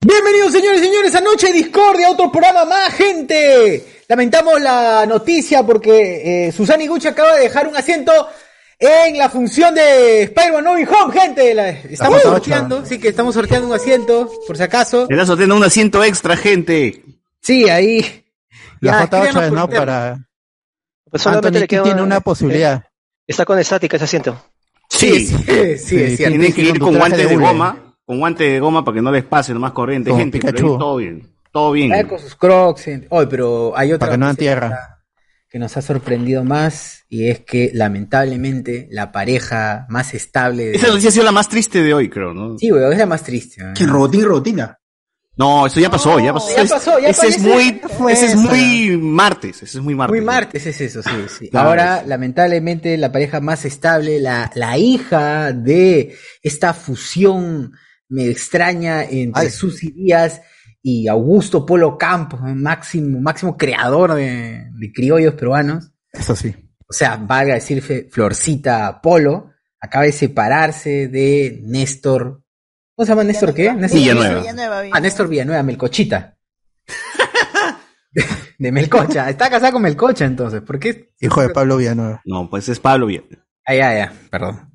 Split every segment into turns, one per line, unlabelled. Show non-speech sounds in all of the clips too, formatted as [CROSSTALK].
Bienvenidos señores y señores a Noche Discordia, otro programa más, gente. Lamentamos la noticia porque eh, Susana Iguchi acaba de dejar un asiento en la función de Spider-Man No Way Home, gente. La- estamos
Ocho.
sorteando, sí que estamos sorteando un asiento, por si acaso.
Le da sorteando un asiento extra, gente.
Sí, ahí.
La
Ya,
J8
escríbanos
es
por
no
interno.
para.
Pues solamente
Anthony
le queda- eh,
tiene una posibilidad.
Está con estática ese asiento.
Sí.
Sí, sí, es cierto.
Tienen que ir
tu
con
traje
guante
de
de
hule.
goma. Con guante de goma para que no les pase nomás corriente,
Como
gente. pero
Pikachu.
ahí todo bien. Todo bien.
Vaya con sus crocs. gente. Oye, pero hay otra
Para que no
noticia
entierra.
nos ha- que nos ha sorprendido más y es que lamentablemente la pareja más estable de...
Esa noticia ha sido la más triste de hoy, creo, ¿no?
Sí, weón, es la más triste. weón.
¿Quién? Robotín y Robotina.
No, eso ya pasó, ya pasó.
ya
Es-
pasó, ya
ese es
pasó,
muy,
ya
fue
ese es
esa.
muy martes, ese es muy martes.
Muy martes es eso, sí. sí.
Claro,
Ahora,
sí.
lamentablemente, la pareja más estable, la, la hija de esta fusión me extraña entre
Ay.
Susy Díaz y Augusto Polo Campos, ¿no? máximo, máximo creador de, de criollos peruanos.
Eso sí.
O sea, valga decir fe- Florcita Polo, acaba de separarse de Néstor. ¿Cómo se llama Néstor qué? Néstor
Villanueva.
Ah, Néstor Villanueva, Melcochita. De Melcocha. Está casada con Melcocha entonces. ¿Por qué?
Hijo de Pablo Villanueva.
No, pues es Pablo bien.
Ay, ay, ay, Ah, perdón.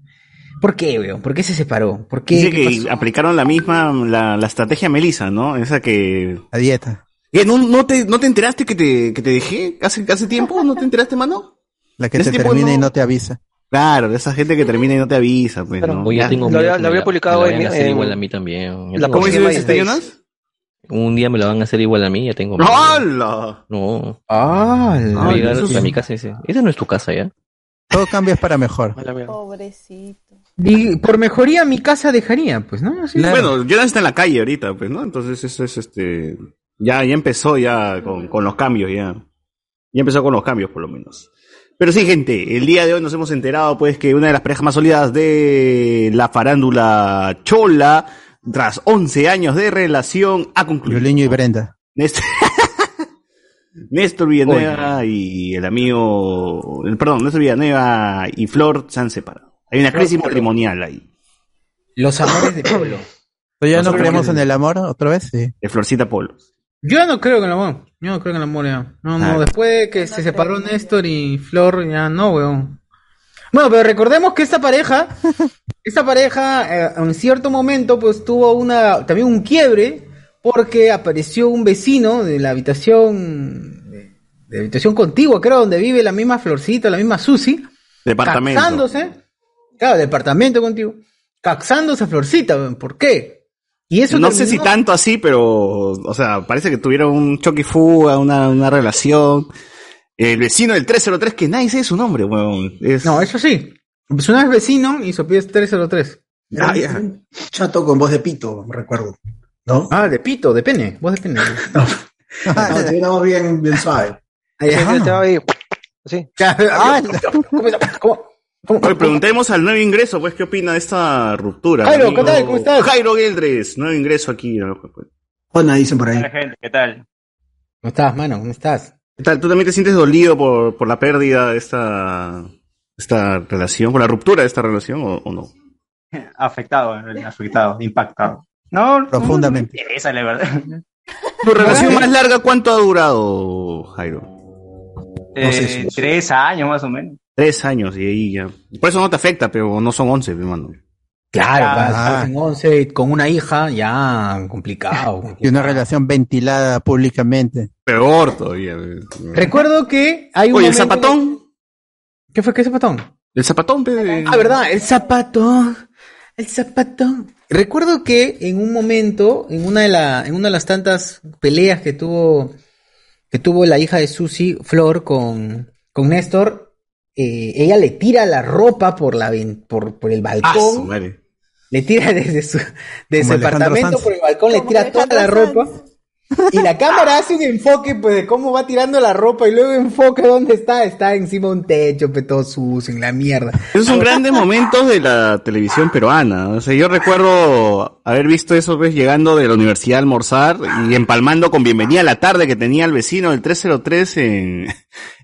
¿Por qué, weón? ¿Por qué se separó? ¿Por qué?
Dice
¿Qué
que
pasó?
aplicaron la misma, la, la estrategia Melissa, ¿no? Esa que...
La dieta.
Eh, ¿No, no te, ¿No te enteraste que te, que te dejé hace, hace tiempo? ¿No te enteraste, mano?
La que
Ese
te
tipo
termina y
no-
no te avisa.
Claro, de esa gente que termina y no te avisa, pues,
Claro.
¿no?
Hoy yo
Ya.
tengo
Lo
miedo
había-
que
lo había
me
publicado
me la van
en-
a hacer
en-
igual a mí también.
la
Yo tengo
eh, ¿Cómo
publicidad
miedo.
dices, este, Jonas?
Un día me la van a hacer igual a mí, ya tengo miedo.
¡Hola!
No,
Ah, la-
voy a llegar
eso sí.
a mi casa y dice, esa no es tu casa ya.
Todo cambia es para mejor.
Mala mía.
Pobrecito.
Di- por mejoría mi casa dejaría, pues, ¿no? Sí.
Bueno, Jonas está en la calle ahorita, pues, ¿no? Entonces eso es este... Ya, ya empezó ya con, con los cambios, ya. Ya empezó con los cambios, por lo menos. Pero sí, gente, el día de hoy nos hemos enterado, pues, que una de las parejas más sólidas de la farándula chola, tras 11 años de relación, ha concluido.
Yuliño y Brenda.
Néstor, [LAUGHS] Néstor Villanueva y el amigo, el- perdón, Néstor Villanueva y Flor se han separado. Hay una crisis matrimonial ahí.
Los amores de Polo.
¿Ya no
Nosotros
creemos en
también.
el amor otra vez? Sí.
De Florcita Polo.
Yo no creo que el amor. Yo no creo que el amor ya. No, no,
Ah.
después de que se separó Néstor y Flor, ya no, weón. Bueno, pero recordemos que esta [LAUGHS] pareja, esta pareja eh, en cierto momento pues tuvo una, también un quiebre porque apareció un vecino de la habitación, de, de habitación contigua, creo, donde vive la misma Florcita, la misma Susi,
Departamento.
caxándose, claro, departamento contigo, caxándose a Florcita, weón, ¿por qué? Y eso
no sé si
terminó-
tanto así, pero, o sea, parece que tuvieron un choque y fuga, una, una relación. El vecino del 303, que nadie sabe su nombre, weón. Es-
No, eso sí. Pues una vez vecino y Sopías 303.
Era
Ah, ya.
un chato con voz de pito, recuerdo. ¿No?
Ah, de pito, de pene. Vos
[LAUGHS]
de pene.
No, tenía una voz bien, bien suave.
Yo estaba ahí,
[LAUGHS]
así.
Ah, ¿Cómo está? ¿Cómo? ¿Cómo?
Oye, preguntemos al nuevo ingreso, pues, ¿qué opina de esta ruptura?
Jairo,
amigo?
¿qué tal? ¿Cómo estás?
Jairo Geldres, nuevo ingreso aquí. ¿no? Pues.
Juana, dicen por ahí.
Hola gente, ¿qué tal?
¿Cómo estás, mano? ¿Cómo estás?
¿Qué tal? ¿Tú también te sientes dolido por, por la pérdida de esta, esta relación, por la ruptura de esta relación o, o no?
[LAUGHS] Afectado, eh, afectado, impactado. No, no,
Profundamente.
No me interesa, la verdad. [LAUGHS]
¿Tu relación más larga cuánto ha durado, Jairo?
Eh,
sé si-
Tres años más o menos.
Tres años y ahí ya. Por eso no te afecta, pero no son once, mi hermano.
Claro,
Ah.
vas, estás en 11 con una hija, ya, complicado.
Y una relación ventilada públicamente.
Peor todavía. eh.
Recuerdo que hay un.
Oye, el
momento-
zapatón.
¿Qué fue? ¿Qué zapatón?
El zapatón, pe, de-
Ah, ¿verdad? El zapatón. El zapatón. Recuerdo que en un momento, en una de, la, en una de las tantas peleas que tuvo, que tuvo la hija de Susi, Flor, con, con Néstor, eh, ella le tira la ropa por, la, ven- por, por el
Ah, su
balcón.
madre.
le tira [LAUGHS] desde su, desde su
Alejandro
apartamento
Sanz.
por el balcón, le
Como
tira toda la
Alejandro
ropa. Y la cámara hace un enfoque pues de cómo va tirando la ropa y luego enfoca dónde está. Está encima de un techo, pe, todo sucio, en la mierda.
Esos son
[LAUGHS]
grandes momentos de la televisión peruana. O sea, yo recuerdo haber visto eso, pues, llegando de la universidad a almorzar y empalmando con bienvenida a la tarde que tenía el vecino del 303 en,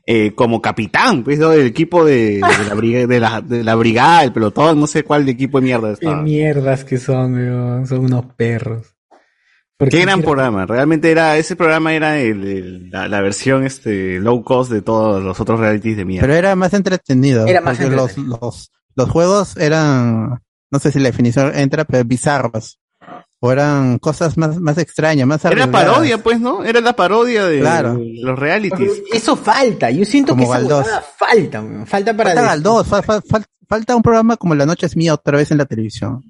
eh, como capitán, pues, ¿no? del equipo de, de la briga- de la, de la brigada, el pelotón, no sé cuál de equipo de mierda
Qué
estaba.
mierdas que son, weón. Son unos perros.
Qué gran programa. Realmente era, ese programa era el- el- la, la versión este low cost de todos los otros realities de mierda.
Pero era más entretenido.
Era más
porque los,
entretenido.
los, los juegos eran, no sé si la definición entra, pero bizarros. O eran cosas más, más extrañas, más
era
arriesgadas.
parodia, pues, ¿no? Era la parodia de
Claro.
de los realities.
Eso falta, yo siento
Como
que esa
Galdós.
huevada falta, weón. falta para...
Falta
des-
Galdós, fal- fal- fal- falta un programa como La Noche es Mía otra vez en la televisión.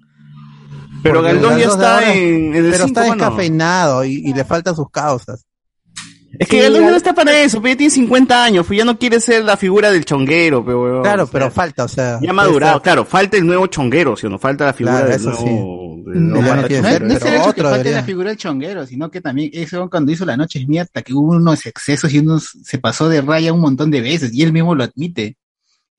Pero
Porque
Galdón ya
Galdós
está
ahora-
en, en el cinco,
pero está
mano.
descafeinado y, y le faltan sus causas.
Es que
Sí,
Galdón
Gal-
no está para eso, pero ya tiene 50 años, pues ya no quiere ser la figura del chonguero, pero weón.
Claro,
O sea,
pero falta, o sea.
Ya ha
esa-
madurado, claro, falta el nuevo chonguero, si no falta la figura
Claro,
del
eso
nuevo... del
No,
nuevo
ya no
macho
tiene
No,
ser,
es- no es
pero
el hecho que
otro
falte
debería.
la figura del chonguero, sino que también ese weón cuando hizo La Noche es Mía atacó unos excesos y unos se pasó de raya un montón de veces y él mismo lo admite.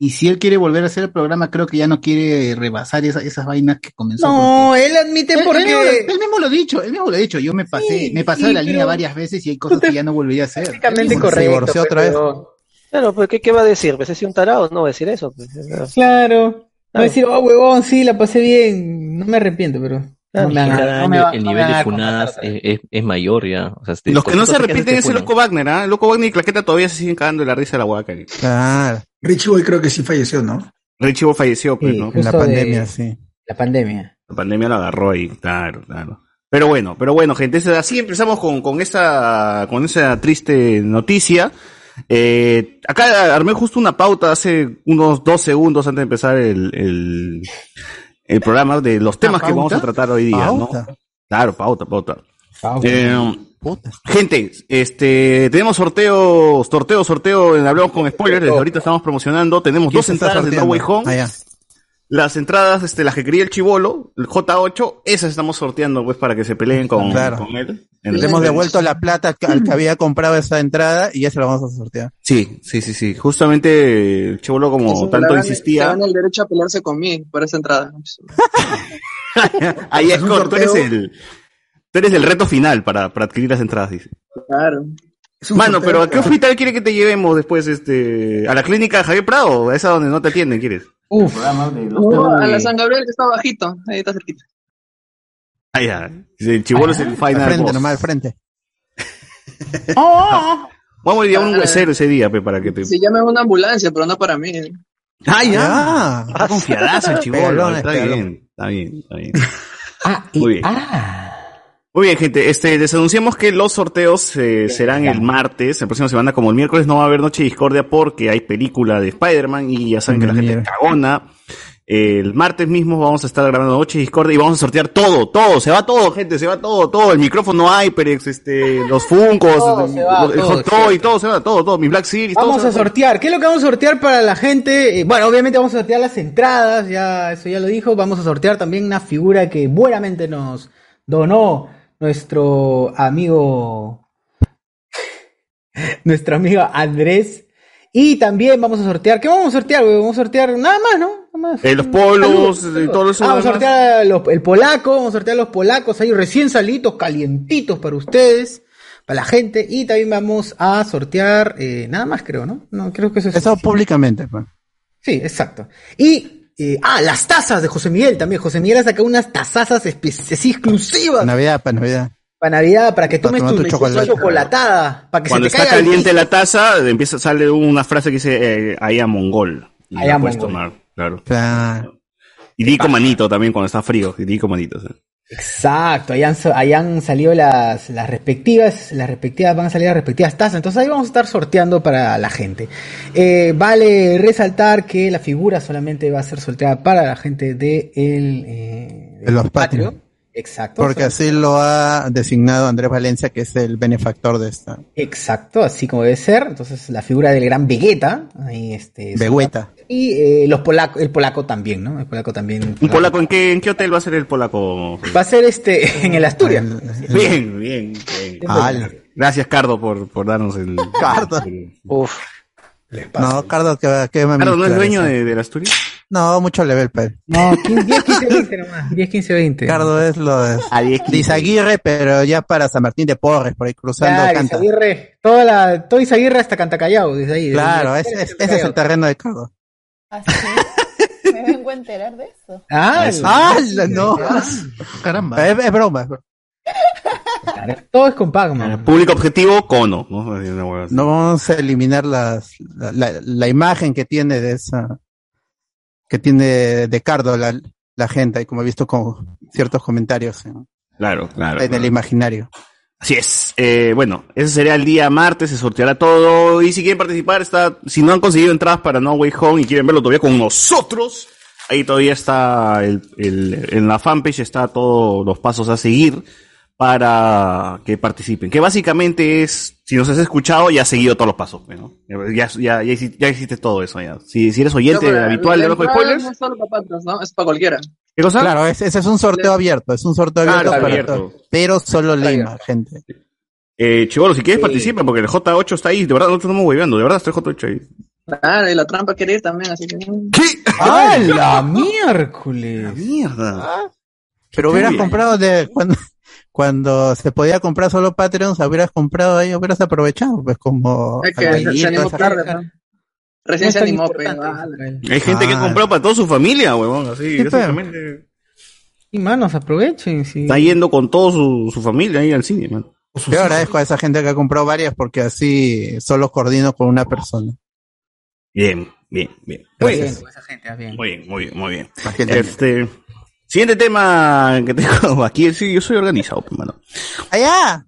Y si él quiere volver a hacer el programa, creo que ya no quiere rebasar esa- esas vainas que comenzó.
No, él
porque-
admite
él, él mismo,
porque...
lo- él mismo lo ha dicho, él mismo lo ha dicho. Yo me pasé,
Sí,
me pasé
sí,
de la línea
pero-
varias veces y hay cosas que ya no volvería a hacer.
Prácticamente
Se
correcto.
divorció
pues,
otra vez.
weón.
Claro, pues, ¿qué, ¿qué va a decir? ¿Pues es un tarado? No va a decir eso. pues.
[LAUGHS]
Claro. Va a decir, oh, huevón, sí, la pasé bien. No me arrepiento, pero...
Claro.
no me hagan-
Cada
no me
año
va-
el
no me
nivel
van
de
a contratar
funadas
otra vez.
es, eh, es- es mayor ya. O sea, este,
Los que no se
cosas
repiten
te
es el
funan.
Loco Wagner, ¿ah? Loco Wagner y Claqueta todavía se siguen cagando de la risa de la huaca.
Claro,
Richie Boy creo que sí falleció, ¿no?
Richie Bo falleció, pues,
Sí.
¿no?
en la
Justo de-
pandemia, sí.
La pandemia.
La pandemia lo agarró ahí, claro, claro. Pero bueno, pero bueno, gente, esa- así empezamos con, con esa, con esa triste noticia. Eh, acá armé justo una pauta hace unos dos segundos antes de empezar el, el, el programa de los temas que vamos
pauta?
a tratar hoy día, ¿no?
Pauta.
Claro, pauta, pauta.
Chao.
Eh,
Puta.
Gente, este, tenemos sorteos, sorteo, sorteo, en hablamos con spoilers, desde ahorita estamos promocionando, tenemos dos
¿Quién está
entradas de No
sorteando?
Way Home,
Ah, ya.
las entradas, este, las que quería el chivolo, el J8, esas estamos sorteando, pues, para que se peleen con,
Claro.
con él.
Le hemos devuelto la plata que- al
[LAUGHS]
que había comprado esa entrada y ya se la vamos a sortear.
Sí, sí, sí, sí, justamente el chivolo como tanto insistía,
Van el derecho a pelearse conmigo por esa entrada.
ahí es,
Es un
tú eres
sorteo.
el, tú eres el reto final para, para adquirir las entradas, dice.
Claro.
Es un
Mano,
sorteo
pero ¿a qué
para-
hospital quiere que te llevemos después, este, a la clínica Javier Prado, a esa donde no te atienden, quieres?
Uf,
a la San Gabriel que está bajito, ahí está cerquita.
Ah, ya. El chivolo es el
Al
final.
frente,
boss.
nomás al frente. Oh,
Vamos a ir a un
Ah,
huesero ese día, pe, para que te.
Se llama una ambulancia, pero no para mí.
¡Ah,
Ah,
Está [LAUGHS] confiadazo el este, chivolo.
Pelón,
Está
pelón.
bien, está bien, está bien.
[LAUGHS] Ah,
Muy bien. Muy bien, gente. Este, les anunciamos que los sorteos eh, serán el martes, la próxima semana. Como el miércoles no va a haber Noche de Discordia porque hay película de Spider-Man y ya saben que la gente es
Mierda.
cagona. El martes mismo vamos a estar grabando Noche de Discordia y vamos a sortear todo, todo. Se va todo, gente, se va todo, todo. El micrófono HyperX, este, los Funkos,
Todo
este,
se va,
los- el
todo,
Hot Toy,
gente.
todo, se va todo, todo. Mi Black Series, todo
Vamos
se
a
va todo.
sortear. ¿Qué es lo que vamos a sortear para la gente? Eh, bueno, obviamente vamos a sortear las entradas, ya eso ya lo dijo. Vamos a sortear también una figura que buenamente nos donó nuestro amigo, nuestro amigo Andrés. Y también vamos a sortear, ¿qué vamos a sortear? güey? Vamos a sortear nada más, ¿no? Nada más.
Eh, los polos,
Saludos,
eh,
saludos.
todo eso.
Ah, vamos a
nada más.
sortear a los- el polaco, vamos a sortear a los polacos ahí recién salitos, calientitos para ustedes, para la gente. Y también vamos a sortear, eh, nada más creo, ¿no? No, creo que eso es.
Eso públicamente, pues.
Sí, exacto. Y, eh, ah, las tazas de José Miguel también. José Miguel ha sacado unas tazazas espe- así exclusivas
Navidad, para Navidad.
para Navidad, para que
Para
tomes
tomar
tu,
tu
deliciosa
chocolate.
chocolatada, para que
Cuando
se te
está
caiga el
caliente
piso.
la taza, empieza sale una frase que dice eh, I am mongol. Y
I
la
am
puedes
mongol.
tomar, claro.
Claro.
Y di con manito también cuando está frío. Y di con manito. o sea.
Exacto, ahí han, so- ahí han salido las, las respectivas, las respectivas, van a salir las respectivas tazas, entonces ahí vamos a estar sorteando para la gente. Eh, vale resaltar que la figura solamente va a ser sorteada para la gente de el, eh,
De los Patreon.
Exacto.
Porque así lo ha designado Andrés Valencia, que es el benefactor de esta
Exacto, así como debe ser. Entonces la figura del gran Vegeta, ahí este
begüeta.
y eh, los polaco, el polaco también, ¿no? El polaco también.
Un polaco, ¿en qué, ¿en qué hotel va a ser el polaco?
Va a ser este [LAUGHS] en el Asturias.
Bien, bien, bien.
Al.
Gracias, Cardo, por, por darnos el.
Cardo.
el-
Uf,
No, Cardo, que va, que va a
Cardo no es
administrar
dueño
eso.
de, de las Asturias.
No, mucho level, pero.
No, 15, 10, 15, 20 nomás. 10, 15, 20.
Cardo es lo de
A 10
de Izaguirre, pero ya para San Martín de Porres, por ahí cruzando
Claro,
Canta.
Izaguirre, toda la, todo Izaguirre hasta Cantacallao, desde ahí.
Claro,
desde-
es- es- ese es el terreno de Cardo.
Así es. Me vengo a enterar de eso.
Ah,
Eso.
ah,
¡Ah, la- no!
Caramba.
Es, es broma. es broma.
Todo es con Pac-Man.
Público objetivo, cono. ¿no? Así una hueva así.
No vamos a eliminar las, la, la- la imagen que tiene de esa, que tiene de Cardo la, la gente, y como he visto con ciertos comentarios en,
Claro, claro.
en el imaginario.
Así es. Eh, bueno, ese será el día martes, se sorteará todo. Y si quieren participar, está, si no han conseguido entradas para No Way Home y quieren verlo todavía con nosotros, ahí todavía está el, el- en la fanpage está todos los pasos a seguir para que participen. Que básicamente es, si nos has escuchado, ya has seguido todos los pasos. pues, ¿no? Ya, ya, ya, hiciste, ya hiciste todo eso. ya. Si, si eres oyente
No, pero
habitual
la
de los
entrada
spoilers,
No es solo para patas, ¿no? Es para cualquiera.
¿Qué cosa?
Claro, es- ese es un sorteo abierto, es un
Ah,
sorteo
Claro,
abierto, para
abierto.
todos, pero solo Lima, gente.
eh, chivolo, si quieres participa, porque el J8 está ahí. De verdad, nosotros estamos hueveando. De verdad, está el J8 ahí.
Claro, y Ah, la trampa quiere ir también, así que. mm,
¡Ah, la miércoles!
mierda!
Pero hubieras
Sí.
comprado de cuando, cuando se podía comprar solo Patreons, hubieras comprado ahí, hubieras aprovechado, pues como
Es que se,
Albañil,
se animó
toda esa
tarde,
gente.
¿no? Recién
No
se
es tan
animó, pues, pero.
importante
Hay gente que
Ah.
compró para toda su familia, huevón, así,
Sí,
básicamente.
Y manos, aprovechen. sí.
Está yendo con toda su, su familia ahí al cine, man.
Yo agradezco a esa gente que ha comprado varias porque así solo coordino con una persona.
Bien, bien, bien. Muy bien,
Gracias.
Esa gente, ah, bien.
muy bien, muy bien, muy bien.
Más que nada.
Este, siguiente tema que tengo [LAUGHS] aquí, sí, yo soy organizado, pues, hermano.
¡Allá!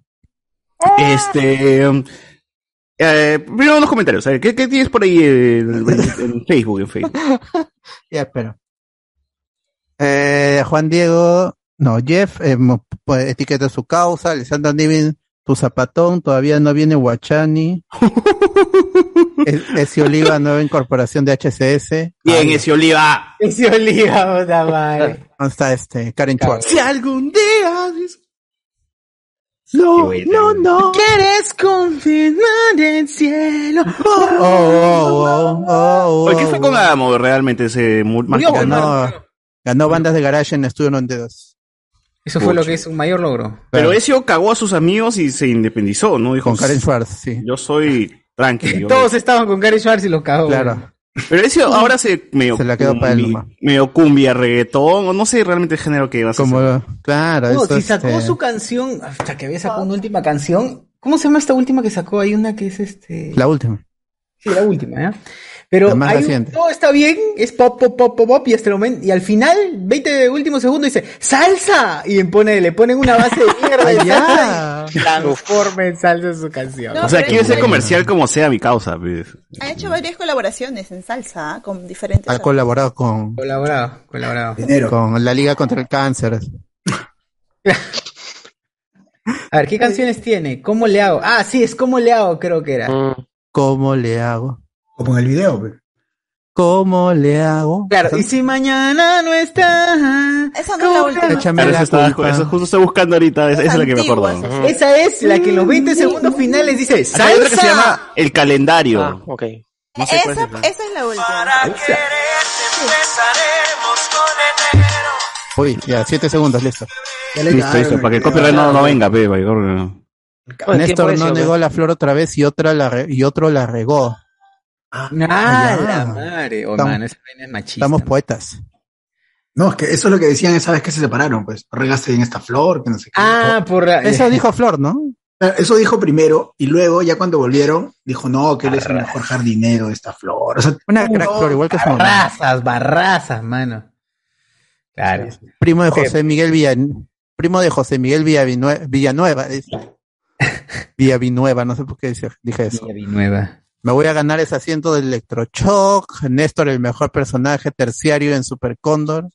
Este, eh, primero unos comentarios, a ver, ¿qué, qué tienes por ahí en, en- en Facebook, en Facebook?
Ya, espero. Eh, Juan Diego, no, Jeff, eh, mo- pues, etiqueta su causa, Alessandro Niven, tu zapatón, todavía no viene
[LAUGHS]
Guachani. es, Esi Oliva, nueva incorporación de HCS.
Bien, ese Oliva.
Y se olía, puta madre.
¿Dónde está este? Karen Schwartz.
Si algún día...
No,
Sí, güey,
no, no.
¿Quieres confirmar el cielo?
Oh, oh, oh, oh,
Oye, ¿Qué fue con
oh.
Adamo realmente ese mu-
Murió,
mágico?
hermano.
Ganó, ganó bandas de garage en Estudio 92.
Eso fue lo que es un mayor logro.
Pero Ezio cagó a sus amigos y se independizó, ¿no? Dijo,
Con Karen Schwartz, sí.
Yo soy tranquilo.
Todos estaban con Gary Schwartz y lo cagó.
Claro.
Pero ese ahora se medio
Se la quedó para él
cumbi-
nomás.
Medio cumbia, reggaetón, o no sé realmente el género que vas a hacer.
Como, claro,
No,
eso,
si sacó
este,
su canción, hasta que había sacado una última canción. ¿Cómo se llama esta última que sacó? Hay una que es este.
la última.
Sí, la última, ¿eh? ¿ya? Pero
La más
hay un-
reciente.
todo está bien, es pop, pop, pop, pop, pop, y hasta el momento, y al final, 20 de último segundo, dice, ¡salsa! Y pone, le ponen una base de mierda de salsa
Allá.
y transforma en salsa su canción.
No,
O sea,
pero
quiere
es
ser
bueno.
comercial como sea mi causa. pues.
Ha hecho varias colaboraciones en salsa, ¿ah? con diferentes.
Ha colaborado con,
Colaborado, colaborado.
Dinero.
con la Liga contra el Cáncer.
A ver, ¿qué canciones tiene? ¿Cómo le hago? Ah, sí, es ¿Cómo le hago? Creo que era.
¿Cómo le hago?
Como en el video, pe.
¿Cómo le hago?
Claro, y si mañana no está...
Esa no es la última.
Échame
Claro,
la
eso, estaba-
culpa.
eso justo estoy buscando ahorita, esa, esa es la que me acuerdo.
Antiguas,
Acá
esas.
Esa es la que en los
Mm.
20 segundos finales dice
Hay otra que se
¡Salsa!
llama El Calendario.
Ah, ok.
No sé cuál
Esa,
es esa.
esa es la última.
Uy, ya, siete segundos, listo.
Ya le
Listo, listo, para que el copyright no, no venga, pe, eh. para que no-
Bueno, tiempo
Néstor
de
no
eso,
negó la flor otra vez y, otra la re- y otro la regó.
¡Ah, la
Ah,
madre! Oh,
estamos-
man, esa vaina es machista.
Estamos poetas.
No, es que eso es lo que decían esa vez que se separaron, pues. Regaste en esta flor, que no sé qué.
Ah, por la...
Eso dijo Flor, ¿no?
Claro, Eso dijo primero, y luego, ya cuando volvieron, dijo, no, que él es el mejor jardinero de esta flor. O sea,
Una
no,
crack flor, igual que su mamá.
Barrazas, barrazas, mano. Claro.
Primo de José Miguel Villan... Primo de José Miguel Villavinu- Villanueva.
[LAUGHS]
es- Villavinueva, no sé por qué dice- dije eso.
Mira, Vinueva.
Me voy a ganar ese asiento del Electrochoc. Néstor, el mejor personaje terciario en Super Cóndor.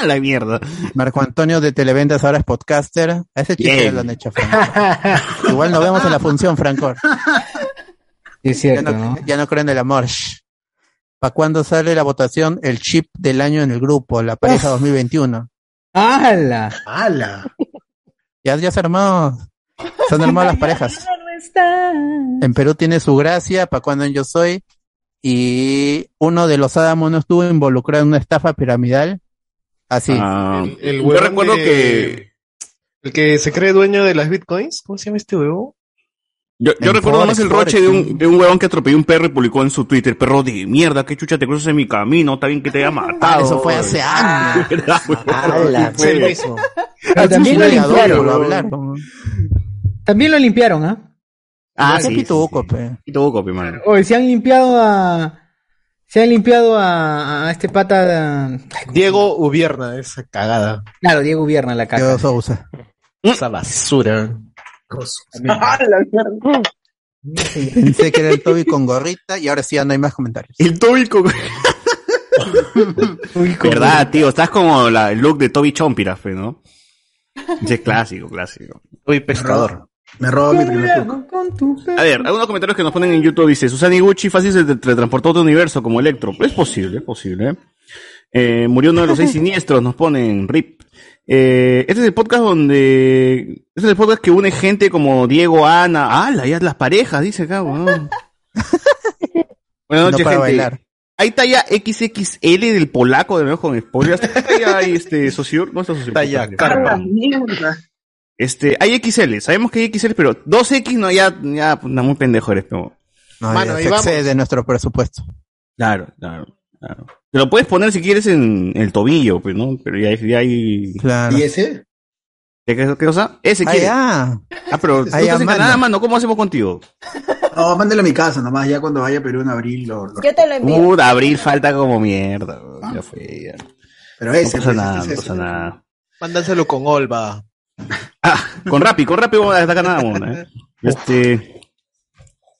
A [LAUGHS] la mierda.
Marco Antonio de Televentas ahora es podcaster. A ese chico
Bien.
ya lo han hecho, Franco. Igual nos vemos en la función, Franco.
Sí, es
Ya
cierto,
no,
¿no?
ya no creo en el amor. ¿Para cuándo sale la votación? El chip del año en el grupo, la pareja 2021.
¡Hala!
ala.
Ya, ya se armó. Se han armado las parejas. En Perú tiene su gracia, para cuando en yo soy. Y uno de los Adamos no estuvo involucrado en una estafa
[LAUGHS]
piramidal. Así.
Ah,
El
yo
huevón
recuerdo
de-
que.
El que se cree dueño de las bitcoins. ¿Cómo se llama este huevo?
Yo, yo
En
recuerdo
Forex,
más el
Forex,
roche de
sí.
un, de un huevón que atropelló un perro y publicó en su Twitter: Perro de mierda, qué chucha te cruzas en mi Ah, [LAUGHS] camino, está bien que te haya matado.
eso fue hace años.
Era, huevón.
Fue el mismo.
Ah, también lo
Así
limpiaron.
por hablar,
También lo limpiaron, ¿ah?
Ah,
Ese
sí.
pituco,
Pituco, pe, mano.
Oye, se han limpiado a. Se han limpiado a, a este pata. de-
Diego Ubierna, esa cagada. Mm.
Claro, Diego Vierna la caca.
Diego Sousa.
Esa basura.
Ah,
Pensé que era el Toby con gorrita y ahora sí ya no hay más comentarios.
El Toby con ¿Verdad, tío? Estás como la, el look de Toby Chompira, fe, ¿no? Ese es clásico, clásico. Toby pescador.
Me robo mi primer look.
A ver, algunos comentarios que nos ponen en YouTube dice Susani Gucci fácil se teletransportó a otro universo como Electro. Es posible, es posible. Eh, murió uno de los seis siniestros, nos ponen RIP. Eh, este es el podcast donde. Este es el podcast que une gente como Diego, Ana, ala, ya las parejas, dice acá, weón. Buenas
No
noches,
para
gente.
bailar.
Hay talla XXL del polaco, de nuevo con spoilers. Hay talla, hay, este, socio, no está socio. Talla,
Ah, Mierda.
Este, hay XL, sabemos que hay XL, pero 2X no, ya, ya, puta, muy pendejo eres, pero.
No, ya se excede nuestro presupuesto.
Claro, claro, claro. Te lo puedes poner si quieres en el tobillo, pues, ¿no? Pero ya, ya hay.
Claro.
¿Y ese?
¿Qué, qué- qué cosa? Ese
Ah,
quiere.
ya.
Ah, pero tú
Ah, ya,
estás en
mano.
Canadá, mano. ¿Cómo hacemos contigo?
No, mándelo a mi casa nomás, ya cuando vaya a Perú en abril lo... lo-
Yo te lo envío.
Uh, abril falta como mierda. bro. Ya fue, ya.
Pero ese,
No pasa
pues,
nada,
ese,
no
ese.
pasa nada.
Mándaselo con Olva.
Con Rappi, con Rappi vamos hasta Canadá, mano, ¿eh? Este.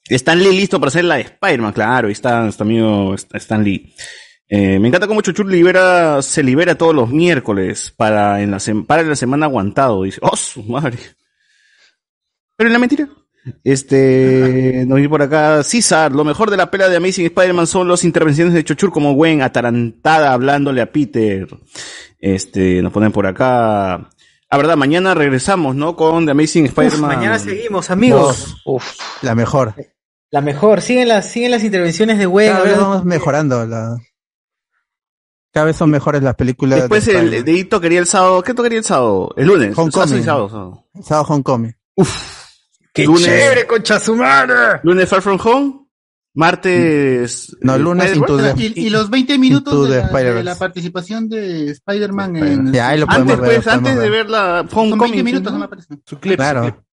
Stan Lee listo para hacer la de Spider-Man, claro, ahí está nuestro amigo Stan Lee. Eh, me encanta cómo Chuchur libera, se libera todos los miércoles para en la, sem- para en la semana aguantado, dice. ¡Oh, su madre! Pero en la mentira. Este, nos vi por acá, César, lo mejor de la pela de Amazing Spider-Man son las intervenciones de Chuchur como Gwen atarantada hablándole a Peter. Este, nos ponen por acá. Ah, verdad, mañana regresamos, ¿no? Con The Amazing
Pues,
Spider-Man.
mañana seguimos, amigos.
La mejor.
La mejor. Siguen las, siguen las intervenciones de Gwen.
Cada vez
hablando-
vamos mejorando. La... Cada vez son mejores las películas. de
Después el
Spider-Man.
dedito quería el sábado. ¿Qué tocaría el sábado? El lunes.
Homecoming.
Sábado, sábado, sábado.
Sábado Homecoming.
¡Qué
chévere,
concha su madre! Lunes Far From Home. Martes.
No,
eh,
lunes
Spider-Man.
Into the-
Y, y los 20 minutos
Into
de
the
la, de
Spider-Verse.
la participación de Spider-Man en...
Ya, ahí lo podemos
Antes,
ver,
pues,
lo podemos
antes de ver la
Son 20
Homecoming.
minutos, no me
¿no?
aparece.
Claro.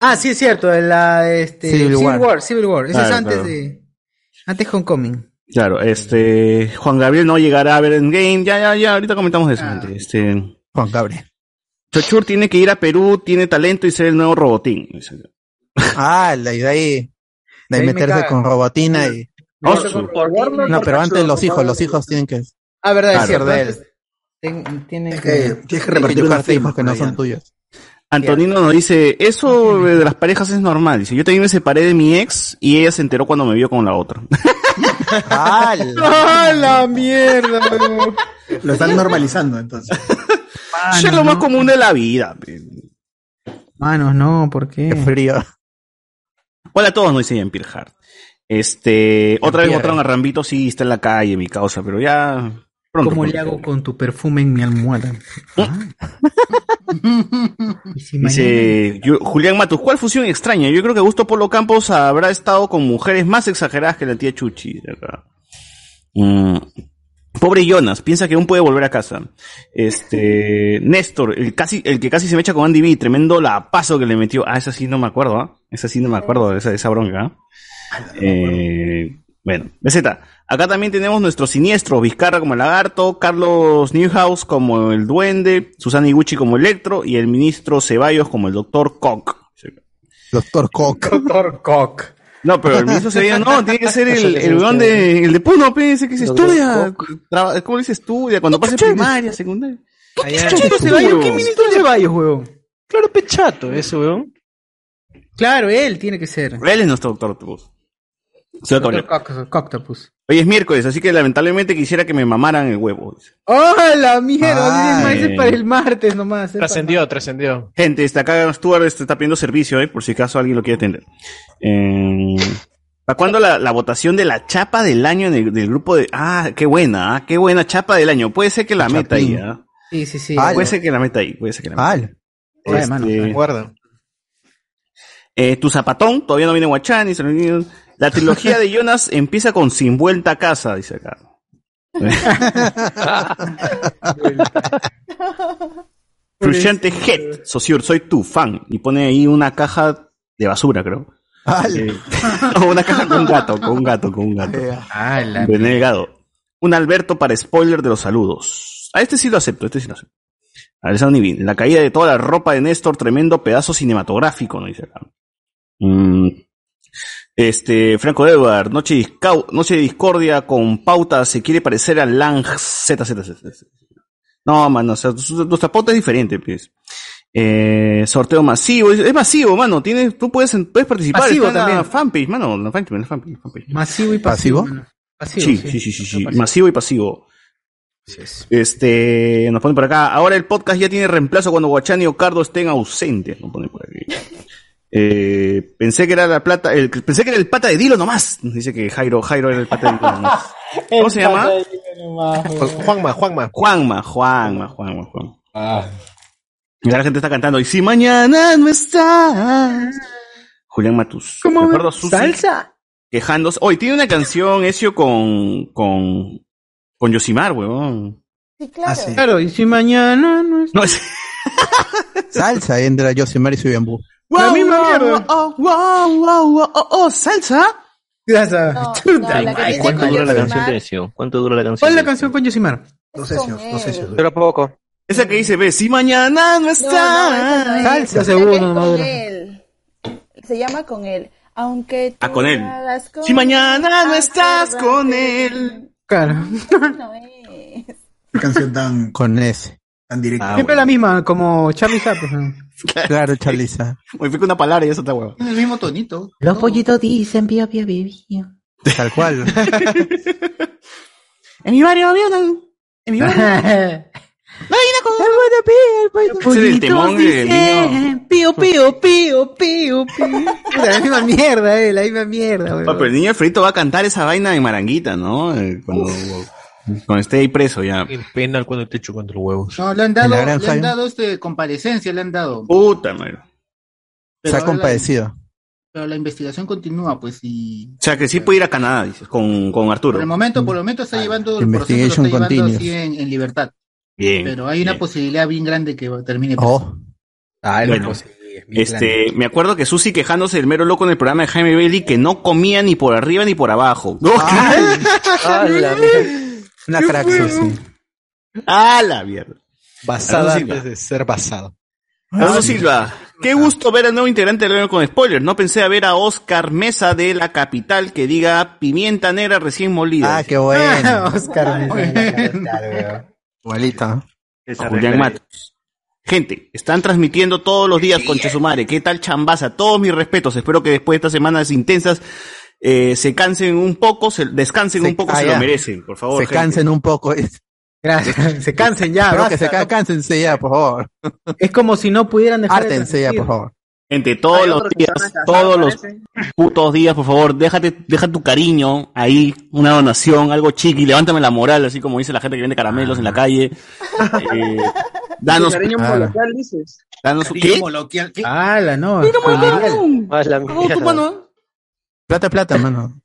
Ah, sí, es cierto. La, este,
Civil
Civil,
War.
War. Civil War. Eso es
Claro,
antes
claro.
de. Antes Homecoming.
Claro, este. Juan Gabriel no llegará a ver Endgame. Ya, ya, ya. Ahorita comentamos eso, gente. Este.
Juan Gabriel.
Chochur tiene que ir a Perú, tiene talento y ser el nuevo robotín.
Ah, la idea ahí. De ahí
Ahí me
meterse
caga.
con robotina y.
Oh, su-
No, pero antes los hijos, los hijos tienen que.
Ah, verdad,
Claro.
es cierto.
De
antes ten- tienen
eh,
Eh,
que-
que.
Tienes que
Tienen que
repartir unas
yucarte hijos
firmas
que
por
no
allá.
son tuyos.
Antonino nos dice, eso de las parejas es normal. Dice, yo también me separé de mi ex y ella se enteró cuando me vio con la otra.
¡Ah!
[LAUGHS]
¡Ah, la mierda! weón!
Lo
[LAUGHS]
están normalizando, entonces.
Eso es lo más común de la vida. pe.
Manos, no, ¿por qué?
¡Qué frío!
Hola a todos, nos dice Jean-Pierre Hart. Este, otra vez botaron a Rambito, sí, está en la calle, mi causa, pero ya... Pronto,
¿Cómo
pronto. ¿Eh?
le hago con tu perfume en mi almohada? Ah.
[LAUGHS]
Y si mañana-
Dice yo- Julián Matus, ¿cuál fusión extraña? Yo creo que Gusto Polo Campos habrá estado con mujeres más exageradas que la tía Chuchi. de acá. Mm. Pobre Jonas, piensa que aún puede volver a casa. Este Néstor, el casi, el que casi se me echa con Andy B, tremendo la paso que le metió. Ah, esa sí no me acuerdo, ¿ah? Esa sí no me acuerdo de esa, de esa bronca. ¿ah? Eh, bueno, BZ. Acá también tenemos nuestro siniestro, Vizcarra como el lagarto, Carlos Newhouse como el duende, Susana Iguchi como Electro y el ministro Ceballos como el doctor Koch.
Doctor Cock.
Doctor Cock.
No, pero el ministro Ceballos no, tiene que [LAUGHS] ser el, el weón de, el de Puno, pe, ese que se
Doctor
estudia. traba- ¿Cómo le dice estudia? Cuando pase primaria, secundaria.
Allá-
chucha se va? ¿Qué ministro
Ceballos, huevón?
Claro, pechato, ese weón.
Claro, eh. él tiene que ser.
Él es nuestro doctor Octopus. Soy
Doctor
Antonio.
Cock- Coctopus.
Hoy es miércoles, así que lamentablemente quisiera que me mamaran el huevo. dice.
¡Oh, la
Ay.
mierda! Ese es- ese es para el martes nomás. es para-
Trascendió, trascendió.
Gente, está acá Stuart este, está pidiendo servicio, eh, por si acaso alguien lo quiere atender. Eh, ¿Para cuándo la, la votación de la chapa del año en el- del grupo de... Ah, qué buena, ah, qué buena chapa del año. Puede ser que la meta ahí, ¿ah?
Sí, sí, sí.
Ah,
Puede ser que la meta ahí, puede ser que la meta.
Ah,
Este, Oye, mano,
Este,
Guarda.
eh, tu zapatón, todavía no viene Guachán. dice, La trilogía de Jonas empieza con Sin Vuelta a Casa, dice acá. Frusciante Head, Sosur, soy tu fan. Y pone ahí una caja de basura, creo. Eh,
[LAUGHS]
[LAUGHS] una caja con un gato, con un gato, con un gato. René Delgado. Un Alberto para spoiler de los saludos. A este sí lo acepto, este sí lo acepto. Alessandro Nivin. La caída de toda la ropa de Néstor, tremendo pedazo cinematográfico, nos dice acá. Mm. Este, Franco Edward, noche, discau- noche de discordia con pauta, se quiere parecer a Lang ZZZ. No, mano, o sea, su- nuestra pauta es diferente, pues. Eh, sorteo masivo, es, es masivo, mano, tienes, tú puedes, puedes participar.
Pasivo
está en la
también.
fanpage, mano, en la fanpage, en la fanpage, fanpage.
Masivo y pasivo. mano. Pasivo,
Sí, sí, sí, sí, sí. Masivo y pasivo. Este, nos ponen por acá. Ahora el podcast ya tiene reemplazo cuando Guachani o Cardo estén ausentes. Nos ponen por aquí. [LAUGHS] Eh, pensé que era la plata, el, pensé que era el pata de Dilo nomás. Nos dice que Jairo, Jairo era el pata de Dilo
[LAUGHS]
nomás. ¿Cómo se llama? Juanma, Juanma. Juanma, Juanma, Juanma, Juanma.
Ah.
Mira, la gente está cantando. Y si mañana no estás. Julián Matus. Recuerdo a Susi
Salsa.
quejándose. Hoy tiene una canción Ezio con con con Yosimar, huevón. Ah,
claro. y si mañana no es.
No es.
[LAUGHS] Salsa entra Josimar y su bambú.
la misma mierda.
Oh, wow, wow, wow, oh, oh,
[LAUGHS]
salsa.
Salsa. [LAUGHS] Chuta.
Ay, ¿Cuánto dura la canción de Ezio? ¿Cuánto dura la canción?
¿Cuál es la canción con Yosimar?
No sé, no sé. si-
Pero poco. Esa que dice, ve, si mañana no está.
Salsa,
Es
seguro,
con
maduro.
él. Se llama con él. Aunque
Ah, con él.
hagas con
Si mañana no estás
acuérdate.
con él.
Claro. [LAUGHS]
Qué canción tan.
Con ese.
Tan directa.
Siempre la misma, como Charlie Chaplin.
Claro, Charliza.
Hoy fue con una palabra y eso está huevo.
Tiene el mismo tonito.
Los pollitos dicen pío, pío, pío, pío.
Tal
[LAUGHS]
cual.
En mi barrio había una. En mi
[LAUGHS]
barrio.
Los
Ese es el temón del niño.
Pío, pío, pío, pío, pío. [LAUGHS] Puta, La misma mierda, eh, la misma mierda,
Ah, pero el niño Alfredito va a cantar esa vaina de maranguita, ¿no? Eh, Cuando, cuando esté ahí preso ya.
Qué pena cuando te chupan los huevos.
No, le han dado, le han dado este, comparecencia, le han dado.
Puta, madre.
Pero ahora la-
compadecido.
pero la investigación continúa, pues, y
O sea, que sí puede ir a Canadá, dices, con, con
por el
Arturo.
momento, por el momento está llevando el proceso,
Investigation
lo está llevando
continues.
así en, en libertad.
Bien.
Pero hay una posibilidad bien grande que termine. preso.
Bueno, este, me acuerdo que Susi quejándose del mero loco en el programa de Jaime Bailey que no comía ni por arriba ni por abajo. Ah, ¡No!
Una crack, Susi.
¡A Ah, la mierda!
Basada
Alonso Silva.
antes de ser basada.
Ah,
Alonso Silva, qué gusto ver al nuevo integrante del Reino con spoilers. No pensé a ver a Oscar Mesa de la capital que diga pimienta negra recién molida.
Ah,
[LAUGHS]
qué bueno.
[LAUGHS] Oscar.
Igualita.
Julián Matos. Gente, están transmitiendo todos los días con Chesumare. ¿Qué tal chambaza? Todos mis respetos. Espero que después de estas semanas intensas eh, se cansen un poco, se descansen un poco,
ah,
se
ya.
lo merecen, por favor.
se
gente.
cansen un poco. [LAUGHS]
Gracias. Se cansen ya,
Espero que
basta,
se ca-
¿no?
cánsense ya, por favor.
[LAUGHS] Es como si no pudieran dejar de
Ártense ya,
transmitir.
por favor.
Gente, todos los días, todos los putos días, por favor, déjate, deja tu cariño ahí, una donación, algo chiqui, levántame la moral, así como dice la gente que vende caramelos
Ah.
en la
[LAUGHS]
calle. Eh, danos,
Cariño
Ah.
coloquial, dices.
danos ¿qué?
Cariño coloquial, ¿qué?
Ah, la no. Oh,
Plata, plata, mano.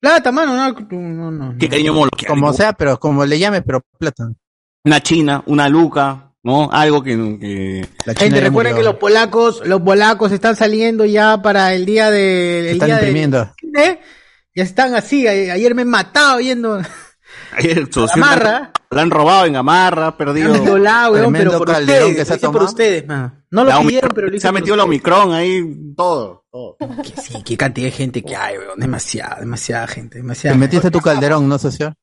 Plata, mano, no, no, no.
¿Qué cariño moloquial?
Como sea, pero como le llames, pero plata.
Una china, una luca, ¿no? Algo que... que-
Gente, recuerden que los polacos, los polacos están saliendo ya para el día de... El
Están
día del
imprimiendo.
cine. Ya están así, a- ayer me he matado yendo...
Ayer, socio,
Gamarra.
La han robado en Gamarra, perdido.
Dando la, weón, pero
Tremendo
por
calderón
ustedes,
que se ha
lo hice por
tomado.
ustedes, man. No lo
La
pidieron,
Omicron,
pero lo hice
Se ha
por
metido la
ustedes.
Omicron ahí, todo, todo.
Que sí, qué cantidad de gente que hay, weón. Demasiada, demasiada gente, demasiada
Te
gente.
metiste tu calderón, ¿no, socio?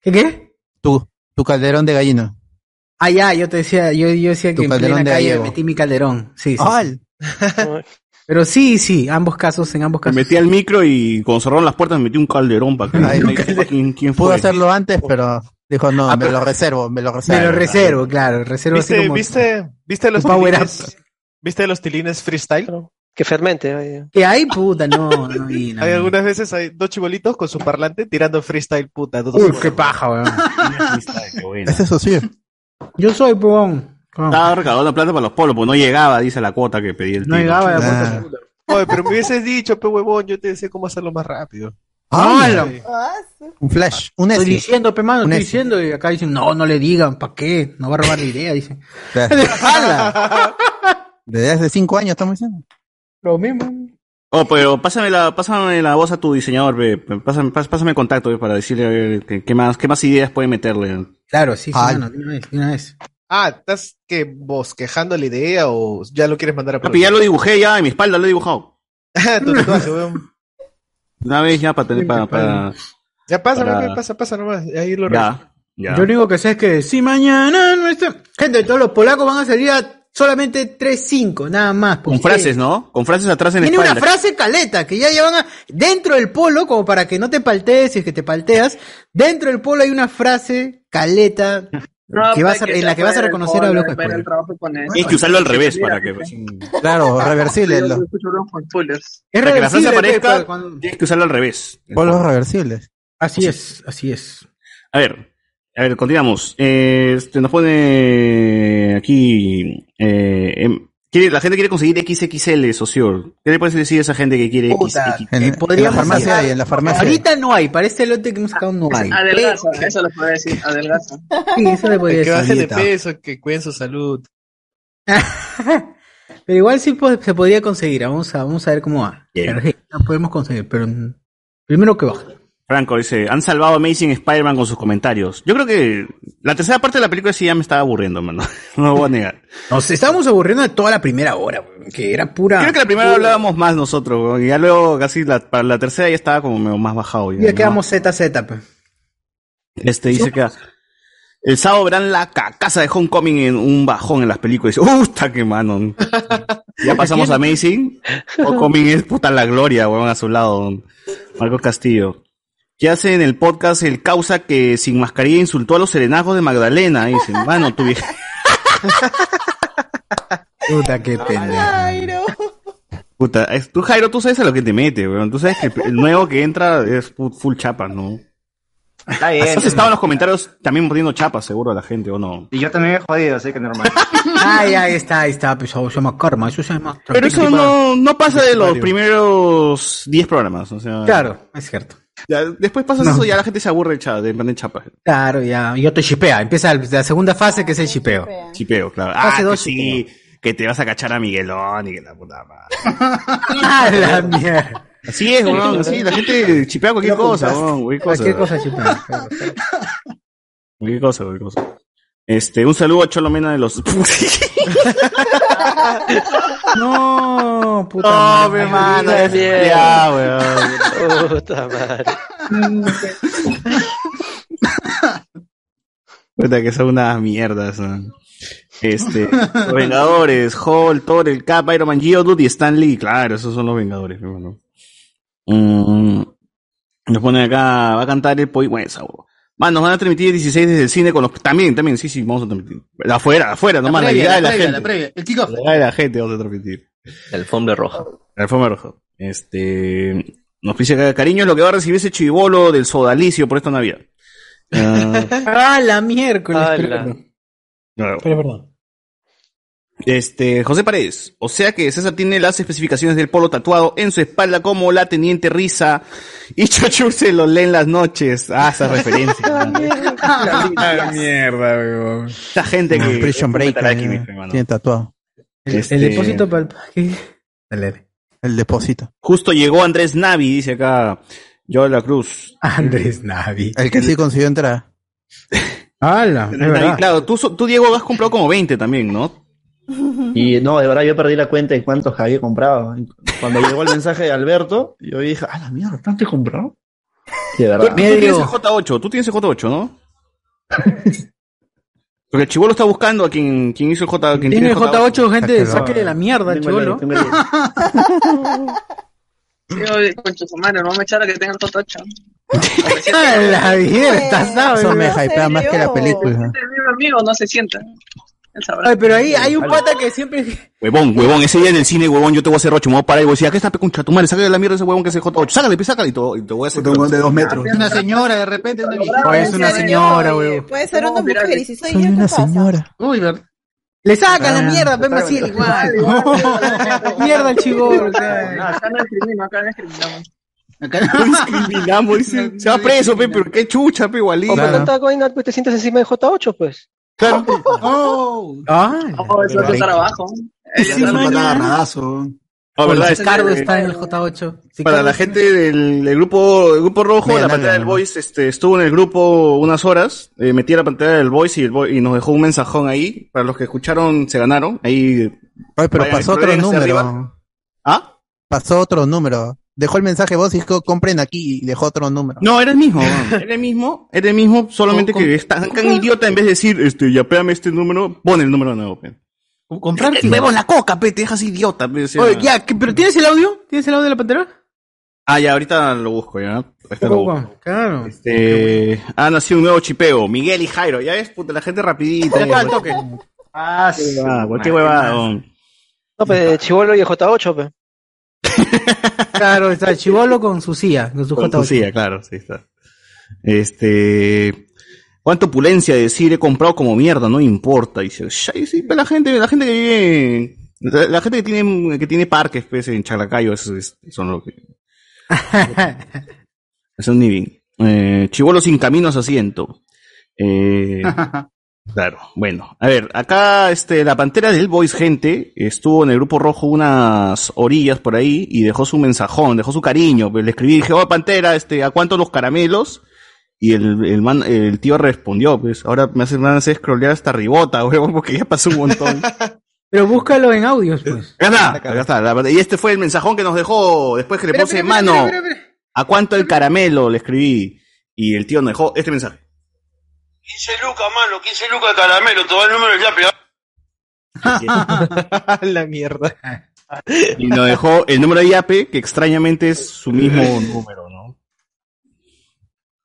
¿Qué qué?
Tú, tu calderón de gallina.
Ah, ya, yo te decía, yo, yo decía
Tu
que en
calderón
plena
de
calle
gallego.
me metí mi calderón. Sí, sí, sí.
¡Al!
Pero sí, sí, ambos casos, en ambos
Me
casos.
metí al micro y cuando cerraron las puertas me metí un calderón para que
Ay,
nadie sepa quién, quién
Pudo
fue.
hacerlo antes, pero dijo, no, me lo reservo, me lo
Oh. Ah, Me
reservo.
lo reservo, claro, reservo así
¿Viste,
como
viste, viste los
tu power
tilines? ¿Viste los tilines freestyle?
Que fermente. eh. ay,
que hay puta, no,
[LAUGHS]
no vi, no
Hay
vi.
algunas veces hay dos chibolitos con su parlante tirando freestyle puta. todos
Uy,
juntos.
qué paja, weón.
Freestyle, qué buena.
Ese socio.
Yo soy pugón.
Estaba recaudando plata para los polos, pues no llegaba, dice la cuota que pedí el
No
tío.
llegaba a la puerta.
Ah,
Oye, pero me hubieses dicho, pe huevón, yo te decía cómo hacerlo más rápido.
¡Hala!
Un flash, un
Estoy
Ezio.
diciendo, pe mano,
Un
estoy
Ezio.
diciendo, y acá dicen, no, no le digan, ¿para qué? No va a robar la idea, dicen. [LAUGHS]
Desde hace cinco años estamos diciendo.
Lo mismo.
Oh, pero pásame la, pásame la voz a tu diseñador, pe. Pásame, pas- pásame contacto pe, para decirle a ver qué, qué más, qué más ideas puede meterle.
Claro, sí,
Ay.
mano, de una vez, de una vez.
Ah, ¿estás que bosquejando la idea o ya lo quieres mandar a Ah,
Papi, ya lo
[LAUGHS]
dibujé ya, en mi espalda lo he dibujado.
Tu tatuaje, weón.
Una vez ya para tener, para, para-
Ya pasa,
Para-
weón, pasa, pasa nomás. Ahí lo reviso.
ya, ya.
Yo lo único que sé es que si mañana no está... Gente, todos los polacos van a salir a solamente 3-5, nada más. pues,
Con frases, ¿no? Con frases atrás en la
Tiene
espalda.
una frase caleta que ya llevan a- dentro del polo, como para que no te paltees, si es que te palteas. Dentro del polo hay una frase caleta que vas a- en la que vas a reconocer a los spoilers.
Tienes que usarlo al revés para que. pues.
Claro, reversible. lo-
Es
Para que la frase
reversible,
aparezca,
pues,
pe, pues, cuando-
tienes que usarlo al revés.
Polos reversibles.
Así es, así es.
A ver, a ver, continuamos. Eh, este, nos pone aquí. eh, em, quiere- la gente quiere conseguir XXL, socio. ¿Qué le puedes decir a esa gente que quiere XXL?
En, en la farmacia hay, en la farmacia hay.
Ahorita no hay, para este lote que hemos sacado no
Ah,
hay.
Adelgaza, eso lo podría decir, adelgaza.
[LAUGHS] Sí, eso le podría
Que
decir.
bajen de
Dieta.
peso, que cuiden su
[LAUGHS]
salud.
Pero igual sí po- se podría conseguir, vamos a, vamos a ver cómo va.
Bien.
Pero sí, la podemos conseguir, pero mm, primero que baje.
Franco dice, han salvado a Amazing Spider-Man con sus comentarios. Yo creo que la tercera parte de la película sí ya me estaba aburriendo, mano. [LAUGHS] No lo voy a negar.
Nos estábamos aburriendo de toda la primera hora, weón, que era pura.
Creo que la primera hablábamos más nosotros, weón, y ya luego casi la, para la tercera ya estaba como medio más bajado.
Ya
¿no?
quedamos ZZ. pe.
Este dice que el sábado verán la cacaza de Homecoming en un bajón en las películas. Dice, ¡Usta, qué [LAUGHS] mano! Ya pasamos a Amazing.
[LAUGHS]
Homecoming es puta la gloria, weón, a su lado. don Marcos Castillo. ¿Qué hace en el podcast el causa que sin mascarilla insultó a los serenazgos de Magdalena? Dice, mano, tu vieja.
[LAUGHS] Puta, qué
Ah,
pendejo.
Puta, es- tú, Jairo, tú sabes a lo que te mete, weón. Tú sabes que el nuevo que entra es fu- full chapas, ¿no?
Está bien.
Has estado en los comentarios también poniendo chapas, seguro, a la gente, ¿o no?
Y yo también he jodido, así que
[LAUGHS]
normal.
Ay, ahí está, ahí está, pues, eso se llama karma, eso se llama.
Pero eso no, no pasa de los
Varios.
primeros 10 programas, o sea.
Claro, es cierto.
Ya, después pasas
No.
eso y ya la gente se aburre de cha- de poner chapas.
Claro, ya, yo te chipea, empieza la segunda fase que es el chipeo.
Chipeo, claro. Ah,
Fase
que
dos,
sí, que te vas a cachar a Miguelón y
[LAUGHS]
que la puta madre.
¡A Ah, la mierda!
Así es, weón, así, la gente chipea cualquier
Lo
cosa,
apuntaste.
weón, cualquier cosa.
Cualquier cosa chipea.
pues.
Cualquier cosa, cualquier cosa. Este, un saludo a Cholomena de los... [LAUGHS]
No, puta
No,
madre.
mi mano,
Ay,
es
bien.
ya, weón.
Puta madre.
Puta, que son unas mierdas, ¿no?
[LAUGHS]
Este, los Vengadores, Hall, Thor, el Cap, Iron Man, Geodude y Stan Lee. Claro, esos son los Vengadores, mi hermano. Mm, nos ponen acá, va a cantar el Poi Bueno, Man, nos van a transmitir el 16 desde el cine con los... También, también, sí, sí, vamos a transmitir. Afuera, afuera, nomás, la,
previa,
llegada de la
previa,
gente.
la previa, el kickoff.
La de la gente vamos a transmitir. La alfombra roja. La alfombra roja. Este. Nos dice acá, cariño, es lo que va a recibir ese chivolo del sodalicio por esta
[LAUGHS]
Navidad. Ah,
¡A la miércoles! pero-
claro.
Pero perdón.
Este, José Paredes. O sea que César tiene las especificaciones del polo tatuado en su espalda como la teniente risa y Chochur se lo lee en las noches. Ah, esa
[LAUGHS]
referencia. [LAUGHS] Ah, mierda, weón. Esta gente
Este,
Como
que.
Prison Break.
Estará aquí,
eh,
mi hermano.
Tiene tatuado.
El,
Este-
el depósito para el
El depósito.
Justo llegó Andrés Navi, dice acá. Yo de la Cruz.
Andrés Navi.
El que sí consiguió
[LAUGHS]
entrar.
¡Hala!
Ahí, claro, tú, so- tú, Diego, has comprado como 20 también, ¿no?
Y no, de verdad yo perdí la cuenta de cuántos había comprado. Cuando llegó el mensaje de Alberto, yo dije, ah, la mierda, ¿tanto he comprado? Sí, de
Tú,
verdad.
tú tienes el J8, tú tienes el J8, ¿no? [LAUGHS] Porque el chivolo está buscando a quien, quien hizo el J8. Quien
Tiene el J8, gente,
Sáquelo.
saque de la mierda, el
Tengo el-
cholo.
tengo
[LAUGHS] Yo, concha su madre, no me echara que tenga el totocho.
¡A la mierda! ¿sabes?
Eso me hypea más que la película.
El mismo amigo no se sienta. Él sabrá.
Ay, pero ahí hay un pata que siempre.
Huevón, huevón, ese día en el cine, huevón, yo te voy a hacer rocho, me voy a parar y voy a decir, ¿a qué está concha tu madre? Sácale de la mierda ese huevón que es el J8, sácale, pe, sácale, y te, y te voy a hacer.
huevón de dos
[LAUGHS]
metros.
Una señora, de repente, una
Oh, es una señora,
Oye,
weón.
Puede ser una mujer y si soy
Soy
yo, ¿qué
una
pasa?
señora.
Uy, ¿verdad?
Le saca la
Ah,
mierda, ve Maciel,
[LAUGHS]
igual. Mierda el chivolo. o sea.
No, acá no discriminamos, acá no discriminamos.
No discriminamos, dice. Se va preso, pe, pero qué chucha, pe, igualito.
O para tanta vaina, pues te sientas encima de J8, pues.
[LAUGHS] Claro.
¡Oh!
¡Ah!
Oh, eso es estar abajo.
Él está un agarradazo.
Ah, verdad, es
Ricardo
que-
está en el J8. Sí,
Para
Cardo
la
está-
gente del, del grupo, el grupo rojo,
Mira,
la
dale,
pantalla del
dale.
Voice este, estuvo en el grupo unas horas, eh, metí la pantalla del Voice y, el Voice- y nos dejó un mensajón ahí. Para los que escucharon, se ganaron. Ahí.
pero
vayan,
pasó otro
exploren hacia
número.
arriba. ¿Ah?
Pasó otro número. Dejó el mensaje vos y dijo, compren aquí y dejó otro número.
[LAUGHS] No, era el mismo. Era el mismo, era el mismo, solamente que es tan, tan idiota en vez de decir, este, ya pégame este número, pon el número nuevo, pues. pe.
Comprar
Vemos la coca, pe, te dejas idiota, pe. o sea.
Oye, ya, ¿qué- ¿pero tienes el audio? ¿Tienes el audio de la pantera?
Ah, ya, ahorita lo busco, ya. Ahorita lo busco.
Claro.
Este, ha nacido un nuevo chipeo, Miguel y Jairo. Ya ves, puta, la gente rapidita. Ya, al toque.
Ah,
Qué huevada, Qué huevada. don.
No, pues Chivolo y J8,
[LAUGHS]
pues.
Claro, está el chivolo con su silla, con su
Con
J8.
tu silla, claro, sí está. Este. Cuánta opulencia decir he comprado como mierda, no importa. Dice, "Ya, y sí, pero la gente, la gente que vive en- la, la gente que tiene, que tiene parques, pues, en Chalacayo, eso es- son lo que. Eso ni bien. Eh, chivolo sin caminos asiento. Eh, [LAUGHS] Claro, bueno, a ver, acá este, la pantera del Boys, gente, estuvo en el grupo rojo unas orillas por ahí y dejó su mensajón, dejó su cariño. pero Le escribí, dije, oh, pantera, este, ¿a cuánto los caramelos? Y el, el, man- el tío respondió, pues, ahora me hace, me hace scrollear hasta ribota, huevón, porque ya pasó un montón.
Pero búscalo en audios, pues.
Acá está, acá está, la verdad, y este fue el mensajón que nos dejó después que le puse mano. ¿A cuánto el caramelo? Le escribí. Y el tío nos dejó este mensaje.
15 lucas, mano, 15 lucas de caramelo, todo el número ya pegado.
la mierda.
Ah,
Y nos dejó el número de IAPE, que extrañamente es
[LAUGHS]
su mismo número, ¿no?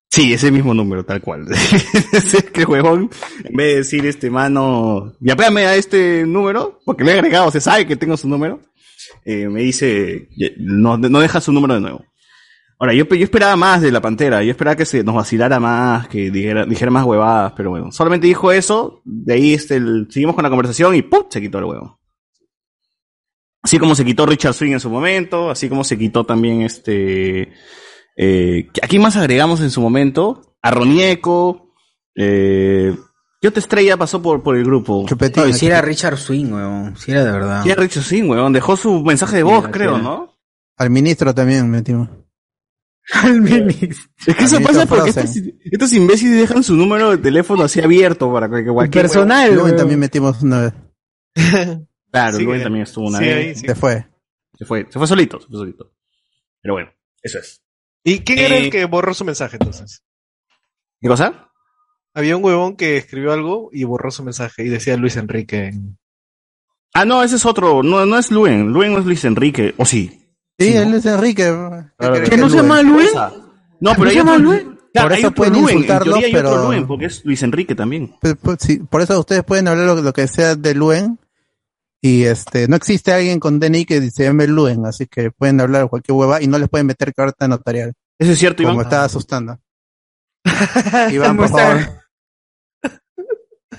Sí, ese mismo número, tal cual. [LAUGHS] es que huevón, en vez de decir este mano, yapéame a este número, porque le he agregado, se sabe que tengo su número, eh, me dice, "Ye- no, no deja su número de nuevo. Ahora, yo, yo esperaba más de la pantera, yo esperaba que se nos vacilara más, que dijera, dijera más huevadas, pero bueno, solamente dijo eso, de ahí este, el- seguimos con la conversación y ¡pum! se quitó el huevo. Así como se quitó Richard Swing en su momento, así como se quitó también este. Eh, ¿A quién más agregamos en su momento? A Ronieco. Eh, ¿Qué otra estrella pasó por, por el grupo? Ah,
Oye, si era Richard Swing, weón. Si era de verdad.
Sí, era Richard Swing, weón. Dejó su mensaje de voz, creo, ¿no?
Al ministro también metimos.
Al ministro.
Es que eso
Al
pasa
ministro
porque
Frozen.
estos, estos imbéciles dejan su número de teléfono así abierto para que cualquier.
Luego
huevón-
también metimos una vez.
[LAUGHS] Claro, Luen también estuvo una
sí,
vez.
ahí, sí.
Se fue.
Se fue, se fue solito, se fue solito. Pero bueno, eso es.
¿Y quién era
Eh,
el que borró su mensaje entonces?
¿Qué cosa?
Había un huevón que escribió algo y borró su mensaje y decía Luis Enrique.
Ah, no, ese es otro. No, no es Luen. Luen no es Luis Enrique. ¿O sí?
Sí, él es Enrique.
Claro,
¿Que no se llama
Luen?
No,
¿No
pero
se
hay
llama
otro
Luen?
Claro,
Por
hay
eso
otro
pueden
Luen.
insultarlo,
en teoría hay otro
pero-
Luen, porque es Luis Enrique también.
Pues, pues, sí, por eso ustedes pueden hablar lo, lo que sea de Luen. Y este, no existe alguien con DNI que se llame Luen, así que pueden hablar cualquier hueva y no les pueden meter carta notarial.
Eso es cierto,
Como
Iván.
estaba asustando. Iván, por favor.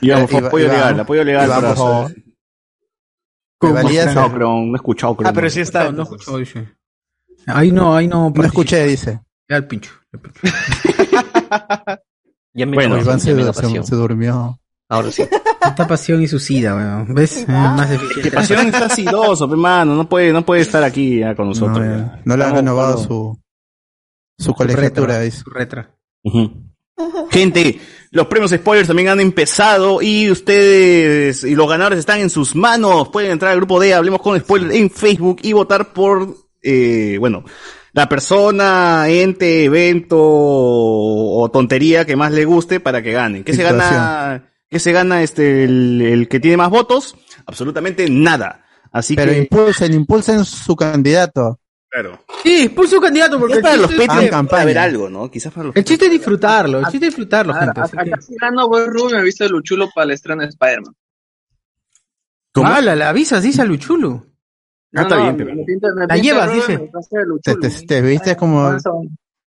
Iván, por
Eh, Iván,
favor, apoyo
Iván.
legal, apoyo legal.
Iván,
para-
por favor.
¿Cómo?
Me valía
No,
hacer-
creo, no he escuchado, creo.
Ah, pero sí
está.
No escuchó, dice. Ahí no, ahí no.
No escuché, dice.
Ya el pincho.
Ya me
Bueno, Iván se,
me
se- se durmió.
Ahora sí.
Esta pasión y su sida, weón. ¿Ves? Eh,
[LAUGHS]
Más
Que
eficiente.
Pasión está sidoso, hermano. No puede, no puede estar aquí ya con nosotros.
No,
ya.
No le han
Estamos
renovado
buscando-
su, su colegiatura, dice.
Su retra.
Ujú. Gente, los premios spoilers también han empezado y ustedes y los ganadores están en sus manos. Pueden entrar al grupo de Hablemos con Spoilers en Facebook y votar por, eh, bueno, la persona, ente, evento o tontería que más le guste para que gane. ¿Qué se gana? ¿Qué se gana este el, el que tiene más votos? Absolutamente nada. Así
Pero
que
impulsen, impulsen su candidato.
claro.
Sí,
pues,
impulse un candidato porque.
Quizás para
el
los
chiste es-
Patreon
campaña.
puede haber algo, ¿no? Quizás para los Ah,
El chiste es disfrutarlo, el chiste es disfrutarlo,
Claro,
gente. así
acá
que-
acá sí ganó voy Rubio, me viste Luchulo para el estreno de Spider-Man.
Ah, la, la avisas, dice a Luchulo.
No,
Ah, está
no,
bien, pero-
me pinta- me
La
pinta
llevas,
Rubio,
dice.
me disfrazé de
¿Te,
Luchulo.
te, te viste como,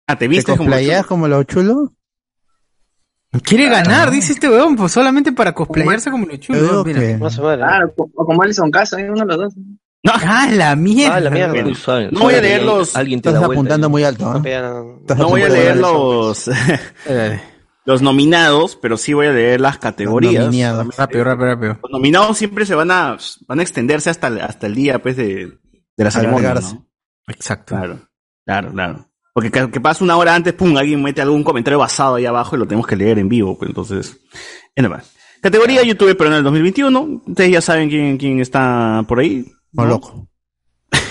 Ah, te
te
viste como
cosplayas como los chulos?
Quiere ganar, dice este weón, pues solamente para cosplayarse como Luchulo.
Yo digo
mira.
que-
Claro, o o como Alison Casa, uno de los dos. Ah, la mierda.
Ah, la mierda.
Bueno,
Uy, suave,
no
suave,
voy
que
a leer los-
Alguien te
Estás
da vuelta
apuntando
ahí.
muy alto, ¿ah?
Pegan-
Estás
No
apuntando
voy a
muy
leer
alto.
los, [LAUGHS]
Eh.
los nominados, pero sí voy a leer las categorías.
Nominados. Rápido, rápido, rápido.
Los nominados siempre se van a, van a extenderse hasta el, hasta el día pues, de, de la ceremonia.
Alargarse.
¿no? Exacto. Claro, claro, claro. Porque que, que pasa una hora antes, pum, alguien mete algún comentario basado ahí abajo y lo tenemos que leer en vivo. Pues, entonces, es normal. Categoría YouTube, pero en el 2021. Ustedes ya saben quién, quién está por ahí.
No, loco.
[LAUGHS]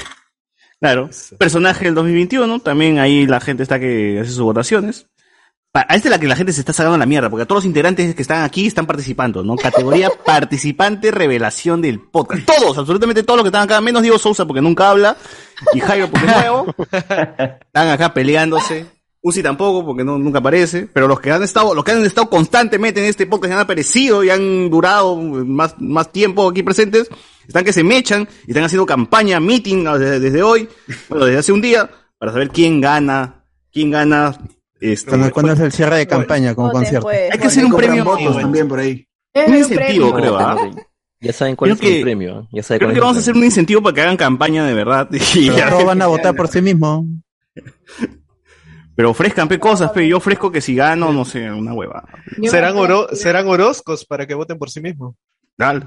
Claro. Personaje del 2021. También ahí la gente está que hace sus votaciones. Pa- A esta es la que la gente se está sacando la mierda, porque a todos los integrantes que están aquí están participando, ¿no? Categoría participante revelación del podcast. Todos, absolutamente todos los que están acá, menos Diego Sousa porque nunca habla, y Jairo porque es nuevo, están acá peleándose. Uzi tampoco porque no, nunca aparece, pero los que han estado, los que han estado constantemente en este podcast y han aparecido y han durado más, más tiempo aquí presentes, están que se mechan y están haciendo campaña, meeting ah, desde, desde hoy, bueno, desde hace un día, para saber quién gana, quién gana este,
Cuando, cuando es el cierre
Pues,
de campaña con concierto.
pues.
Pues,
hay que hacer un premio
también por ahí.
Un incentivo,
premio.
[LAUGHS]
creo. ¿ah?
Ya saben cuál
Creo
es el
que-
premio. ¿eh? Ya saben cuál
Creo que
es el
vamos a hacer un incentivo para que hagan campaña de verdad. [LAUGHS] Y
Pero
ya.
todos van a votar por sí mismos.
Pero ofrezcan pe cosas, pe. Yo ofrezco que si gano, no sé, una hueva.
Serán, oro- serán orozcos para que voten por sí mismos.
Dale.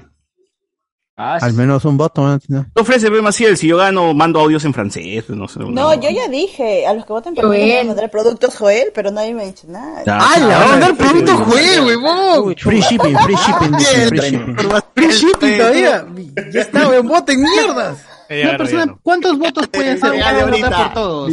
Al menos un voto. ¿no?
¿Qué ofrece pe Maciel? Si yo gano, mando audios en francés, no sé. una-
No, yo ya dije, a los que voten por mí les voy a mandar productos Joel, pero nadie me ha dicho nada.
Ya. ¡Ah, la
onda del
producto
Joel,
huevón!
Free shipping, free shipping, dice, free shipping.
Free shipping todavía. Ya está, weón, voten mierdas.
Una persona, ¿cuántos votos puede hacer?
Ya,
Puede votar
ahorita.
por todos.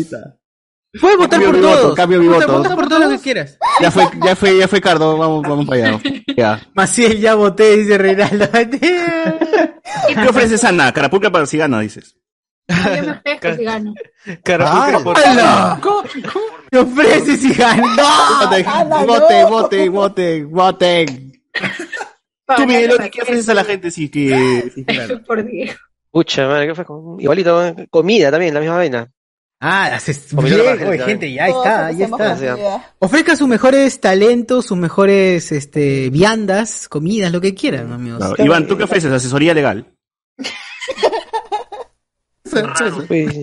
Puedes votar
Cambio
por
mi voto,
todos.
cambio mi
Vota-
voto.
Vota por todo lo que quieras.
Ya fue, ya fue, ya fue Cardo, vamos, vamos para allá. Ya.
Maciel, ya voté, dice Reinaldo.
¿Qué ofreces Ana? Carapulca para si gana, dices.
Yo me pesco si gano.
Carapulca por
¡Hala! Te ofreces y ganas.
¡No! Voten, voten, voten, voten. Tú, Miguel, ¿qué ofreces a la gente si que si que
[LAUGHS]
gana?
Por Dios.
Pucha, madre, ¿qué fue? Igualito, ¿eh? comida también, la misma vaina.
Ah, haces
Comida para la
bien,
gente
oye,
también.
gente, ya está, ya está.
comida.
Ofrezca sus mejores talentos, sus mejores este, viandas, comidas, lo que quieran, amigos.
Claro. Iván, ¿tú qué ofreces? Asesoría legal.
Pues,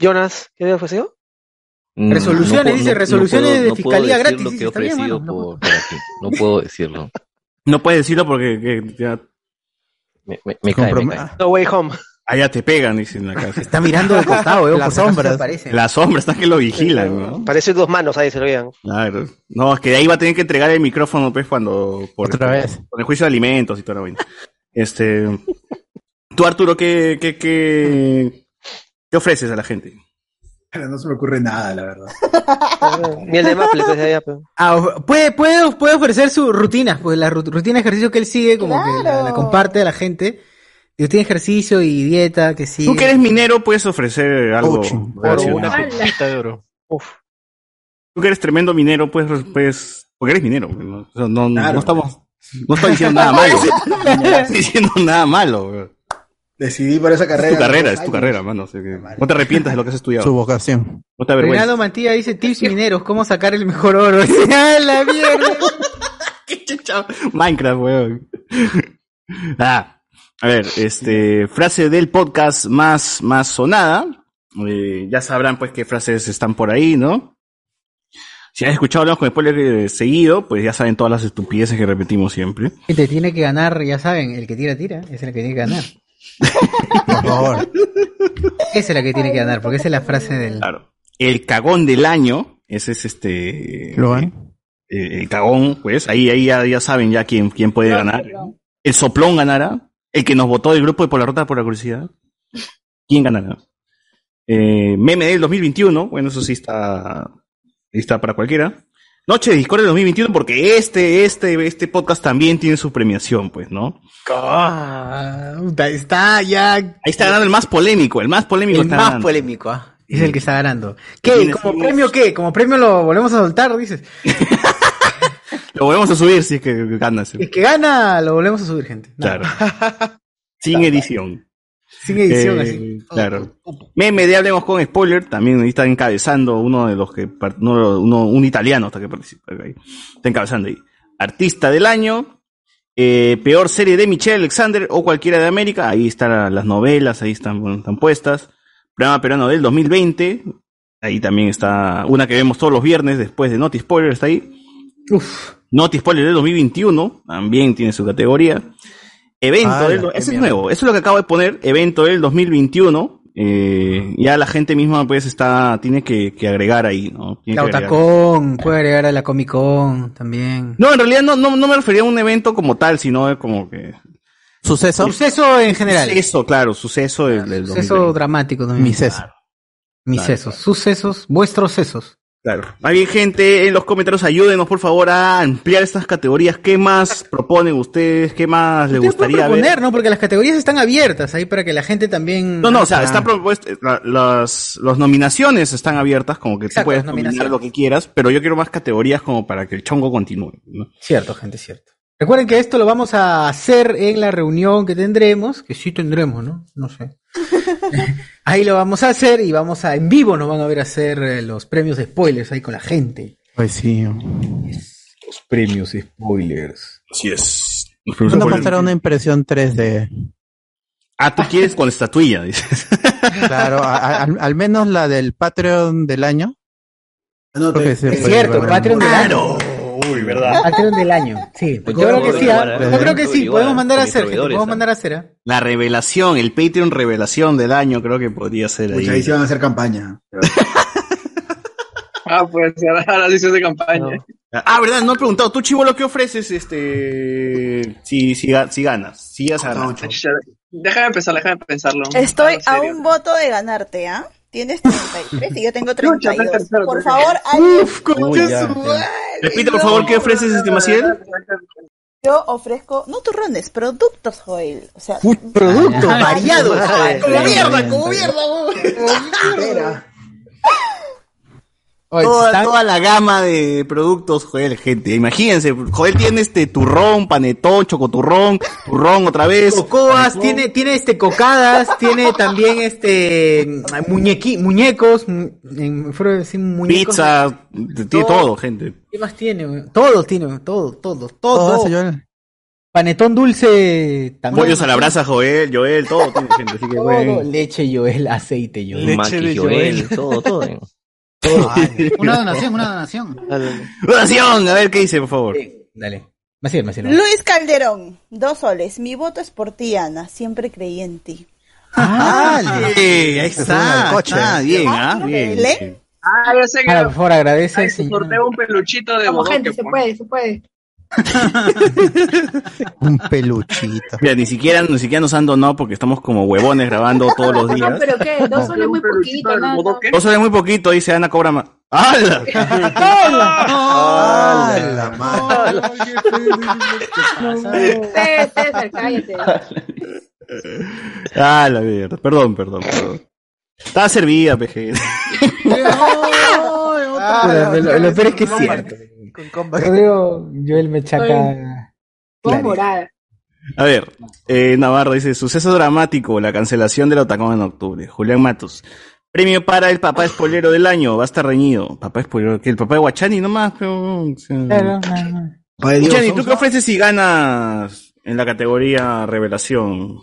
Jonas, ¿qué había ofrecido?
Mm,
Resoluciones,
puedo-
dice,
puedo-
resoluciones de fiscalía
decir
gratis,
lo
dice,
que he
está bien,
ofrecido
mano,
por, por aquí. No puedo decirlo.
No puedes decirlo porque que, ya.
Me, me cae, me cae.
No way home.
Allá te pegan, dicen en la casa.
Está mirando de costado,
weón,
[LAUGHS] Las
por si acaso
sombras.
aparece.
Las sombras, están que lo vigilan, ¿no?
Eh, Parece dos manos ahí, se lo vean.
Claro. No, es que de ahí va a tener que entregar el micrófono, pues, cuando. Por,
Otra vez.
Con el juicio de alimentos y toda la vaina. Este. [LAUGHS] Tú, Arturo, ¿qué, qué, qué, qué ofreces a la gente?
No se me ocurre nada, la verdad.
Miel de
[LAUGHS]
maple, pues, de allá, pero.
Ah, of- puede, puede, puede ofrecer sus rutinas, pues la ru- rutina de ejercicio que él sigue, como que la, la comparte a la gente. Rutina de ejercicio y dieta que sigue.
Tú que eres minero, puedes ofrecer algo. relacionado.
de oro.
Tú que eres tremendo minero, puedes. puedes porque eres minero. No, O sea, no, no-
Claro.
no estamos. No estoy diciendo
[LAUGHS]
nada malo. No estoy diciendo nada malo. weón.
Decidí por esa carrera.
Es tu carrera,
Dos
es tu
años.
carrera, mano. o sea que no te arrepientas de lo que has estudiado.
Su vocación.
No te avergüences.
Reinaldo Mantilla dice tips mineros, cómo sacar el mejor oro. [LAUGHS] ¡Ah, la mierda!
Minecraft, weón. Ah, a ver, este, frase del podcast más, más sonada. Eh, ya sabrán pues qué frases están por ahí, ¿no? Si han escuchado hablamos con spoiler eh, seguido, pues ya saben todas las estupideces que repetimos siempre.
Gente, tiene que ganar, ya saben, el que tira, tira. Esa es la que tiene que ganar.
Por favor.
Esa es la que tiene que ganar, porque esa es la frase del.
Claro. El cagón del año, ese es este... eh, el cagón, pues, ahí, ahí ya, ya saben ya quién, quién puede ganar. El soplón ganará. El que nos votó del grupo de Por la Ruta por la Curiosidad. ¿Quién ganará? Eh, meme del 2021. Bueno, eso sí está, está para cualquiera. Noche de Discord del 2021 porque este, este, este podcast también tiene su premiación, pues, ¿no?
Ah, puta, está ya. Ahí
está ganando el más polémico, el más polémico
El
está
más
ganando.
polémico, ah. Es el que está ganando. ¿Qué?
Tienes
¿Como
un-
premio qué? ¿Como premio lo volvemos a soltar? Dices.
Lo volvemos a subir si es que ganas.
[LAUGHS] El que gana, lo volvemos a subir, gente.
Claro. Sin edición.
Sin
Eh,
edición, así.
Claro. Meme de Hablemos con Spoiler, también ahí está encabezando uno de los que, par- uno, uno- un italiano hasta que participa, ahí. está encabezando ahí. Artista del año, eh, peor serie de Michelle Alexander o cualquiera de América. Ahí están la- las novelas, ahí están, bueno, están puestas. Programa peruano del 2020. Ahí también está una que vemos todos los viernes después de Noti Spoiler, está ahí. Uf. Noti Spoiler del 2021, también tiene su categoría. Evento
Ah,
del...
la-
Ese es
mierda.
nuevo, eso es lo que acabo de poner, evento del 2021. Eh, ya la gente misma pues está, tiene que, que agregar ahí, ¿no? Tiene
La
que agregar.
Otacón, puede agregar a la Comic Con también.
No, en realidad no, no, no me refería a un evento como tal, sino como que...
¿Suceso?
Suceso en general.
Suceso, claro, suceso del, del
Suceso
2020.
dramático también.
Mis
sesos. Mis
Claro.
sesos. Sus sesos, vuestros sesos.
Claro. Más bien, gente, en los comentarios ayúdenos, por favor, a ampliar estas categorías. ¿Qué más proponen ustedes? ¿Qué más les
Ustedes pueden
gustaría
proponer,
ver?
¿no? Porque las categorías están abiertas ahí para que la gente también.
No, no, o sea, está
Ah.
propuesto, la- las, las nominaciones están abiertas, como que tú
Exacto,
puedes
las
nominar
nominaciones.
lo que quieras, pero yo quiero más categorías como para que el chongo continúe. ¿no?
Cierto, gente, cierto. Recuerden que esto lo vamos a hacer en la reunión que tendremos, que sí tendremos, ¿no?
[LAUGHS]
No sé. ahí lo vamos a hacer y vamos a, en vivo nos van a ver hacer eh, los premios de spoilers ahí con la gente.
Pues sí.
Los premios spoilers.
Así es.
Nos mostraron una impresión 3D.
Ah, tú quieres con la estatuilla,
[LAUGHS]
dices.
Claro, a- a- al, al menos la del Patreon del año.
No,
Creo que
Es
sí, fue-
cierto,
fue-
Patreon del año.
Uy,
¿verdad? Patreon del año. Sí,
Pues
yo creo que sí, ¿ah?
eh.
yo creo que sí, podemos mandar a hacer, gente, podemos mandar a hacer, ¿ah?
La revelación, el Patreon revelación del año, creo que podría ser ahí.
Pucha, ahí se van a hacer [LAUGHS] campaña.
Ah, pues [LAUGHS] ahora dices de campaña.
Ah, ¿verdad? No he preguntado. ¿Tú, Chibolo, qué ofreces este si, si, ga- si ganas? Si ya
Chucha, Ah, Déjame pensar, déjame pensarlo.
Estoy a
serio.
un voto de ganarte, ¿ah? Tienes 33 y yo tengo 32. Por favor, alguien-
pues, Uf, concha su madre. Repite, por favor, ¿qué ofreces, este Maciel?
yo ofrezco, no turrones, productos, Joel. O sea,
Productos
[LAUGHS] Ah,
variados.
vale.
Como
Está
mierda,
bien,
como
está bien.
Oye,
toda,
están-
toda la gama de productos, Joel, gente. Imagínense, Joel tiene este turrón, panetón, chocoturrón, turrón otra vez.
Cocoas, tiene, tiene este cocadas, tiene también este muñequi, muñecos, mu- en- fuera de decir muñecos.
pizza, tiene todo, gente.
¿Qué más tiene? weón? Todo tiene, todo, todo,
Todo,
todo. Panetón dulce también.
Pollos a la brasa, Joel, Joel, todo tiene, gente. Así que,
Todo,
bueno.
leche Joel, aceite Joel. ah,
Leche de Joel, todo, todo. eh. [LAUGHS]
Una donación, una donación.
Oración, a ver qué dice, por favor.
Dale. Maciel, Maciel.
Luis Calderón, dos soles. Mi voto es por ti, Ana. Siempre creí en ti.
Sí, ahí
suena
está.
al coche.
está bien, ah, bien.
¿Le?
Ah, yo sé que
Ah, por
[LAUGHS]
favor, agradece.
Ay, se sortea un peluchito de
Como
bodoque,
gente, se
po.
puede, se puede.
Un peluchito.
Mira, ni siquiera, ni siquiera nos han donado porque estamos como huevones grabando todos los
No,
días.
pero qué, dos soles muy poquito, nada.
Dos soles muy poquito, dice Ana Cobra más. ¡Hala!
[LAUGHS]
¡Hala!
César, César,
[LAUGHS]
cállate.
¡Ah, la mierda! Perdón, perdón, perdón. Estaba servida, PG.
Pero lo, lo peor es que es cierto. Rodrigo Joel me chaca.
Vos morada.
A ver, eh, Navarro dice, suceso dramático, la cancelación del Otacón en octubre. Julián Matos. Premio para el papá espolero del año, va a estar reñido. Papá espolero, que el papá de Guachani nomás. Pero, o sea.
Mm.
Guachani, ¿tú qué ofreces si ganas en la categoría revelación?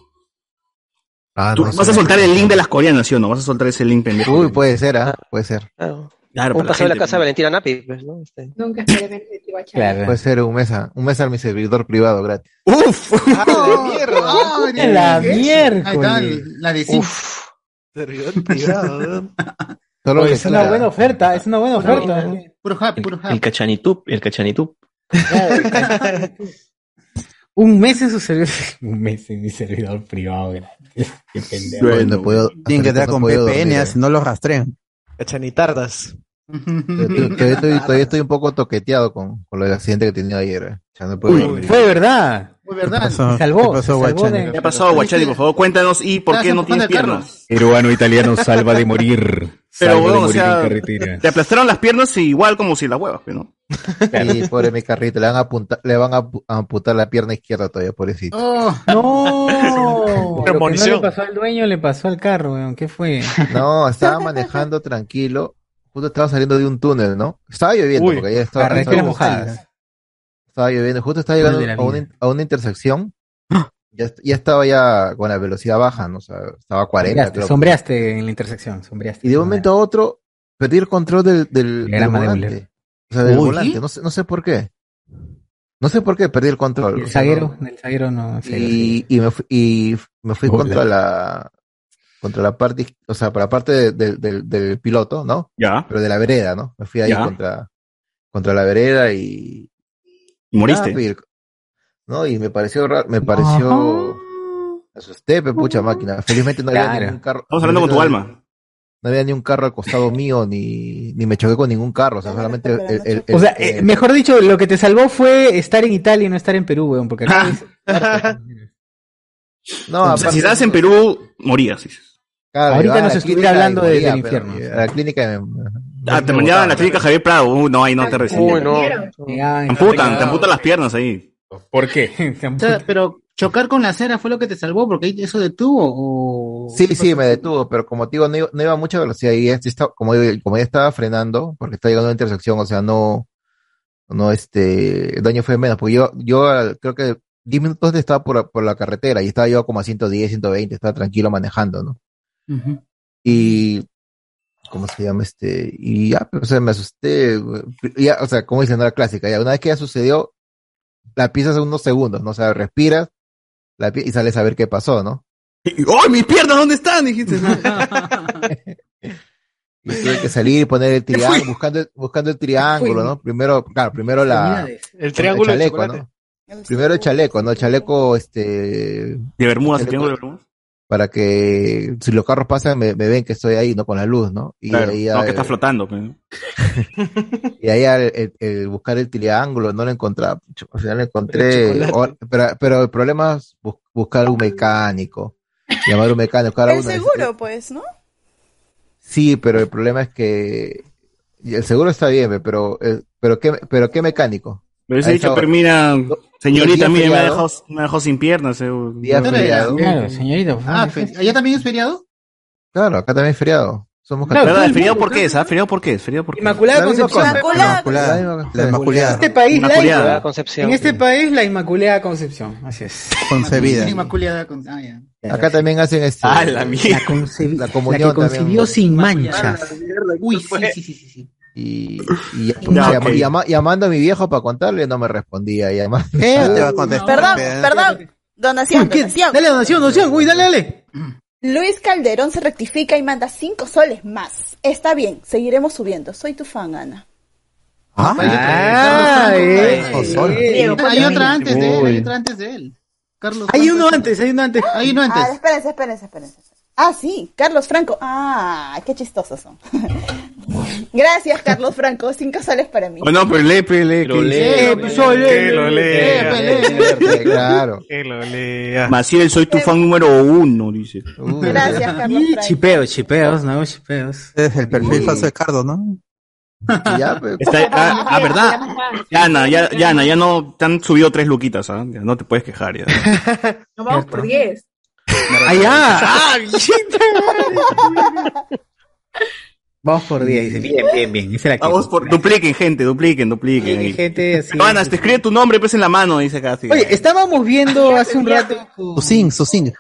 Tú vas a soltar el link de las coreanas, ¿sí o no? Vas a soltar ese link pendejo.
Uy, puede ser, ¿ah? Puede ser.
Claro.
Claro,
un
para
paseo de la
la gente,
casa
¿no?
de Valentina Napi, pues, ¿no? Este.
Nunca esperé que te iba a echar.
Puede ser un mesa. Un mesa en mi servidor privado gratis.
¡Uf!
la
¿Qué? Ahí está,
miércoles.
La de cinco.
Solo
Oye,
que
es una
sea.
buena oferta, es una buena oferta.
Puro hub, puro hub.
El cachanitup, el cachanitup.
[LAUGHS] Un mes en su servidor. [LAUGHS] Un mes en mi servidor privado, gratis. Qué pendejo.
Bueno, puedo- Tienen que estar con
No puedo
VPN,
dormir,
ah, si no los rastrean.
Cachanitardas.
Todavía estoy, todavía estoy un poco toqueteado con, con lo del accidente que tenía ayer. eh. O sea, no puedo
Uy,
dormir.
Fue verdad.
Fue verdad.
pasó?
Salvó,
¿Qué pasó,
se salvó
Guachani?
de-
¿Qué ha pasado, Guachani? Por favor, cuéntanos y por qué no tienes piernas.
Peruano italiano salva de morir.
Pero,
Salva
bueno,
de
o
morir
sea,
en carretera.
te aplastaron las piernas igual como si las huevas, ¿no?
Y pobre mi carrito, le van a apuntar, le van a apu- a amputar la pierna izquierda todavía, pobrecito.
Oh.
Oh.
No. Lo que no le
Premonición.
pasó al dueño, le pasó al carro, weón. ¿Qué fue?
[LAUGHS] No, estaba manejando tranquilo. Justo estaba saliendo de un túnel, ¿no? Estaba lloviendo,
Uy,
porque ayer estaba,
carreteras
estaba-
mojadas.
Estaba lloviendo, justo estaba
Madre
llegando
de la
a una, in- a una
[GASPS]
intersección. Ya, est- ya estaba ya con la velocidad baja, ¿no? O sea, estaba a 40.
Sombreaste,
creo.
sombreaste en la intersección, sombreaste.
Y de un momento a otro, perdí el control del, del, del
Diagrama de
volante.
Euler.
O sea, del
Uy.
volante. No sé, no sé por qué. No sé por qué perdí el control.
El
O sea, no-
zaguero, el zaguero no. el zaguero, sí.
y, y me fui, y me fui
Hola.
contra la contra la parte, iz- o sea, para la parte de- de- del- del piloto, ¿no?
Ya.
Pero de la vereda, ¿no? Me fui ahí
Ya.
contra contra la vereda y
Moriste.
Ah, y el- no, y me pareció raro, me pareció me asusté, pe, pucha máquina. Felizmente no había
Claro.
ningún carro.
Estamos hablando con tu
felizmente no
alma.
había- No había ni un carro al costado mío, ni, ni me choqué con ningún carro, o sea, solamente el, el- el-
O sea,
el-
eh, mejor dicho, lo que te salvó fue estar en Italia y no pues, estar en Perú, weón, porque acá
[LAUGHS]
es-
No,
O sea, si
aparte-
estás en Perú, morías. dices.
Claro,
Ahorita
yo, ah,
nos
la
estuviera
clínica
hablando de-
moría,
del
pero,
infierno.
eh, La clínica de-
Ah, te mandaban a la clínica Javier Prado. Uh, no, ahí no te reciben.
Uy, no.
Te amputan, te amputan las piernas ahí.
¿Por
[LAUGHS]
qué?
O sea, pero [LAUGHS] chocar con la acera fue lo que te salvó, porque ahí eso detuvo. O...
Sí, sí, me detuvo, pero como te digo, no iba, no iba a mucha velocidad y ya está- como, ya- como ya estaba frenando, porque está llegando a una intersección, o sea, no, no, este, el daño fue menos, porque yo, yo al- creo que 10 minutos estaba por, por la carretera y estaba yo como a 110, 120, estaba tranquilo manejando, ¿no?
Ujú.
Y, ¿cómo se llama este? Y ya, o sea, me asusté, y ya, o sea, como dicen, no la clásica, ya, una vez que ya sucedió, la piensas unos segundos, ¿no? O sea, respiras la pi- y sales a ver qué pasó, ¿no?
¡Oh, mis piernas! ¿Dónde están? Dijiste.
Y tuve que salir y poner el triángulo, buscando, el- buscando el triángulo, ¿no? Primero, claro, primero la.
Mira,
el triángulo de
chaleco,
chocolate.
¿no? Primero el chaleco, ¿no? Chaleco, este.
De Bermudas, el
chaleco
triángulo de Bermudas.
Para que si los carros pasan, me, me ven que estoy ahí, ¿no? Con la luz, ¿no? Y
Claro.
ahí,
No,
al-
que está flotando. pues. pe.
y ahí al- el, el buscar el triángulo, no lo encontraba. pucho, Al final lo encontré.
chocolate.
o- pero, pero el problema es bus- buscar un mecánico. Llamar a un mecánico. Cada
El
uno es-
seguro, pues, ¿no?
Sí, pero el problema es que y el seguro está bien, pe, pero eh, pero qué pero qué mecánico.
Pero
A
ese
esa
dicho,
hora.
pero mira, señorita,
día
mire, me ha,
feriado.
dejado, me ha dejado sin piernas. eh.
Día feriado.
Claro, señorita.
Ah, fe- ¿allá también es feriado?
Claro, acá también es feriado. Somos
Claro,
católicos.
¿verdad? ¿El feriado por qué es? ah? ¿Feriado por qué es? ¿Feriado por qué?
Inmaculada Concepción.
La Inmaculada. La Inmaculada.
En este país, la
Inmaculada
Inmaculada
Concepción,
En este país, la Inmaculada Concepción. Así es.
Concebida.
Inmaculada con- ah, ya.
Acá también hacen este
Ah, la mierda. La
concebi- la
La
comunión
que concibió
también.
sin manchas.
Uy, sí, sí, sí, sí, sí.
Y, y, y
Ya,
llama-
ok.
y llama- llamando a mi viejo para contarle, no me respondía. Y además, [LAUGHS]
te va a contestar,
Perdón, perdón. Donación, donación.
Dale, donación, donación. Uy, dale, dale.
Luis Calderón se rectifica y manda 5 soles más. Está bien, seguiremos subiendo. Soy tu fan, Ana.
Ah,
pues,
Ah, eh.
Diego,
Diego,
hay otra antes de él, hay
Uy.
otra antes de él. Carlos.
Hay uno antes, hay uno antes.
Hay uno
Ah, espérense, espérense, espérense. Ah, sí, Carlos Franco. Ah, qué chistosos son. [LAUGHS] Gracias, Carlos Franco. 5 soles para mí.
Oh, no, pero lee, pe, lee. pues, que-
lee,
pues,
pe,
soy-
lee, que lo lea.
pues,
claro.
Que lo lea.
Maciel, soy tu fan número uno, dice.
Gracias, Carlos Franco.
Chipeos, chipeos, no, chipeos.
Es el perfil falso de Cardo, ¿no?
y ya, pe.
Está, ah, ah, ¿verdad? Ya, Ana, ya, ya, Ana, ya no te han subido tres luquitas, ¿ah? Ya no te puedes quejar.
[LAUGHS]
Ya.
Nos vamos por 10.
Ah, ya.
[LAUGHS]
[LAUGHS] Ah, Vamos por 10, dice. Bien, bien, bien. Dice la que.
Vamos por, dupliquen, gente, dupliquen, dupliquen.
Dupliquen,
ahí.
gente, así
No, Ana,
es.
te escribe tu nombre, pues en la mano, dice casi.
Oye, estábamos viendo hace un rato.
Susín, Susín.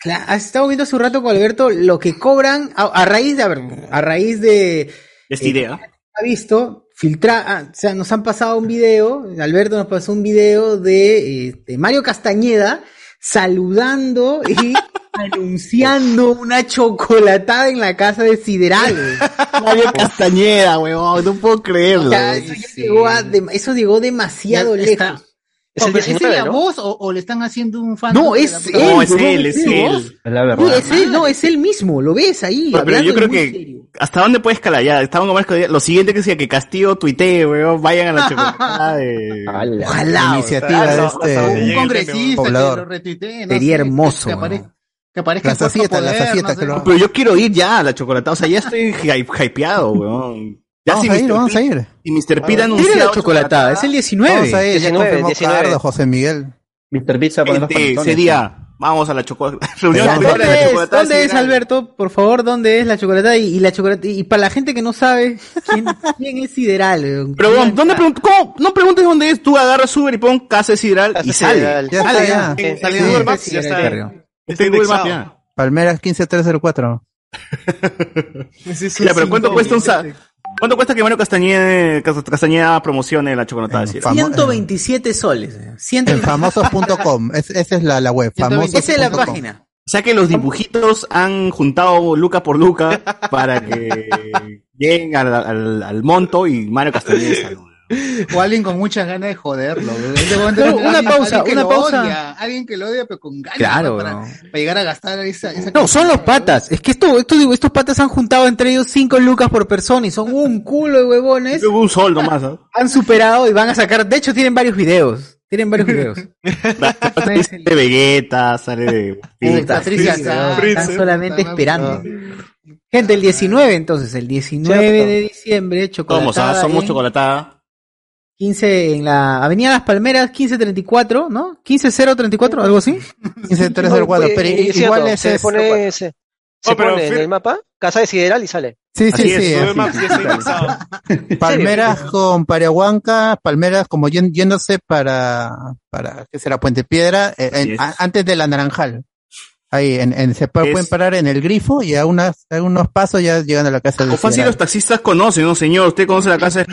Claro, has estado viendo hace un rato con Alberto lo que cobran a, a raíz de, a, ver, a raíz de eh,
Esta
¿ah?
idea.
ha visto filtra, ah, o sea, nos han pasado un video, Alberto nos pasó un video de, eh, de Mario Castañeda saludando y anunciando una chocolatada en la casa de Siderales.
[LAUGHS] Mario Castañeda, Ah, huevón, no puedo creerlo.
O sea, eso, ya llegó a dem- eso llegó demasiado
está.
lejos.
¿Es, el
19,
la
¿no?
voz o, o le están haciendo un fan?
No, es él.
No, es
huevón,
él, es
su
él.
voz.
Es la
Sí, es él, no, es él mismo, lo ves ahí.
Pero, pero
hablando
yo creo
muy
que
serio.
¿Hasta dónde puedes escalar? Ya, estamos con Marco Díaz. Lo siguiente que decía que Castillo tuitee, weón, vayan a
[LAUGHS]
la chocolatada de...
Ojalá,
La
iniciativa
o sea,
de
no,
este-
hasta donde
Un
llegue el
congresista
tema.
que lo retuitee. No
Sería
sé,
hermoso,
Que aparezca, que aparezca
Las
el Puerto
acietas, las
Poder,
acietas
no
que
sé.
lo-
Pero yo quiero ir ya a la chocolatada. O sea, ya estoy hype- hypeado, weón. Ya
Vamos
si
a ir,
Mr.
vamos a
P-
ir.
Si Mr. Pete ha
Tiene
anunciado
la chocolatada, es el 19.
Vamos a ir, ya
19,
confirmó
19.
Cardo, José Miguel.
Mr. Pizza pone los
Gente,
panetones.
ese día Vamos a la [LAUGHS] chocolate.
¿Dónde es, ¿Dónde es, Alberto? Por favor, ¿dónde es la chocolatada? Y, y la chocolate y para la gente que no sabe,
[LAUGHS]
¿quién, quién es Sideral? weón?
Pero weón, ¿dónde pregun- cómo? no preguntes dónde es, tú agarras Uber y pon casa sideral y sale.
Sideral. Ya
Sale,
está,
ya.
ya.
En- sale
Sí,
en Google
sí,
Maps,
sí,
ya
sí,
está.
carrió.
Está en Google Maps ya.
Palmeras 15304.
Ya, pero ¿cuánto cuesta un sa- ¿Cuánto cuesta que Mario Castañeda, Cas- Castañeda promocione la chocolatada? sideral?
127 soles. eh.
En famosos.com. Es- esa es la, la web. Famosos.
Esa es la página.
O sea que los dibujitos han juntado luca por luca para que lleguen al, al- al monto y Mario Castañeda salga.
O alguien con muchas ganas de joderlo. weón. Este weón
Pero
debe tener
una
alguien-
pausa,
alguien que
una
lo
pausa.
odia, alguien que lo odia, pero con ganas.
Claro,
para,
weón.
para llegar a gastar esa. esa
No, son los patas. Es que esto, esto, digo, estos patas han juntado entre ellos 5 lucas por persona y son un culo de huevones.
Un sol nomás. ¿ah?
Han superado y van a sacar. De hecho, tienen varios videos. Tienen varios videos.
Sale de Vegeta, sale de...
Puta, Eh, Patricia, está- están solamente esperando. Gente, el 19 entonces, el 19
Cierto.
de diciembre,
Somos,
chocolatada.
ah, somos
en
chocolatada.
15 en la Avenida Las Palmeras, 1534, ¿no? 15034, algo así.
[LAUGHS]
15034,
Oye, y pues, es cierto,
este.
se pone, se, se pone en el mapa, casa de sideral y sale.
Sí, sí, sí, así es. Palmeras con Pariahuanca, palmeras como yen- yéndose para, para ¿qué será? Puente Piedra, eh, en-
es.
a- antes de la Naranjal. Ahí, en, en- se pa-
Es-
pueden parar en el grifo y a, unas, a unos pasos ya llegan a la casa de
O fácil los taxistas conocen, ¿no, señor? Usted conoce la casa de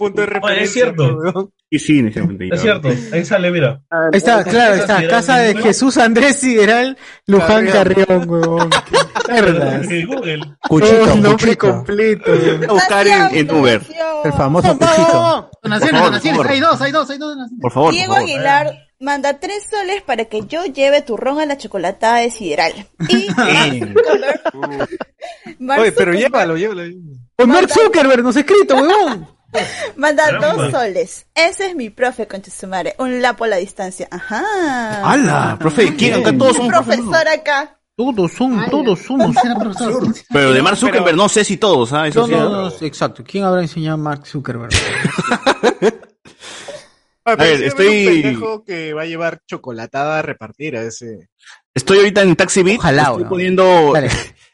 Oye, es cierto.
Y sí, este efectivamente,
Es
claro.
cierto. Ahí sale, mira.
Ahí
[LAUGHS]
está, claro, ahí está. Casa de Jesús Andrés Sideral, Luján
Carrión.
[LAUGHS]
Carrión, huevón. Qué
[LAUGHS]
perlas.
De Google.
Todo el nombre completo.
Voy a buscar en, en Uber.
El famoso
Cuchito.
Por
Donaciones,
favor,
donaciones.
por favor.
Hay dos, hay dos, hay dos donaciones.
Por favor,
Diego
por favor.
Aguilar manda tres soles para que yo lleve turrón a la chocolatada de
[LAUGHS]
Sideral. Y Mark
Oye, pero
Zuckerberg
llévalo, llévalo.
Pues Mark Zuckerberg nos ha escrito, huevón.
manda
Caramba.
dos soles. Ese es mi profe, con madre. Un lapo a la distancia. Ajá.
¡Hala! Profe, ¿quién? Acá todos
Un
son
profesor acá.
Todos son, todos somos.
[LAUGHS]
Pero de Mark Zuckerberg no sé si todos, ¿ah? Eso
No,
sí.
no, no, exacto. ¿Quién habrá enseñado a Mark Zuckerberg?
A
ver, estoy-
Un pendejo que va a llevar chocolatada a repartir a
[LAUGHS]
ese.
Estoy ahorita en Taxi Beat.
Ojalá,
estoy
weón.
poniendo. [LAUGHS]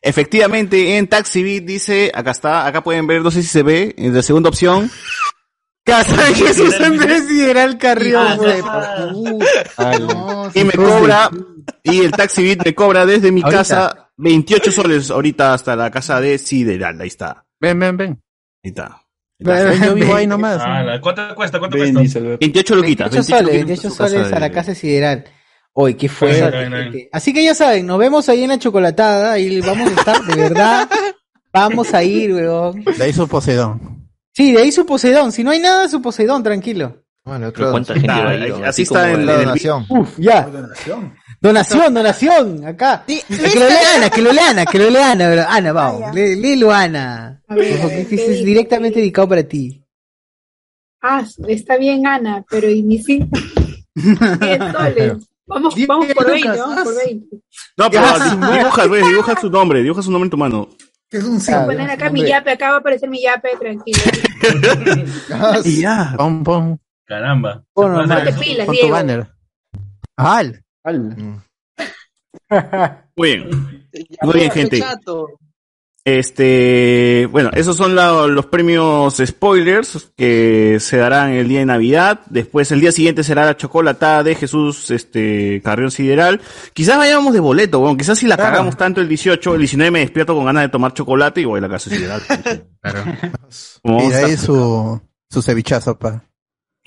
Efectivamente, en Taxi Beat dice, acá está, acá pueden ver, no sé si se ve, en la segunda opción.
[LAUGHS]
Casa de Jesús Andrés Sideral
Ah,
Carrión, huevón.
y me cobra, y el Taxi Beat me cobra desde mi
Ahorita.
casa 28 soles ahorita hasta la casa de Sideral. Ahí está.
Ven, ven, ven.
Ahí está.
[LAUGHS]
Ven, yo vivo ahí nomás.
Ah, la- ¿Cuánto cuesta? ¿Cuánto
Ven,
cuesta?
28 luquitas.
28 soles, 28
luquitas en su
soles a la
de-
casa sideral. Hoy, qué
Ahí,
fuerte.
ahí, ahí.
este,
gente. Así que ya saben, nos vemos ahí en la chocolatada y vamos a estar, de [LAUGHS] verdad, vamos a ir, weón.
De ahí su Poseidón.
Sí, de ahí su Poseidón. Si no hay nada, su Poseidón, tranquilo.
Bueno,
Pero cuánta
donación.
gente va a ir,
Ahí-
¿no?
Así
Así
está
como
en
en
la
el-
donación.
Uf, ya. Donación, donación, acá. Que
listo.
lo lea Ana, que lo lea Ana, que lo lea Ana, bro. Ana, vamos. lé- Léelo, Ana. Porque este es directamente dedicado para ti.
Ah, está bien, Ana, pero ¿y mis
[LAUGHS]
cinco? Diez soles. Vamos, vamos por 20,
lucas,
vamos por 20.
No, pero
Ya, su madre.
dibuja, pues, dibuja su nombre, dibuja su nombre en tu mano.
Es
Ah,
un Voy a poner acá mi yape, acá va a aparecer mi yape, [LAUGHS] tranquilo.
Y ya.
Pom, pom.
Caramba.
Pon,
Se puede
nomás,
hacer-
pilas,
pon tu
Diego.
banner. Ah, Al.
Muy bien. Muy bien, gente. Este, bueno, esos son la- los premios spoilers que se darán el día de Navidad. Después, el día siguiente será la chocolatada de Jesús, este, Carrión Sideral. Quizás vayamos de boleto, bueno, quizás si la cagamos tanto el 18, el 19 me despierto con ganas de tomar chocolate y voy a la casa
[LAUGHS]
Sideral. Como
Y de ahí
está-
su, su cevichazo para.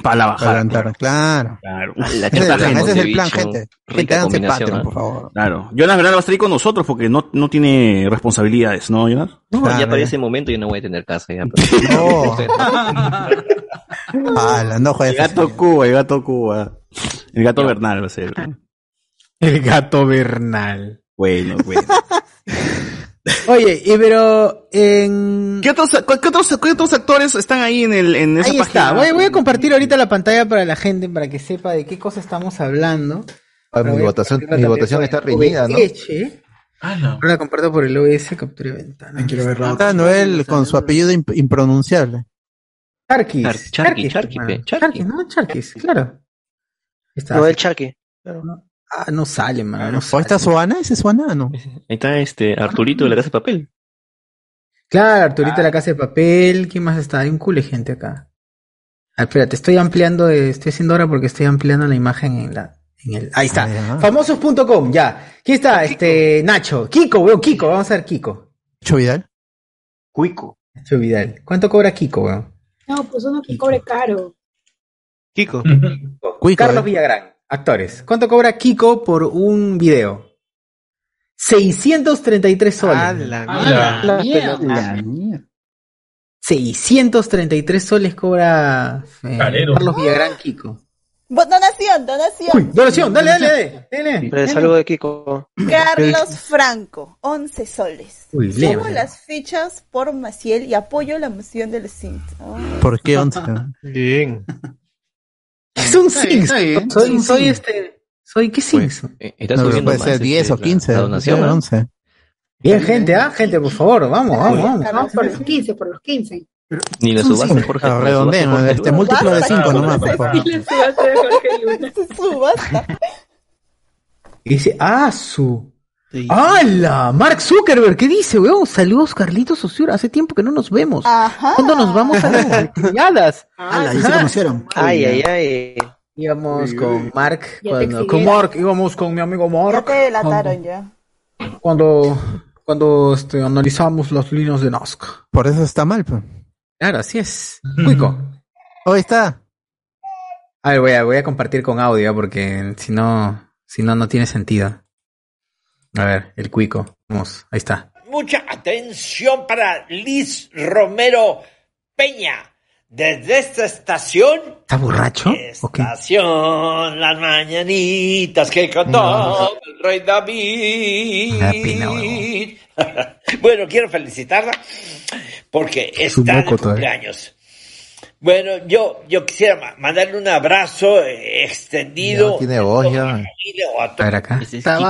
Para la
bajada. claro.
Claro.
Ese es el plan, ese es el plan, gente. Gente, háganse Patreon,
¿eh?
por favor.
Claro. Jonas Bernal va a estar ahí con nosotros porque no, no tiene responsabilidades, ¿no, Jonas?
No, ya para ese momento yo no voy a tener casa. Ya,
Ala, no
el gato Cuba, el gato Cuba. El gato Bernal va a ser.
El gato Bernal.
Bueno,
[LAUGHS]
bueno.
[LAUGHS] Oye, y pero en...
¿Qué otros, qué otros, qué otros actores están ahí en, el, en esa
Ahí
página?
está. Voy, voy a compartir ahorita la pantalla para la gente, para que sepa de qué cosa estamos hablando.
Ah, mi votación, mi votación está reñida, ¿no?
Ahora la comparto por el OBS, captura y ventana. Quiero verlo.
Está Noel con su apellido imp- impronunciable.
Charquis.
Char- Charquis,
Charquis,
Charquis,
hermano.
pe,
Charquis, ¿no? Charquis, claro. Está.
No, el Chucky.
Ah, no sale, mano.
¿O está Suana? ¿Ese es Suana? No.
[LAUGHS] Ahí está este Arturito de la Casa de Papel.
Claro, Arturita
Ah.
la casa de papel. ¿Quién más está? Hay un culo de gente acá. Ah, espérate, estoy ampliando, eh, estoy haciendo ahora porque estoy ampliando la imagen en la. en el- ahí
Ah,
está. Famosos.com, ya. Aquí está, este, Nacho. Kiko, weón, Kiko, vamos a ver Kiko.
Nacho Vidal.
Cuico. Nacho Vidal. ¿cuánto cobra Kiko, weón?
No, pues uno que cobre caro.
Kiko. Carlos Villagrán, actores. ¿Cuánto cobra Kiko por un video? 633 soles.
mierda.
La pelota. 633 soles cobra eh,
Calero.
Carlos Villagrán Kiko.
Bo- Donación, donación.
Uy, donación, dale, dale, dale.
Le saludo de Kiko.
Carlos Franco, 11 soles.
Uy,
Sumo
leo.
las fichas por Maciel y apoyo la moción del cinto. Ah.
¿Por qué 11?
Bien.
Es un
Está bien,
Six.
está bien.
Soy,
Es un
soy
Six.
este. Soy qué Six.
Está
No,
Pues, eh, subiendo
puede
más,
ser
este,
10 o 15.
la
puede
donación,
ser
¿no?
11.
Bien, gente, ah, gente, por favor, vamos, vamos, vamos.
Carlos, por los 15, por los 15.
Ni la
Es un
subasta,
cinco.
Jorge.
Ah,
la
redondeen,
subasta,
[LAUGHS]
Jorge,
este
Luna.
múltiplo de 5 nomás, por favor.
Subasta.
Y dice, ah, su. ¡Hala! Mark Zuckerberg, ¿qué dice, weón? Saludos, Carlitos Osura. Hace tiempo que no nos vemos.
Ajá.
¿Cuándo nos vamos a las criadas?
Ala, ahí se conocieron.
Ay, ay, ay.
Íbamos con Mark,
te
cuando,
exhibieron.
con Mark, íbamos con mi amigo
Ya
Mark.
te delataron ya.
Cuando, cuando este, analizamos las líneas de Nazca.
Por eso está mal. pues.
Claro, así es. Cuico.
Hoy está.
A ver, voy a, voy a compartir con audio porque si no, si no, no tiene sentido. A ver, el cuico. Vamos, ahí está.
Mucha atención para Liz Romero Peña. Desde esta estación,
¿Está borracho? ¿O qué?
estación, las mañanitas que cantaba el rey David. [LAUGHS] bueno, quiero felicitarla porque
Es un
está de
moco todavía.
cumpleaños. Bueno, yo, yo quisiera ma- mandarle un abrazo eh, extendido
Ya, tiene voz ya.
o a
A ver acá.
Aló,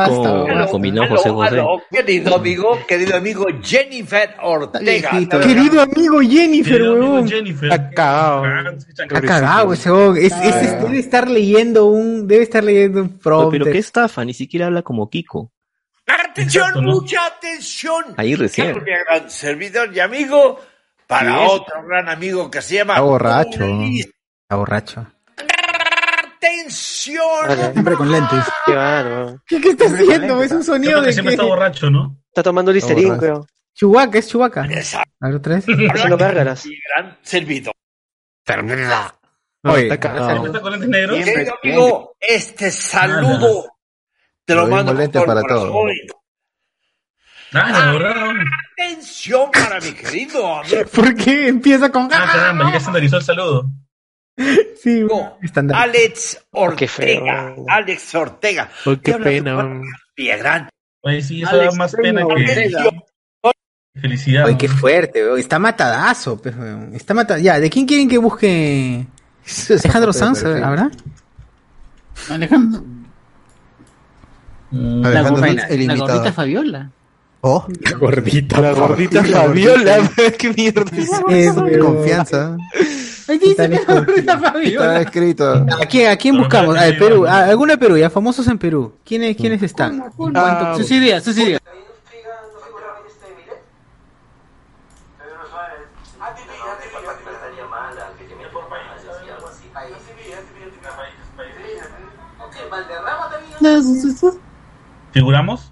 aló, querido amigo, querido amigo Jennifer Ortega.
Querido amigo Jennifer,
Querido amigo
weón.
Jennifer.
Está cagado. Está cagado ese weón. Es- es- es- debe estar leyendo un. Debe estar leyendo un prompt.
Pero qué estafa, ni siquiera habla como Kiko.
Atención,
Exacto, ¿no?
mucha atención.
Ahí recién.
Carlos Villagrán, servidor y amigo para
Sí, es.
otro gran amigo que se llama.
Está borracho. Está borracho.
Atención.
Siempre con lentes.
Qué bárbaro.
¿Qué, qué está haciendo? Es un
Yo
sonido
creo que
de
siempre
[LAUGHS]
que...
está
borracho, ¿no?
Está tomando listerín,
borracho.
creo.
Chubaca, es Chubaca. A ver, otra vez. [LAUGHS]
Haciendo gárgaras.
Gran servidor. Ternera.
Oye,
está
cagado.
¿Está con lentes negros?
Siempre
Querido amigo, este saludo te lo,
Lo mismo
mando con
lente
todo el
para todo.
corazón.
Ah,
Ah, Atención para mi querido amigo.
¿Por qué empieza con.?
Ah, caramba, ya estandarizó el saludo.
Sí, estándar.
Alex
qué feo,
Ortega. Alex Ortega.
Oh, qué
Te habla
pena,
tu
man.
hermano Villagrán.
Oye, sí, eso da más pena que felicidad.
Oye, qué fuerte, weón. Está matadazo, pues, weón. Está matadazo. Ya, ¿de quién quieren que busque? Alejandro
foto de
Sanz,
perfil.
¿habrá?
Alejandro. La,
Alejandro
gordita,
Sanz, el
la
invitado.
gordita Fabiola.
Oh.
Mm. La gordita.
La
[LAUGHS]
Gordita Fabiola,
[LAUGHS]
[LAUGHS]
qué mierda.
Es, weón.
Confianza.
Está
Está escrito.
¿A quién, a quién buscamos? A ver, Perú, a- alguno de Perú, ya famosos en Perú. ¿Quiénes, quiénes están?
Ah, sus ideas, sus ideas.
¿Figuramos?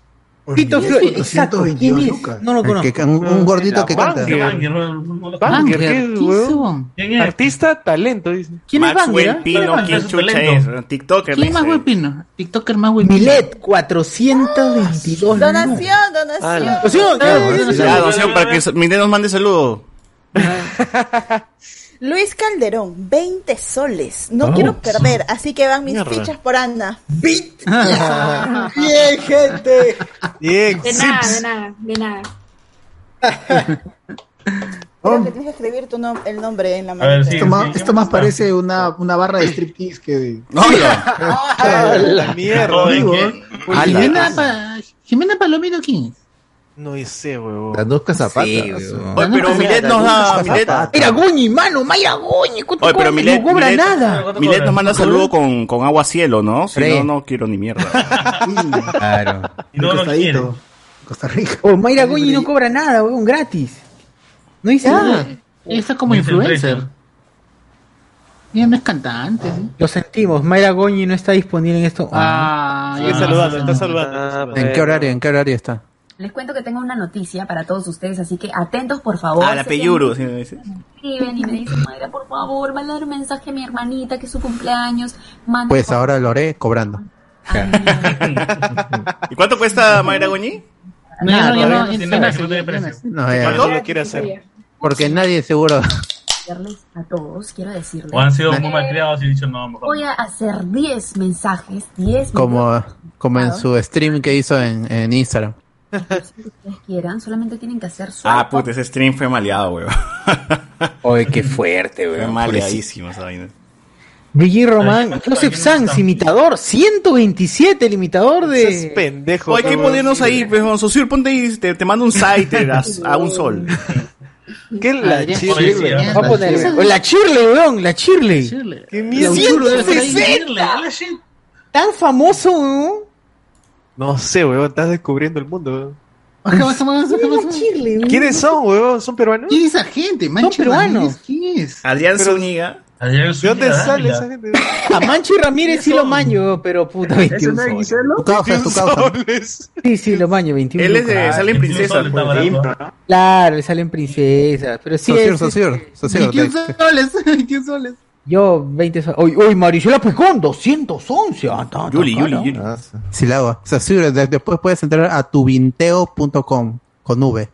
Tito Flores, exacto, ¿quién es? No lo
El
conozco.
que- un, un gordito que canta.
Banger, ¿qué,
¿quién
huevón?
[LAUGHS]
Artista, Ah, talento, dice.
¿Quién es Banger?
Maxwell
ah? ¿Quién es
Pino,
Banger?
¿quién chucha es?
TikToker.
¿Quién más
dice.
huepino? Tiktoker más huepino.
Milet, 422 lucas.
Donación, donación.
Ah, donación,
Ya,
ya, ya, ya.
donación para que Minde nos mande saludo.
Luis Calderón, 20 soles. No
Oh,
quiero perder, así que van mis
Mierda.
fichas por Ana.
Bien, gente.
Bien. pues,
De nada, de nada, de nada.
Creo que tienes que escribir tu nom- el nombre en la
A ver,
mano.
sí, Esto más- sí, esto más parece una, una barra de striptease que de... [LAUGHS]
la mierda.
Digo,
¿eh?
Ala.
Jimena, Pa- Jimena Palomino, ¿quién es?
No sé, huevón.
Danusca Zapata.
Sí,
su-
huevón.
Oye, pero Milet nos da. Milet,
Mira, Goñi, mano, Mayra Goñi. ¿cuánto
Oye, pero
cobra?
Milet,
no cobra
Milet-
nada.
Milet nos manda saludo con, con agua cielo, ¿no? Si
Sí.
no, no quiero ni mierda.
Claro.
no lo quiero.
Costa Rica. O Mayra Goñi no cobra nada, weón, gratis. No dice
Ya.
nada.
Ella está como
Dice el
influencer.
precio.
Ella no es cantante. ¿sí?
Lo sentimos, Mayra Goñi no está disponible en esto.
Ah,
Sigue
saludando, está
saludando.
¿En qué horario? ¿En qué horario está?
Les cuento que tengo una noticia para todos ustedes, así que atentos, por favor.
Ah,
A la
Sé que
Peyuru,
muchos
¿sí me dices?
me escriben y me dicen, madre, por favor, mandar un mensaje a mi hermanita que es su cumpleaños. Manda
Pues ahora lo haré cobrando.
Ah.
¿Y cuánto cuesta Mayra Goñi?
No, ya no, ya no,
no tiene
ya no,
nada, no tiene
ya no.
No, ya-
¿Cuánto lo quiere hacer?
Porque nadie seguro.
mensajes a todos, quiero decirles.
O han sido muy
que
malcriados y dicho no, mejor.
[LAUGHS] Voy a hacer 10 mensajes, 10
Como, como en su stream que hizo en, en Instagram.
mensajes que ustedes quieran, solamente tienen que hacer su...
Ah, puta, ese stream fue maleado, weón.
[LAUGHS] Oye, qué fuerte,
Fue
weón.
maleadísimo esa vaina.
Brigitte Román, Joseph Sanz, imitador, 127, el imitador de.
Ese es
pendejo.
Oye, hay que ponernos ahí, pues, weón. Sosur, ponte ahí, te, te mando un site te das a un sol.
¿Qué la
Adrián
chirle?
Policía.
weón. Va a poner-
La
o La chirle, weón, la chirle.
¿Qué
mierda? 160. Tan famoso, weón.
No sé, weón, estás descubriendo el mundo, weón.
Chile,
¿Quiénes son, weón? ¿Son peruanos?
¿Quién es esa gente?
Manchi peruanos.
¿Quién es?
Adrián
Pero-
Zúñiga.
¿De
dónde sale
ah,
esa gente?
A Manchi Ramírez sí lo maño, pero puta,
¿Ese
21
no es
soles.
Guiselo? Tu causa, tu
21
causa.
soles. Sí, sí, lo maño, 21
Él es de-
lucas.
sale en princesa. pues.
Claro, le salen princesas, pero sí
Sosir,
es...
Sosir, Sosir,
21
te-
[LAUGHS]
soles, 21 soles. Yo, 20 soles. Uy, uy, Marisela Pescón, 211. Ah, ta, ta, cara.
Ah, sí. Sí, la hago. O sea, sí, de- después puedes entrar a tuvinteo.com con V.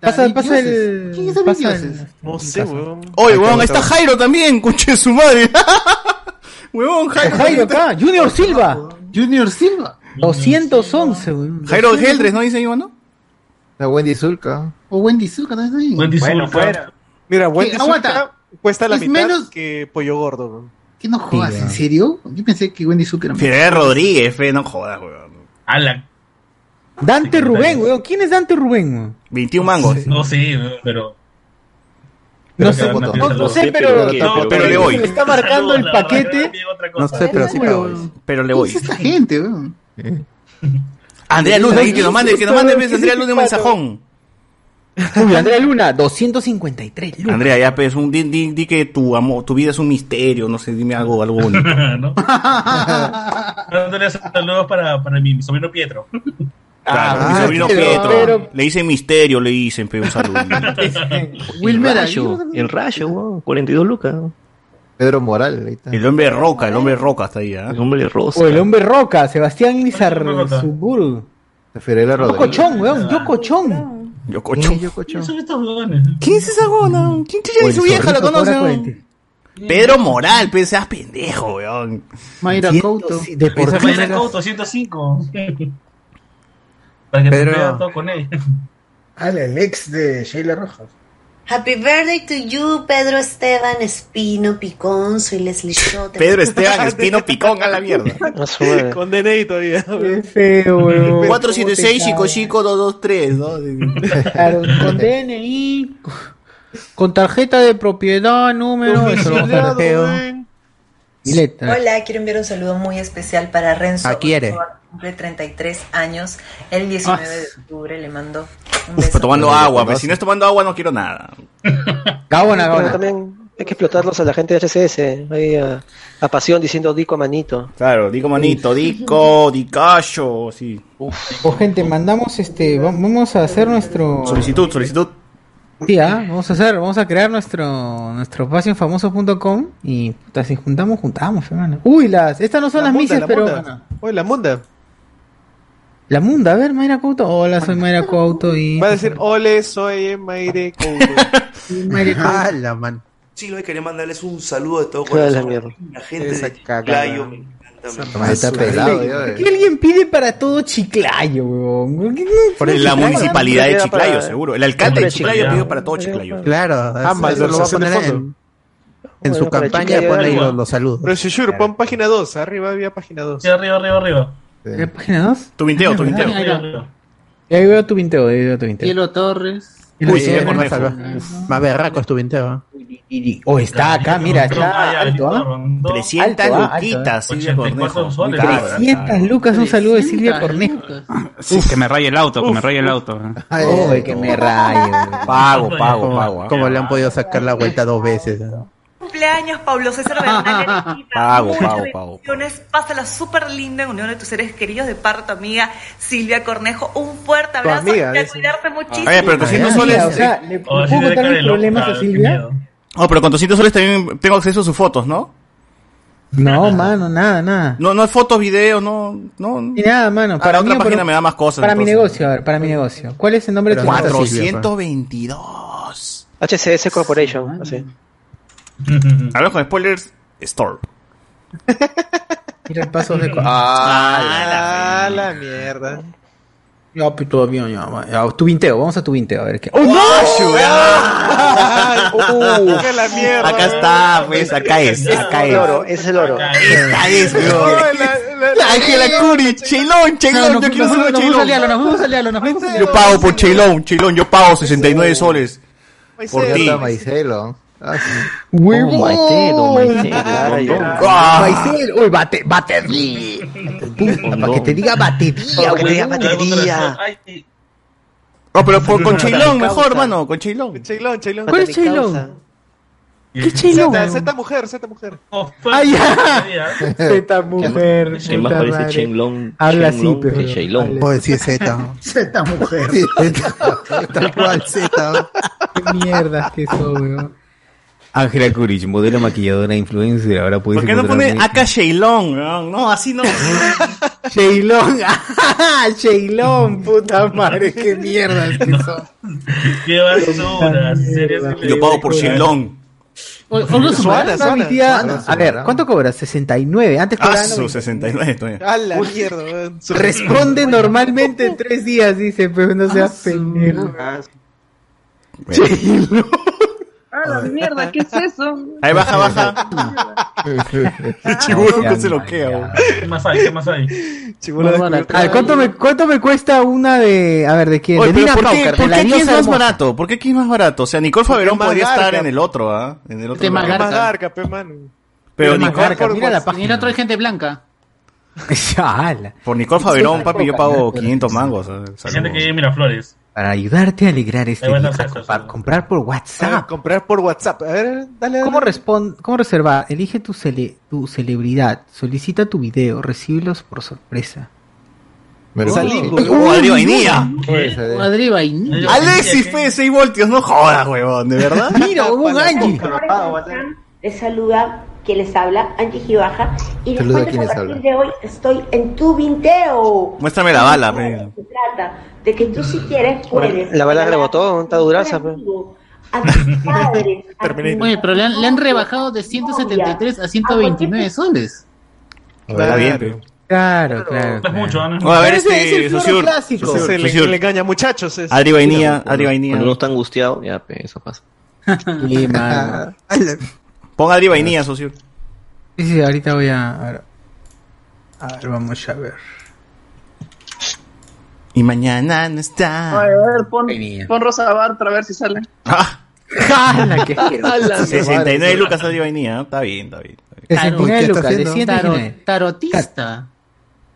Pasa, pasa el...
¿Quién es
pasa
el-
No sé, weón.
Oye, weón,
Ahí
está
está
Jairo también, conche de su madre. [LAUGHS] Huevón, Jairo.
Jairo acá, Junior Silva.
Junior Silva.
211, weón.
Jairo Geldres, ¿no dice ahí, mano?
La Wendy Zulka.
O Wendy Zulka también está ahí.
Bueno, fuera. Mira, Wendy
¿Qué? Aguanta.
Zulka cuesta la
Es
mitad
menos-
que Pollo Gordo, weón.
¿Qué no jodas? ¿En serio? Yo pensé que Wendy Zulka era
Fidel Rodríguez, fe, no jodas, weón.
Ah,
Dante Rubén, weón. ¿Quién es Dante Rubén, weón?
21 mangos.
No, sí, pero.
No sé, no, no sé, pero,
pero, pero le voy.
me está marcando el paquete.
No sé, pero sí pago. eso.
Pero le voy.
esta gente, weón?
Andrea Luna, ahí, que nos mande, que nos mande, pues, Andrea Luna, un mensajón.
Uy, Andrea Luna, 253 lucas.
Andrea, ya, pues, un, di, di- di que tu, amor, tu vida es un misterio, no sé, dime algo, algo bonito.
¿No? Dándole saludos para, para mi, mi sobrino Pietro.
Claro, mi sobrino
pero-
Pietro.
ah, pero-
Le dicen misterio, le dicen, pero
[LAUGHS]
un saludo.
Wilmer el rayo, el rayo, weón, 42 lucas.
Pedro Moral, ahí está.
El hombre roca, el hombre roca está ahí, ¿ah?
El hombre rosa.
O el hombre roca, Sebastián Lizar Suburu.
Ferela Rodríguez.
Cochón, weón, yo cochón.
Yo cochón.
¿Quiénes son estos huevones?
¿Quién es esa gona? ¿Quién chucha
O
de
el
su vieja la
zorrito
conoce?
cobra
weón? Pedro Moral, pues, seas pendejo, weón.
Mayra Couto.
De por
Esa
qué
Mayra
la-
Couto, 105. Para que
Pedro-
te vean todo con ella.
Ah, el ex de Sheila Rojas.
Happy birthday to you, Pedro Esteban Espino Picón. Soy Leslie Shot.
Pedro Esteban Espino Picón a la mierda.
Con DNI
[LAUGHS]
todavía. weón.
feo, weón.
476 Chico Chico 223,
Claro, con DNI, con tarjeta de propiedad, número, eso lo vamos a hacer. Milet, a ver.
Hola, quiero enviar un saludo muy especial para Renzo.
Ah, quiere.
Cumple 33 años. El 19 de octubre le mando un beso.
Está tomando agua, pero si no es tomando agua no quiero nada.
Gabona,
Pero
Gabona.
también hay que explotarlos a la gente de HCS. Ahí a, a pasión diciendo Dico a manito.
Claro, Dico Manito,
[LAUGHS]
Dico, Dicacho, sí.
Oh, gente, mandamos este, va- vamos a hacer nuestro...
Solicitud, solicitud.
Sí, ah, vamos a hacer, vamos a crear nuestro nuestro espacio en famosos.com y puta, si juntamos, juntamos, hermano. Uy, las, estas no son las mises, pero [LAUGHS]
Oye, la munda.
la munda, a ver, Mayra Couto. Hola, soy Mayra Couto y
Va a decir, ole, soy Mayre Couto.
Ah, la man.
Sí, lo que quería mandarles un saludo de todo
Claro,
corazón.
la mierda.
La gente
Esa
de
cagada.
Chiclayo, me encanta, me encanta.
Está pelado,
Ay,
yo,
¿Por
eh.
qué alguien pide para todo Chiclayo, weón?
Por la municipalidad de Chiclayo, seguro. El alcalde de Chiclayo pidió para todo Chiclayo.
Claro,
Ambas,
eso lo va a
organización Ah, de
poner
fondo.
en, en su
Bueno, para
campaña,
Chiclayo,
pone ahí
algo.
los, los saludos.
Pero Shishur, pon página 2. Arriba había página 2.
Sí, [LAUGHS] arriba, arriba, arriba.
¿Página 2?
Tu minteo, tu
Ah,
minteo.
mira,
Arriba, arriba.
Y ahí veo tu vinteo, ahí veo tu vinteo.
Cielo Torres.
Uy,
Uy,
sí,
ya
más
conejo.
salva- Más berraco es tu vinteo. ¿ah?
Oh, está acá, mira,
Ah,
está
ya,
alto, ¿ah?
300
Alto, ah,
luquitas,
alto, ah.
Silvia Cornejo.
84
Muy caro, ¿verdad?
300 lucas, un saludo de Silvia Cornejo.
Sí, que me raye el auto, que me raye el auto. ¿eh?
Oh, que me rayo.
Pago,
pago,
como,
pago, ah.
Como le han podido sacar la vuelta dos veces. ¿no?
Cumpleaños, Pablo César Bernal Arequipa.
Pago,
Muchas
pago, pago.
bendiciones. Pásala súper linda en unión de tus seres queridos de parte tu amiga Silvia Cornejo. Un fuerte abrazo
amiga,
y a
dice.
cuidarte muchísimo.
Oye, pero 300
Ay,
soles.
mira, o sea,
¿le puedo contar mis problemas a Silvia?
No, pero con 200 soles también tengo acceso a sus fotos, ¿no?
No, mano, nada, nada.
No, no hay fotos, videos, no. no.
Ni nada, mano.
Para
Para
Ah, la
mí,
otra
por
página
un-
me da más cosas.
Para mi
entonces.
negocio, a ver, para mi negocio. ¿Cuál es el nombre de tu
pues.
negocio?
422.
HCS Corporation, así.
Hablamos con Spoilers Store.
Mira el paso
[LAUGHS]
de.
Ah,
la, mierda. Ya, pues todavía, ya, va. ya. Tu vinteo, vamos a tu vinteo, a ver qué. ¡Oh, no!
¡Oh! Acá está, pues, acá es, acá es.
Es el oro.
Esta es, weón. La Ángela Curi, Cheilón, Cheilón, yo quiero ser un Cheilón.
Nos vamos a liarlo, nos vamos a liarlo.
Yo pago por Cheilón, Cheilón, yo pago 69 soles.
Pues
Por ti.
Maicelo.
Ah, ¡Huevo!
Maicelo,
Oh
Maicelo.
Ah. Maicel, uy, bate, batería.
Oh
Para que te diga batería,
Para que te diga
huevón.
batería.
No, pero por, con Cheilón mejor, hermano, con Cheilón.
Cheilón, Cheilón.
¿Cuál es Cheilón? ¿Qué Cheilón?
Z, Z mujer, Z mujer.
¡Ay, Ah, [LAUGHS] ya! Zeta mujer.
¿Quién más
puta
parece
madre.
Chenglong?
Habla así,
Chenglong que
pero-
Sheilong.
Puedo decir Z.
Z mujer.
[LAUGHS] Tal cual, Z.
Qué mierdas que eso, weón.
Ángela Kurich, modelo maquilladora influencer. Ahora puedes
¿Por qué no pone acá Cheilón, weón? No, así no.
Cheilón, [LAUGHS] ¡ah! Cheilón, puta madre, qué mierdas que son.
Qué basura.
Yo pago por Cheilón.
¿Cuánto
Suana,
cobras?
Suana.
Mi tía-
Suana,
A
Suana.
ver, ¿cuánto cobras? 69. Antes
Ah,
cobraban
su 69 todavía.
A la mierda, Responde normalmente en tres días, dice, pero no seas pendejo. [LAUGHS] Cheilón.
¡Ah, la mierda! ¿Qué es eso?
Ahí baja, baja.
Ah,
[LAUGHS] Chibolo no se lo queda, weón.
¿Qué más hay? ¿Qué más hay?
A ver, ¿cuánto me, ¿cuánto me cuesta una de. A ver, ¿de quién?
Oye,
de
pero
Dina
¿por qué,
Pauker,
por
de la
qué aquí es
diosa
más
hermosa.
barato? ¿Por qué aquí es más barato? O sea, Nicole Faberón
Porque es
podría
más
estar
garca.
en el otro, ¿ah? En el otro.
Porque es más
lugar.
garca.
pe, mano.
Pero
Pero más
Nicole
garca,
por-
mira
[LAUGHS]
la
por-
página. Y el otro hay gente blanca.
Por Nicole Faberón, papi, yo pago 500 mangos. ¿ah?
Hay gente que vive en Miraflores.
Para ayudarte a alegrar este
Ahí van
día,
las
a compa- comprar por
Ah,
WhatsApp.
Comprar por WhatsApp. A ver, dale,
¿Cómo, respon- ¿Cómo reservar? Elige tu, cele- tu celebridad, solicita tu video, recíbelos por sorpresa.
Salimos.
¡Uh, Adri Vainilla!
Madrid vainilla.
Alexis, fe, 6 voltios, no jodas, huevón, de verdad.
[LAUGHS]
Mira, huevón, Angie.
Les saluda quien les habla, Angie Gibaja. Y les
Saluda
cuento
quien
que a
les
partir
habla.
de hoy estoy en tu vinteo.
Muéstrame la bala, pe.
Se trata de que tú si quieres puedes.
La bala rebotó, está duraza. pe.
[LAUGHS]
Oye, pero le han, le han rebajado de 173 a 129 soles.
Está bien, pe.
Claro, claro.
No es mucho, ¿ah?
Bueno, a ver,
Ese es
este,
el floro
Sosur.
clásico.
Sosur,
Se
le-
Sosur.
le engaña, muchachos. es-
Adri Vainilla,
Cuidado,
Adri Vainilla.
Cuando uno está angustiado, ya, pe, eso pasa.
[LAUGHS]
Sí, mano.
Pon Adri Vainilla, socio.
Sí, sí, ahorita voy a. A ver, A ver, vamos a ver.
Y mañana no
A
está.
ver, pon, pon Rosa Bartra a ver si sale.
Ah. ¡Jala, qué asqueroso.
A la
69 lucas Adri Vainilla, ¿no? está bien, está bien.
Claro, 69 lucas, de 119.
tarotista.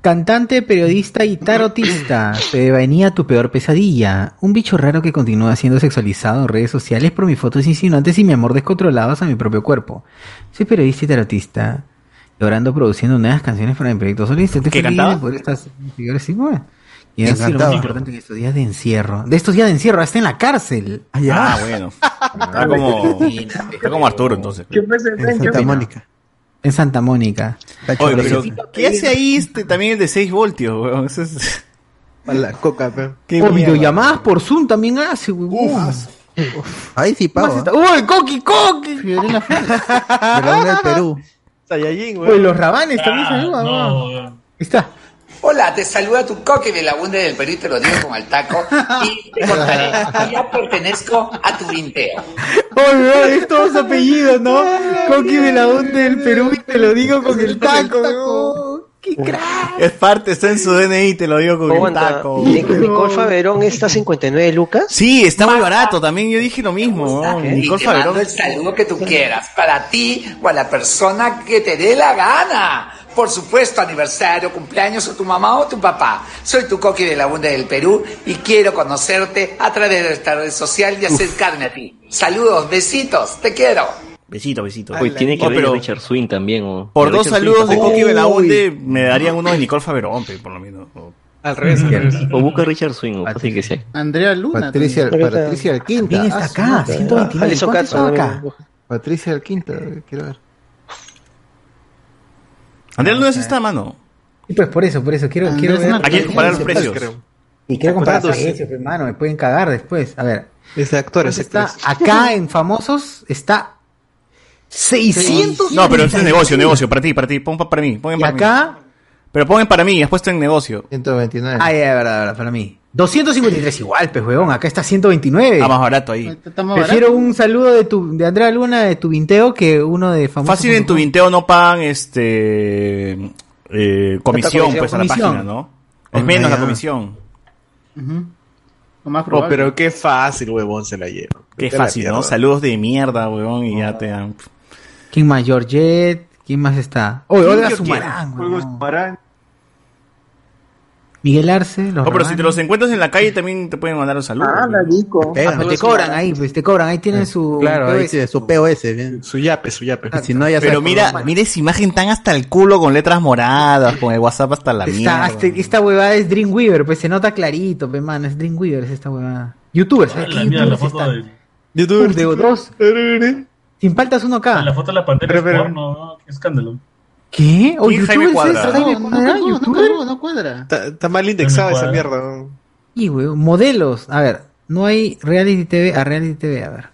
Cantante, periodista y tarotista. Se venía tu peor pesadilla. Un bicho raro que continúa siendo sexualizado en redes sociales por mis fotos insinuantes y mi amor descontrolado hacia mi propio cuerpo. Soy periodista y tarotista. Logrando produciendo nuevas canciones para mi proyecto solista. Estoy
¿Qué
feliz
cantaba?
de poder estar figuras así, bueno. Y
¿Qué
eso es lo
cantaba?
más importante de estos días de encierro. De estos días de encierro, está en la cárcel.
[LAUGHS]
Ah, bueno. Está como, está como Arturo, entonces.
En Santa Mónica. En Santa Mónica.
Oye, pero ¿qué hace ahí este, también el de 6 voltios, weón? Eso es...
la coca, pe.
O videollamadas por Zoom también hace, huevón.
Ahí sí
Más
pago.
esta- ¡Uy, Coqui, Coqui!
¿ah? De la una del Perú.
[LAUGHS]
Saiyajin,
Pues los rabanes
Ah,
también saludan, ¿no? Está.
Hola, te saluda tu coque de la bunda del Perú y te lo digo como al taco. Y te contaré, ya pertenezco a tu vinteo.
Oye, oye, es todos
[LAUGHS]
apellidos, ¿no? Coqui Belaunde del Perú, y te lo digo con el taco, ¿no?
Es parte, está en su DNI, te lo digo con el taco.
Nicole Faberón está 59 lucas.
Sí, está muy barato también. Yo dije lo mismo. ¿no?
¿Qué?
Nicole
Y te mando
Faberón.
el
saludo que tú quieras, para ti o a la persona que te dé la gana. Por supuesto, aniversario, cumpleaños o tu mamá o tu papá. Soy tu coqui de la Bunda del Perú y quiero conocerte a través de nuestra red social y acercarme a ti. Saludos, besitos, te quiero.
Besito, besito.
Pues tiene que
Oh,
ver
pero
Richard Swing también. o-
por
Richard
dos
Swing
saludos de
tampoco-
Coqui Belaunde me darían uno de Nicole Faberón, pe, por lo menos.
Al revés,
al revés.
O busca Richard Swing,
Ah,
o así que sea.
Andrea Luna.
Patricia,
también.
Patricia Alquinta.
También está
Ah,
acá,
su madre.
129.
Alison
¿Cuántos
Carter.
son
Ah,
acá?
mira. Patricia Alquinta, eh, quiero ver.
Andrea Luna es esta mano.
Y pues por eso, por eso, quiero,
Andrés
quiero ver.
Martínez. Hay que comparar los precios.
Y quiero comparar los
Contratos,
precios, hermano, me pueden cagar después. A ver.
Es actor,
es está Acá en Famosos está 600.
No, pero este es negocio, negocio. Para ti, para ti. Pon pa- para mí. Pongan
Y
para
acá.
Mí. Pero pongan para mí, has puesto en negocio.
129.
Ah, ya, verdad, verdad, para mí. 253 igual, pues, weón. Acá está 129. Está
más barato ahí.
Prefiero un saludo de, tu, de Andrea Luna de tu vinteo que uno de famosos.
Fácil en tu vinteo no pagan este eh, comisión,
comisión,
pues a la
comisión.
página, ¿no? Es menos la
ya.
comisión.
Lo más
Oh,
probable.
pero qué fácil, huevón, se la lleva.
Qué
Vete a la
fácil, ¿no?
mierda.
Saludos de mierda, weón, y ya te dan.
¿Quién más? Georgette. ¿Quién más está? Oh,
¿Quién
Olga
yo
Sumarán.
Juego Sumarán.
Miguel Arce. Los
No, Oh, pero
Rabanes.
si te los encuentras en la calle también te pueden mandar un saludo. weón. Eh,
Ah, pues te cobran ahí, pues te cobran. Ahí tienen su. pues,
Claro, ahí
POS.
tiene
su POS.
Su yape, su yape.
Si no, ya
Pero
sabes
mira,
cómo van.
mira esa imagen tan hasta el culo con letras moradas, con el WhatsApp hasta la
Esta,
mierda.
hasta- este, esta huevada es Dreamweaver, pues se nota clarito, pe man, es Dreamweaver es esta huevada. Youtubers, ¿sabes qué?
mira, la
Youtubers
foto
están.
de-
Youtubers de dos. Sin faltas uno acá.
La foto de la pantalla es porno, ¿no? Qué escándalo.
¿Qué? Oh,
¿Quién Jaime Cuadra?
Jaime
No,
Cuadra,
No, no
¿youtuber?
cuadra, no cuadra.
Está, está mal indexada esa
cuadra.
mierda. ¿no?
Y huevón, modelos, a ver, no hay reality TV, a reality TV, a ver.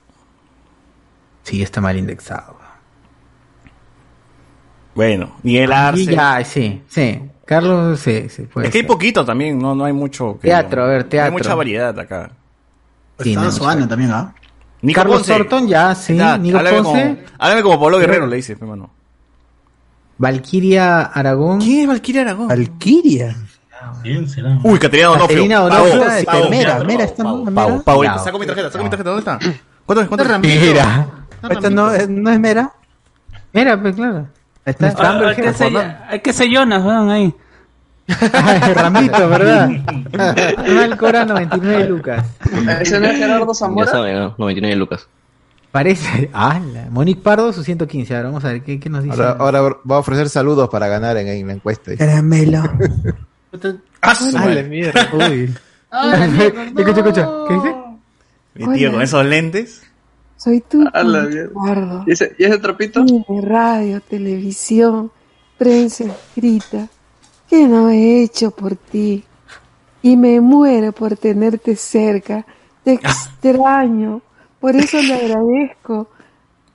Sí, está mal indexado.
Bueno, Miguel
Y
Arce.
ya, sí, sí. Carlos, sí, sí, puede
es que hay
ser.
poquito también, no, no hay mucho. que-
Teatro, a ver,
Hay
teatro.
mucha variedad acá.
Sí, no,
Estaba Soana también, ¿ah?
Nico
Carlos
Ponce.
Sorton, ya, sí.
Ya,
Nico
háblame, como,
Ponce.
háblame como Pablo Guerrero, le dice, hermano.
Valquiria Aragón.
¿Quién es Valquiria Aragón?
Valquiria.
¿Quién será?
Uy, Caterina Donofrio.
Caterina
Pavo,
Donofrio,
pavo,
este,
pavo,
Mera,
pavo,
Mera,
pavo,
está
pavo,
mal,
pavo.
Mera.
Paulito,
Pavo.
saco mi tarjeta, saco mi tarjeta, ¿dónde está? ¿Cuánto es? ¿Cuánto es?
Mira.
Esta no, es- no es mera.
Mira, pues claro.
Ah,
Está
Está Amber Heard, ¿no?
Hay que ser Jonas, weón, ahí.
Ramito, ¿verdad? Mal cobra 99 lucas.
Ese no es Gerardo
[LAUGHS] Ya
Zamora.
saben, ¿no? 99 lucas.
Parece. ¡Hala! Monique Pardo, su 115. Ahora vamos a ver qué, qué nos dice.
Ahora, ahora va a ofrecer saludos para ganar en, en la encuesta.
Caramelo.
¡Ah,
su
Ay,
madre!
mierda! Uy.
Ay,
escucha, escucha. ¿Qué dice?
Mi tío con esos lentes.
Soy tú,
A la
Poli
mierda.
Pardo.
¿Y ese, y ese trapito?
Cine, radio, televisión, prensa escrita. ¿Qué no he hecho por ti? Y me muero por tenerte cerca. Te extraño. Por eso le agradezco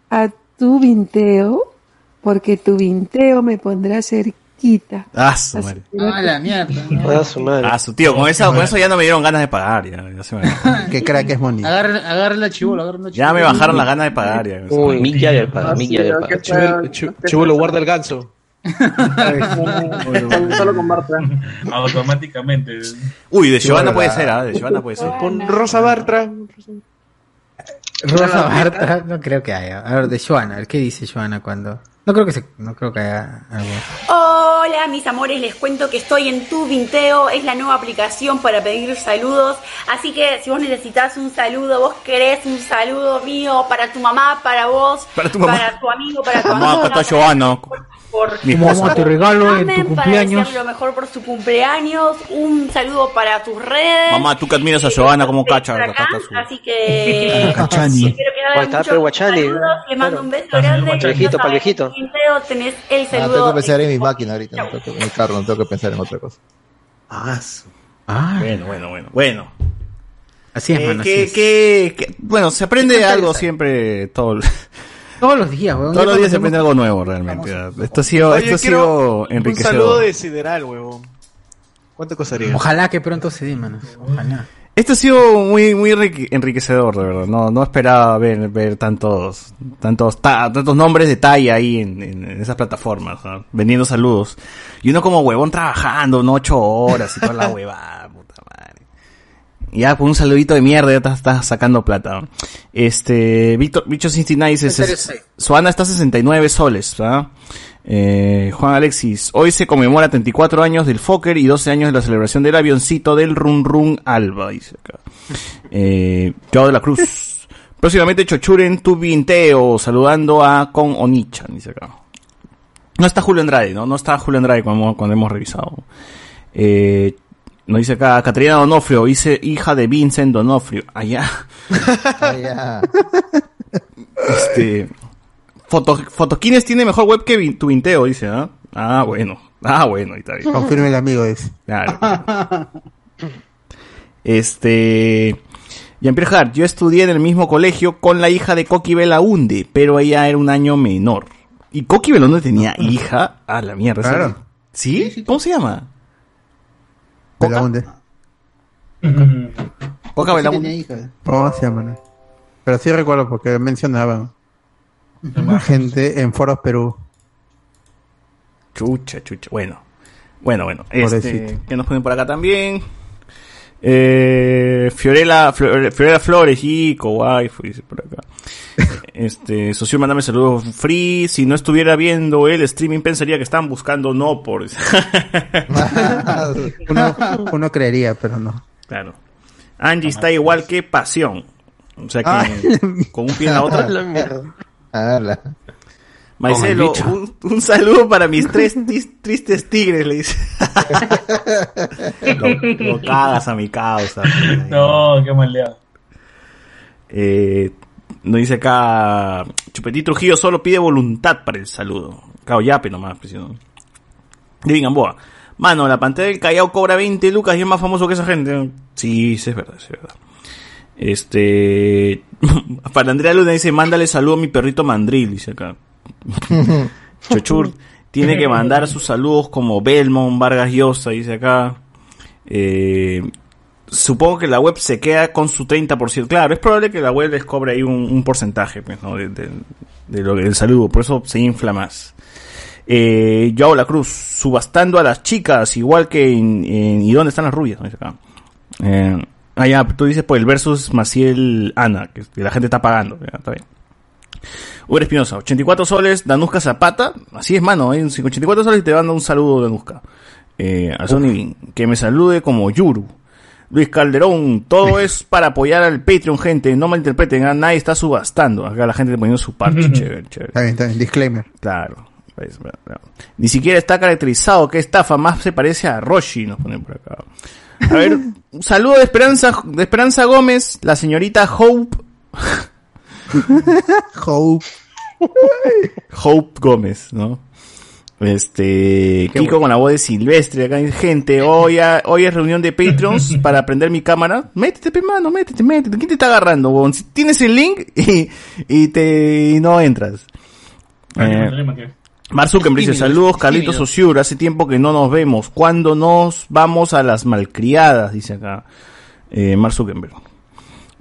a tu vinteo, porque tu vinteo me pondrá cerquita.
¡Ah, su madre!
Ah, la mierda.
¡Ah, su madre! ¡Ah, su tío! Con, esa, con eso ya no me dieron ganas de pagar. Ya, ya, se me,
[LAUGHS]
Qué crack es Moni.
Agarra, agarra la chibola, agarra la chibola.
ya me bajaron las ganas de pagar. Ya.
Uy, Mick
[LAUGHS]
Jagger paga,
Ah,
Mick
sí,
Jagger
¿a
paga.
qué Chibolo- fue?
Chibolo, guarda el ganso.
Solo con Marta.
Automáticamente.
Uy, de Giovanna puede ser, ¿ah? De Giovanna puede ser.
Pon Rosa Bartra.
Rosa Barta, no creo que haya. A ver, de Joana, a ver qué dice Joana cuando. No creo que se, no creo que haya algo.
Hola mis amores, les cuento que estoy en Tu Vinteo, es la nueva aplicación para pedir saludos, así que si vos necesitas un saludo, vos querés un saludo mío para tu mamá, para vos,
Para tu mamá.
para tu amigo, para tu
Vamos a
amiga,
contar Giovanna.
por
Mi
por
esposa.
favor,
Te regalo en tu
llamen
cumpleaños.
Para desearle lo mejor por su cumpleaños, un saludo para tus redes.
Mamá, tú que admiras a Giovanna como cacha.
por acá,
cacha su-
así que
[LAUGHS] Guachani.
espero que hagan
Ahí está,
muchos
pero Guachani,
saludos, les mando un beso grande.
Para el
Ya
viejito, para el
saben,
viejito.
en Vinteo tenés el
Ah, tengo
saludo
que pensar en mi máquina ahorita, no tengo que- en mi carro, no tengo que pensar en otra cosa.
Ah, su- Bueno, bueno, bueno. Bueno.
Así es,
Eh,
mano,
que-
así es.
que- que- bueno, se aprende
Siempre
algo
sale.
siempre. Todo,
Todos los días, weón.
todos los
Ya
días se
conocemos-
aprende algo nuevo realmente. ya. Esto ha sido,
Oye,
esto ha
quiero
sido
Un
enriquecedor.
saludo de Sideral, huevón. ¿Cuánto costaría?
Ojalá que pronto se dé, mano. Ojalá.
Esto ha sido muy, muy enrique- enriquecedor, de verdad. No, no esperaba ver, ver tantos, tantos, ta- tantos nombres de talla ahí en, en- en esas plataformas, ¿no? vendiendo saludos. Y uno como huevón trabajando, no ocho horas y toda la huevada, puta madre. Y ya con un saludito de mierda ya estás, estás sacando plata. ¿no? Este, Víctor, Bicho Cincinnati dice,
Interesante.
Suana está a 69 soles, ¿verdad? Eh, Juan Alexis, hoy se conmemora 34 años del Fokker y 12 años de la celebración del avioncito del Run Run Alba, dice acá. Eh, Joao de la Cruz. [LAUGHS] Próximamente Chochuren tu vinteo, saludando a Con Onichan, dice acá. No está Julio Andrade, ¿no? No está Julio Andrade cuando, cuando hemos revisado. Eh, nos dice acá, Caterina Donofrio, hice hija de Vincent Donofrio. Allá.
ah,
Este. Foto, Fotokines tiene mejor web que Vin- tu Vinteo, dice, ¿ah? Ah, bueno. Ah, bueno, ahí está bien.
Confirme el amigo es.
Claro. Este. Jean-Pierre Hart, yo estudié en el mismo colegio con la hija de Coqui Belaunde, pero ella era un año menor. ¿Y Coqui Belaunde tenía hija? A la mierda. ¿sí?
Claro.
¿Sí? ¿Cómo se llama?
Belaunde.
Coca
Sí
Belaunde.
tenía hija.
¿Cómo se llama? no? Oh, Pero sí recuerdo porque mencionaban gente en foros Perú.
Chucha, chucha. Bueno. Bueno, bueno. Este,
Pobrecito.
que nos ponen por acá también. Eh, Fiorella, Flore- Fiorella Flores y Kowaifu, dice por [LAUGHS] acá. Este, socio, mandame saludos free. Si no estuviera viendo el streaming, pensaría que están buscando no por. [LAUGHS]
[LAUGHS] uno, uno creería, pero no.
claro. Angie está igual que pasión. O sea que
Ah,
con un pie en la otra.
Con
Maicelo,
el bicho.
un, un saludo para mis tres [LAUGHS] tis- tristes tigres, [LAUGHS]
[LAUGHS]
le dice. lo, lo cagas a mi causa.
[LAUGHS] No, qué maleado.
Eh, nos dice acá, Chupetín Trujillo solo pide voluntad para el saludo. Cao yape nomás, pues, si no. Living Gamboa. Mano, la pantalla del Callao cobra 20 lucas y es más famoso que esa gente. Sí, sí, es verdad, sí, es verdad. Este. [LAUGHS] Para Andrea Luna dice: Mándale saludo a mi perrito mandril, dice acá. Chochur tiene que mandar sus saludos como Belmont, Vargas Llosa, dice acá. Eh, supongo que la web se queda con su 30%. Claro, es probable que la web les cobre ahí un, un porcentaje pues, ¿no? de, de- de lo, del saludo, por eso se infla más. Eh, Joao La Cruz, subastando a las chicas, igual que en, en- ¿Y dónde están las rubias? Dice acá. Eh, ah, ya, tú dices por el versus Maciel Ana, que la gente está pagando. ya, está bien. Uber Espinosa, 84 soles, Danusca Zapata. Así es, mano, hay un 54 soles y te mando un saludo, Danusca. Eh, a Sony, que me salude como Yuru. Luis Calderón,
[LAUGHS]
todo es para apoyar al Patreon, gente. No malinterpreten, ah, nadie está subastando. Acá la gente poniendo su
[LAUGHS]
parche, chévere, chévere.
Está bien, está bien. Disclaimer.
Claro. Es verdad. Ni siquiera está caracterizado. Qué estafa, más se parece a Roshi, nos ponen por acá. A ver, un saludo de Esperanza, de Esperanza Gómez, la señorita Hope.
Hope.
Hope Gómez, ¿no? Este, Kiko con la voz de Silvestre, acá hay gente, hoy, a- hoy es reunión de Patreons para aprender mi cámara. Métete, pe mano, métete, métete. ¿Quién te está agarrando, huevón? Si Tienes el link y, y te, y no entras. Eh, Mark Zuckerberg dice,
Tímido,
saludos
es
Carlitos
tímido.
Osiur, hace tiempo que no nos vemos, ¿cuándo nos vamos a las malcriadas? Dice acá eh, Mark Zuckerberg.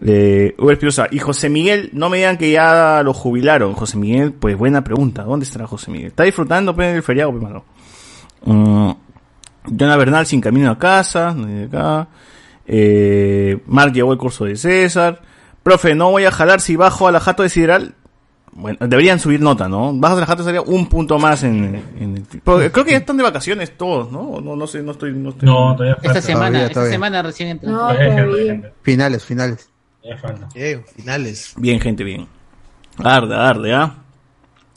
Eh, Uber Espinosa, y José Miguel, no me digan que ya lo jubilaron. José Miguel, pues buena pregunta, ¿dónde estará José Miguel? ¿Está disfrutando pe, el feriado, pe, mano? Mm, Jonah Bernal sin camino a casa, no viene acá. Eh, Mark llevó el curso de César. Profe, no voy a jalar si bajo a la jato de Sideral. Bueno, deberían subir nota, ¿no? Bajas de la Jata sería un punto más en, en el- Pero creo que ya están de vacaciones todos, ¿no? O No, no sé, no estoy... No, estoy...
No, todavía
Esta semana,
Todavía,
esta
todavía.
semana recién entró.
No, todavía.
Finales, finales.
finales.
Bien, gente, bien. Arde, arde, ¿ah?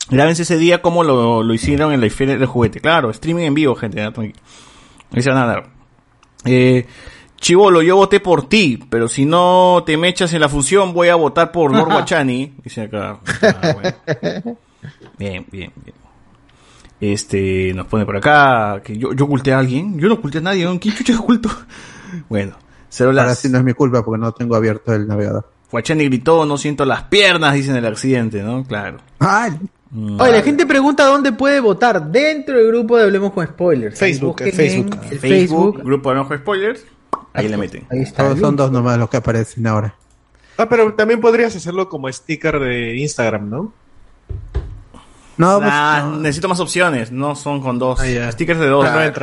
Grábense ese día como lo, lo hicieron en la feria del juguete. Claro, streaming en vivo, gente. ¿ah? Tranqui- Ahí se van a dar. Eh, Chivolo, yo voté por ti, pero si no te me echas en la fusión, voy a votar por Lord Guachani. Dice acá. Ah, bueno. Bien, bien, bien. Este, nos pone por acá que yo, yo oculté a alguien. Yo no oculté a nadie. ¿no? ¿Quién chucha oculto? Bueno, cero las-
Ahora sí no es mi culpa porque no tengo abierto el navegador.
Guachani gritó, no siento las piernas, dicen el accidente, ¿no? Claro. Mm.
Oye, la gente pregunta dónde puede votar dentro del grupo de Hablemos con Spoilers.
Facebook,
Busquen
Facebook.
en
Facebook,
el Facebook.
grupo de Enojo Spoilers. Ahí le meten.
Ahí está. Todos son dos nomás los que aparecen ahora.
Ah, pero también podrías hacerlo como sticker de Instagram, ¿no?
No, necesito más opciones. No son con dos. Stickers de dos.
Ah, no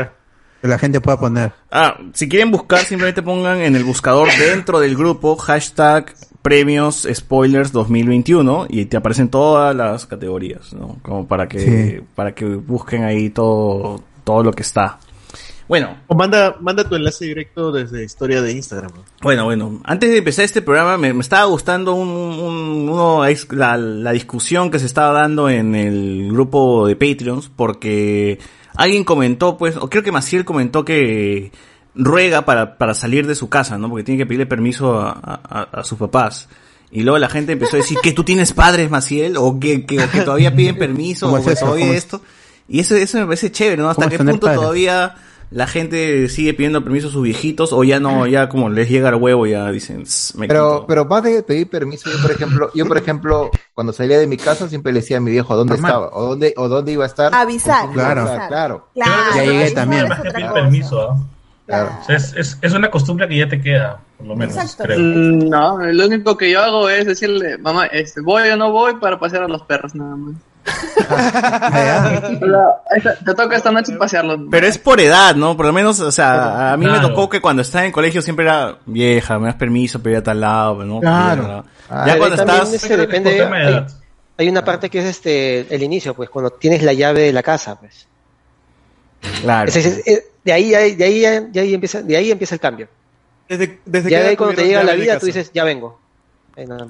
Que la gente pueda poner.
Ah, si quieren buscar, simplemente pongan en el buscador dentro del grupo hashtag premios spoilers 2021 y te aparecen todas las categorías, ¿no? Como para que,
Sí.
para que busquen ahí todo, todo lo que está. Bueno.
O manda, manda tu enlace directo desde historia de Instagram.
Bueno, bueno, antes de empezar este programa me, me estaba gustando un, un- uno, es la, la discusión que se estaba dando en el grupo de Patreons porque alguien comentó, pues, o creo que Maciel comentó que ruega para, para salir de su casa, ¿no? Porque tiene que pedirle permiso a, a- a- a sus papás. Y luego la gente empezó a decir que tú tienes padres, Maciel, o que, que- o que todavía piden permiso,
¿Cómo
o
es
que
eso?
todavía
¿Cómo es?
esto. Y eso, eso me parece chévere, ¿no? ¿Hasta
¿Cómo
qué
es tener
punto
padres?
todavía la gente sigue pidiendo permiso a sus viejitos o ya no, ya como les llega el huevo, ya dicen, "Tss, me
Pero, pero más de pedir permiso, yo por ejemplo, yo por ejemplo, cuando salía de mi casa siempre le decía a mi viejo dónde estaba, o dónde, o dónde iba a estar.
Avisar.
Claro,
avisar.
claro.
Claro,
Ya llegué
avisar
también.
es otra
Pedir
cosa.
permiso, ¿ah? O sea, es, es, es una costumbre que ya te queda, por lo menos,
Exacto.
creo.
Mm, No, lo único que yo hago es decirle, mamá, este, voy o no voy para pasear a los perros,
[LAUGHS]
nada más. O sea, esta- te toca esta noche pasearlos.
Pero es por edad, ¿no? Por lo menos, o sea, a mí me
Claro.
tocó que cuando estaba en el colegio siempre era vieja, me das permiso, pero ir a tal lado, ¿no?
Claro.
Ya
Ah,
ya
pero
cuando
también
estás...
este, depende- hay, hay una parte que es este el inicio, pues, cuando tienes la llave de la casa, pues.
Claro.
Es- es- es- de ahí, ahí- de ahí, de ahí empieza, de ahí empieza el cambio.
Desde, desde
ya
que
de ahí cuando te llega la vida, tú dices, ya vengo.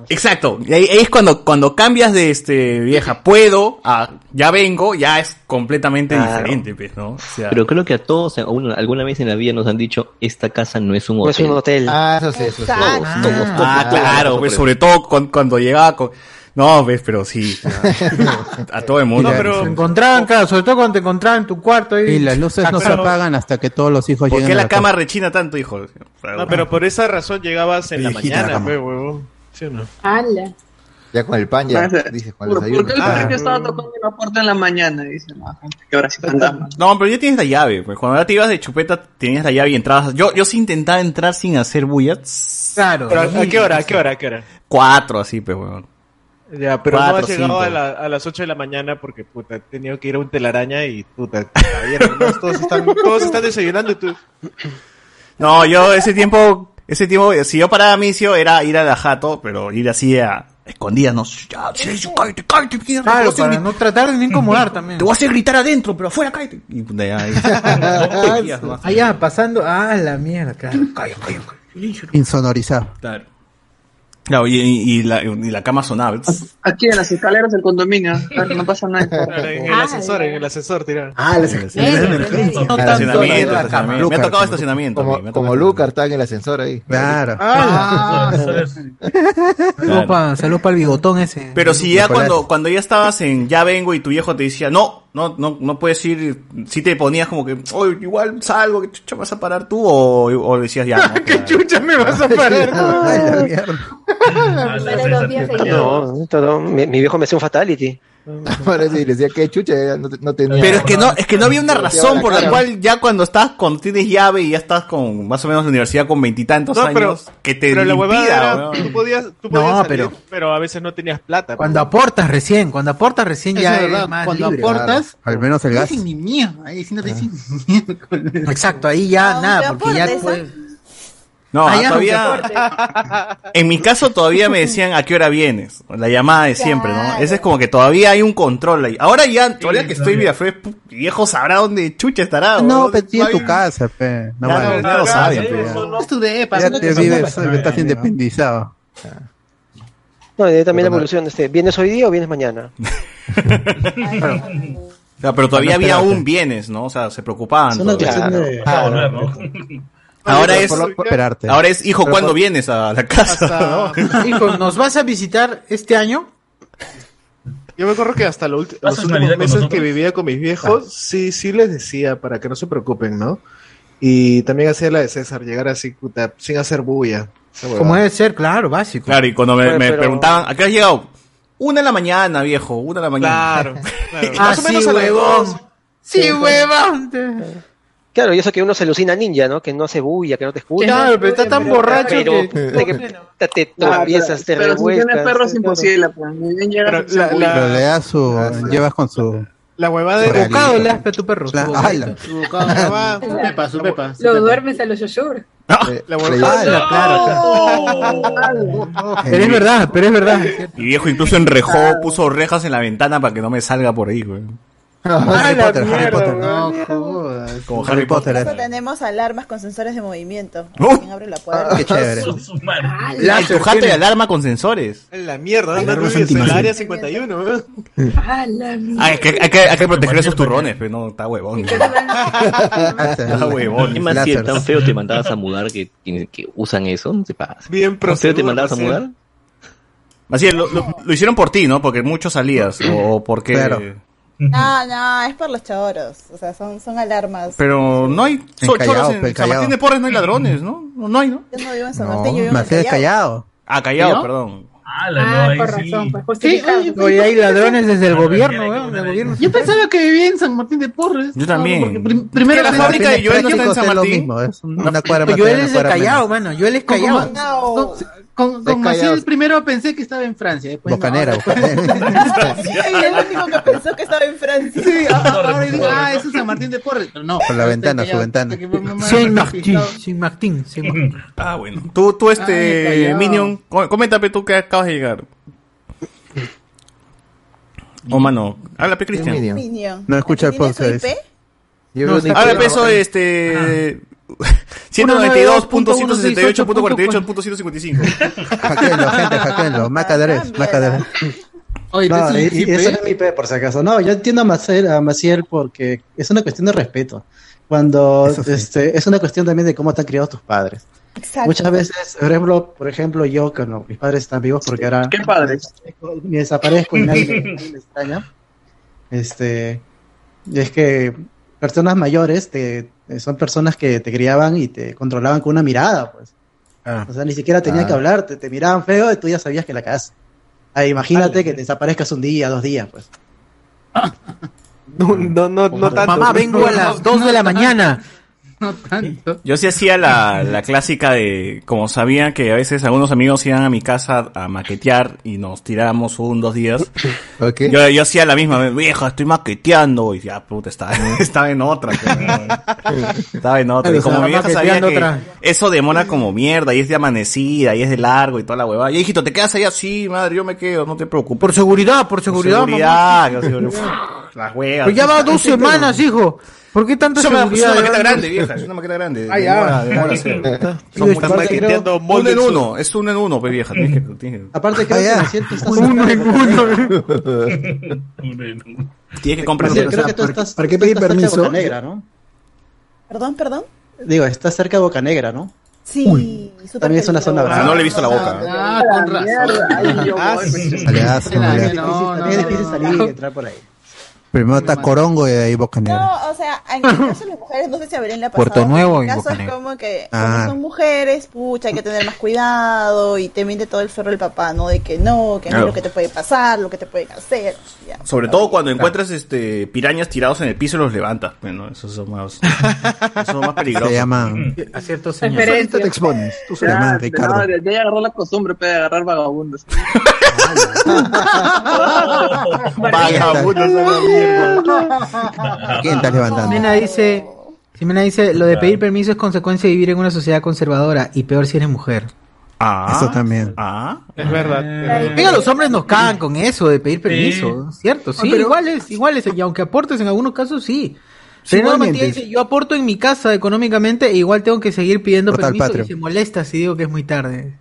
Exacto, y ahí, ahí es cuando, cuando cambias de este vieja puedo a ya vengo, ya es completamente
Claro.
diferente, pues, ¿no? O sea,
Pero creo que a todos a uno- alguna vez en la vida nos han dicho, esta casa no es un hotel.
No es un hotel.
Ah, eso sí, eso sí.
Ah, claro, pues sobre todo con- cuando llegaba con... No, ves, pero sí.
[LAUGHS]
A, a todo el mundo.
Y la-
Se encontraban, claro, sobre todo cuando te encontraban en tu cuarto. ahí.
Y las luces no se
Claro.
apagan hasta que todos los hijos
¿Por
lleguen
qué
a
la cama
casa.
rechina tanto, hijo?
No, pero por esa razón llegabas en la
Viejita la
mañana,
cama.
pues, huevón. ¿Sí o no?
Ala.
Ya con el pan, ya. Dices, con el
¿Por,
desayuno.
por qué
Ah.
el colegio estaba tocando la puerta en la mañana? Dice, no, ¿qué hora sí andamos?
No, pero ya tienes la llave, pues cuando ya te ibas de chupeta tenías la llave y entrabas. Yo, yo sí intentaba entrar sin hacer bulla. Claro.
Pero, ¿a qué hora, a qué hora, a qué hora?
Cuatro, así, pues, weón.
Ya, pero no
Cuatro,
has llegado
cinco.
a, la- a las 8 de la mañana porque, puta, he tenido que ir a un telaraña y, puta, [LAUGHS] cayeron, ¿no? [LAUGHS] todos, están, todos están desayunando y tú...
No, yo ese tiempo, ese tiempo, eh, si yo paraba a misio era ir a la jato, pero ir así a escondidas, no ya, silencio, Ah, cállate, cállate, mierda, te voy a
Claro,
hacer
para
gri-
no tratar de incomodar
[LAUGHS]
también.
Te voy a hacer gritar adentro, pero afuera cállate. Y puta, ya, ahí.
[LAUGHS] Ah, ya, pasando. Ah, la mierda, claro. Calla, calla, calla.
Insonorizado.
Claro. Claro, y, y- y la, y la cama sonaba. Tss.
Aquí en las escaleras del [LAUGHS] condominio, claro, no pasa nada.
En el ascensor, en el ascensor, tira.
Ah,
las-
No tanto, Estacionamiento, estacionamiento. Me ha tocado estacionamiento. a mí, me
Como,
ha
como Lucar está en el ascensor ahí. Ah.
Claro.
Claro.
Saludos para el bigotón ese.
Pero si ya
Chocolate.
cuando, cuando ya estabas en ya vengo y tu viejo te decía, no, no, no, no puedes ir, si te ponías como que, "Oh, igual salgo, que chucha vas a parar tú, o, o decías ya, no,
[LAUGHS] ¿Qué chucha me vas a
Ah,
parar?
[LAUGHS]
No, no, no, mi, mi viejo me hace un [LAUGHS] fatality.
Ahora sí, le decía que chucha, ya no, te- no tenía.
Pero es que no, es que no había una razón por la cual ya cuando estás, cuando tienes llave y ya estás con más o menos en la universidad con veintitantos
No, pero-
años, que te
pero la huevada
impida,
era,
weón.
tú podías, tú
No,
podías salir, pero...
pero-
a veces no tenías plata. pues.
Cuando aportas recién, cuando aportas recién
Eso
ya
es
eres
verdad,
más
cuando
libre.
aportas,
Al menos el
no
gas.
dicen ni mierda,
eh,
ahí sí no te dicen
Exacto, ahí ya nada,
aunque
porque ya
aportes, [LAUGHS]
puedes-
No,
Ah, ya,
todavía, en mi caso todavía me decían a qué hora vienes, la llamada de siempre, ¿no? Ese es como que todavía hay un control ahí. Ahora ya, ahora que estoy en Miraflores, pu- viejo sabrá dónde chucha estará.
No,
weón.
pero tiene tu
Ay,
casa, pe. No,
Ya,
vale.
no, ya lo saben,
Ya,
pe,
ya.
ya.
Es tu depa,
Ya
no
te
preocupes.
vives, estás independizado.
No, y también la evolución, este, ¿vienes hoy día o vienes
[LAUGHS]
mañana?
O sea, pero todavía
No,
había
espérate.
un vienes, ¿no? O sea, se preocupaban.
Es una
todavía.
cuestión de-
Claro. Ahora es, ahora es, hijo, ¿cuándo vienes a la casa? [LAUGHS] ¿no?
[LAUGHS] Hijo, ¿nos vas a visitar este año?
Yo me acuerdo que hasta lo ulti- los
¿Pasas
últimos
Navidad con
meses que
nosotros?
vivía con Ah. mis viejos, sí, sí les decía para que no se preocupen, ¿no? Y también hacía la de César, llegar así, puta, sin hacer bulla. Esa huevada.
Como debe ser, claro, básico.
Claro, y cuando me,
Oye,
me
pero-
preguntaban, ¿a qué has llegado? Una de la mañana, viejo, una [LAUGHS] de la mañana.
Ah,
Claro, claro.
Más o menos a las dos.
pues.
Sí, huevón.
Claro, y eso que uno se alucina ninja, ¿no? Que no hace bulla, que no te escucha.
Claro, pero está tan borracho
pero
que-
te,
[LAUGHS]
te- te tropiezas, te
Pero si tienes
revuelcas.
perros es imposible, pues.
Pero la-
Pero
la-
le das su. llevas con su.
La huevada
de.
Bocado le das a tu perro.
La-
su
ah,
bocadito.
la-
[LAUGHS] Su pepa, su pepa.
Lo duermes a los yoyur.
La
huevada.
Pero es verdad, pero es verdad.
Mi viejo incluso enrejó, puso rejas en la ventana para que no me salga por ahí, güey.
Ah,
Harry Potter, Harry Potter.
Como Harry Potter.
Por eso tenemos alarmas con sensores de movimiento.
¡Oh!
También abre la puerta.
Qué chévere.
Ah,
La tu jato de alarma con sensores.
La mierda, ¿dónde
Alarma
vives? En
antimagia.
la área 51, ¿eh?
A la mierda.
Ay, Ah, que, hay, que, hay que proteger esos turrones, pero no, está huevón.
Ah,
Está huevón.
Es más, si tan feo te mandabas a mudar que, que- que usan eso, no se pasa.
Bien
¿Tan feo te
proceduro,
mandabas a
Maciel.
mudar?
Así es, lo, lo- lo hicieron por ti, ¿no? Porque mucho salías. O o porque.
No, no, es por los choros. O sea, son, son alarmas.
Pero no hay.
En
so-
Callao,
choros en,
pues,
pe,
San Martín
Callao.
de Porres no hay ladrones, ¿no? No hay, ¿no?
Yo no vivo en San Martín, yo vivo en
No,
el
es callado.
Ah,
¿Sí,
Callao,
no?
perdón.
Ah, por razón, pues justificado.
Oye, hay ladrones desde el gobierno, weón. del gobierno.
Yo pensaba que vivía en San Martín de Porres.
Yo también.
porque prim-
Es
primero
que la
pensé-
fábrica de Joel no está en San
Es lo
Martín.
mismo, es una cuadra más.
Joel
una
es de
cuadra
Callao,
menos.
mano. Joel es
Con-
Callao.
con- Con, con
Es Callao.
Maciel primero pensé que estaba en Francia. Después
Bocanera,
[LAUGHS] Sí, es lo único que pensó que estaba en Francia.
Sí, ah, ahora digo, ah, eso es San Martín de Porres. Pero no. Este
Por la ventana, su ventana.
Sin Martín, sin Martín, sin Martín.
Ah, bueno. Tú, tú
Ay,
este.
Callao.
Minion, co- coméntame tú que acabas de llegar. Oh, mano. Habla, pe, Cristian.
Minion.
No escucha el
¿Tiene su
podcast.
IP?
No,
veo
ahora
ni-
peso este. [LAUGHS] 192.178.48.155.
Hackenlo, gente, hackenlo. Macadres, Macadres.
No,
¿tú
y-
sí,
y-
sí,
eso
pe?
no es mi pe, por si acaso. No, yo entiendo a Maciel, a Maciel porque es una cuestión de respeto. Cuando este, es una cuestión también de cómo te han criado tus padres.
Exacto.
Muchas veces, por ejemplo, por ejemplo yo, que no, mis padres están vivos porque ahora
¿Qué padres?
me desaparezco y nadie me- nadie me extraña. Este, y es que personas mayores te, eh, son personas que te criaban y te controlaban con una mirada, pues. O sea, ni siquiera tenían
Ah.
que hablarte, te miraban feo y tú ya sabías que la cagaste. Ah, imagínate que te desaparezcas un día, dos días, pues.
[LAUGHS] No, no, no,
Mamá, vengo a las 2 de la mañana.
Yo sí hacía la, la clásica de, como sabía que a veces algunos amigos iban a mi casa a maquetear y nos tirábamos un, dos
[CLEARS THROAT]
días. Yo, yo hacía la misma, vieja, estoy maqueteando. Y ya, puta, estaba, [LAUGHS] estaba en otra. pero-
[LAUGHS]
estaba en otra. Y
Claro,
como mi
estaba
vieja sabía que
maqueteando otra.
eso demora como mierda, y es de amanecida, y es de largo, y toda la huevada. Y hijito, ¿te quedas ahí así? Madre, yo me quedo, no te preocupes. Por
seguridad, por seguridad,
Por seguridad.
mamá.
que
[LAUGHS]
seguridad. Las huevas.
Pero Pues ya va dos semanas, hijo. ¿Por qué tanta
Es una, es una
seguridad?
maqueta grande, vieja, es una maqueta grande.
Ah,
Demora-
ya.
demora hacer. Son
Y
muchas-
aparte creo-
uno en uno, es uno en uno, pues vieja. tienes que- tienes que-
Aparte creo que me siento estás
Uno en
[LAUGHS]
uno.
[LAUGHS] Tienes que comprar.
Creo que
pues,
tú estás-
¿Para
qué pedir permiso? Boca Negra, ¿no?
Perdón, perdón.
Digo, estás cerca de Boca Negra, ¿no?
Sí, súper
También es una
peligroso.
zona brava.
no le he visto la boca.
Ah, con razón.
Ah,
Ah,
pues,
Aleazo, aleazo.
No, no,
También es difícil
no,
salir
no.
y entrar por ahí.
Primero está Corongo y de ahí Bocanera.
No, o sea, en el caso de las mujeres, no sé si a Belén le ha pasado.
Puerto Nuevo
En el
y
caso
Boca
es
Negra.
como que
Ah.
como son mujeres, pucha, hay que tener más cuidado y te miente todo el ferro el papá, ¿no? De que no, que no
Claro.
es lo que te puede pasar, lo que te pueden hacer. ya.
Sobre todo cuando encuentras este pirañas tirados en el piso y los pues, levantas. Bueno, eso es más, eso es más peligroso.
Se llaman-
A ciertos
señores. Solito te expones, tú solito.
Ya,
Llama, Ricardo.
no, ya- ya agarró la costumbre pe, de agarrar vagabundos.
[LAUGHS]
Vagabundos ¿Quién estás levantando?
Simena dice, Simena dice, lo de pedir permiso es consecuencia de vivir en una sociedad conservadora y peor si eres mujer.
Ah,
Eso también.
Ah,
es verdad.
Venga, los hombres nos cagan con eso de pedir permiso, ¿cierto? Sí,
pero-
igual es, igual es, y aunque aportes en algunos casos, sí.
Sí,
Fernando
igualmente.
Matías dice, yo aporto en mi casa económicamente e igual tengo que seguir pidiendo
Portal
permiso
Patrio.
y se molesta si digo que es muy tarde.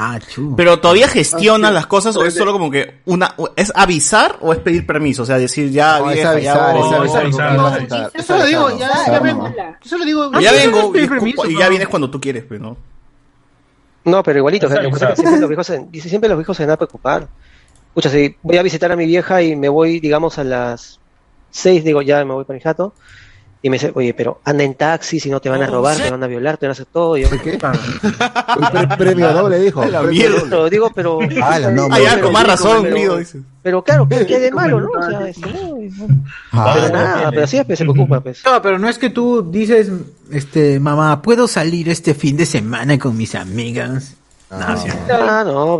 Ah, chu.
Pero todavía
Ah,
Ah,
gestionas las cosas o es solo como que una es avisar o es pedir permiso, o sea, decir ya
No, es
vieja, ya
avisar,
voy,
es avisar,
no,
es avisar.
no,
Yo solo digo, ya,
Claro,
ya
no.
vengo. Yo solo digo,
Ah,
Ya
¿qué
vengo
pedir
y,
permiso,
y ya
no?
vienes cuando tú quieres, pues, ¿no?
No, pero igualito, o sea,
Exacto,
lo que pasa es que siempre los viejos se, dice, siempre los viejos se van a preocupar. Pucha, si voy a visitar a mi vieja y me voy, digamos, a las 6, digo, ya me voy para mi jato, Y me dice, oye, pero anda en taxi, si no te van a robar, te van a violar, te van a hacer todo. Y yo, ¿Qué?
premio doble, dijo.
La
Premio
mierda.
doble.
Lo digo, pero.
Ah, la no, Ah, ya, con más razón,
pero,
Guido, dice.
pero claro, que quede malo, ¿no? O sea, es-
Ah,
pero
no,
nada,
tiene.
pero así es, pues, se preocupa, pues.
No, pero no es que tú dices, este, mamá, ¿puedo salir este fin de semana con mis amigas? No, sí.
Ah, no.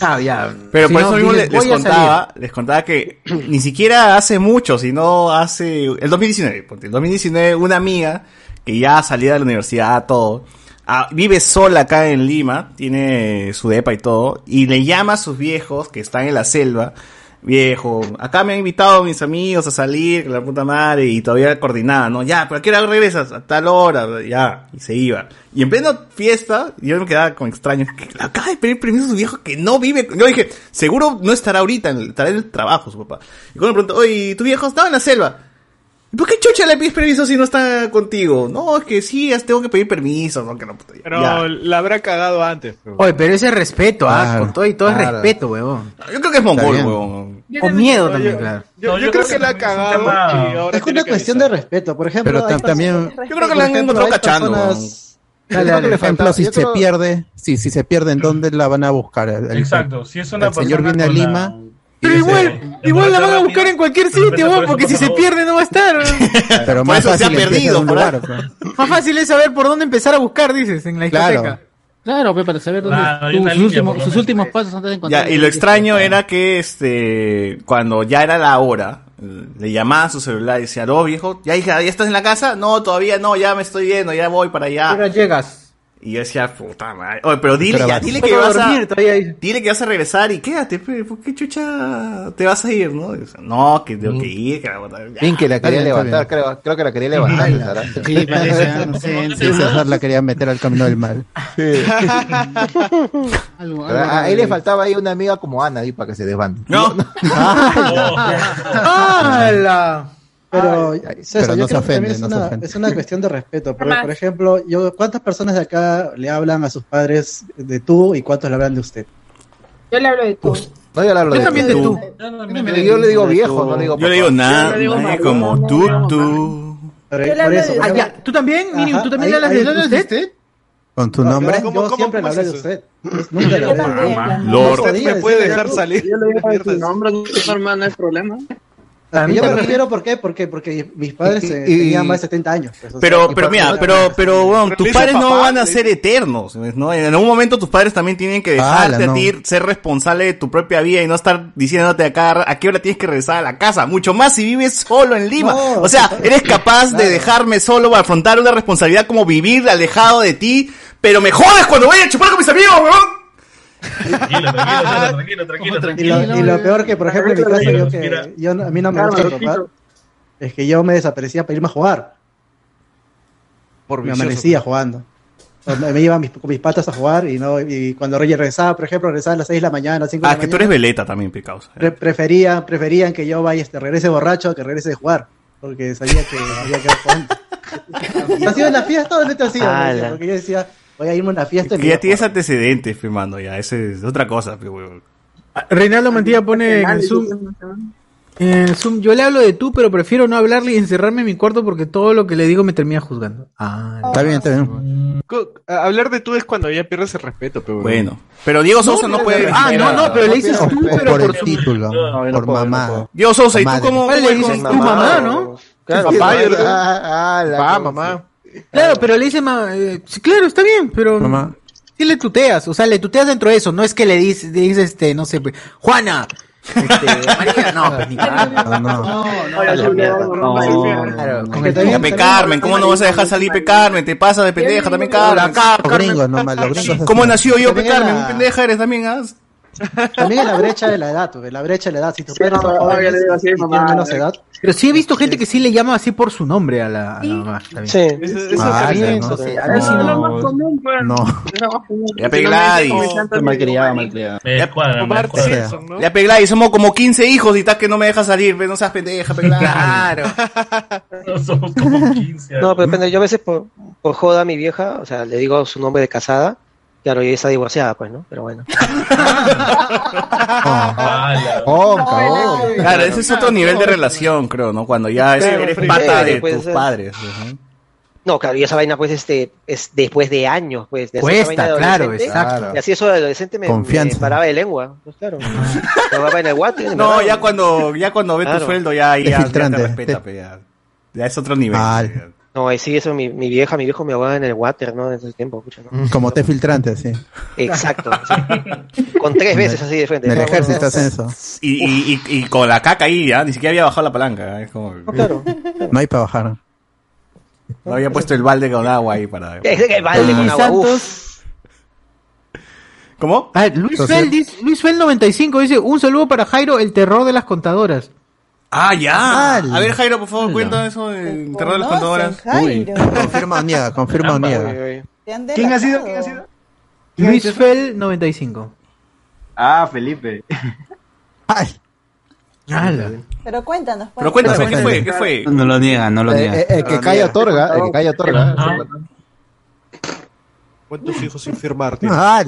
Ah, ya.
Pero
Si
por
no,
eso mismo
dices,
le- les,
"Voy a
contaba, les contaba que ni siquiera hace mucho, sino hace el 2019, porque el 2019 una amiga que ya salía de la universidad, todo, ah, vive sola acá en Lima, tiene su depa y todo, y le llama a sus viejos que están en la selva, viejo, acá me han invitado mis amigos a salir, que la puta madre, y todavía coordinada, ¿no? Ya, pero ¿a qué hora regresas? A tal hora, ya, y se iba. Y en plena fiesta, yo me quedaba con extraño, que le acaba de pedir permiso a su viejo que no vive, con- yo dije, seguro no estará ahorita, en el- estará en el trabajo su papá. Y cuando me preguntó, oye, ¿tu viejo estaba en la selva? ¿Y ¿Por qué chucha le pides permiso si no está contigo? No, es que sí, ya tengo que pedir permiso, no, que la puta- ya.
Pero
Ya.
la habrá cagado antes.
Oye, pero ese es respeto, ah, con todo y todo es
claro.
respeto, huevón.
Yo creo que es mongol, huevón.
O miedo también, claro.
Yo, yo creo, que la ha cagado. y ahora
Es una
tiene que
cuestión de respeto, por ejemplo.
Pero
hay
también-
personas-
Yo creo que la han
por ejemplo,
encontrado
hay
cachando, [LAUGHS]
personas-
Por
Yo creo que le
ejemplo,
faltaba-
si
yo
se
creo-
pierde, sí, si se pierde, ¿en dónde la van a buscar? El- el-
Exacto, si es una
el señor
persona
viene a
con la-
Lima.
Pero igual, igual la van a buscar en cualquier sitio, huevón, porque si se pierde no va a [LAUGHS] estar.
Pero más fácil empieza de un lugar, pues.
Más fácil es saber por dónde empezar a buscar, dices, en la
Claro.
discoteca.
Claro, pues, para saber dónde
Claro, hay
tus
una línea,
últimos-
por lo
sus
menos.
últimos pasos antes de encontrar.
Ya, y lo extraño era que este cuando ya era la hora, eh, le llamaban a su celular y decía, no viejo, ya hija, ¿ya estás en la casa? No, todavía no, ya me estoy yendo, ya voy para allá.
Ahora llegas.
Y yo decía, puta madre. Oye, pero dile,
Pero
ya,
vas-
dile
vas
que
a
vas a.
dormir
Dile que vas a regresar y quédate, pe, ¿por qué chucha te vas a ir, no? Y yo, no, que tengo que ir, que la puta- ya.
Bien que la quería
Está bien, está
levantar, creo, creo que la quería levantar. Sara.
Sí, ah, [LAUGHS] César la quería meter al camino del mal.
Pero A, a él le faltaba ahí una amiga como Ana ahí para que se desbande. [LAUGHS]
No.
¡Hala!
Pero, César,
pero
yo
no se
creo que también
ofende,
Ah, es,
no se
una,
ofende.
es una cuestión de respeto. Porque,
Jamás.
por ejemplo, yo, ¿cuántas personas de acá le hablan a sus padres de tú y cuántos le hablan de usted?
Yo le hablo de tú.
No, yo le hablo de Pero yo le digo viejo, no le digo
Yo le digo
papá.
nada,
Yo le digo
nada,
marido,
como
no,
tú,
no,
tú.
Por,
Yo le
por
hablo
eso.
de- Ah, ya, tú también, Miriam, tú también le hablas de Donald
usted.
Con tu nombre.
yo siempre le hablo de usted. Nunca le hablé de usted. No
Lord.
podía
¿Me puede
decirle
dejar
tú.
salir? Yo le digo tu nombre, tu hermano, no hay problema.
Yo me refiero, ¿por qué? Porque, porque mis padres eh,
Y- y-
tenían más de 70 años. pues, o sea,
Pero,
y
pero
por-
mira,
por-
pero, pero, bueno, tus
dice
padres no
papá,
van a
sí.
ser eternos, ¿no? En algún momento tus padres también tienen que dejarte
Ala,
a
no.
ti ser responsable de tu propia vida y no estar diciéndote a, cada ra- a qué hora tienes que regresar a la casa, mucho más si vives solo en Lima.
No,
o sea,
sí,
eres capaz de
claro.
dejarme solo para afrontar una responsabilidad como vivir alejado de ti, pero me jodes cuando voy a chupar con mis amigos,
Ah,
weón.
Tranquilo, tranquilo, tranquilo,
Y lo, y lo peor que, por ejemplo, en mi caso, yo que yo no- a mí no me gusta
Tranquilo.
robar, es que yo me desaparecía para irme a jugar. me
vicioso,
pues.
amanecía jugando. O Me me iba mis- con mis patas a jugar y no y cuando regresaba, por ejemplo, regresaba a las 6 de la mañana, a las 5 de
Ah,
la
que tú
mañana,
eres veleta también, Picaos.
pre- prefería, preferían que yo vaya, este, regrese borracho que regrese de jugar, porque sabía que había que
[LAUGHS]
jugando. ha sido en la fiesta donde te ha sido,
Ala.
porque yo decía, voy a irme a una fiesta y me
Que
iba
ya
a jugar.
tienes antecedentes, firmando ya, ese es otra cosa, pe, weón.
Ah, Reinaldo Mantilla pone en el Zoom. En el Zoom, yo le hablo de tú, pero prefiero no hablarle y encerrarme en mi cuarto porque todo lo que le digo me termina juzgando. Ah,
Está bien, está bien.
Co- a- Hablar de tú es cuando ya pierdes el respeto, pero
Bueno, pero Diego Sousa no puede decir
Ah, no,
nada.
no, pero le dices tú,
O
pero
por
por
el
su-
título, por mamá.
Diego Sousa, ¿y tú
Madre.
cómo,
Vale,
cómo
Pues le
es
dices
con-
tu mamá, Ah, ¿no?
Claro,
Sí,
papá,
sí,
yo-
sí.
Ah,
Va, mamá. Claro, pero le dice, ma- eh, sí, claro, está bien, pero sí le tuteas, o sea, le tuteas dentro de eso, no es que le dices, le dices, este, no sé, pues, Juana, este, María, no, pues, ni
No, no.
Pe Carmen, ¿cómo no vas a dejar salir Pe Carmen? Te pasas de pendeja también, Carmen.
Gringos nomás, los gringos así.
¿Cómo nació yo, Pe
También
Carmen?
la-
Un pendeja eres también, ¿ah?
También es la brecha de la edad, güey, la brecha de la edad. Si tus padres son
no, yo
jóvenes
le digo así,
y
mamá,
Ah,
tienen menos
eh.
edad,
Pero sí he visto gente que sí le llama así por su nombre a la, a la mamá.
Sí.
eso
Ah,
también,
no
eso
sé,
también.
a mí sí
No,
no.
lo más
No.
Ya Pe Gladys.
Malcriada, malcriada.
Me cuadra, me
Marta
cuadra.
Simpson, ¿no? Ya Pe Gladys, somos como 15 hijos y estás que no me dejas salir, pe, no seas pendeja, Pe Gladys.
Somos como 15
No, pero depende, yo a veces por, por joda a mi vieja, o sea, le digo su nombre de casada, que Claro, y esa divorciada, pues, ¿no? Pero bueno.
Oh, Claro, ese es otro nivel de relación, creo, ¿no? Cuando ya es,
Claro,
eres
free.
pata de
Puede
tus
ser.
padres. ajá.
No, claro, y esa vaina, pues, este, es después de años, pues. De hacer
Cuesta,
esa vaina de
claro,
adolescente,
exacto.
Y así eso de adolescente me,
Confianza.
me paraba de lengua. Pues, claro. Me paraba en el guate, me
No,
paraba.
ya cuando, ya cuando ve
Claro.
tu sueldo, ya, ahí ya, ya te
Desfiltrante.
respeta, pe, ya. Ya es otro nivel.
No, ahí sí, eso, mi, mi vieja, mi viejo me ahogaba en el water, ¿no? En ese tiempo, pucha, ¿no?
Como te filtrante, sí.
Exacto. sí. Con tres veces así de frente.
En el
Ah, bueno,
ejército hacen eso.
Y, y, y, y con la caca ahí, ya, ni siquiera había bajado la palanca. ¿eh? Es como-
No hay para bajar.
[LAUGHS] No había puesto el balde con agua ahí para.
Es que el balde con agua, uf.
¿Cómo?
Ah, Luis
Entonces-
Fel, dice- Luis Fel 95 dice, un saludo para Jairo, el terror de las contadoras.
Ah, ya.
Al.
A ver, Jairo, por favor, cuenta eso del terror de las contadoras.
Confirma o niega, confirma o niega.
¿Quién
ha sido?
¿Quién ha sido?
Luis Fel 95.
Ah, Felipe.
Pero cuéntanos. pues.
Pero
cuéntanos.
cuéntame, ¿qué fue? ¿Qué fue? No lo niega, no lo
Eh,
niega.
eh, el que cae otorga, el que cae
Ah, ¿eh?
otorga.
¿Cuántos hijos sin firmar?
Ah,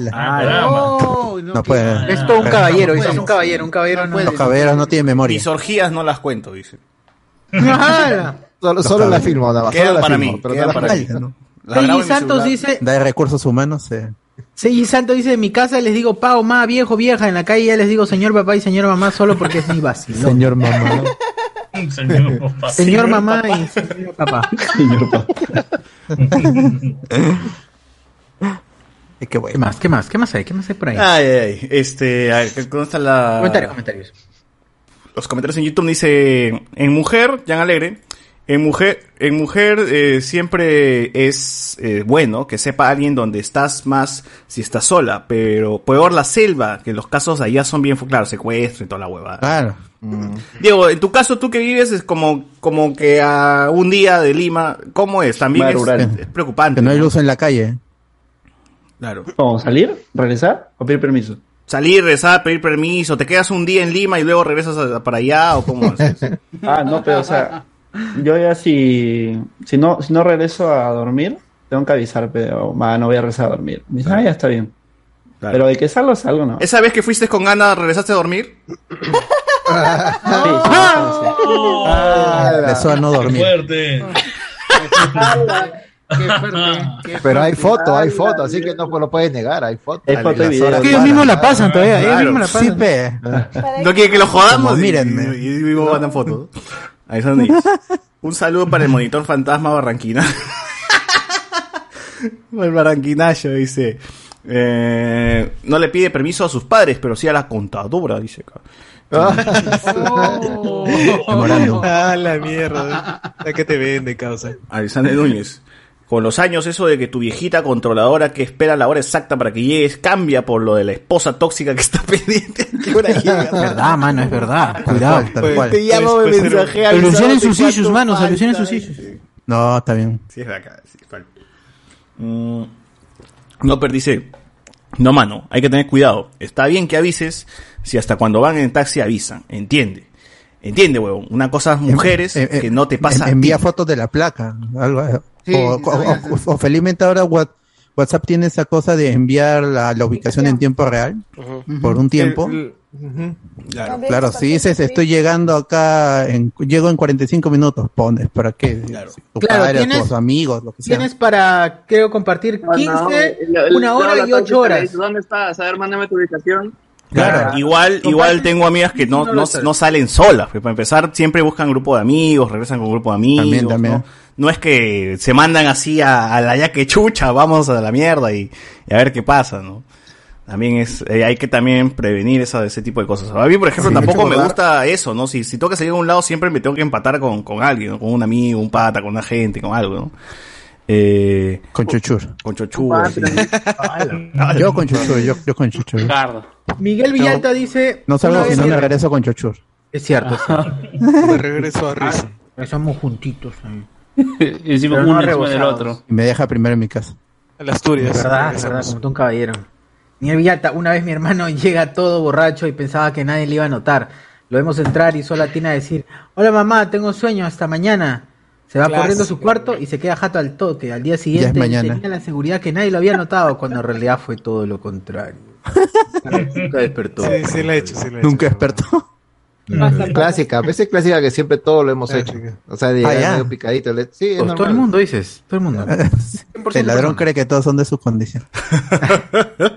No puede.
Es todo un
Pero-
caballero, dice, es un caballero, un caballero no.
Los caballeros no tienen memoria.
Mis orgías no las cuento, dice.
¡Hala!
Solo,
Los
solo la
caballeros.
firma, nada más.
Quedan
solo la
para
firma,
mí,
pero
quedan
no la
para
cuenta,
mí.
¿no?
La grabo en mi
Santos
celular.
dice,
De recursos humanos, eh, sí.
Seiji Santos dice, en mi casa les digo, pao, ma, viejo, vieja, en la calle ya les digo señor papá y señor mamá solo porque es mi vacilón.
Señor
[LAUGHS]
mamá.
Señor papá.
Señor mamá y señor papá.
Qué bueno.
más? [LAUGHS] ¿Qué Ah, más? ¿Qué más hay? ¿Qué más hay por ahí?
Ay, ay, ay. Este, a ver, ¿dónde está la.
Comentarios, comentarios.
Los comentarios en YouTube dice. En mujer, Jan Alegre. En mujer, en mujer eh, siempre es eh, bueno que sepa alguien dónde estás más si estás sola, pero peor la selva, que los casos de allá son bien, fu- claro, secuestro y toda la huevada.
Claro.
Diego, en tu caso, tú que vives es como, como que a un día de Lima, ¿cómo es? También
Más
es,
rural.
es preocupante.
Que no hay luz en la calle.
Claro.
¿Cómo? ¿Salir? ¿Regresar? ¿O pedir permiso?
Salir, rezar, pedir permiso, te quedas un día en Lima y luego regresas a- para allá o cómo haces?
[LAUGHS] Ah, no, pero o sea, yo ya si, si, no, si no regreso a dormir, tengo que avisar, pero ma, no voy a regresar a dormir. Me dicen, ah, ya está bien. Pero de que salgo, salgo, no.
¿Esa vez que fuiste con Ana regresaste a
[LAUGHS]
dormir?
De eso a no dormir.
Pero hay foto, hay foto, así que no lo puedes negar, hay foto.
Hay foto y video. Es que ellos mismos la pasan todavía, ellos Claro. mismos la pasan. Sí, pe.
No quiere que lo jodamos.
Como,
mírenme.
mírenme.
Y, y, y mandan fotos. [LAUGHS] Ahí son ellos. Un saludo para el monitor fantasma Barranquina. [LAUGHS] el Barranquinayo dice. eh, no le pide permiso a sus padres, pero sí a la contadora, dice. acá. [LAUGHS]
[LAUGHS] Ah, la mierda. La que te vende, causa.
Alexander Núñez. Con los años, eso de que tu viejita controladora que espera la hora exacta para que llegues cambia por lo de la esposa tóxica que está [LAUGHS] pendiente. ¿Qué hora llega?
[LAUGHS] verdad, mano, es verdad. Cuidado,
Pues, cual. te llamo, me mensajea
Solucionen
avisándote
sus
cuánto
issues, mano,
falta,
solucionen sus issues.
No, está bien.
Sí, es acá, sí, fal- Mm, No, pero dice, no mano, hay que tener cuidado. Está bien que avises si hasta cuando van en taxi avisan, entiende. Entiende, huevón. Una cosa es mujeres
Eh, eh,
que no te pasa. a
en-
ti.
envía fotos de la placa. algo, eh.
Sí,
o,
sí,
o-
también,
o- o felizmente ahora What- WhatsApp tiene esa cosa de enviar la, la ubicación en tiempo real por un tiempo.
Claro.
Claro, si dices estoy llegando acá, en, llego en 45 minutos, pones, ¿para qué? Tu
Claro,
padre,
tienes-
tus amigos, lo que sea.
Tienes para, creo, compartir 15,
Ah, No, lo- lo-
una
no, la
hora y
tóxica le
ocho horas.
dice, ¿Dónde estás? A ver, mándame tu ubicación.
Claro, igual, igual tengo amigas que no,
no
no,
lo sé.
no salen solas. pues, Para empezar, siempre buscan grupo de amigos, regresan con grupo de amigos.
También, también.
¿no? No es que se mandan así a, a la ya que chucha, vamos a la mierda y, y a ver qué pasa, ¿no? También es, eh, hay que también prevenir esa, ese tipo de cosas. A mí, por ejemplo,
Sí,
tampoco
mucho
me
guardar.
gusta eso, ¿no? Si, si tengo que salir a un lado, siempre me tengo que empatar con, con alguien, ¿no? con un amigo, un pata, con una gente, con algo, ¿no? Eh,
con chuchur.
Con chuchur. sí. [LAUGHS]
Yo con chuchur, yo, yo con chuchur.
Miguel Villalta dice...
No salgo
una
si
vez
no me
que-
regreso con chuchur.
Es cierto. [LAUGHS]
Me regreso a risa.
Estamos juntitos. [LAUGHS] ahí.
Encima
Pero
uno encima
no
del
rebosados.
otro.
Y me deja primero en mi casa.
A las Asturias.
Verdad, verdad, como tú, un caballero. Miguel Villata, una vez mi hermano [LAUGHS] llega todo borracho y pensaba que nadie le iba a notar. Lo vemos entrar y solo atina a decir, hola mamá, tengo sueño, hasta mañana. Se va
Clásico.
corriendo a su cuarto y se queda jato al toque. Al día siguiente
Ya es mañana.
tenía la seguridad que nadie lo había notado, cuando en realidad fue todo lo contrario. Nunca despertó.
Sí, sí la he
hecho,
he hecho. Nunca
despertó.
Mm, Clásica, a veces clásica que siempre todo lo hemos hecho. O sea, de
Ah,
llegar
ya.
medio picadito. le- Sí, es
Pues todo
normal.
el mundo
dices, todo el mundo.
[LAUGHS] El ladrón cree que todos son de
[LAUGHS]
su condición. no,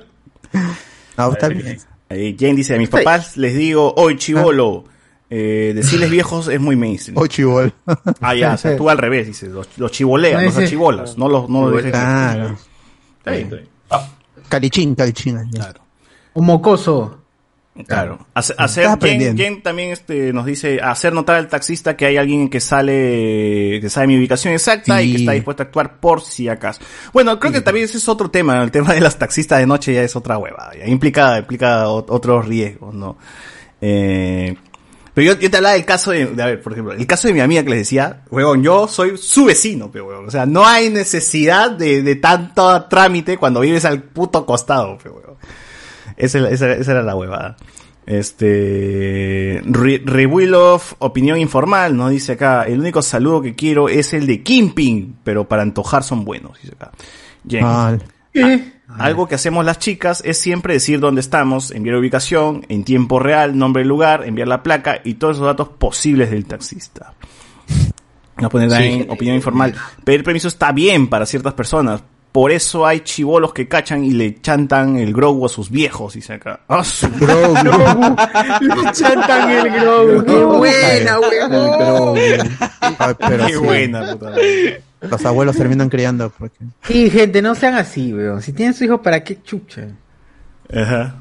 Ah, está bien. Ah.
Eh, Jane dice, a mis papás les digo, hoy chivolo, eh, decirles viejos es muy mainstream.
O chivol.
Ah, ya, o sea,
[LAUGHS]
tú al revés, dices, los, los chivoleas,
No,
los
ese-
achivolas, no los, no los dejes-
Claro.
Está bien, está bien.
Calichín, calichín.
Un mocoso.
Claro. Hace- hacer, Jen,
aprendiendo.
Jen también este, nos dice, hacer notar al taxista que hay alguien que sale, que sabe mi ubicación exacta y que
Sí.
está dispuesto a actuar por si acaso. Bueno, creo que también ese es otro tema, el tema de las taxistas de noche ya es otra hueva, ya implica, implica ot- otros riesgos, ¿no? Eh, pero yo, yo te hablaba del caso de, de, a ver, por ejemplo, el caso de mi amiga que les decía, huevón, yo soy su vecino, pero huevón, o sea, no hay necesidad de, de tanto trámite cuando vives al puto costado, pe, huevón. Esa, era- esa era- esa era la huevada. Este. Re- Rebuilov, opinión informal, nos dice acá. El único saludo que quiero es el de Kimping, pero para antojar son buenos, dice acá. James. Ah, Algo que hacemos las chicas es siempre decir dónde estamos, enviar ubicación, en tiempo real, nombre del lugar, enviar la placa y todos los datos posibles del taxista. No poner
Sí.
en opinión informal. Pedir permiso está bien para ciertas personas. Por eso hay chivolos que cachan y le chantan el grogu a sus viejos, dice acá. ¡Ah, su-
Le [LAUGHS] chantan el Grogu. Qué buena, huevón.
pero
Qué
sí.
buena, puta.
Los abuelos terminan criando. Porque...
Sí, gente, no sean así, weón. Si tienen su hijo, ¿para qué chucha?
Ajá.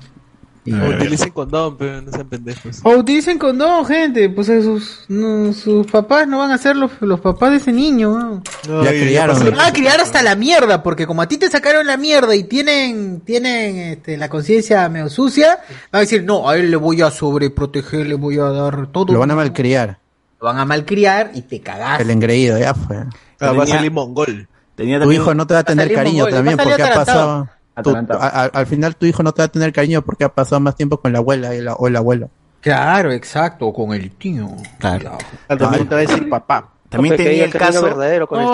Ah,
Utilicen condón, pero no sean pendejos.
O utilicen condón, gente. Pues a sus, no, sus papás no van a ser los, los papás de ese niño, weón.
ya criaron.
Se van a criar hasta la mierda, porque como a ti te sacaron la mierda y tienen, tienen este, la conciencia medio sucia, van a decir, no, a él le voy a sobreproteger, le voy a dar todo.
Lo van a malcriar.
Lo van a malcriar y te cagaste.
El engreído, ya fue.
va a salir
mongol.
tu hijo no te va a tener cariño también porque ha pasado. tu-
Atarantado.
a- a- al final tu hijo no te va a tener cariño porque ha pasado más tiempo con la abuela y la- o el abuelo.
Claro, exacto, con el tío. Claro.
También
te va a decir papá.
También tenía el caso.
No,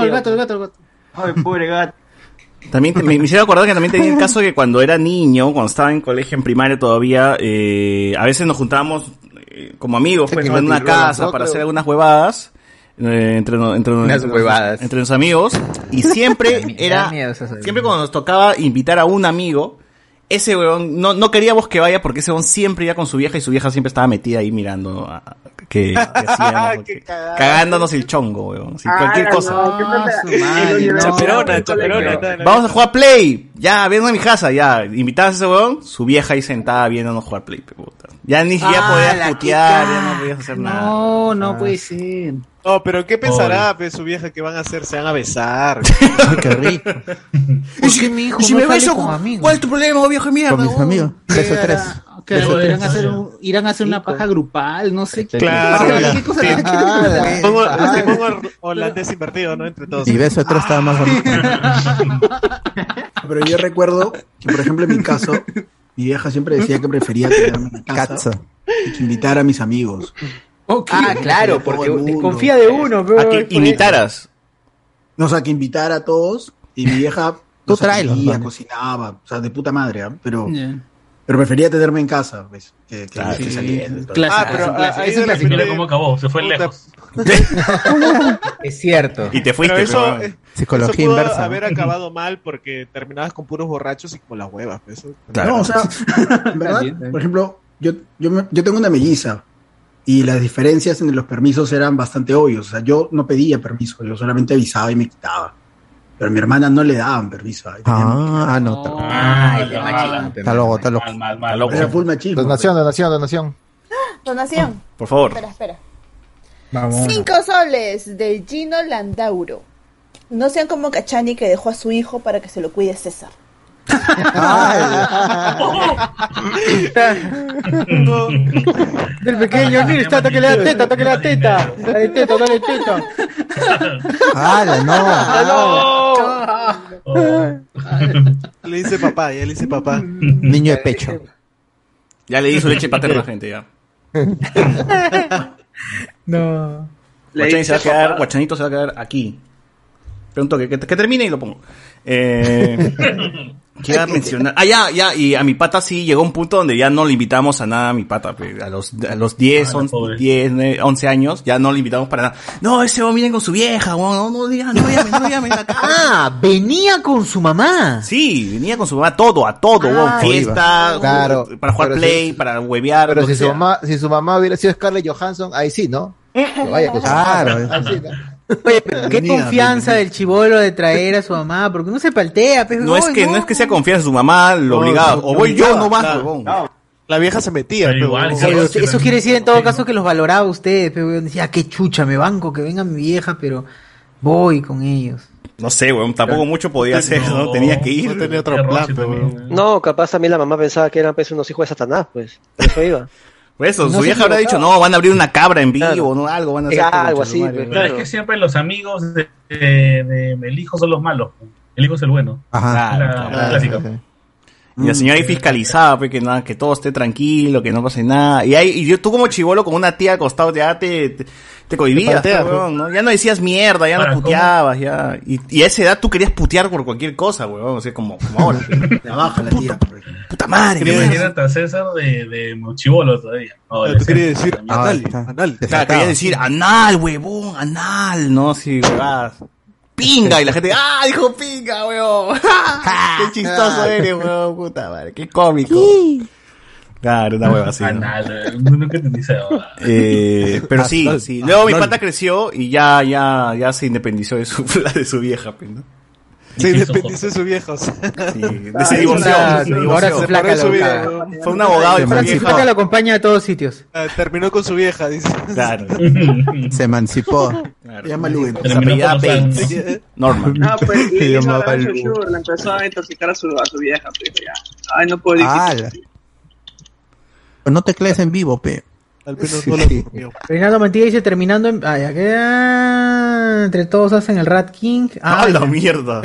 el gato, el gato, el gato.
Ay, pobre gato.
También te- me, me hicieron acordar que también tenía el caso que cuando era niño, cuando estaba en colegio, en primaria todavía, eh, a veces nos juntábamos eh, como amigos, pues,
que
¿no? en una
mantirrolas,
casa
¿no?
para
Creo.
hacer algunas huevadas. eh, entre, no- entre, no-
Unas
entre nos-
huevadas.
entre los amigos
[LAUGHS]
y siempre era siempre cuando nos tocaba invitar a un amigo ese weón no, no queríamos que vaya porque ese weón siempre iba con su vieja y su vieja siempre estaba metida ahí mirando a-
[LAUGHS]
que, que [LAUGHS] hacíamos, porque- cagándonos el chongo weón sí, cualquier
Ah,
Ah,
cosa
Ah,
Chaperona, chaperona.
Vamos a jugar Play. Ya, ven a mi casa, ya. Invitabas a ese weón, su vieja ahí sentada viéndonos jugar Play. pe, puta. Ya ni siquiera
Ah, la
podías putear,
chica.
ya no podías hacer nada.
No,
Ah.
no puede ser.
No, pero ¿qué pensará pues, su vieja que van a hacer? Se van a
[LAUGHS]
besar.
Ah, Qué rico.
¿Por qué mi hijo
y si
no
me
sale
beso,
con
¿cu-
amigos?
¿Cuál es tu problema, viejo de mierda?
Con mis
weón?
amigos. Beso tres.
ah,
Que
Beso tres.
irán a hacer, un- irán a hacer una paja grupal, no sé qué.
Claro.
¿Qué cosa?
Sí.
¿Qué cosa?
Pongo- Se pongo hor- holandés invertido, ¿no? Entre todos. Ah.
Y beso tres estaba más bonito.
Pero yo recuerdo que, por ejemplo, en mi caso, mi vieja siempre decía que prefería quedarme en casa y que invitar a mis amigos.
Ah, claro, porque confía de uno,
A que
imitaras.
No, o sea, que invitara a todos y mi vieja
Tú
nos
tráelos,
atendía,
mano.
cocinaba, o sea, de puta madre, ¿ah? pero pero prefería tenerme en casa, ¿ves? Que, que, que saliendo y todo.
Ah, pero ah, ahí de repente-
Mira cómo acabó, se fue lejos.
Es cierto.
Y te
Pero
fuiste,
eso,
pero-
eh,
Psicología
eso pudo
inversa, ¿no?
haber
[LAUGHS]
acabado mal porque terminabas con puros borrachos y con las huevas. pues, Eso,
No, o
[LAUGHS]
sea, en ¿verdad? Por ejemplo, yo, yo, me- yo tengo una melliza y las diferencias entre los permisos eran bastante obvios. O sea, yo no pedía permiso, yo solamente avisaba y me quitaba. Pero a mi hermana no le daban permiso. ahí tenía-
Ah, ah, no. está- Está loco, está loco. pues.
Era full machismo.
Donación, donación, donación.
Donación.
Por favor.
Espera, espera.
Vamos.
Cinco soles de Gino Landauro. No sean como Cachani que dejó a su hijo para que se lo cuide César.
[LAUGHS] Del pequeño, mira, está, toque la teta, toque la teta. Dale teta, dale teta.
¡Hala,
Ah.
no!
Ah, Le dice papá, ya le dice papá.
Niño de pecho.
Ya le di su leche paterna, gente, ya.
No.
Le
Guachani se va a
dice
quedar,
papá.
Guachanito se va a quedar aquí. Pregunto que, que, que termine y lo pongo. Eh, Queda mencionar. Ah, ya, ya. Y a mi pata sí llegó un punto donde ya no le invitamos a nada a mi pata. pe. A los, a los 10, 11, 10, 9, 11 años ya no le invitamos para nada. No, ese va viene con su vieja. weón, No, no, digan, no llamen, no llamen acá. Ah, venía con su mamá. Sí, venía con su mamá todo, a todo.
Ah,
weón,
ahí
fiesta,
va. Claro,
weón, para jugar
pero
play,
si-
para huevear.
Pero
lo
si
que
su,
sea.
mamá, si su mamá hubiera sido Scarlett Johansson, ahí sí, ¿no? Pero vaya que su-
Claro.
ahí sí, ¿no?
Oye, pero qué
Bienvenida,
confianza del chivolo de traer a su mamá, porque no se paltea, pues,
No es
oy,
que, no es que sea confianza, su mamá lo obligaba. O voy yo, no vas,
Claro,
huevón.
La vieja se metía.
Pero
pero-
igual,
Pero usted- eso quiere decir en todo caso que los valoraba usted, pero weón, decía, "Ah, qué chucha, me banco, que venga mi vieja, pero voy con ellos.
No sé, weón, tampoco mucho podía hacer, ¿no? Tenía que ir. tenía otro plan,
No, capaz también la mamá pensaba que eran pues, unos hijos de Satanás, pues. Por eso iba.
Por Pues eso,
No
su
se
vieja habrá dicho,
equivocaba.
no, van a abrir una cabra en vivo, no, algo van a hacer.
Algo
concha
así,
su madre,
pues,
weón.
Claro, es que siempre los amigos de, de- de- el hijo son los malos. El hijo es el bueno.
Ajá.
La-
Claro,
la
claro,
clásica.
sí. Y la señora ahí fiscalizada, pues, que nada, que todo esté tranquilo, que no pase nada. Y ahí, y yo, tú como chivolo, con una tía acostado, ya te, te, te cohibías,
Te palteas,
pues, weón, ¿no? Ya no decías mierda, ya
Ahora,
no puteabas, ya. Y, y a esa edad tú querías putear por cualquier cosa, weón, o sea, como, como ahora. pues.
La baja la tía.
Puta madre.
Quería decir hasta César de, de mochibolo todavía. No, Ah,
Ah, tú querías
decir
anal,
anal.
Claro, quería decir anal, huevón, anal, no, sí, huevadas. Pinga, y la gente, ¡ah, dijo pinga,
[LAUGHS]
weón!
Ah,
¡Qué chistoso eres, weón! Puta madre, qué cómico. Claro, una hueva así. ¿no?
Anal, eh, nunca entendí esa hueva.
Eh,
Ah,
pero sí,
Anal.
sí. Luego mi
Anal.
pata creció y ya, ya, ya se independizó de su, [LAUGHS] de su vieja, pues, ¿no?
Se independizó de sus viejos. [LAUGHS]
de- se divorció, se divorció.
Ahora su
Se
flaca
paró en
lo
su vida,
claro.
¿no? Fue un abogado y
Ahora
fue Eh,
su
viejo.
flaca lo acompaña a todos sitios.
Ah, Terminó con su vieja, dice.
[LAUGHS] Claro.
Se emancipó.
Llama Luen.
Se apellida Bates.
Norman.
No, pues, y
[LAUGHS] Se
hizo
llamaba
la Rancho
Lu.
Sugar, le empezó a intoxicar a su, a su vieja, pero ya. Ay, no puedo decir.
Ala. Pero no te crees en vivo, pe.
Al
menos
no lo
[LAUGHS]
Reinaldo Mantilla dice, terminando en... Ay, acá, ah, entre todos hacen el Rat King.
¡Ah, la [LAUGHS]
ya.
mierda!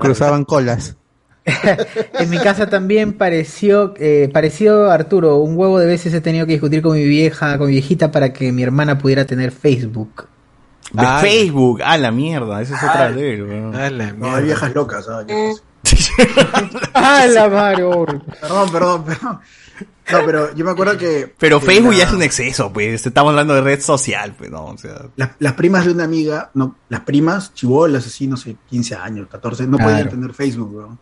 Cruzaban colas.
En mi casa también pareció, eh, parecido a Arturo, un huevo de veces he tenido que discutir con mi vieja, con mi viejita para que mi hermana pudiera tener Facebook.
De Facebook, a la mierda, esa es otra
Ay.
ley, weón.
No, hay viejas locas. ¿sabes?
[LAUGHS] ¡Ah, la madre!
Perdón, perdón, perdón. No, pero yo me acuerdo que.
Pero
que
Facebook
la-
ya es un exceso, pues. Estamos hablando de red social, pues, no, o sea.
las, las primas de una amiga, no, las primas, chivolas, así, no sé, 15 años, 14, no
Claro.
podían tener Facebook, weón.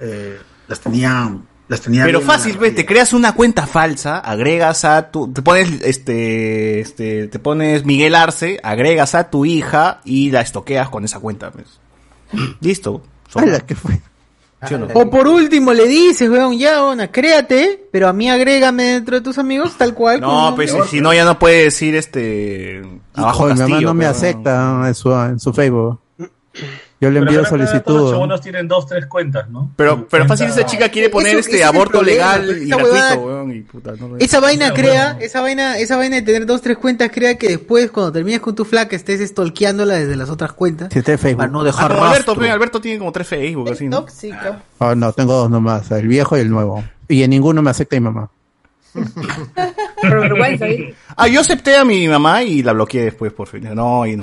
Eh, las tenían, las tenían.
Pero
bien a la
fácil, pues, te creas una cuenta falsa, agregas a tu, te pones, este, este, te pones Miguel Arce, agregas a tu hija y la estoqueas con esa cuenta,
[CLEARS THROAT]
pues. Listo.
¿qué fue?
¿Sí o no?
O por último le dices, weón, ya, ona, créate, pero a mí agrégame dentro de tus amigos tal cual.
No,
como-
pues, si no, ya no puede decir, este, abajo
Joder, mi mamá
Castillo,
no me
pero-
acepta en su, en su Facebook. Yo le envío
Todos los
solicitud.
chibolos tienen dos, tres cuentas, ¿no?
Pero, pero fácil,
Cuenta-
esa chica quiere poner
Eso- ese
este
es el
aborto
problema,
legal
pues,
y
esa
gratuito,
huevada-
weón, y puta, no, no.
Esa vaina
Esa
crea, esa vaina, esa vaina de tener dos, tres cuentas crea que después cuando termines con tu flaca estés stalkeándola desde las otras cuentas.
Si está en Facebook.
Para no dejar
Ah, como Alberto,
rastro.
pe, Alberto tiene como tres Facebook, así, ¿no?
Tóxico.
Oh, no, tengo dos nomás, el viejo y el nuevo. Y en ninguno me acepta mi mamá.
Por vergüenza, ¿viste?
Ah, yo acepté a mi mamá y la bloqueé después, por fin. No, y no.
Ahí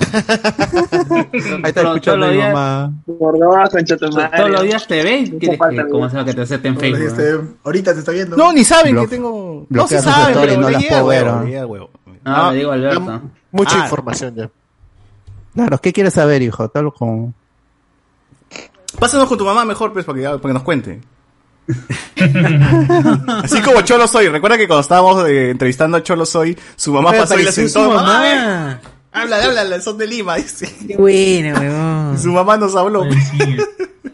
está
Pero
escuchando
todos
mi
los días-
mamá.
Gordoa, concha tu madre.
Todos los días te ven. ¿Quieres
falta,
que, ¿Cómo se llama que te acepten en
Todos los días
Facebook?
te ven. este, Ahorita te está viendo.
No, ni saben
Bloque-
que tengo. No
bloquea
se
sus
saben,
stories,
pero
no
le
las
llega,
puedo ver,
huevo,
¿no?
le llega, huevo.
No, Ah, me digo Alberto.
Mucha
Ah.
información ya.
Claro, ¿qué quieres saber, hijo? Tal como.
Pásanos con tu mamá mejor, pues, para que, para que
[LAUGHS]
nos cuente. Así como Cholo Soy. Recuerda que cuando estábamos eh, entrevistando a Cholo Soy, su mamá
Oye,
pasó y le
apareció
sentó.
su
Mamá,
mamá.
ven. Háblale, háblale, son de Lima. dice. [LAUGHS]
Qué buena, weón.
Su mamá nos habló.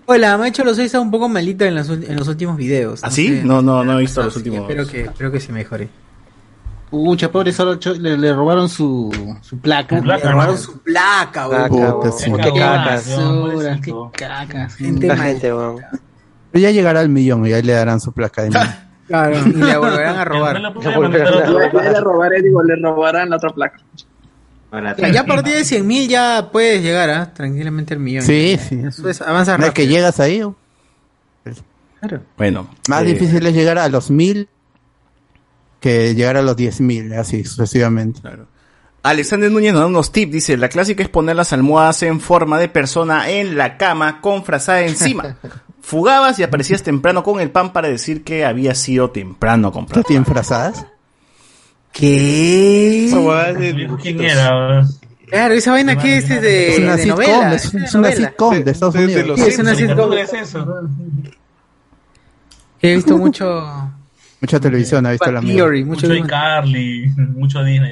Hola, mamá de Cholo Soy está un poco malita en, las ul- en los últimos videos.
¿Ah, sí? No, no, no he visto los
últimos. Espero que, espero que se mejore.
Pucha, pobre, solo cho- le, le robaron su, su placa.
Le robaron su placa,
Placa,
weón.
weón.
sí.
Qué
cacas.
basura, qué cacas.
Gente
La
mal.
gente,
weón.
Pero ya llegará al millón y ahí le darán su placa
[LAUGHS]
de mí.
Claro, y
[LAUGHS]
la volverán a robar.
Le volverán a robar, eh, digo, le robarán la otra placa.
O sea, ya a [LAUGHS] partir de 100.000 ya puedes llegar ¿ah? tranquilamente al millón.
Sí, sí.
Eso es, avanza
No es
rápido.
que llegas ahí. ¿o?
Bueno.
Más
eh,
difícil es llegar a los mil que llegar a los diez mil, así sucesivamente.
Claro. Alexander Núñez nos da unos tips, dice, la clásica es poner las almohadas en forma de persona en la cama con frazada encima. Fugabas y aparecías temprano con el pan para decir que había sido temprano comprado. ¿Estás
frazadas?
¿Qué?
Esa huevada es de dibujitos.
Claro, esa vaina que es de,
Es una
de
sitcom,
novela.
es- es una sitcom de Estados Unidos.
Sí, es una sitcom.
¿Qué es eso?
He visto mucho
[LAUGHS] Mucha televisión ha visto la mía.
Theory, mucho
Mucho de Carly, mucho Disney.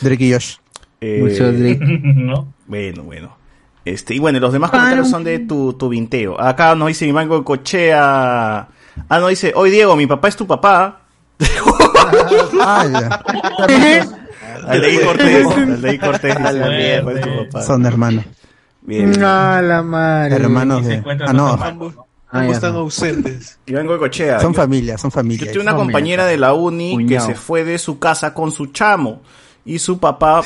Drake y Josh.
Eh,
Mucho Drake.
¿No?
Bueno, bueno. Este, y bueno, y los demás comentarios son de tu, tu vinteo. Acá nos dice mi mango cochea. Ah, no dice, hoy Diego, mi papá es tu
[LAUGHS]
papá.
Ah,
[LAUGHS] Aldeí Cortés, Aldeí Cortés dice, mi papá es tu papá.
Son hermanos.
Bien, bien.
No, Ah, la madre.
Hermanos de. Ah, no.
Ambos,
Ah, ya, están no.
ausentes. Iván Goicochea.
Son
yo-
familias, son familias.
Yo tuve una
Son
compañera
familias.
de la uni
Cuñado.
que se fue de su casa con su chamo y su papá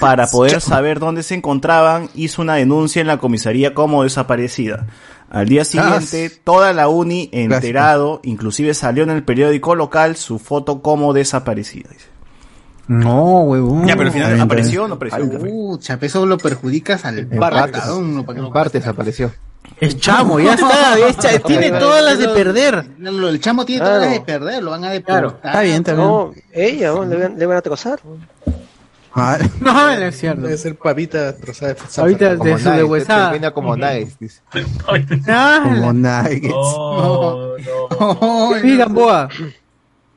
para poder saber dónde se encontraban hizo una denuncia en la comisaría como desaparecida. Al
Ah,
día siguiente, toda la uni enterado, inclusive salió en el periódico local su foto como desaparecida. dice.
No, huevón.
Ya, pero al final
Ahí está.
apareció o no apareció.
Pucha, eso lo perjudicas al
En
partes.
partes. En partes apareció.
El chamo, ya está.
[LAUGHS]
ya está, tiene todas las de perder.
Lo- El chamo tiene
Claro.
todas las de perder, lo van a deportar.
Claro. No, ella, ¿no? le, van, le van a trozar.
[LAUGHS]
No,
Ah,
no es cierto.
Debe ser pavita trozada de futsal.
Ahorita de su de huesada.
Termina como Nice,
[LAUGHS]
dice.
Como
nuggets.
Oh,
No,
no. Sí, Gamboa.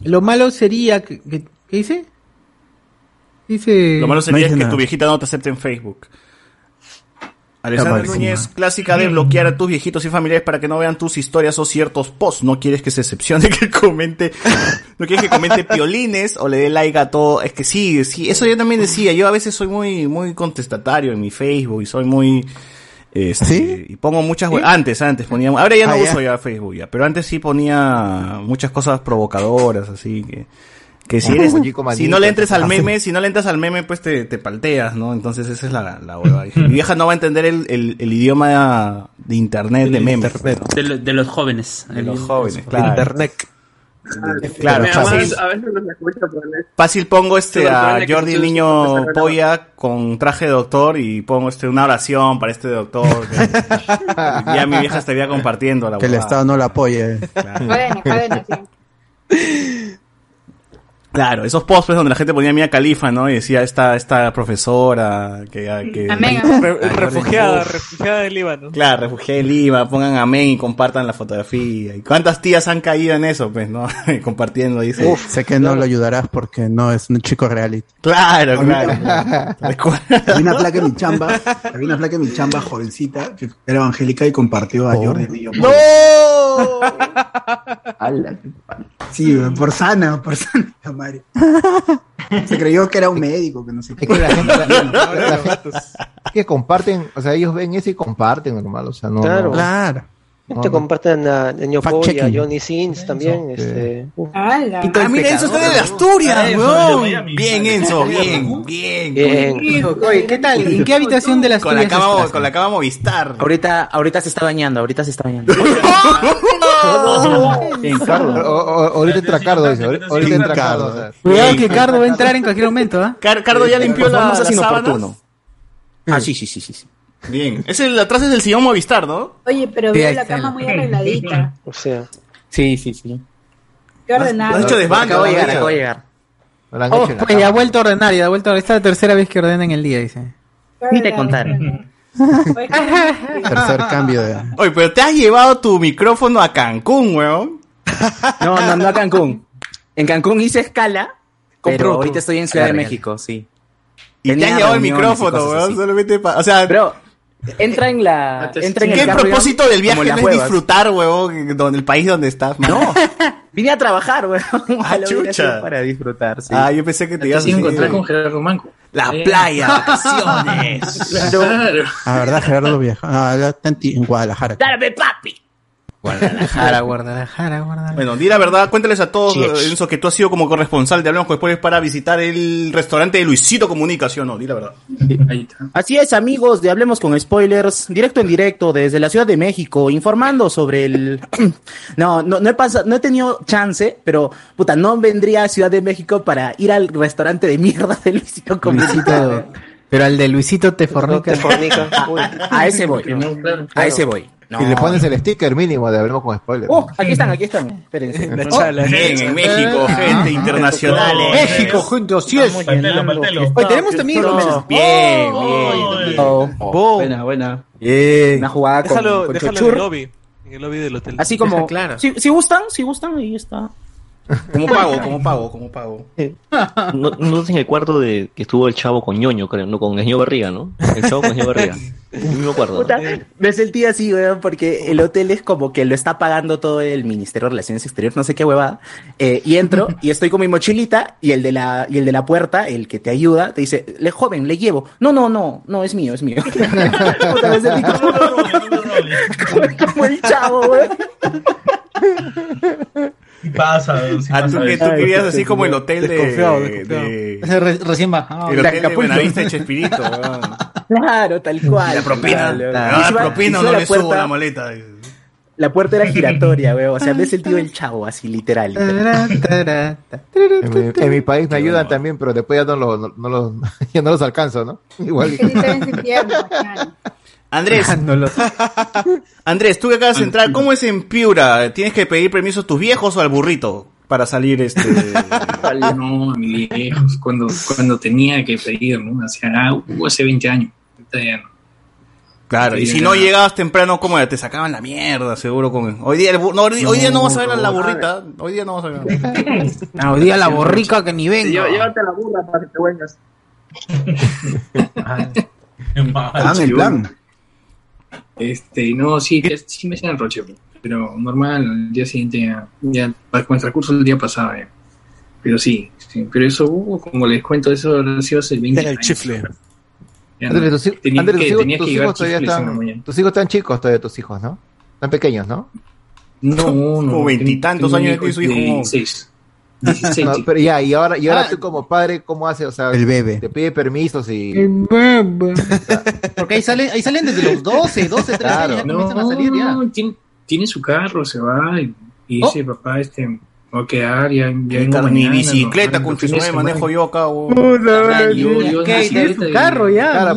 Lo malo sería que, que- ¿qué dice? Dice
Lo malo
No
sería
dice
que
nada.
tu viejita no te acepte en Facebook. Alessandra
Capaz.
Núñez, clásica de bloquear a tus viejitos y familiares para que no vean tus historias o ciertos posts. No quieres que se excepcione [LAUGHS] que comente, no quieres que
[LAUGHS]
comente piolines o le dé like a todo. Es que sí, sí, eso yo también decía. Yo a veces soy muy, muy contestatario en mi Facebook y soy muy, este, y pongo muchas, hue- antes, antes ponía, ahora ya no
Ah, ya.
uso ya Facebook ya, pero antes sí ponía muchas cosas provocadoras, así que, que si eres,
Oye, como
si
pues,
no le
manito,
entres al
hace-
meme, si no le entras al meme, pues te, te [LAUGHS] palteas, ¿no? Entonces esa es la, la hueva. Y Mi vieja no va a entender el, el- el idioma de internet, de memes.
De, lo- de los jóvenes.
De los jóvenes, claro.
Internet.
Claro,
Mi mamá
fácil,
a veces los escucha por el-
fácil pongo este
Pero
a
ponle ah, que
Jordi
tú-
el
tú
niño
estás grabando.
polla con traje de doctor y pongo este una oración para este doctor. Ya, ya mi vieja estaría compartiendo la
Que el
huevada.
Estado no la apoye.
Cadena, cadena, sí.
Claro, esos posts pues, donde la gente ponía Mía Califa, ¿no? Y decía esta, esta profesora que... a- que
Amén,
Ay,
amén.
Jordi,
refugiada,
uf.
refugiada del Líbano.
Claro, refugiada en Lima, pongan amén y compartan la fotografía. ¿Y cuántas tías han caído en eso, pues, no? Compartiendo, dice.
sé que no lo ayudarás porque no es un chico reality.
Claro, claro.
Había una placa en mi chamba, había una placa en mi chamba jovencita que era evangélica y compartió a
Oh.
Jordi y yo.
¡No!
Sí, por sana, por sana, la madre.
[LAUGHS] Se creyó que era un médico, que no sé qué. la gente, la-
[LAUGHS]
la gente- que comparten, o sea, ellos ven eso y comparten, normal, o sea, no.
Claro.
no-
Claro.
no,
Te
no.
comparten a Niño
Fact
Polla, a
checking.
Johnny Sins también.
[LAUGHS]
Este, uh.
¡Hala!
Quito el
Ah, mira, Enzo
pecador,
está de
¿no?
Asturias,
Ah, Enzo,
weón.
de Miami.
Bien, Enzo, bien, bien.
Eh,
Bien. Oye, ¿qué tal? ¿En qué habitación de las
Con la
tuyas
cama,
estás?
con la cama Movistar.
Ahorita, ahorita se está bañando, ahorita se está
[LAUGHS]
bañando.
Cardo. O- o- Ahorita entra Cardo, dice. ahorita- Ahorita entra Cardo. o sea.
Cuidado que Cardo va a entrar en cualquier momento, ¿ah?
Car- Cardo ya limpió la-
Vamos a
las
sin
sábanas.
oportuno.
Ah, sí, sí, sí, sí.
Bien. Es el, atrás es el sillón Movistar, ¿no?
Oye, pero
Sí,
veo
ahí
la
está
cama
la-
muy arregladita.
O sea.
Sí, sí, sí.
Qué ordenada.
Lo has hecho desván,
Acabo de
lo has
llegar,
hecho.
acabo de llegar.
No la han
Oh,
hecho en la
pues, ya ha
cama.
vuelto a ordenar, ya ha vuelto a ordenar. Esta es la tercera vez que ordena en el día, dice.
Ni te
contaron.
Tercer cambio de.
Oye, pero te has llevado tu micrófono a Cancún, weón.
No, no, no a Cancún. En Cancún hice escala, pero ahorita estoy en Ciudad de
Real.
México, sí.
Y te
Tenía
has llevado el
reuniones y
micrófono,
cosas
weón.
así.
Solamente para. O sea.
Pero. Entra en la. Entra en el
¿Qué
carro,
propósito
digamos,
del
como
viaje
las
no es
huevas.
disfrutar, weón, donde, el país donde estás, man?
[LAUGHS]
No.
Vine a trabajar, weón. [LAUGHS]
Ah,
Lo vine a hacer
chucha.
Para disfrutar, sí.
Ah, yo pensé que te ibas a
Sin encontrar
con
Gerardo Manco.
La
Eh. [LAUGHS]
playa, vacaciones.
Ah, La verdad, Gerardo viaja. Ah, ahora está en, ti- en Guadalajara.
Dame papi.
Guadalajara,
Guadalajara, Guadalajara.
Bueno, di la verdad, cuéntales a todos, eh,
Chich.
Enzo, que tú has sido como corresponsal de Hablemos Después para visitar el restaurante de Luisito Comunicación, ¿no? Di la verdad.
Así es, amigos de Hablemos con Spoilers, directo en directo desde la Ciudad de México, informando sobre el... [CLEARS THROAT] No, no, no he pasado, no he tenido chance, pero puta, no vendría a Ciudad de México para ir al restaurante de mierda de Luisito Comunica.
Luisito, pero al de Luisito te fornica.
A ese voy. A ese voy. [LAUGHS] No.
Y le pones el sticker mínimo de hablemos con spoilers.
Oh, aquí están, aquí están. Espérense. Oh,
La chala.
Bien, en México, gente internacional.
México,
gente, así
es.
Martelo, Martelo.
Oye, tenemos también-
Bien,
Oh,
bien.
oh, buena, buena. Una jugada Ah, con,
Déjalo,
con
déjalo en
chochur.
el lobby. En el lobby del hotel.
Así como, si, si gustan, si gustan, ahí está.
¿Cómo pago? ¿Cómo pago? ¿Cómo pago?
[LAUGHS] No, no en el cuarto de que estuvo el chavo con ñoño, creo, no con ñoño barriga, ¿no? El chavo con ñoño
[LAUGHS]
barriga. El mismo cuarto.
Puta, me sentí así, weón, porque el hotel es como que lo está pagando todo el Ministerio de Relaciones Exteriores, no sé qué huevada. Eh, y [LAUGHS] entro y estoy con mi mochilita y el de la y el de la puerta, el que te ayuda, te dice, le joven, le llevo. No, no, no, no, es mío, es mío. [LAUGHS] Puta, me sentí como, como el
Ah,
chavo, weón.
Pasa,
Ah, tú, que tú
Ay,
querías
qué
así como el hotel de.
desconfiado,
de-
Re- recién bajado.
el hotel de
Acapulco.
Buenavista de Chespirito, weón.
Claro, tal cual.
La propina.
Claro. Y
Ah,
encima-
propina,
encima
no
la
le subo
puerta-
la maleta.
La puerta era giratoria, weón. O sea, me sentí el chavo así, literal. [LAUGHS]
En mi, en mi país me ayudan también, pero después ya no, los- no, no los, [LAUGHS] ya no los alcanzo, ¿no? Igual.
[LAUGHS]
Andrés.
Ah,
[LAUGHS] Andrés, tú que acabas de entrar, ¿cómo es en Piura? ¿Tienes que pedir permiso a tus viejos o al burrito para salir este?
No, ni lejos. Cuando, cuando tenía que pedir, ¿no? O sea, ah, hubo hace 20 años. Está bien.
Claro, y si no llegabas temprano, ¿cómo era? Te sacaban la mierda, seguro. Con... Hoy día el bu- no, hoy, hoy día no vas a ver a la burrita. Hoy día no vas a ver.
[LAUGHS]
Ah, hoy día la borrica que ni venga.
Ah,
Yo, llévate la burra para que te vuelvas.
Ah, en el plan.
Este, no, sí, que- sí me hacían roche, pero normal, al día siguiente ya, ya para- con el transcurso del día pasaba. ya. Pero sí, sí, pero eso hubo, como les cuento, eso ha sido hace 20 años. chifle.
Andrés, tus, hi-
tenías
Andrés, tus
que,
hijos,
tenías
tus
que
hijos
llevar
todavía
chifles en la
están,
mañana.
tus hijos están chicos todavía, tus hijos, ¿no? Están pequeños, ¿no?
No, no.
Como
veintitantos tengo un años hijo tiene su hijo, de ¿no? 16. 16,
[LAUGHS] No,
sí.
pero ya, y ahora, y ahora
Ah.
tú como padre, ¿cómo haces? O sea,
El bebé.
te pide permisos y...
Porque ahí salen, ahí salen desde los 12, 12, 13
Claro.
años, ya
No,
comienzan a salir ya. Oh.
no, tiene, tiene su carro, se va y, y dice, papá, este, me voy a quedar, ya, ya vengo
Ni
mañana,
bicicleta,
no,
con
no, fines de
manejo
semana".
yo acá. weón.
[LAUGHS] Puta, Yo- yo madre. nací ahorita y-
Claro,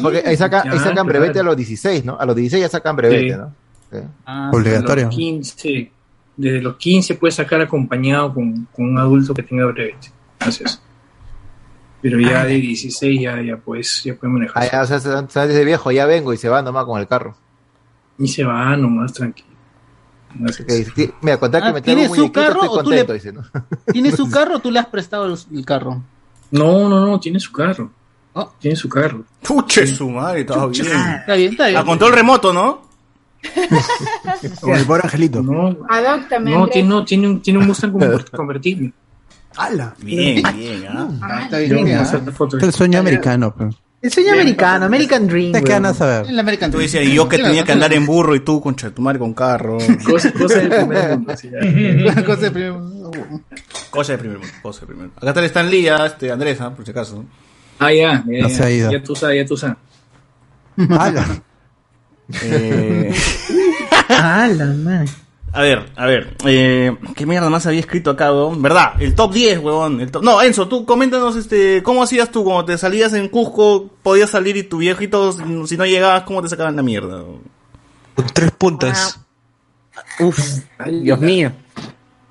porque ahí, saca- ahí
Ya,
sacan brevete
claro.
a los 16, ¿no? A los 16 ya sacan brevete,
Sí.
¿no?
Ah,
Obligatorio.
hasta los 15, desde los 15 puedes sacar acompañado con, con un adulto que tenga brevete. Entonces, pero
Ah.
ya de 16 ya, ya puedes, ya puedes manejar.
Ah, ya, o sea, se dan- se dan desde viejo, ya vengo y se va nomás con el carro.
Y se va nomás tranquilo.
Ti- Mira, contar que
Ah,
me traigo
¿tiene
un
su
muñequito,
carro
estoy
o tú le-
[LAUGHS]
contento,
[LAUGHS]
dice, ¿no?
¿Tiene su carro o tú le has prestado los- el carro?
No, no, no, tiene su carro.
Oh.
Tiene su carro.
Puche su madre, estaba
Puche.
bien.
Está bien, está bien.
A control remoto, ¿no?
[LAUGHS]
Con el pobre angelito.
No,
Adóptame.
no,
Andrés.
tiene, no, tiene un, tiene un Mustang [LAUGHS] conver- convertible.
¡Hala!
[LAUGHS]
Bien, bien,
ah.
Está
Yo
bien,
voy a
ya.
hacer la foto.
Es el sueño americano. pues.
El sueño americano, American Dream.
¿Qué van a
En
saber?
El American
Tú decías, y yo que
Claro.
tenía que andar en burro y tú, concha de tu madre, con carro.
[LAUGHS] Cosa, cosa del
[LAUGHS]
primer mundo, sí, ya.
Cosa de primer mundo.
Cosa de primer mundo, cosa de primer mundo. Acá está el Stan Lee, ah, este, Andrés, ah, por si acaso.
Ah, ya, ya,
No
ya,
se ha ido.
ya tú sabes, ya tú sabes.
pues.
Eh,
[LAUGHS] Ah, la madre.
a ver, a ver. eh, ¿Qué mierda más había escrito acá, weón? ¿Verdad? El top 10, weón. el top- No, Enzo, tú coméntanos este, cómo hacías tú cuando te salías en Cusco, podías salir y tu viejito, si no llegabas, ¿cómo te sacaban la mierda?
Con tres puntas.
Ah, Uf, Dios mío.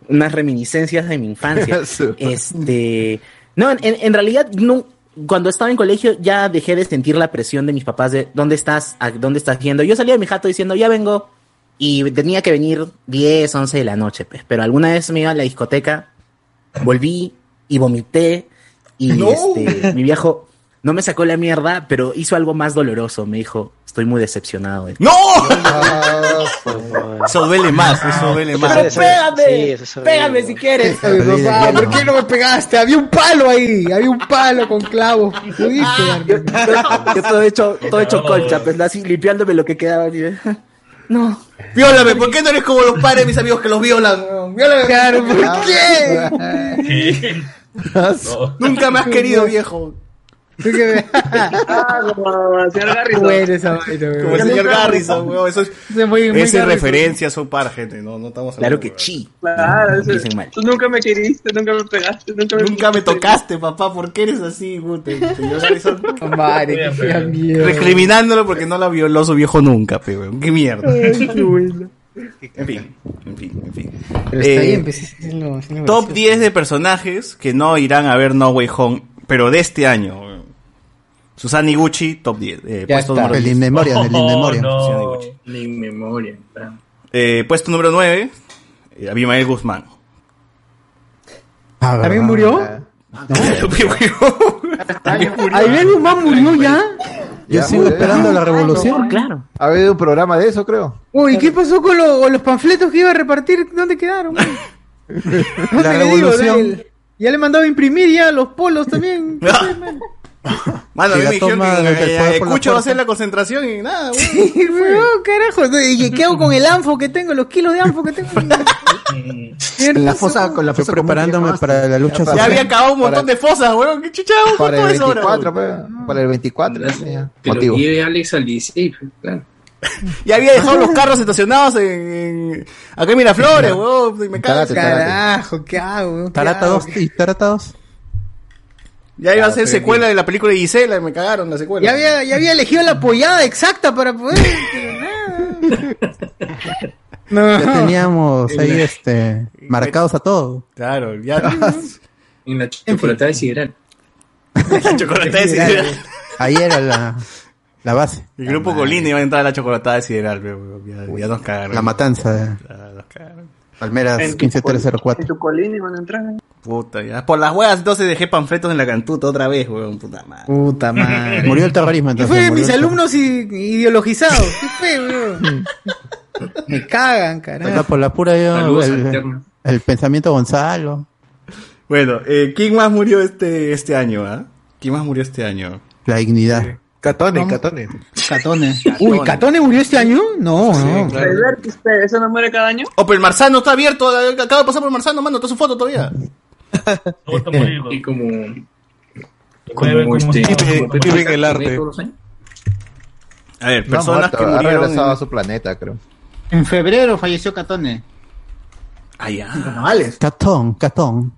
Unas reminiscencias de mi
[LAUGHS]
infancia. este. No, en, en realidad, no, cuando estaba en colegio ya dejé de sentir la presión de mis papás de dónde estás, ¿A dónde estás yendo. Yo salía de mi jato diciendo, ya vengo. Y tenía que venir 10, 11 de la noche, pues. Pero alguna vez me iba a la discoteca, volví y vomité. Y
No.
este, mi viejo no me sacó la mierda, pero hizo algo más doloroso. Me dijo, estoy muy decepcionado. de ti".
¡No! Eso duele más, eso duele más.
Pero pégame,
Sí, eso es
pégame si
[LAUGHS]
quieres.
Ay, papá, ¿por qué no me pegaste? Había un palo ahí, había un palo con clavos. Pudiste
Ah,
darme.
Yo todo hecho, todo hecho colcha, pues así limpiándome lo que quedaba. así de,
No.
Viólame, ¿por qué no eres como los padres de mis amigos que los violan? weón? Viólame.
Claro,
¿por qué? Nunca me has querido, viejo.
[LAUGHS] Ah,
Ah,
Bueno, esa vaina, weón.
Como el señor Garrison, weón. Eso es,
Ese es muy- muy
esa es
Garrison.
referencia a su par, gente. No, no estamos
Claro
que
sí.
Ah,
Claro, eso-
dicen mal.
tú nunca me queriste, nunca me pegaste, nunca me
Nunca me tocaste, papá, ¿por qué eres así, puta? Señor
[LAUGHS]
Garrison.
Madre, qué fea mierda.
Recriminándolo porque no la violó su viejo nunca, pe, weón. Qué mierda.
Ay, qué bueno.
En fin, en fin, en fin.
Pero está
Eh,
bien, pues, es- es lo- es lo
Top
gracioso.
10 de personajes que no irán a ver No Way Home, pero de este año. Susana Iguchi, top 10. Eh,
Ya
puesto
está.
número
El
10.
In Memoriam,
[LAUGHS] Oh,
el In Memoriam.
no.
Sí,
Ni memoria. claro.
Eh, puesto número 9, eh, Abimael Guzmán.
Ah,
¿También murió?
Ayer mi mamá murió ya.
Yo sigo esperando la revolución.
Claro.
Ah, Ha habido un programa de eso, creo.
Uy, ¿qué pasó con, lo- con los panfletos que iba a repartir? ¿Dónde quedaron? man? No
La
te digo, ¿eh?
revolución.
Daniel. ya le mandaba a imprimir ya los polos [LAUGHS] también. No sé, man.
Mano, a mí
Que la
me dijeron
toma
que
del
eh,
poder por la
Cucho va a
puerta.
hacer la concentración y nada, weón.
Sí, [LAUGHS] weón, carajo. Entonces dije, ¿qué hago con el anfo que tengo, los kilos de anfo que tengo?
En la fosa, con la fosa preparándome para la lucha.
Ya había acabado un montón de fosas, weón. ¿Qué chucha hago con
Para
todo
el pues?
eso ahora?
24,
weón?
pe, para el 24.
Que lo
Motivo.
lleve Alex al liceo, claro.
Ya había dejado
[LAUGHS]
los carros estacionados en, en- acá en Miraflores, weón. y Me cago.
Tárate, tárate.
Carajo, ¿qué hago? weón? ¿Qué
Tarata
hago?
2 y Tarata 2.
Ya iba a ser
pero es
secuela de la película de Gisela y me cagaron la secuela.
Ya había, ya había elegido la apoyada exacta para poder.
Ya teníamos ahí este marcados a todos.
Claro, ya.
[LAUGHS] En la chocolatada de Sideral.
[LAUGHS] la chocolatada de Sideral.
Ahí era la, la base.
El grupo Colina iba a entrar a la chocolatada de Sideral, weón. Ya, ya nos cagaron.
La matanza de Palmeras
En tu
15304.
Tu colina iban a entrar.
Puta, ya. Por las huevas entonces dejé panfletos en la cantuta otra vez, weón. Puta madre. [LAUGHS]
Puta madre. Murió el terrorismo
Y
entonces.
fue
murió
mis
el terrorismo.
alumnos i- ideologizados. Qué
[LAUGHS]
feo, weón. Me cagan, carajo.
Acá por la pura yo,
Saludos al
el,
Eterno.
el pensamiento Gonzalo.
Bueno, eh, ¿quién más murió este, este año, ah? ¿Quién más murió este año?
La dignidad.
Catone,
Catone.
Catone.
Uy, ¿Catone murió este año? No, no.
Alberto, usted, ¿Eso no muere cada año?
Oh, pero el Marzano está abierto. Acaba de pasar por el Marzano, mano. Está su foto todavía.
Y como.
Como este- viven el arte.
todos los años.
A ver,
No,
personas
muerto,
que
ha
murieron.
regresado
en-
a su planeta, creo.
En febrero falleció Catone.
Ah, ya.
Catón, Catón.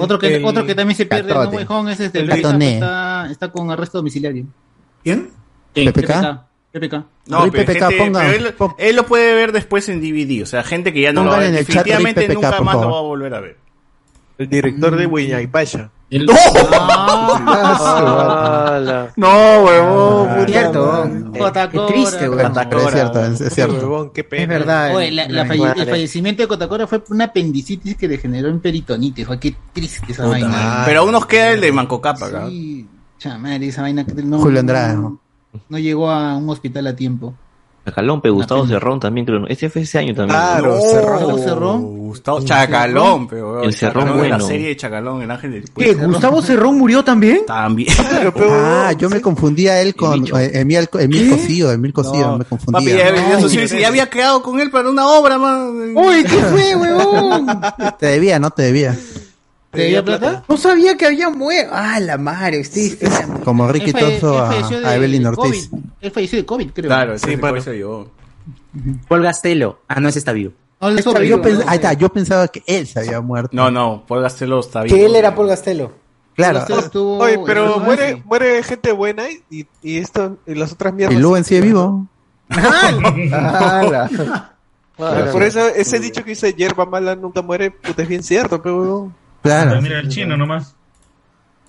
otro, que,
el-
otro que también se pierde en
Catone.
No Way Home es este, el
Catone.
Risa, que está, está con arresto domiciliario.
¿Quién?
PPK.
PPK.
No, pero,
PPK,
gente-
pongan-
pero él, él lo puede ver después en DVD. O sea, gente que ya no lo va a
Pongan
ver.
en el chat
Definitivamente
RIPPK,
nunca
por
más lo
favor.
va a volver a ver.
El director
Mm.
de Huiñaypacha.
El...
Ah,
[LAUGHS]
No, huevón,
puta
Qué triste, weón.
Es cierto, es, es cierto.
Es verdad.
Oye, la- la
Ay,
falle-
madre.
el fallecimiento de Cotacora fue una apendicitis que degeneró en peritonitis. Fue qué triste esa
Puta
vaina.
madre. Pero aún nos queda el de Manco Capa, ¿no?
Chamar, esa vaina que no,
Julio Andrade.
no- no llegó a un hospital a tiempo.
Chacalompe, Gustavo Cerrón también creo. Este fue ese año también.
Claro, Cerrón. Cerrón.
Gustavo Chacalón, pero huevón,
El Cerrón
Chacalón de la
bueno.
serie de Chacalón, el ángel del
¿Qué, ¿Gustavo Cerrón murió también?
También.
Ah, yo me confundía él con eh, Emil, Emil Cosío, Emil Cosío, me confundía.
Papi, ya,
No,
eso sí, sí, ya había quedado con él para una obra, man.
Uy, ¿qué fue, huevón?
Te debía, no te debía.
¿Te debía plata? No sabía que había muerto. Ah, la madre, sí. sí, la madre.
Como Ricky
Él falle-
Toso
él
a,
falleció
a
de-
Evelyn
de
Ortiz.
COVID. Él falleció de COVID, creo.
yo.
Paul Gastelo. Ah, no, ese está vivo.
No, él
Yo
sobrevivió.
pens- ahí está, yo pensaba que él se había muerto.
No, no, Paul Gastelo está bien.
Que él era Paul Gastelo.
Claro.
Oye, pero muere, muere gente buena y, y esto y las otras mierdas.
Y Luven sigue vivo.
Ah,
Claro, Por eso ese dicho que dice hierba mala nunca muere, puta, es bien cierto, pero
Claro.
Ah, Mira el chino nomás.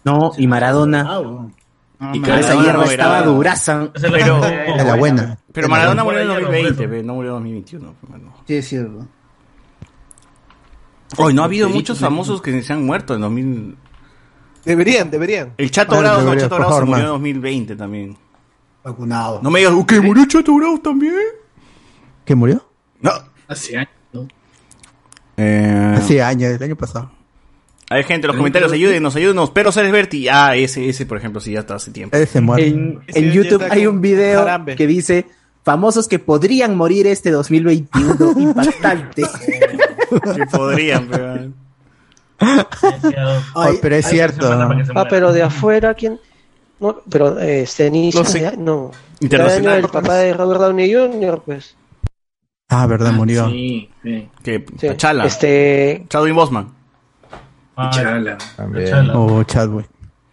No, y
Ah,
Maradona.
Ah. Y
Maradona
esa hierba
no
estaba
era-
duraza.
Esa es la- Pero-
Es la buena.
Pero Maradona murió en 2020, pe, no murió en 2021.
Sí, es cierto.
Hoy no ha habido muchos famosos que se han muerto en 2000.
Deberían, deberían.
El Chato
Ahora
Grau, no, el
debería,
Chato
por
Grau se
favor,
murió en
man.
2020 también.
Vacunado.
No me digas, ¿qué murió Chato Grau también?
¿Que murió?
No.
Hace años. ¿no?
Eh,
Hace años, el año pasado.
A ver, gente, los comentarios, ayúdenos, ayúdenos. Pero Ceres Berti, ah, ese, ese, por ejemplo, sí, ya está hace tiempo.
Él se muere.
En, en YouTube hay un video que dice famosos que podrían morir este
[LAUGHS]
2021. Impactante.
Que
[LAUGHS]
podrían, pero.
Ay,
pero es cierto.
Ah, pero de afuera, ¿quién? No, pero eh, este Nissan,
Los-
ya- no.
Internacional.
Cada año El papá de Robert Downey Jr., pues.
Ah, verdad, murió.
Sí, sí.
Que Chala.
Este.
Chadwin Bosman.
Chala.
Oh, Chadwick.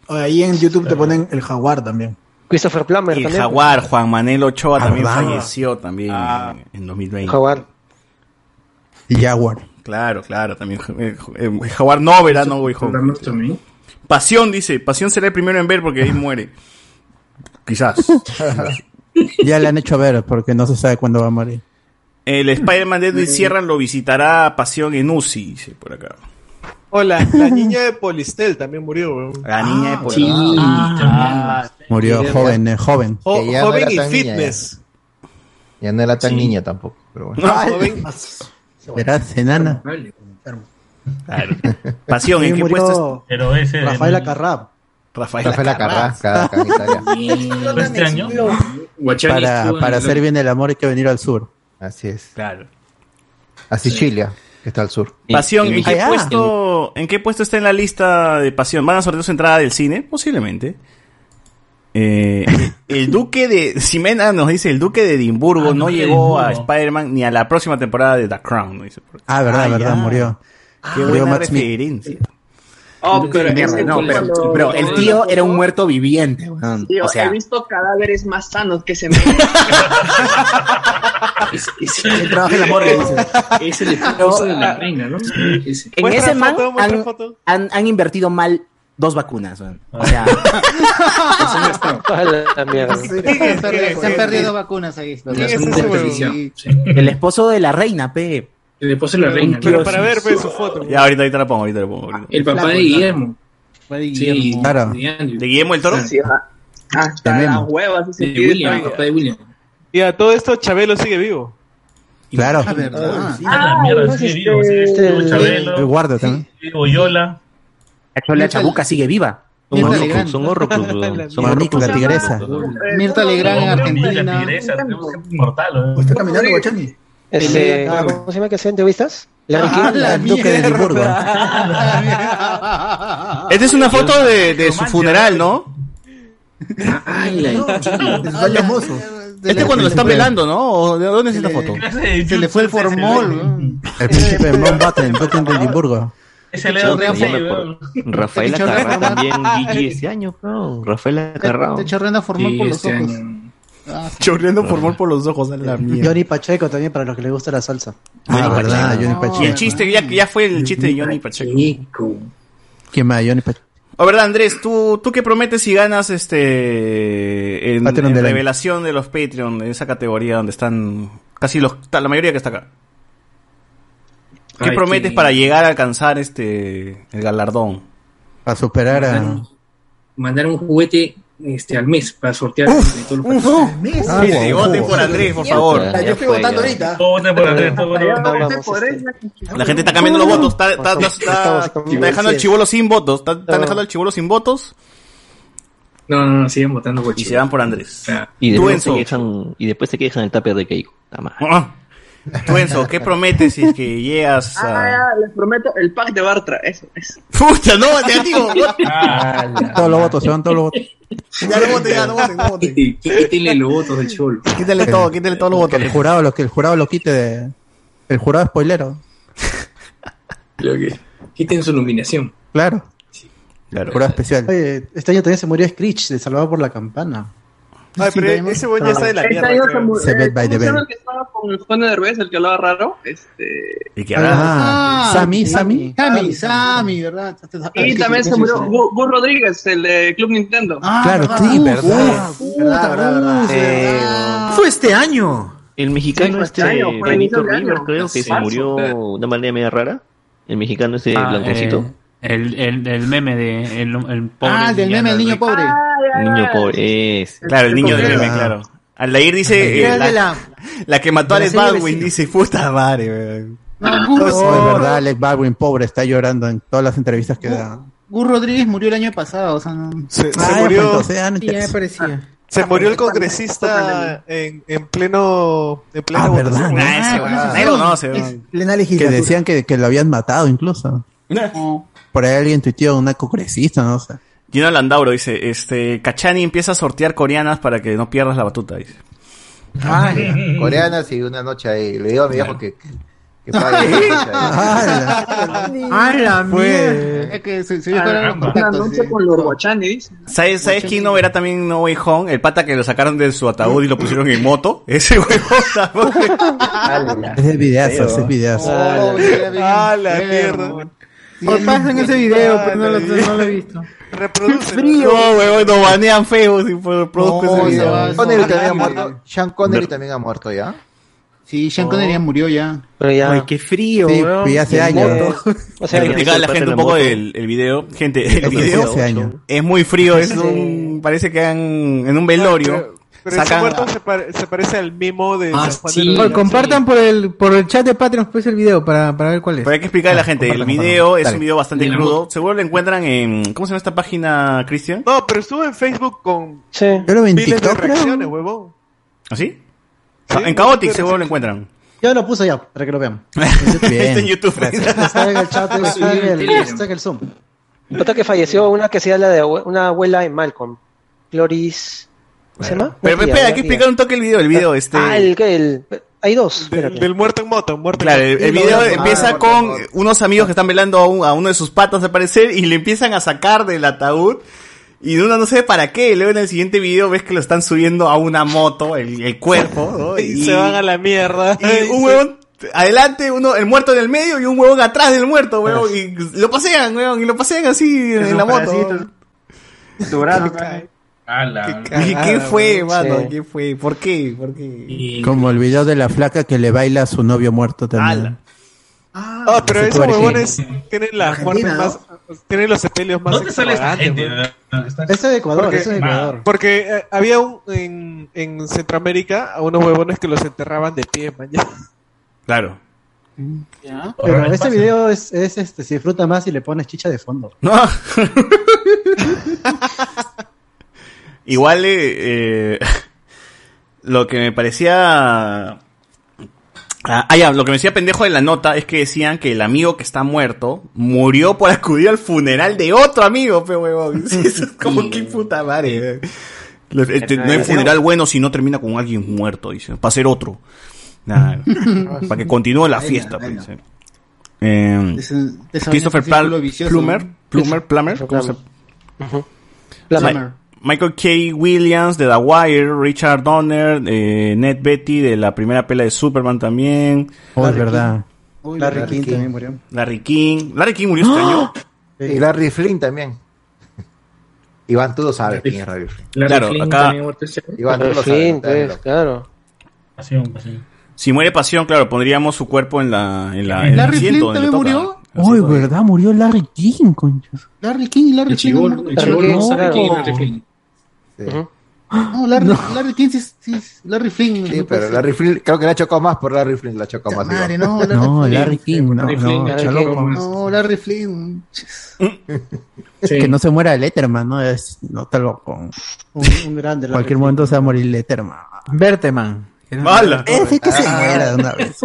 Ahí en YouTube te ponen el jaguar también.
Christopher Plummer
Y el
también.
Jaguar, Juan Manuel Ochoa, también
¿verdad?
falleció también
Ah.
en 2020.
Jaguar.
Jaguar.
Claro, claro, también. eh, eh, Jaguar no, verá, no, hijo. Pasión, dice. Pasión será el primero en ver porque ahí muere. Quizás.
Ya le han hecho ver porque no se sabe cuándo va a morir.
El Spider-Man de Edwin Sierra lo visitará Pasión en UCI, dice por acá.
Hola, la niña de Polistel también murió, weón.
La niña de
Sí.
Polistel.
Ah,
Murió
sí,
joven, eh, joven.
Jo-
Que ya no
joven
era
y
tan niña,
fitness.
Ya no era tan niña tampoco, pero bueno. [LAUGHS]
joven.
Verás, enana.
Claro. Pasión, ¿en qué puesto?
Pero ese.
Rafaela Carrab.
Rafael
Rafaela
[LAUGHS]
Carrasca, acá en Italia.
Este año.
Guachani
Para,
estuvo en
para
el-
hacer bien el amor hay que venir al sur.
Así es.
Claro.
A Sicilia, que está al sur.
Pasión, ¿en qué,
Ah, ya.
puesto, ¿en qué puesto está en la lista de Pasión? ¿Van a sortear su entrada del cine? Posiblemente. Eh, el duque de. Ximena nos dice: el duque de Edimburgo
Ah,
no
no,
llegó a
Edimburgo.
Spider-Man ni a la próxima temporada de The Crown. Dice.
Ah, verdad,
Ah,
verdad,
ya.
murió.
Qué
Murió
buena
Matt Smith.
referencia.
Oh, pero,
Mierda,
ese
no,
Este
fue
pero,
cuando-
pero el tío era un muerto viviente. weón.
Tío,
o sea,
he visto cadáveres más sanos que
[LAUGHS]
se me. [LAUGHS]
Ese- Es el esposo de la
[LAUGHS]
reina, ¿no? Ese.
ah, en ese man han, han- han invertido mal dos vacunas. weón. O sea,
Ah,
A la mierda.
Se han perdido vacunas ahí.
Con razón de televisión.
el esposo de la reina, pe.
El esposo de la reina.
Pero
claro.
para ver,
pues,
Sí.
su foto.
Ya, ahorita, ahorita la pongo, ahorita la pongo. ahorita.
El papá de Guillermo. Sí,
Claro.
de Andrew.
¿De Guillermo el Toro?
Sí,
Hasta Ah, las huevas. ese
De
tío
William, el
está-
papá de William.
Y a todo esto, Chabelo sigue vivo.
Claro.
Ah, mierda, sigue vivo, sigue vivo, Chabelo.
El guarda también.
sigue Oyola.
La chabuca sigue viva.
Son
Mirta
horrocrux,
Legrand.
son horrocrux, weón. Son
Monique, la tigresa.
Mirta Legrand en
La
Argentina.
tigresa, tenemos gente inmortal. ¿eh?
¿Está caminando, Guachani?
Este, ¿Cómo se llama que hacía entrevistas?
Ah,
Larry King, el duque de Edimburgo.
Esta es una foto de, de su funeral, ¿no? Este es cuando lo están velando, ¿no? ¿O ¿De dónde es esta foto?
Se
le fue el formol. El príncipe de Mountbatten, Duque de Edimburgo.
Ese Leo
Chorrea
Rey,
fue-
weón.
Te
[LAUGHS]
Rafaela
chorrea
[LAUGHS]
Carrá
nomás.
también, Gigi, este año, bro. Rafaela Carrá.
Te chorreando formal
Sí,
por los
este
ojos.
año.
Chorreando formol por los ojos, a la mierda.
Johnny Pacheco también, para los que les gusta la salsa.
Ah, verdad, Johnny Pacheco.
Y el chiste, ya, ya fue el chiste de Johnny Pacheco.
¿Quién más? Johnny Pacheco.
O verdad, Andrés, ¿tú, tú qué prometes si ganas este en,
Patreon
en
del año.
revelación de los Patreon, en esa categoría donde están casi los ta- la mayoría que está acá? ¿Qué
Ay,
prometes
qué-
para llegar a alcanzar este el galardón?
A superar a.
Mandar- Mandar un juguete este, al mes para sortear. entre todos los
Ah,
Sí,
wow,
voten
wow.
por Andrés, por favor.
Ya Yo estoy fue, votando ya. ahorita.
Todo voten por Andrés, todo voten por Andrés.
este.
La gente está cambiando los votos, está, está- está- está- está dejando al chivolo sin votos, está, está dejando al chivolo sin
[LAUGHS]
votos
No, no, no, siguen votando por
y se van por Andrés.
Y
Tú,
después, se
Enzo,
quejan, y después se quejan el tupper de Keiko. Nada más.
tú, Enzo, Ah. ¿qué prometes si es que llegas
Ah,
a...
ya, les prometo, el pack de Bartra, eso es.
¡Pucha, no,
[LAUGHS]
negativo!
Ah,
[LAUGHS] Todos los votos, se van todos los votos.
Ya no voten, ya no voten, no voten.
Quítale los votos del cholo.
[LAUGHS] Quítale todo, quítale todos los
Que
votos.
el jurado lo, que el jurado lo quite de. El jurado spoilero.
[LAUGHS]
Lo que- Quiten su nominación.
Claro.
Claro.
Jurado especial.
Oye, este año también se murió Screech, de Salvado por la Campana.
Ay, pero ese weón ya está de la
Este
mierda.
año
creo.
se murió-
Saved by
¿cómo se
the
llama
Bell.
el que estaba con el Juan de Derbez, el que hablaba raro? Este...
Y que
Ah, Sammy, Sammy.
Sammy, Sammy, ¿verdad?
Y también se murió Bu, Bu Rodríguez, el de Club Nintendo.
Claro, sí, verdad.
[LAUGHS]
Fue este año.
El mexicano
Sí,
este
este año, fue a
Benito
inicios de
River,
año.
creo que se
Marzo,
murió de
claro.
una manera media rara. El mexicano ese
Ah,
blanconcito.
eh, el, el, el meme de el, el pobre
Ah, del meme, el niño pobre.
Ah,
Niño pobre. Es.
Claro, el niño del
Ah.
meme, claro. Aldair dice...
Era de
eh, la,
la-
la que mató a
de la
Alex
serie
Baldwin, dice, puta madre, weón.
Oh, es verdad, Alex Baldwin, pobre, está llorando en todas las entrevistas que da.
Gus Rodríguez murió el año pasado, o sea, no.
Ah, ya fue entonces, ah, no
Sí, ya me
interesa.
parecía.
Se murió el congresista en, en pleno. En plena
Ah, ¿verdad?
votación.
Ah, ese
huevonero, no, ese
Es-
Plena Que decían que, que lo habían matado incluso. Por ahí alguien tuiteó una congresista, no sé.
[LAUGHS] Gino Landauro dice, este, Cachani empieza a sortear coreanas para que no pierdas la batuta, dice.
Coreanas y una noche ahí. Le digo a mi viejo que, que, que pague. [LAUGHS]
¡Ah, la
mierda! Es que se, se vio fuera de los contactos, sí.
con los guachanes.
¿Sabes, ¿sabes quién no verá también No Way Home? El pata que lo sacaron de su ataúd y lo pusieron en moto. [LAUGHS] Ese huevo
Es de videazo, es de videazo.
¡Ah, la mierda!
Por pasa en ese video, pero no lo, no lo he visto.
Reproduce.
No, huevón, nos banean feo si por- produzco ese video.
Connery también ha muerto. Sean Connery también ha muerto ya.
Sí, Sean Connery ya murió ya.
Pero ya.
Ay,
qué frío,
Sí, weón. pues ya hace años.
[LAUGHS]
O sea, explicar a la gente un poco el, el video. Gente, el video
hace años.
es muy frío, es un, parece que han, en un velorio.
Pero ese
sacan- Ah,
muerto se, pare- se parece al mimo de San Juan de la
Por-
Vega.
compartan por el por el chat de Patreon pues el video para, para ver cuál es.
Pero hay que
Ah,
explicarle a la gente, el
Ah, compártelo,
video es
dale.
un video bastante crudo. Seguro lo encuentran en, ¿cómo se llama esta página, Cristian?
No, pero estuvo en Facebook con
Sí.
Yo lo vi en
miles de
TikTok, creo.
reacciones, huevón.
¿Así? ¿Ah, en Chaotic seguro lo encuentran.
Yo lo puse ya, para que lo vean.
Está en YouTube.
Está en
[LAUGHS]
el chat, está en el,
Telegram.
está en el Zoom.
Otra que falleció, una que sea la de abue- una abuela en Malcolm. Gloris. ¿Cómo se llama?
[LAUGHS] Pero
Una tía,
espera, hay
una
que
tía.
explicar un toque el video. El video, este.
Ah, el que el. Hay dos. espérate.
Del muerto en moto, muerto
Claro, el, eh, el
Sí, lo
video
veo.
empieza
Ah,
con unos amigos que están velando a, un- a uno de sus patas al parecer y le empiezan a sacar del ataúd y uno no sé para qué. Luego en el siguiente video ves que lo están subiendo a una moto, el, el cuerpo, ¿no?
[LAUGHS] Y se van a la mierda.
y
[LAUGHS]
un huevón adelante, uno, el muerto en el medio y un huevón atrás del muerto,
[LAUGHS]
huevón, y lo pasean, huevón, y lo pasean así en la moto.
Tu
[LAUGHS]
brazo,
¿Y qué fue,
huevón.
mano?
Sí.
¿Qué fue? ¿Por qué? ¿Por qué?
Como el video de la flaca que le baila a su novio muerto también.
Ah, pero
Ese
esos
tuerque.
huevones tienen las muertes más. Tienen los sepelios más
¿Dónde sale esta gente?
extravagantes,
Ah.
huevón.
Ese de Ecuador,
Porque-
ese de Ecuador.
Porque eh, había un en, en Centroamérica a unos huevones que los enterraban de pie, man. [LAUGHS] ya.
Claro.
Pero este video es, es este, se disfruta más y le pones chicha de fondo.
Igual eh, [LAUGHS] eh, lo que me parecía... Ah, ah, ya, lo que me decía pendejo de la nota es que decían que el amigo que está muerto murió por acudir al funeral de otro amigo, pe huevón. [LAUGHS] Sí, eso es como que puta madre. eh. Este, no hay funeral bueno si no termina con alguien muerto, dice. Para ser otro. Nada, para que continúe la fiesta, pe, dice. Eh, Christopher Pal- Plummer, Plummer, Plummer, ¿cómo se- Ma- Michael K. Williams de The Wire, Richard Donner, eh, Ned Betty de la primera pela de Superman también.
Oh, es verdad.
Larry King
King.
también murió.
Larry King. Larry King murió este año.
Y Larry Flynn también. Iván, tú lo sabes quién es Larry Flynn.
Larry Claro, Flynn acá- también
este
Iván, tú lo sabes.
Fin,
estás
pues,
loco.
claro.
Si muere pasión, claro, pondríamos su cuerpo en la. En la en el
¿Larry Flynn
asiento donde
también
le toca.
murió?
Uy, ¿verdad? Murió Larry King, conchas.
Larry King y Larry
El
King.
chibolo,
no,
el chibolo,
no,
Larry King,
no.
Larry Flynn.
No, Larry, Larry King sí, es- sí es- Larry Flynn.
Sí,
no puede
pero
ser.
Larry Flynn, creo que la ha chocado más por Larry Flynn, la ha chocado más.
Madre,
Iván.
no,
[LAUGHS]
Larry
No,
Flynn.
Larry King, no,
Larry Flynn,
no,
Larry
chaloco.
King. No, Larry Flynn.
Que no se muera Letterman, ¿no? Es, no está loco.
Un, un grande.
En
Larry
cualquier momento se va a morir Letterman.
Berteman.
¡Hala!
Ese Eh, que se muera de una vez.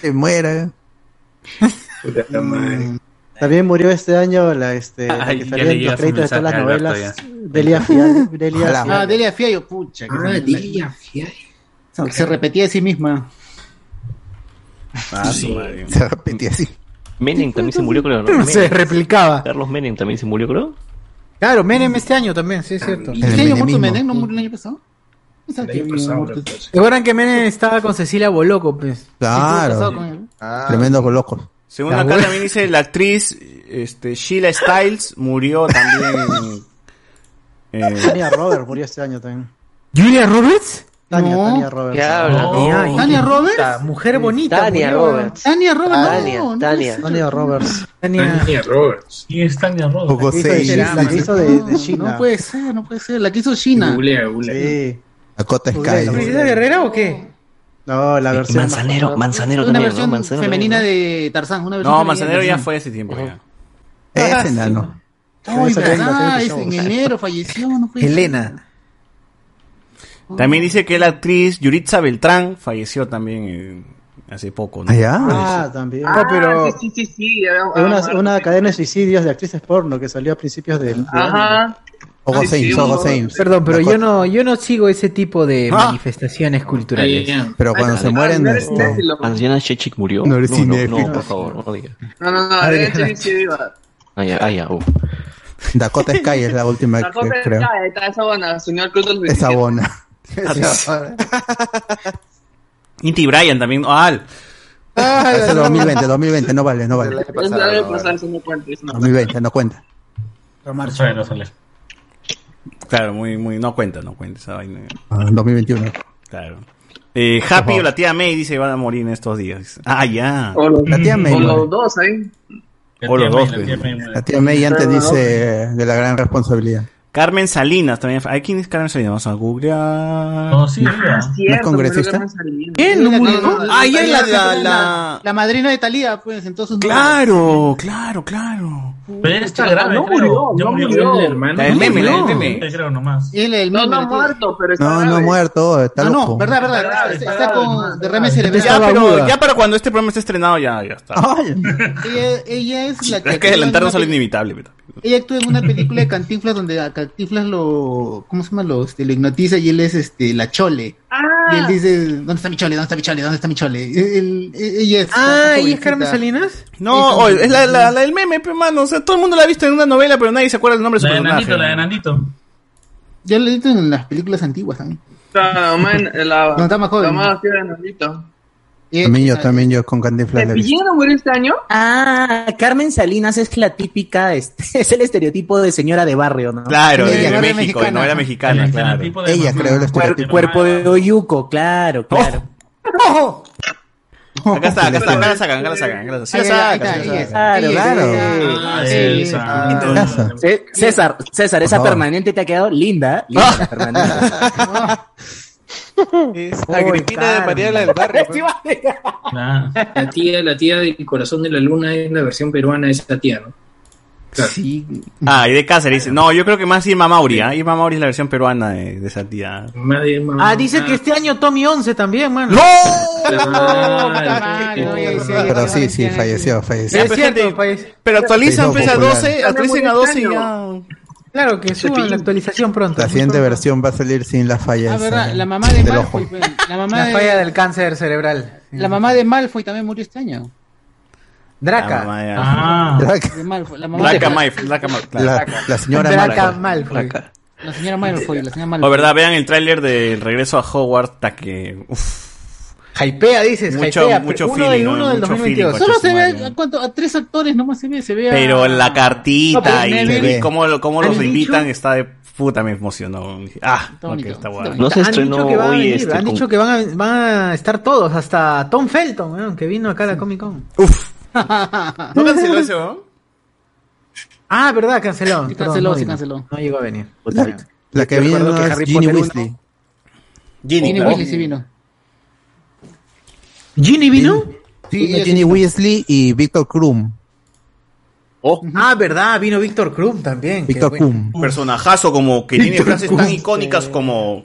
se muera.
También murió este año la, este, la
Ay,
que
ya
salía en
leí
los
su
créditos de todas las
mensaje, Alberto,
novelas. Delia Fiallo. Delia
Ojalá.
Fiallo.
Ah, Delia Fiallo, pucha. que
Ah,
se-
Delia
Se- Se repetía de sí misma.
Ah, sí.
Se repetía así.
Menem también se murió, creo. ¿no?
Se
Menem.
replicaba.
Carlos Menem también se murió, creo.
Claro, Menem este año también, sí es cierto.
¿Este año muerto Menem? ¿No murió el año pasado? No sabe que había muerto.
Recuerdan que Menem estaba con Cecilia Boloco, pues.
Claro. con él?
Ah. Tremendo loco.
Según
La
acá
abuela.
también dice la actriz este, Sheila Stiles murió también. eh,
Tania Robert murió este año también.
¿Julia Roberts?
Tania, Tania Roberts.
¿Qué habla?
No.
¿Tania Roberts?
Puta, Mujer bonita.
Tania
murió.
Roberts.
Tania
Ah,
Roberts.
Tania,
no, no
Tania.
sé.
Tania Roberts.
Tania.
Roberts. ¿Quién es Tania Roberts?
Poco
Hizo de
seis.
Sheila, la que hizo de, de Sheila.
No puede ser, no puede ser. La que hizo China.
Googlea, googlea.
Sí.
Dakota
Julieta
Sky.
Guerrera o qué?
No, la versión.
Manzanero, Manzanero
Una
también, ¿no?
versión
Manzanero
femenina de Tarzán. Una versión
no,
femenina
Manzanero
de
ya
Tarzán.
fue hace tiempo. ya.
Ese enano.
Ay,
Esa
verdad,
tengo,
es
tengo
en
shows.
enero falleció, no puede ser.
Elena.
También dice que la actriz Yuritza Beltrán falleció también eh, hace poco, ¿no?
Ah, también.
Ah, sí, sí, sí, sí. ya veo.
Es una,
Ah,
una cadena de suicidios de actrices porno que salió a principios del. del año.
Ajá.
Ojo
Sí, sí,
Saints,
uno-
Ojo Saints.
Perdón, pero yo no, yo no sigo ese tipo de
Ah.
manifestaciones culturales.
Pero cuando se mueren, no
Ah, eres
este,
cinéfilo.
Anciana Chechik murió.
No eres
no,
cinéfilo.
por favor, no lo digas.
No, no, no,
Madre
de hecho,
mía.
sí, sí, viva.
Ah, ya, ah, ya, uh.
Dakota Sky es la última que
La cosa
creo.
está, está esa buena, se unió al Club del
Es abona. [LAUGHS]
Inti Bryan también. ¡Ah!
Ah, Es el 2020, 2020, no vale, no vale.
Es la de pasar, eso no cuenta, eso no cuenta.
2020, no cuenta.
No sale, no sale. Claro, muy, muy, no cuenta, no cuenta esa vaina.
Ah, 2021.
Claro. Eh, Happy o la tía May dice van a morir en estos días. Ah, ya.
O los,
La tía May,
o
bueno.
los dos ahí.
O los dos. pues.
La tía May antes dice eh, de la gran responsabilidad.
Carmen Salinas también. ¿Ay, quién es Carmen Salinas? Vamos a googlear.
Oh,
No, sí,
mira.
¿No es
congresista?
¿Quién?
No,
murió?
no, no,
Ah,
no,
ya
no,
la-
no,
la-
no,
la-
la madrina de Talía, pues, en todos sus
Claro, claro, claro.
Pero ya está grave.
No
creo.
murió,
Ya
no
creo.
murió.
La del meme, la del meme.
Sí, creo nomás.
Él, el
No,
meme,
no ha
la tía.
muerto, pero está
No, no ha
grave.
muerto, está
Ah,
loco.
no, verdad, verdad. está- Está, con derrame cerebral.
Ya, pero ya para cuando este programa esté estrenado, ya, ya está.
Ella, ella es la que.
es que
actúa en
adelantarnos
una
a lo inevitable. pero-
peli- Ella actúa en una película de Cantinflas donde a Cantinflas lo. ¿Cómo se llama? Lo, este, lo hipnotiza y él es este, la chole.
Ah.
Y
Ah.
él dice: ¿Dónde está mi chole? ¿Dónde está mi chole? ¿Dónde está mi chole? Él- él- ella es.
Ah,
esta
¿y es Carmen
jovencita.
Salinas?
Sí,
No,
son-
oye, es la, la- la del meme, pe, mano. O sea, todo el mundo la ha visto en una novela, pero nadie se acuerda del nombre de
La
su
de Nandito,
personaje.
la de Nandito.
Yo lo he visto en las películas antiguas también.
La mamá, en- la,
No, está más joven.
la mamá tía de Nandito.
También yo, también yo con Candy Flash. la he visto.
no murió este año?
Ah, Carmen Salinas es la típica, este, [LAUGHS] es el estereotipo de señora de barrio, ¿no?
Claro, de, de México, de novela mexicana, claro.
Ella creo el
Cuer- cuerpo de Oyuco, claro, claro.
Acá está, acá está, acá la sacan, acá la sacan. Acá la sacan. Sí, la sacan, Oh, sí, la sacan.
Claro, claro.
Ah, sí, sí,
Casa.
Ce- César, César, esa
favor.
permanente te ha quedado linda,
[LAUGHS]
¿eh? linda la permanente.
sí.
Agripina de Mariela del Barrio, [LAUGHS]
pues.
La tía, la tía del corazón de la luna es la versión peruana de esa tía, ¿no?
Sí.
Ah, y de Cáceres dice. No, yo creo que más Irma Mauri, ¿ah? Irma Mauri es la versión peruana de, de esa tía.
Más de
Ah, dice que este año Tommy 11 también, mano.
¡No!
Pero Ah, sí, sí, falleció,
Ya,
falleció.
pues, gente, pero actualizan pues, a 12, actualicen a 12 y ya.
Claro que suban la actualización pronto.
La siguiente versión va a salir sin las fallas.
Ah, verdad,
eh,
la mamá de
del
Malfoy.
ojo.
pues, La mamá
La falla
de,
del cáncer cerebral.
la mamá de Malfoy también murió este año.
Draca.
Ah.
De Malfoy, la mamá
Draca
de-
Malf, Draca Malf, claro.
La, la señora
Draca
Malfoy.
pues.
Malfoy.
La señora Malfoy, la señora
O
Malfoy.
Oh, verdad, vean el tráiler del regreso a Hogwarts hasta que. Uf.
Hypea, dices.
Mucho-
hypea,
mucho
pero uno
feeling,
del
¿no?
uno del
Mucho feeling,
2022.
Solo
coche
se
su
ve
madre.
a, cuánto, a tres actores nomás se ve, se ve a-
Pero la
No, pero
cartita y,
Neville-
y cómo, lo- cómo los
¿Han
invitan
dicho?
está de puta, me emocionó. Dije, Ah,
Está bonito,
ok, está
está
guay.
No se
han dicho
estrenó
que van a
hoy
venir,
este.
han
con-
dicho que van a, van a estar todos, hasta Tom Felton, weón, que vino acá a la Comic Con. [LAUGHS]
¿No canceló eso, no?
Ah, verdad, canceló.
Se
Perdón,
canceló,
no
se
vino.
canceló.
No llegó a venir.
La, la que
Yo
vino
recuerdo que
es
Harry
Ginny
Potter
Weasley.
Ginny,
Tiene
claro.
Willy sí vino.
¿Ginny vino?
Sí,
ella
Ginny Weasley y Víctor Krum.
Oh.
Ah, verdad, vino Víctor Krum también.
Víctor
qué bueno.
Krum.
Personajazo como que tiene frases tan icónicas como.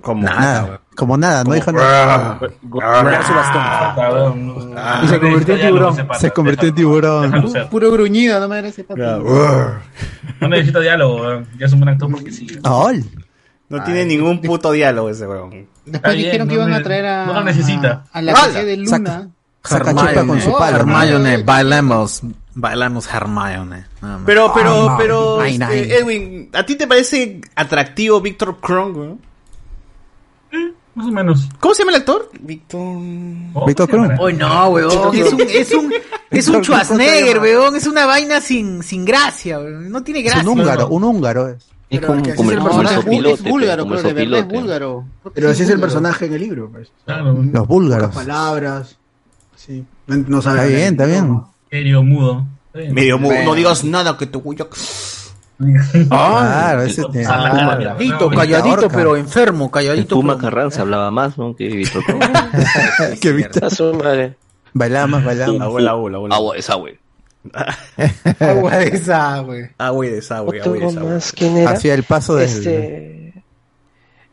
Como
Nada, como nada, no dijo nada.
Golpear su bastón.
Y se convirtió en tiburón. Se convirtió en
Ah,
tiburón.
Puro gruñido, no me merece papi.
No necesito diálogo, eh. ya es un buen actor porque sí.
¡Ay!
No tiene ningún puto diálogo ese weón.
Después
bien,
dijeron que
no
iban a
me-
traer a,
no lo necesita.
a la
¡Hala!
calle de Luna.
Saca chepa con su palo.
Oh, Hermione, bailamos. Bailamos Hermione. nada más.
Pero, pero, pero,
Ay,
este,
ay.
Edwin, ¿a ti te parece atractivo Víctor Krong? weón?
Eh, Más o menos.
¿Cómo se llama el actor? Víctor.
Víctor Krum.
Hoy no, weón. Es un,
[LAUGHS]
es un, es un Schwarzenegger, weón. Es una vaina sin, sin gracia, weón. No tiene
Es
gracia.
un húngaro, un húngaro es.
Es como,
que así
como
es
el,
el
como el
personaje.
sopilote,
Es búlgaro,
como el
creo, de verdad es
sopilote.
búlgaro.
Pero así es el
Búlgaro.
personaje en el libro. pues.
Los búlgaros.
Palabras. Sí. No, no sabe.
Está
hablar.
bien, está bien.
Medio mudo. Eh,
Medio mu-
Bueno.
No digas nada que te voy a.
[LAUGHS] Ah,
Claro, ese te-
Ah,
Calladito,
no,
calladito,
ahorca.
pero enfermo,
El
calladito.
Puma
pero-
Carranza hablaba más, ¿no? Que
[LAUGHS]
Víctor Cruz.
Ah,
Que Víctor-
A su madre.
Bailaba más, bailaba más.
Ah,
Abuela, abuela, abuela.
Agua, es agua.
Agua [LAUGHS] de desagüe.
Agua y desagüe, agua y
Otro
desagüe.
más, ¿quién era?
Hacía el paso del-
Este,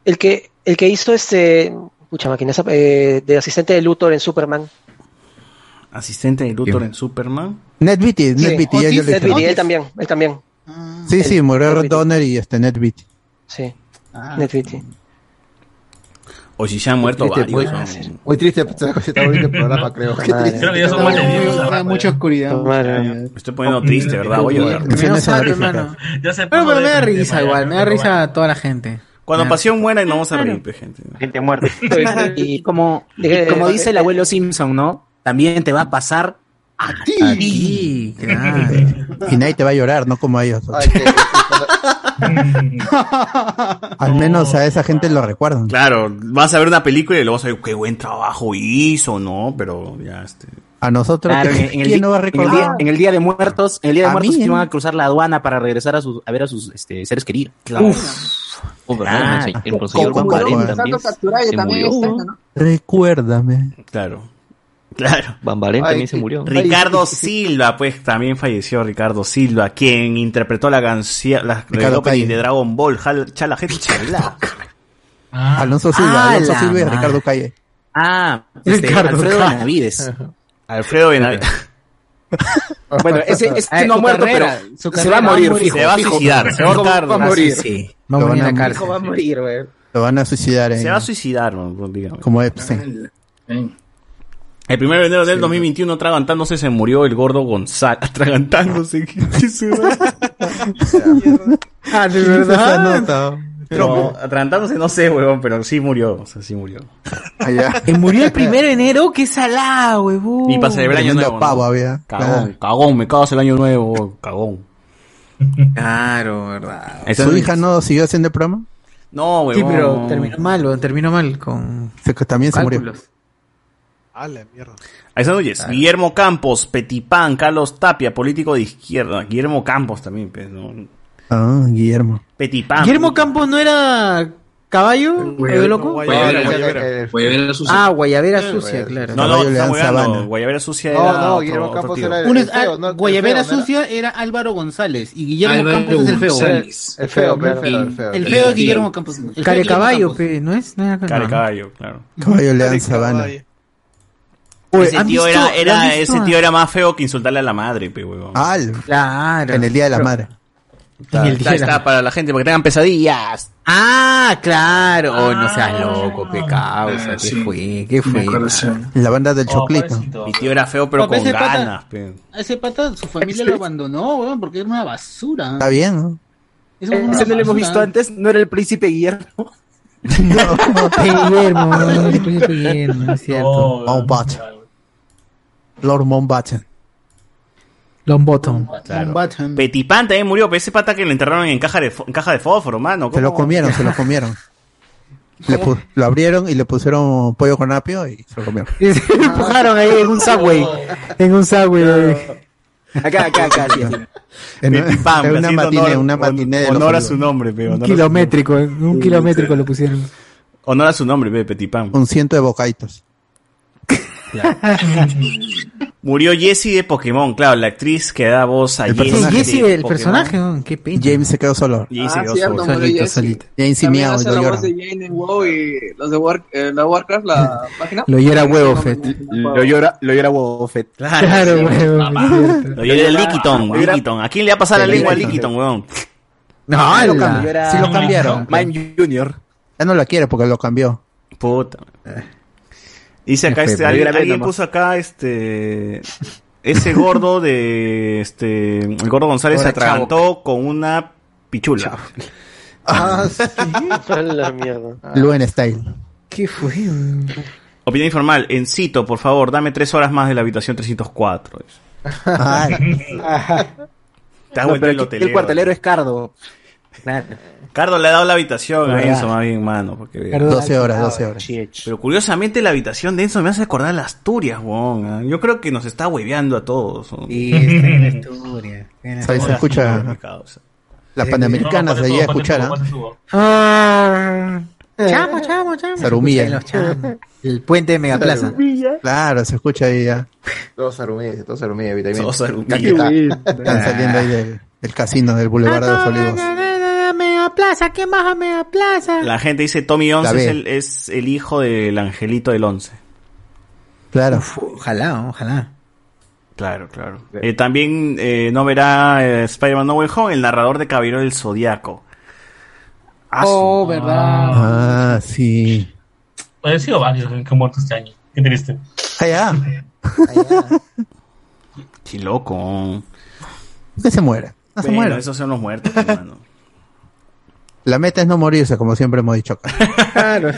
el que el que hizo este pucha máquina esa- eh, de asistente de Luthor en Superman.
Asistente de Luthor en Superman.
NetBeatty,
Sí.
NetBeatty, ya yo
Otis, Ted
le
Beatty,
dije. Ah.
él también, él también.
Sí, sí, murió Donner y este NetBeatty.
Sí. Ah. NetBeatty.
O si ya han muerto
Triste,
varios.
muy-
¿no?
Muy triste, pues, está bonito el programa, creo. Qué
[LAUGHS] Madre.
triste.
Creo que ya son muchos videos, la verdad.
Mucha oscuridad.
Me estoy poniendo triste, ¿verdad? Voy a llorar.
Me sabe, hermano. Pero, pero me da risa
desmayar,
igual, me da risa a toda la gente.
Cuando
Me da-
pasión muera y no vamos a reír, pues, gente.
Gente [LAUGHS] muerta. Pues, Y como, y como dice
eh,
el abuelo Simpson, ¿no? También te va a pasar a ti.
Ah, Claro. Y nadie te va a llorar, no como a ellos. [LAUGHS] Al menos a esa gente lo recuerdan.
Claro, vas a ver una película y luego vas a ver qué buen trabajo hizo, ¿no? Pero ya, este.
A nosotros,
Claro,
que-
en, en el,
¿quién
di-
no va a
en el
recordar?
Ah.
día, en el día de muertos, en el día de
A
muertos
mí,
iban
¿eh?
a cruzar la aduana para regresar a sus, a ver a sus este, seres queridos. Ah,
Claro.
Uf,
Claro.
el, el señor Juan Parén también se murió.
Recuérdame.
Claro. Claro.
Bambarén también se murió.
Ricardo Silva, pues también falleció Ricardo Silva, quien interpretó la canción, la la
Ricardo
opening
Calle.
de Dragon Ball, Jal- Chala Gente Chala.
Alonso Silva,
Ah,
Alonso
la
Silva y
madre.
Ricardo Calle.
Ah, este,
Ricardo
Alfredo
Calle.
Benavides.
Alfredo Benavides.
[LAUGHS] Bueno, ese, ese
Ah,
Ay,
no ha
su
muerto,
carrera,
pero
su
se
carrera
va a morir, fijo,
Se va a
fijo.
suicidar, se va a
Fijo,
ahorcar.
Va a morir.
Sí.
No
Lo
van
van
a
a-
morir.
fijo, va a morir, güey.
Lo van a suicidar en-
Se va a suicidar, no, dígame.
como Epstein.
El 1 de enero del 2021, atragantándose, se murió el gordo González. Atragantándose. ¿Qué [LAUGHS] se
[LAUGHS]
va?
Ah, de
Esa
verdad.
No, atragantándose no sé, huevón, pero sí murió. O sea, sí murió.
Ah,
[LAUGHS]
Que murió el primero de enero, qué salada, huevón.
Y para celebrar el año
Tremendo
nuevo.
pavo había.
Cagón,
Claro.
cagón, me cagas el año nuevo, cagón. Claro, verdad.
¿Su hija no siguió haciendo el programa?
No,
Sí,
huevón.
pero terminó mal, huevón, terminó mal con.
Se- que también se murió.
cálculos.
A la mierda.
Ahí están,
Ah.
oyes. Guillermo Campos, Petipán, Carlos Tapia, político de izquierda. Guillermo Campos también, pues, ¿no?
Ah, Guillermo.
Petipán.
Guillermo Campos no era caballo, ¿Caballo loco?
Guayabera, guayabera.
Guayabera sucia.
Ah, guayabera
Eh,
sucia,
guayabera.
claro.
No, no,
Caballo le
está
dan
huevando.
sabana.
Guayabera sucia
No,
era.
no,
otro-
Guillermo
otro
Campos
tío.
era el-
Uno
el
es Al-
feo, ¿no? El
Guayabera
feo, ¿no era?
Sucia era Álvaro González y Guillermo
Álvaro
Campos es el feo.
González.
¿eh?
El feo,
Y-
el feo, el feo.
El feo es
Sí.
Guillermo Campos. El feo es
Care
Guillermo
caballo,
Campos.
pe, ¿no es? No era-
Cara de
no.
caballo, claro.
Caballo le dan sabana.
Uy,
ese
¿han
tío,
visto-
era, era-
¿han visto
ese
a-
tío era más feo que insultarle a la madre, pe, huevón.
Al.
Claro.
En el Día de la
Pero-
Madre.
Está,
En el día
está-
de la-
está para la gente, porque tengan pesadillas.
Ah, claro. Oh, no seas loco, qué causa,
Ah,
qué
sí.
fue, qué fue.
La banda del
Oh,
Choclito.
Mi tío era feo, pero
Papá,
con
ese pata-
ganas, pe.
A ese pata su
Este,
familia lo abandonó, weón, porque era una basura.
Está bien, ¿no?
Es una
Eh, Ese no lo hemos
basura.
visto antes, no era el príncipe
[LAUGHS]
Guillermo.
Guillermo, Guillermo, es cierto.
Mountbatten. Lord Mountbatten.
Longbottom.
Claro. Petipán también murió, pe, ese pata que lo enterraron en caja de, fo- en caja de fósforo, mano.
Se lo
¿cómo?
comieron, se lo
[LAUGHS]
comieron. Le pu- lo abrieron y le pusieron pollo con apio [LAUGHS] y se lo comieron.
Y se lo empujaron ahí en un subway. En un subway.
Acá, acá, acá. sí, sí.
En,
Petipán,
en una
haciendo
matiné,
honor-
una
hon-
matiné de los
Honor a
judíos.
su nombre,
Un
pe. honor a su-
kilométrico, en un
Sí,
kilométrico lo pusieron.
Honor a su nombre, pe, Petipán.
Un ciento de bocaditos.
Murió Jessie de Pokémon, claro, la actriz que da voz a
El
Jessie.
personaje.
de
Jessie, el
Pokémon.
personaje.
Ajá, Qué pena.
James se quedó solo.
Jessie
Ah,
quedó
cierto,
sola.
murió
Solito,
Jessie.
solito. James y
También
Miau
hace
lo
la
lloran.
voz de Jane en WoW y los de War- eh, la Warcraft, la página.
Lo llora huevo,
No,
Fett.
Lo llora, lo llora Wofet.
Ah,
Claro, huevón.
Lo lloré de Liquiton, Liquiton. ¿A quién le va a pasar la
Sí,
lengua a
Liquiton.
Liquiton, weón?
No,
Sí lo
ala,
cambió, era-
sí lo cambiaron.
Mime Junior.
Ya no la quiere porque lo cambió.
Puta. Dice acá,
Me fue,
este,
me
alguien,
hubiera
alguien
nomás.
puso acá, este... Ese gordo de, este... El gordo González se
Ahora
atragantó con una pichula.
Ah,
[LAUGHS] la mierda. Ah.
Luen Style.
¿Qué fue?
Opinión informal. Encito, por favor, dame tres horas más de la habitación 304. Te has
No,
vuelto
pero
el
aquí el
hotelero.
cuartelero es Cardo.
Cardo le ha dado la
Oh,
habitación a
Verdad.
Enzo, más bien, mano. Porque...
Cardo
12 horas, 12 horas.
Pero curiosamente la habitación de Enzo me hace acordar a las Asturias, weón. ah. Yo creo que nos está hueveando a todos.
Sí, está en Asturias.
[LAUGHS] Ahí se escucha. Las panamericanas
No, no,
allí
pase
a
tú,
escuchar, ¿ah?
Ah,
Chamo, chamo, chamo.
Zarumilla.
Los chamos. El puente de Megaplaza.
Claro, se escucha ahí ya.
Todos arumíes, todos arumíes, vitamina.
Todos arumíes.
Ah.
Están saliendo ahí del, del casino del Boulevard de los Olivos.
Megaplaza, ¿qué más a Megaplaza?
La gente dice Tommy Once
La B.
es el, es el hijo del angelito del Once.
Claro.
ojalá, ojalá.
Claro, claro. Eh, también eh, no verá eh, Spider-Man No Way Home, el narrador de Caballero del Zodíaco.
Oh, verdad.
Ah, sí.
Han Pues, sido varios que han muerto este año. Qué triste.
Allá.
Qué loco.
Que se muera. No Ah, se
Bueno,
muera.
esos son los
[LAUGHS]
muertos, hermano.
La meta es no morirse, como siempre hemos dicho.
Claro.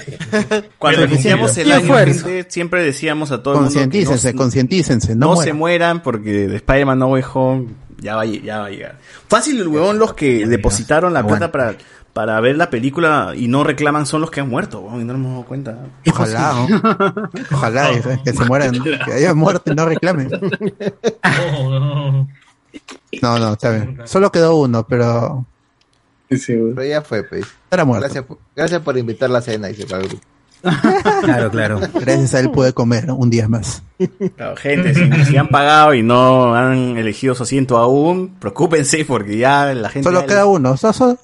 Cuando
Pero
iniciamos
cumplido.
el
Qué
año,
esfuerzo.
gente, siempre decíamos a todo el mundo que no,
Concientícense, concientícense.
no
No,
se
mueran.
mueran porque de Spider-Man No Way Home ya va, a lle- ya va a llegar. Fácil el huevón los que depositaron la plata para, para ver la película y no reclaman son los que han muerto, huevón, y no nos hemos dado cuenta.
Ojalá, ¿no? ojalá eh, que se mueran, que hayan muerto y
[LAUGHS]
no reclamen. No, no, está bien. Solo quedó uno, pero
Pero ya fue, pues.
Estará muerto.
Gracias, por- gracias por invitar la cena, dice para el grupo.
Claro, claro. Gracias a él pude comer un día más.
Claro, gente, si, si han pagado y no han elegido su asiento aún, preocúpense porque ya la gente...
Solo
ya-
queda uno, so- so-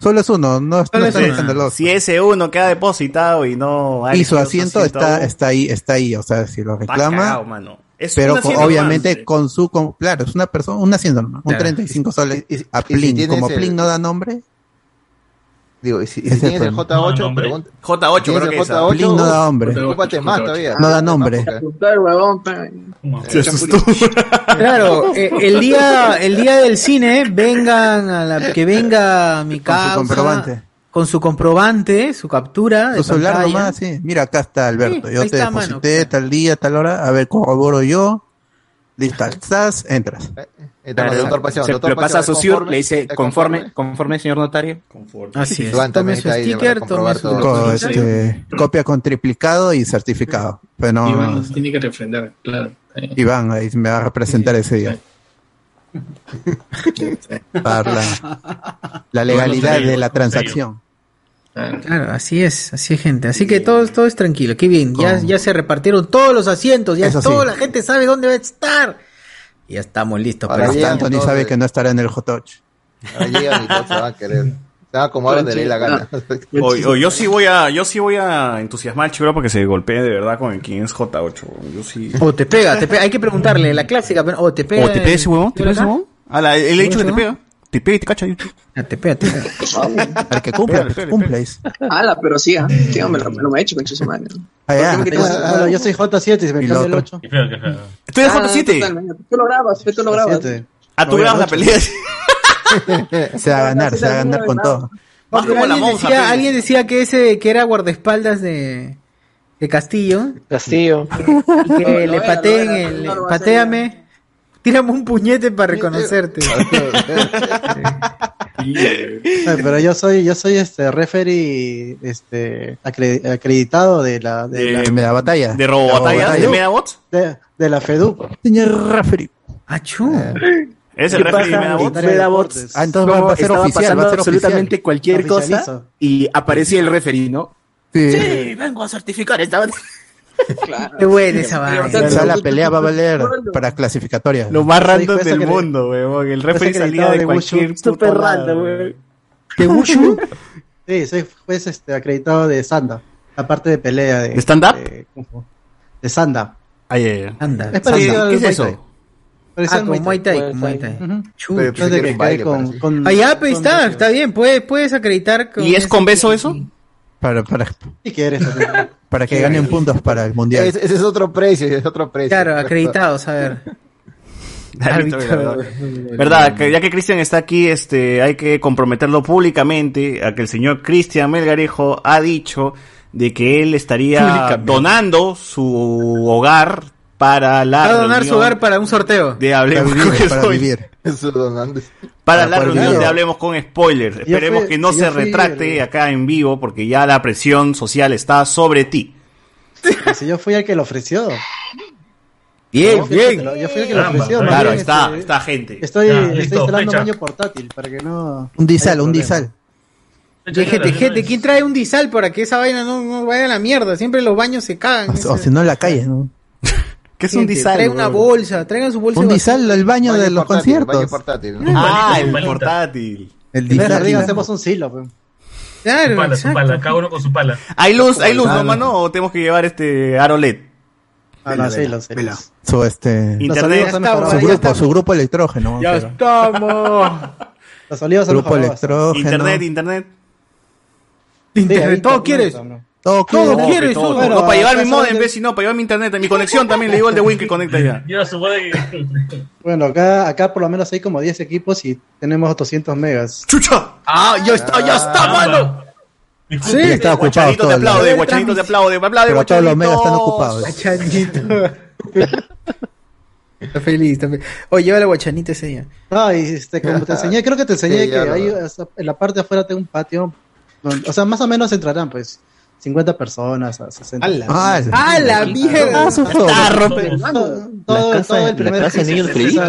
solo es uno, no, no
Entonces,
están haciéndolo.
si ese uno queda depositado y no... ha
Y su
elegido
asiento está, está ahí, está ahí, o sea, si lo
aún, va cagado,
reclama,
mano. Es
pero
un
con-
asiento
obviamente
más.
con su, con- claro, es una persona, un haciendo nomás, un
Claro.
35 soles a
y si
Plin,
tienes
como
el-
Plin no da nombre.
Digo, y si, y
Ese
si tienes el
fue.
J8,
No, hombre.
pregunta.
J8
¿Tienes
creo
el
que es,
J8,
Plin no da hombre.
Preocúpate más todavía.
No da nombre.
Se asustó.
Claro, eh, el día el día del cine, vengan a la que venga mi causa
comprobante.
con su comprobante, su captura de
Su celular
pantalla.
nomás, sí. Mira, acá está Alberto.
Sí,
yo
ahí
te
está, mano,
deposité tal día, tal hora. A ver, corroboro yo. Lista, estás, entras.
Eh, Entonces,
Claro.
doctor Pasión,
Se-
doctor
lo pasa a
Pasión,
su sur,
¿conforme?
le dice,
¿Es
conforme, conforme, señor notario.
Así es.
Iván también está ahí, le van a comprobar todo.
Con, este, copia con triplicado y certificado. Pero no,
Iván
no,
nos tiene que refrendar, [LAUGHS] claro.
Iván ahí me va a representar ese día. Parla. La legalidad de la transacción.
Ah, Claro, así es, así es gente. Así que todo, todo es tranquilo, qué bien. Ya, ya se repartieron todos los asientos, ya
Eso sí.
toda la gente sabe dónde va a estar. Y ya estamos listos
Ahora
para
Anthony sabe que no estará en el
[LAUGHS]
hot touch.
Ahora llegan y todos se van a querer. Se van a acomodar donde le dé la gana.
Ah,
O, o yo sí voy a, yo sí voy a entusiasmar al chivolo porque se golpee de verdad con el quien es J8. weón. Yo sí.
O te pega, te pega, hay que preguntarle, la clásica, pero- o te pega.
¿O te pega ese huevón? ¿Te pega ese
acá?
huevón? Ah, Ala, él ha dicho que te
¿No?
pega. Te pega y te cacha.
Ah, Te pega, te pega.
Al que cumpla, al que cumpla. es.
Ala, pero sí, ah. Tío, me lo, me lo me ha hecho, concha su madre.
Allá.
ah,
Bueno, yo soy J7 y se me
Y lo
cambia el
otro.
8.
Qué feo, qué feo.
Tú
eres J7. Ah, Tú lo grabas, tú lo grabas.
Ah, tú
Voy
grabas
al
la
ocho.
pelea.
Se va a ganar, se va a ganar con todo.
Vas
Pero
como la
alguien,
monja,
decía,
pe.
alguien decía que ese que era guardaespaldas de, de Castillo.
Castillo.
[LAUGHS] Y
No,
que
lo
le
era,
pateen
lo era,
el.
no lo va a hacer.
pateame. Tírame un puñete
[LAUGHS]
para reconocerte.
Ah,
eh.
Ay, pero yo soy, yo soy este referee este acre- acreditado de la de,
De-
la,
de la batalla.
De robo batalla, de Medabots.
de, de la FEDUP.
Señor referee.
Achú.
Es el referee de Medabots.
Ah, entonces va a ser
estaba
oficial,
pasando
va a ser
absolutamente
oficial.
cualquier cosa
Oficializo.
y aparecía el referee, ¿no?
Sí.
vengo a certificar esta
[LAUGHS]
batalla.
Qué buena esa vaina.
O sea, la pelea va a valer para clasificatorias.
Lo más
Soy
random
juez
del
acreditado.
mundo, weón. El
Juez
referee salía
acreditado
de
de
cualquier.
Wushu. Súper
puto lado,
random,
weón.
¿De Wushu? [LAUGHS] Sí, soy juez este, acreditado de Sanda. Aparte de pelea de.
¿De stand-up?
De, Kung Fu. de Sanda.
Ah, ya, ya.
Anda.
Es parecido
¿Qué-
al
¿Qué es
Muay
eso?
Thai. Parecido
Ah,
al
con Muay Thai, con Muay Thai. Chu.
Pero pensé que era un baile, parece.
Ah,
Allá,
[LAUGHS]
pues está, está bien, puedes, puedes acreditar con ese-
beso eso?
Para, para,
¿Y qué eres?
para que ganen puntos para el
[LAUGHS]
mundial.
Ese, ese es otro precio, ese es otro precio.
Claro, acreditados,
[LAUGHS]
a ver.
Árbitro [LAUGHS]
Árbitro.
velador. Verdad, que ya que Cristian está aquí, este, hay que comprometerlo públicamente a que el señor Cristian Melgarejo ha dicho de que él estaría
Públicamente.
donando su hogar para la
Va a donar
reunión
su hogar para un sorteo.
de Hablemos
Para vivir,
con
para
Spoilers.
[LAUGHS]
vivir. Ah,
Eso donando.
Para
Para
la
poder
reunión
vivir.
de Hablemos con Spoilers. Esperemos
fui-
que no
yo
se
fui
retracte acá en vivo porque ya la presión social está sobre ti.
Si yo fui el que lo ofreció.
Bien,
No,
bien.
Yo fui el que lo
Caramba,
ofreció. más
Claro,
bien,
está,
este,
está gente.
Estoy,
Ya,
estoy
listo,
instalando un
fecha.
baño portátil para que no.
Un disal,
haya
un
problema.
disal.
Gente, gente, ¿quién trae un disal para que esa vaina no, no vaya a la mierda? Siempre los baños se cagan.
O, o si no, en la calle,
[LAUGHS]
¿no?
¿Qué
es un disal,
Trae una
bro?
bolsa, traigan su bolsa.
Un
de
disal, el baño, de los conciertos.
Ah, el portátil.
El
En vez de
disal.
arriba hacemos un silo. pe.
Claro,
su pala, su pala, cada uno con su pala.
¿Hay luz, hay luz,
Ah,
no,
no.
mano? ¿O tenemos que llevar este aro LED?
Ah, no, sí, lo sé.
Su, este,
Internet. Ya
su,
estamos,
grupo,
ya estamos.
su grupo electrógeno.
Ya
pero-
estamos.
[LAUGHS] Los salidos son los
grupo
favoritos.
electrógeno.
Internet, internet.
Internet, todo quieres.
Todo
Todo
quieres,
quieres,
todo.
todo.
Bueno,
No, para llevar mi
acá
modem,
sale-
ve, si no, para llevar mi internet. Mi conexión también, le digo al de Win que conecta ya.
[LAUGHS] Yo supone que.
Bueno, acá, acá por lo menos hay como 10 equipos y tenemos 200 megas.
¡Chucha! ¡Ah, ya está, ya está, mano!
Sí, está ocupado
Guachanito
todo
te
el-
aplaude, guachanito te aplaude, aplaude,
Pero todos los
guachanito.
megas están ocupados.
[LAUGHS] Está feliz, está feliz. Oye, lleva la guachanita ese día.
No, y este, como te enseñé, creo que te enseñé
Sí,
que
ya lo-
ahí, hasta en la parte de afuera tengo un patio. donde- o sea, más o menos entrarán, pues, 50 personas, a 60.
¡Ala!
¡Ala, mierda!
Ah, su juego.
Está rompe-
Todo,
La
todo,
casa-
todo el
la
primer pues,
casa de niño Alfredito.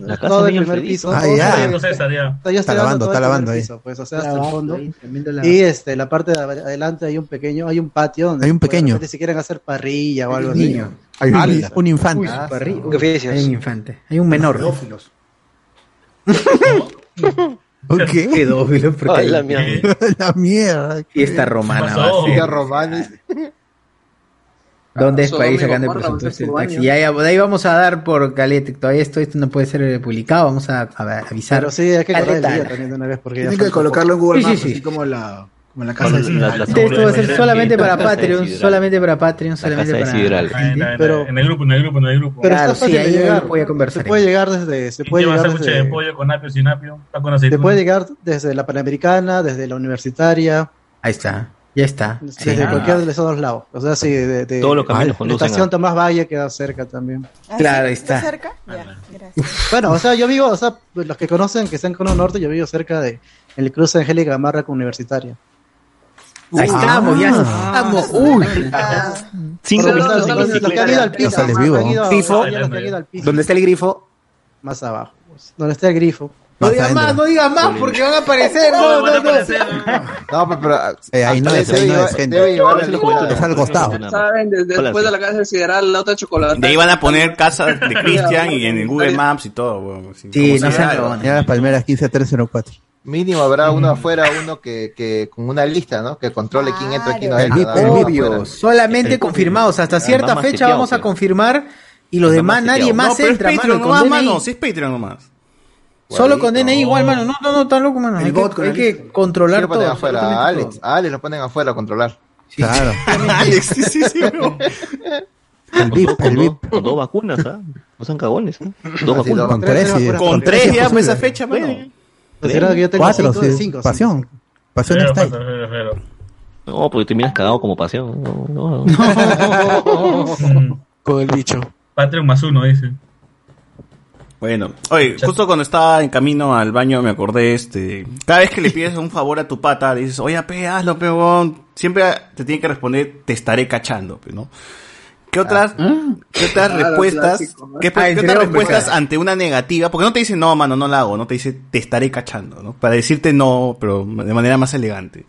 La casa
Todo
de
el
niño
primer
Alfredito.
piso.
Ah,
todo,
ya.
o sea,
No sé, sabía.
yo estoy
Está
dando
lavando,
todo
está
el primer
lavando ahí.
piso, pues, o sea, hasta el
Lavando
fondo.
ahí, tremendo
y
lavado.
este, la parte de ad- adelante hay un pequeño, hay un patio donde
Hay un
pues, de
pequeño.
repente si quieren hacer parrilla o algo
un niño.
así. Ah,
Hay un,
Ala.
un infante.
Uy, su parri- uy, hay un infante, hay un menor.
[LAUGHS]
Pedófilos.
[LAUGHS]
¿Por qué?
Pedófilo, porque
Ay, la
hay-
mierda. [LAUGHS] la mierda.
Fiesta romana. va a ser.
Fiesta romana.
¿Dónde es
Sodoma
país
y
acá en el
Gomorra,
presupuesto
Gonzalo
del taxi?
Urbaño.
Ya, ya, de ahí vamos a dar por Caleta. Todavía esto, esto no puede ser eh, publicado. Vamos a, a- a avisar.
Pero sí, hay que acordar el
Caleta.
día también de una vez porque ya
Tienen
falta
que colocarlo en
poco.
Google
Sí,
Maps,
sí, sí.
así como la, como la casa
Con
de
la-
Sidral.
la- Este, esto va a ser solamente para Patreon, solamente para Patreon, solamente
casa de
para
Sideral.
la gente.
Pero, en el grupo, en el grupo, en el grupo.
Pero está fácil de
ahí
llegar.
voy a conversar.
Se puede llegar desde, se puede
Lleva
llegar
sándwich de
desde,
pollo con apio, sin apio, está con aceituna.
se puede llegar desde la Panamericana, desde la Universitaria,
Ahí está, ya está. Sí.
desde cualquier de esos dos lados. O sea, sí, de, de-
Todos los caminos
Ah, la
conducen
estación
a-
Tomás Valle queda cerca también.
Claro, ahí está.
cerca? Ya, gracias.
Bueno, o sea, yo vivo, o sea, los que conocen que están con el norte, yo vivo cerca de el cruce Angélica Gamarra con Universitaria. Ah.
Ahí estamos, ya estamos. Uy.
Cinco minutos en bicicleta.
No sales vivo.
Han ido a-
Grifo.
ya los que han ido al piso.
¿Dónde está el grifo?
Más abajo. Donde está el grifo.
No digas más, no digas más, porque van a aparecer. No, no, no.
No, pero. pero
Eh, ahí no
hasta
es, ahí
debe
no
llevar-
es, gente.
debe llevar la
Es al costado.
Saben, desde
Hola,
después de la casa del sideral, la otra chocolate.
De ahí van a poner casa de Cristian y en el Google Maps y todo, weón. Sí, como sea, claro.
Ya las palmeras 15304.
Mínimo habrá
Mm.
uno afuera, uno que, que con una lista, ¿no? Que controle quién entra, quién no entra. nada más afuera.
Obvio, solamente confirmados. Hasta cierta
Anda más
fecha
seteado,
vamos a confirmar y los
Anda
demás, nadie
seteado.
más
No, pero
entra.
es Patreon
mano,
nomás,
con
mano.
DNI.
Sí, es Patreon nomás.
Solo con DNI igual, mano. No, no, no, tan loco, mano. Hay que, hay que controlar
Quiero poner
todo.
afuera a
absolutamente
Alex. A Alex lo ponen afuera a controlar.
Claro.
[LAUGHS] Alex, sí, sí, sí, weón.
Con dos- con dos- con dos vacunas, ¿ah? No sean cagones. ¿ah? Dos
Así,
vacunas.
con tres, sí,
Con
con
tres
tres
ya,
es
pues esa
posible.
fecha, mano.
Considerado que yo tengo
Cuatro,
cinco de
sí.
cinco, sí.
Pasión. Pasión
Pero,
está ahí.
pero, pero, pero.
No, porque terminas cagado como pasión. No, no.
[LAUGHS] Con el bicho. Patreon más uno, dice.
Bueno, oye, justo cuando estaba en camino al baño me acordé, este, cada vez que le pides un favor a tu pata, le dices, oye, pe, hazlo, pe, huevón", siempre te tiene que responder, te estaré cachando, pe, ¿no? ¿Qué otras,
¿eh?
qué otras
Ah, lo
respuestas,
clásico, ¿no?
qué,
Ah,
qué
en
otras
serio,
respuestas
pues,
ante una negativa? Porque no te dice, no, mano, no la hago, no te dice, te estaré cachando, ¿no? Para decirte no, pero de manera más elegante.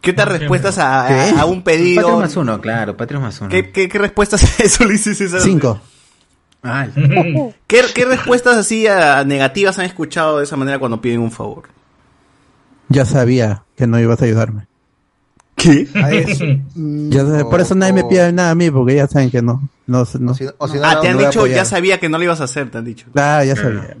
¿Qué otras respuestas a, a-
¿Qué?
a un pedido?
Ah, Patreon más uno, claro, Patreon más uno.
¿Qué, qué, qué respuestas a eso le dices? a-
Cinco. Ah,
[LAUGHS] ¿Qué, qué respuestas así a negativas han escuchado de esa manera cuando piden un favor?
Ya sabía que no ibas a ayudarme.
¿Qué?
[LAUGHS] Ya sabía- por eso nadie me pide nada a mí, porque ya saben que no. no, no.
ah, te han
voy a
dicho,
apoyar.
ya sabía que no lo ibas a hacer, te han dicho.
Claro, ya sabía.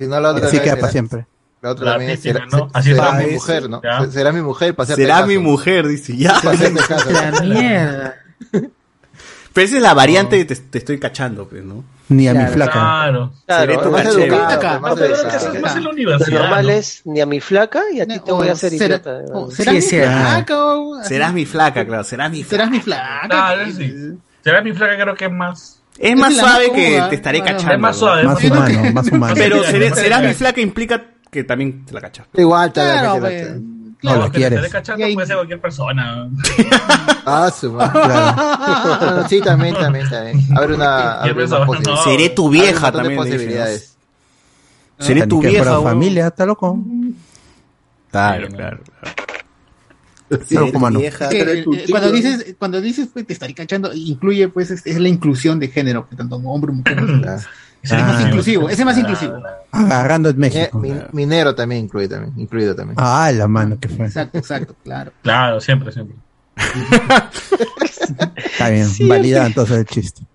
Si no, la otra
Así
vez
queda
será-
para siempre.
La otra
La
también es,
típica,
será,
¿no?
se-
Así
será
está.
mi mujer, ¿no?
Ya.
Se- Será mi mujer para hacerte
Será
caso.
mi mujer, dice, ya.
Para hacerte
[LAUGHS]
caso.
La mierda.
Pero esa es la variante de te, te estoy cachando, pues, ¿no?
Ni a mi
Claro.
flaca.
Claro.
Claro,
Seré tu
más
cachero.
educado,
Acá.
más
No, pero
educado.
es que eso es más en la
Lo
universidad,
normal
¿no?
es ni a mi flaca y a ti te voy a hacer
será-
idiota.
o
Sí,
será mi
será.
flaca.
Serás mi flaca, claro, serás mi flaca.
Serás mi flaca.
Ah, eso sí. Será mi flaca, creo que es más.
Es más
la
suave
más
que
cómoda.
te estaré
Claro.
cachando.
Es más suave,
¿no?
más Más humano, humano. más humano.
Pero seré-
Más
serás
humano.
mi flaca implica que también te la cachas.
Igual, te
Claro,
la-
pues.
te la-
Claro,
la
que te estaré cachando puede ser cualquier persona. [LAUGHS]
Ah, su madre.
[LAUGHS]
Claro. Sí, también, también, también. Abre una. abre una
pensaba,
posibilidad.
no.
Seré tu
Abre un
vieja
montón de
también,
posibilidades.
dices. Seré
Ni
tu
que
vieja.
fuera
weón.
familia, está loco.
Claro, claro. claro.
Sí, eres humano.
Es que, eh, eh, cuando dices, cuando dices, pues, te estaré cachando, incluye, pues, es, es la inclusión de género, que tanto hombre como
[CLEARS THROAT]
mujer. Es el más
Ah.
inclusivo, es el más inclusivo.
ah,
Agarrando en
Eh,
México.
Mi- Eh, minero también incluye también, incluido también.
Ah, la mano que fue.
Exacto, exacto, claro.
Claro, siempre, siempre.
Está bien,
Sí,
valida
sí.
entonces el chiste. Ah,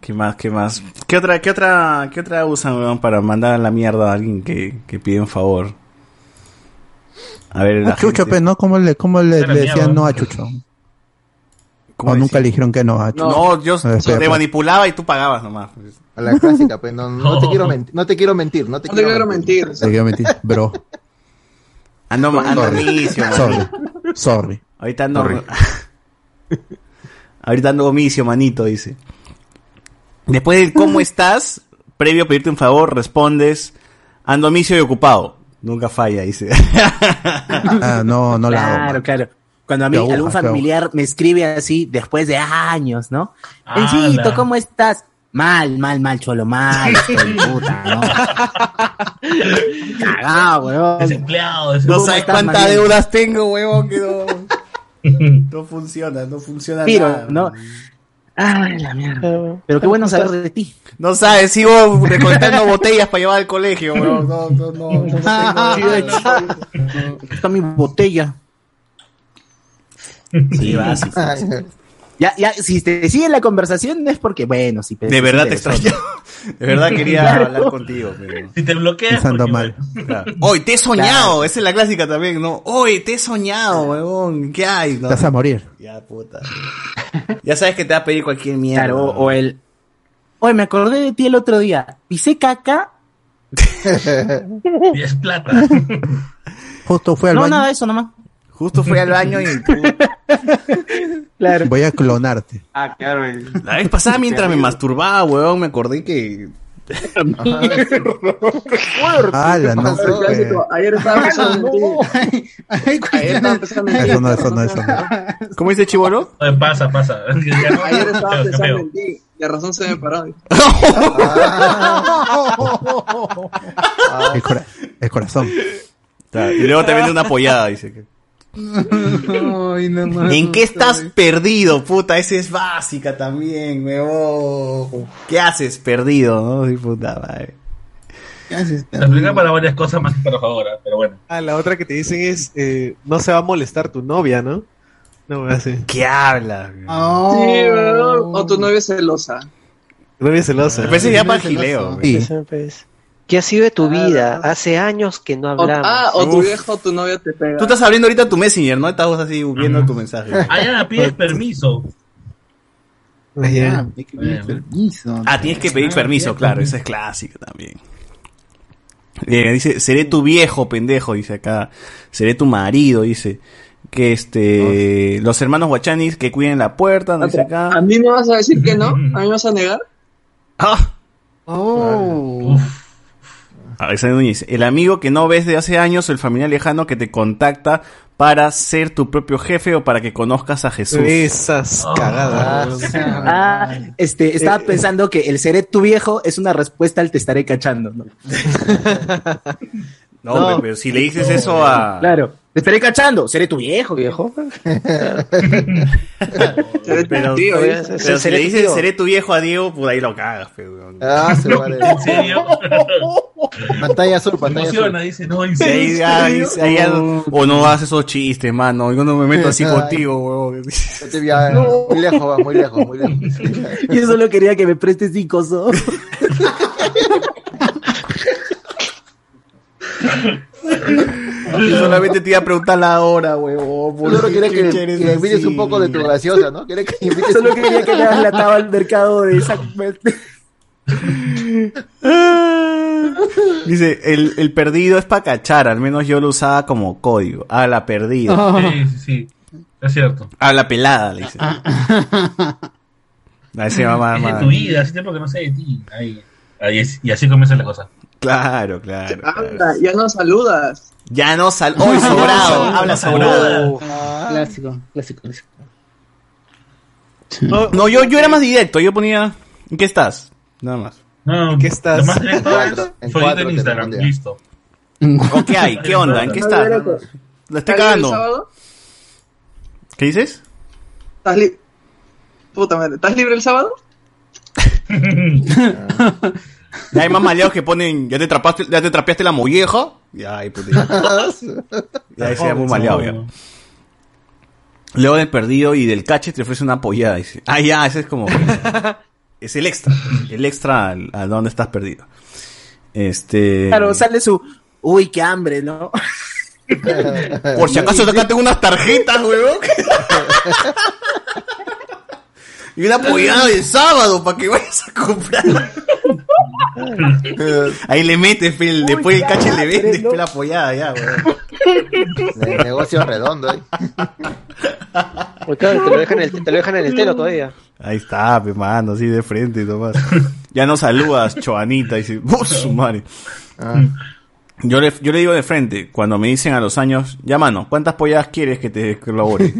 ¿Qué más? ¿Qué más? ¿Qué otra, qué otra, qué otra usan, weón, para mandar a la mierda a alguien que, que pide un favor? A ver, la
Ah, Chucho,
gente-
pues, ¿no? ¿Cómo le, cómo le,
Era
le
mía,
decían
¿no?
no a Chucho? O nunca le dijeron que no a Chucho.
[LAUGHS] No, yo
A ver, Ah, espera,
te
espera.
manipulaba y tú pagabas nomás.
A la clásica, pues no, no te quiero mentir, no te quiero mentir, no te quiero, mentir.
Te quiero mentir, bro.
Ando, ando misio, man.
Sorry. Sorry.
Ahorita ando. [LAUGHS] Ahorita ando omiso, manito, dice. Después del
[LAUGHS]
cómo estás, previo a pedirte un favor, respondes, ando omiso y ocupado. Nunca falla, dice. [LAUGHS]
Ah, no, no la hago.
Claro, claro. Cuando a mí
Te agujas,
algún
te
familiar me escribe así después de años, ¿no?
Ala.
Encito, ¿cómo estás? Mal, mal, mal, cholo,
[LAUGHS]
mal. estoy puta, ¿no? Cagado, weón.
Desempleado,
desempleado.
No sabes
¿Cómo estás,
cuántas
Mariano?
deudas tengo, huevón, que no.
[LAUGHS]
No funciona, no funciona
Piro,
nada.
¿no? Ay, la
Ah,
mierda. Pero qué bueno saber de ti.
No sabes, sigo
[LAUGHS]
recolectando botellas para llevar al colegio, huevón. No, no, no. no tengo-
Está mi botella. Sí, va, sí, sí, sí. Ya, ya, si te sigue la conversación es porque, bueno, si
De verdad te extraño. De verdad quería
[LAUGHS]
Claro.
hablar contigo, pero.
Si te bloqueas.
Pensando mal.
Claro. [LAUGHS] Hoy te he soñado, esa es la clásica también, ¿no? Hoy te he soñado, huevón, ¿qué hay? No,
Te vas a morir.
Ya, puta. Ya sabes que te va a pedir cualquier mierda.
Claro, o, o el. Oye, me acordé de ti el otro día. Pisé caca.
y es plata.
Justo fue al
no,
baño.
nada de eso nomás.
Justo fui al baño [LAUGHS] y.
Voy a clonarte.
Ah, claro. La vez pasada mientras me masturbaba, huevón, me acordé que. [LAUGHS]
Ala, no, pues.
Ayer estaba pensando
Ayer estaba
pensando
Eso no, eso no, eso no.
¿Cómo dice Chivolo?
Ah, Pasa, pasa. [LAUGHS]
Ayer estaba pensando
Campeón.
en ti. De razón se me paró.
[LAUGHS]
El, cora- el corazón.
Claro, Y luego te vende una pollada, dice. que- ¿En qué estás perdido, puta? Esa es básica también, huevón. ¿Qué haces perdido, no? Sí, puta madre.
La explica para varias cosas más que para favor, ah, pero bueno.
Ah, la otra que te dicen es, eh, no se va a molestar tu novia, ¿no? No me hace.
¿Qué habla?
Sí, ¿verdad? O tu novia es celosa.
Novia celosa.
Me parece ya para el gileo, güey.
¿Qué ha sido de tu vida? Hace años que no
Ah, O-
hablamos.
ah, o tu
Uf.
[LAUGHS]
viejo o tu novia te pega.
Tú estás abriendo ahorita tu Messenger, ¿no? Estás así viendo tu mensaje.
Ah, ya,
pides permiso.
Ah,
permiso.
Ah,
tienes que pedir permiso, claro, esa es clásica también. Eh, dice, seré tu viejo, pendejo, dice acá. Seré tu marido, dice. Que este. Los hermanos guachanis que cuiden la puerta, no dice acá.
¿A mí me vas a decir que no? ¿A mí me vas a
[LAUGHS]
negar?
Ah. Oh. Alexander Núñez, el amigo que no ves de hace años, el familiar lejano que te contacta para ser tu propio jefe o para que conozcas a Jesús.
Esas cagadas.
Ah, este,
Eh,
estaba pensando que el seré tu viejo es una respuesta al te estaré cachando. No,
No, hombre, pero si le dices eso a-
Claro, te estaré cachando, seré tu
[LAUGHS]
viejo, viejo. [LAUGHS]
Pero,
Tío,
pero
ya,
si
seré
le
tu
dices
tío.
seré tu viejo a Diego, pues ahí lo cagas, pe, weón.
Ah,
¿En serio?
Pantalla azul, pantalla azul.
Emociona, dice, no, en
Sí, ahí-
serio.
ahí- ahí- o no haces esos chistes, mano. Yo no me meto así
Ay.
contigo, weón.
Yo te vi a- muy lejos, va, muy lejos, muy lejos.
[LAUGHS] Yo solo quería que me prestes
[LAUGHS]
cinco so.
Yo solamente te iba a preguntar la hora, weón.
Solo quería que, que le mires un poco de tu graciosa, ¿no? Quería que invites
Solo quería que me hagas la taba al mercado
[LAUGHS]
de esa.
Dice, el, el perdido es para cachar, al menos yo lo usaba como código. A la perdida.
Ah.
Sí, sí, sí. Es cierto.
A la pelada, le dice. A ese mamá,
es de
mamá.
tu vida, hace tiempo que no sé de ti. Ahí, ahí es- y así comienza la cosa.
Claro, claro.
Anda, ya no saludas.
Ya no [LAUGHS] sal. ¡Hoy sobrado! Habla sobrado.
Clásico, clásico, clásico.
No, no, yo, yo era más directo, yo ponía. ¿En qué estás? Nada más.
No,
qué estás?
Lo más directo es
Cuatro, en
soy
cuatro
en
te
Instagram,
[LAUGHS] respondía.
listo. [LAUGHS]
[LAUGHS]
¿O qué hay? ¿Qué onda? ¿En qué estás? Lo estoy
¿Salió el
cagando.
sábado?
¿Qué dices?
¿Estás, li- Puta madre, ¿estás libre el sábado?
[LAUGHS] Ya hay más maleados que ponen, ya te, trapaste, ya te trapeaste la molleja. Ya, pues, ahí, [LAUGHS] puta.
[LAUGHS]
[LAUGHS] Ya ahí se muy maleado, ya. Luego del perdido y del cache te ofrece una apoyada. Dice. Ah, ya, ese es como. es el extra. El extra al- a donde estás perdido. Este.
Claro, sale su. Uy, qué hambre, ¿no?
Por si
[LAUGHS]
acaso acá tengo unas tarjetas, huevón. y una apoyada del sábado para que vayas a comprar. Ahí le metes, fe, el- después el cache le vende, después la apoyada, ya, huevón.
[LAUGHS] Ne- negocio redondo, ¿eh?
Uy, claro, te lo dejan en
[LAUGHS]
el, te lo dejan en el telo todavía.
Ahí está, pe, mano, así de frente nomás. Ya no saludas, choanita, dice, "Vos, su madre". Yo le, yo le digo de frente, cuando me dicen a los años, ya mano, ¿cuántas polladas quieres que te colabore?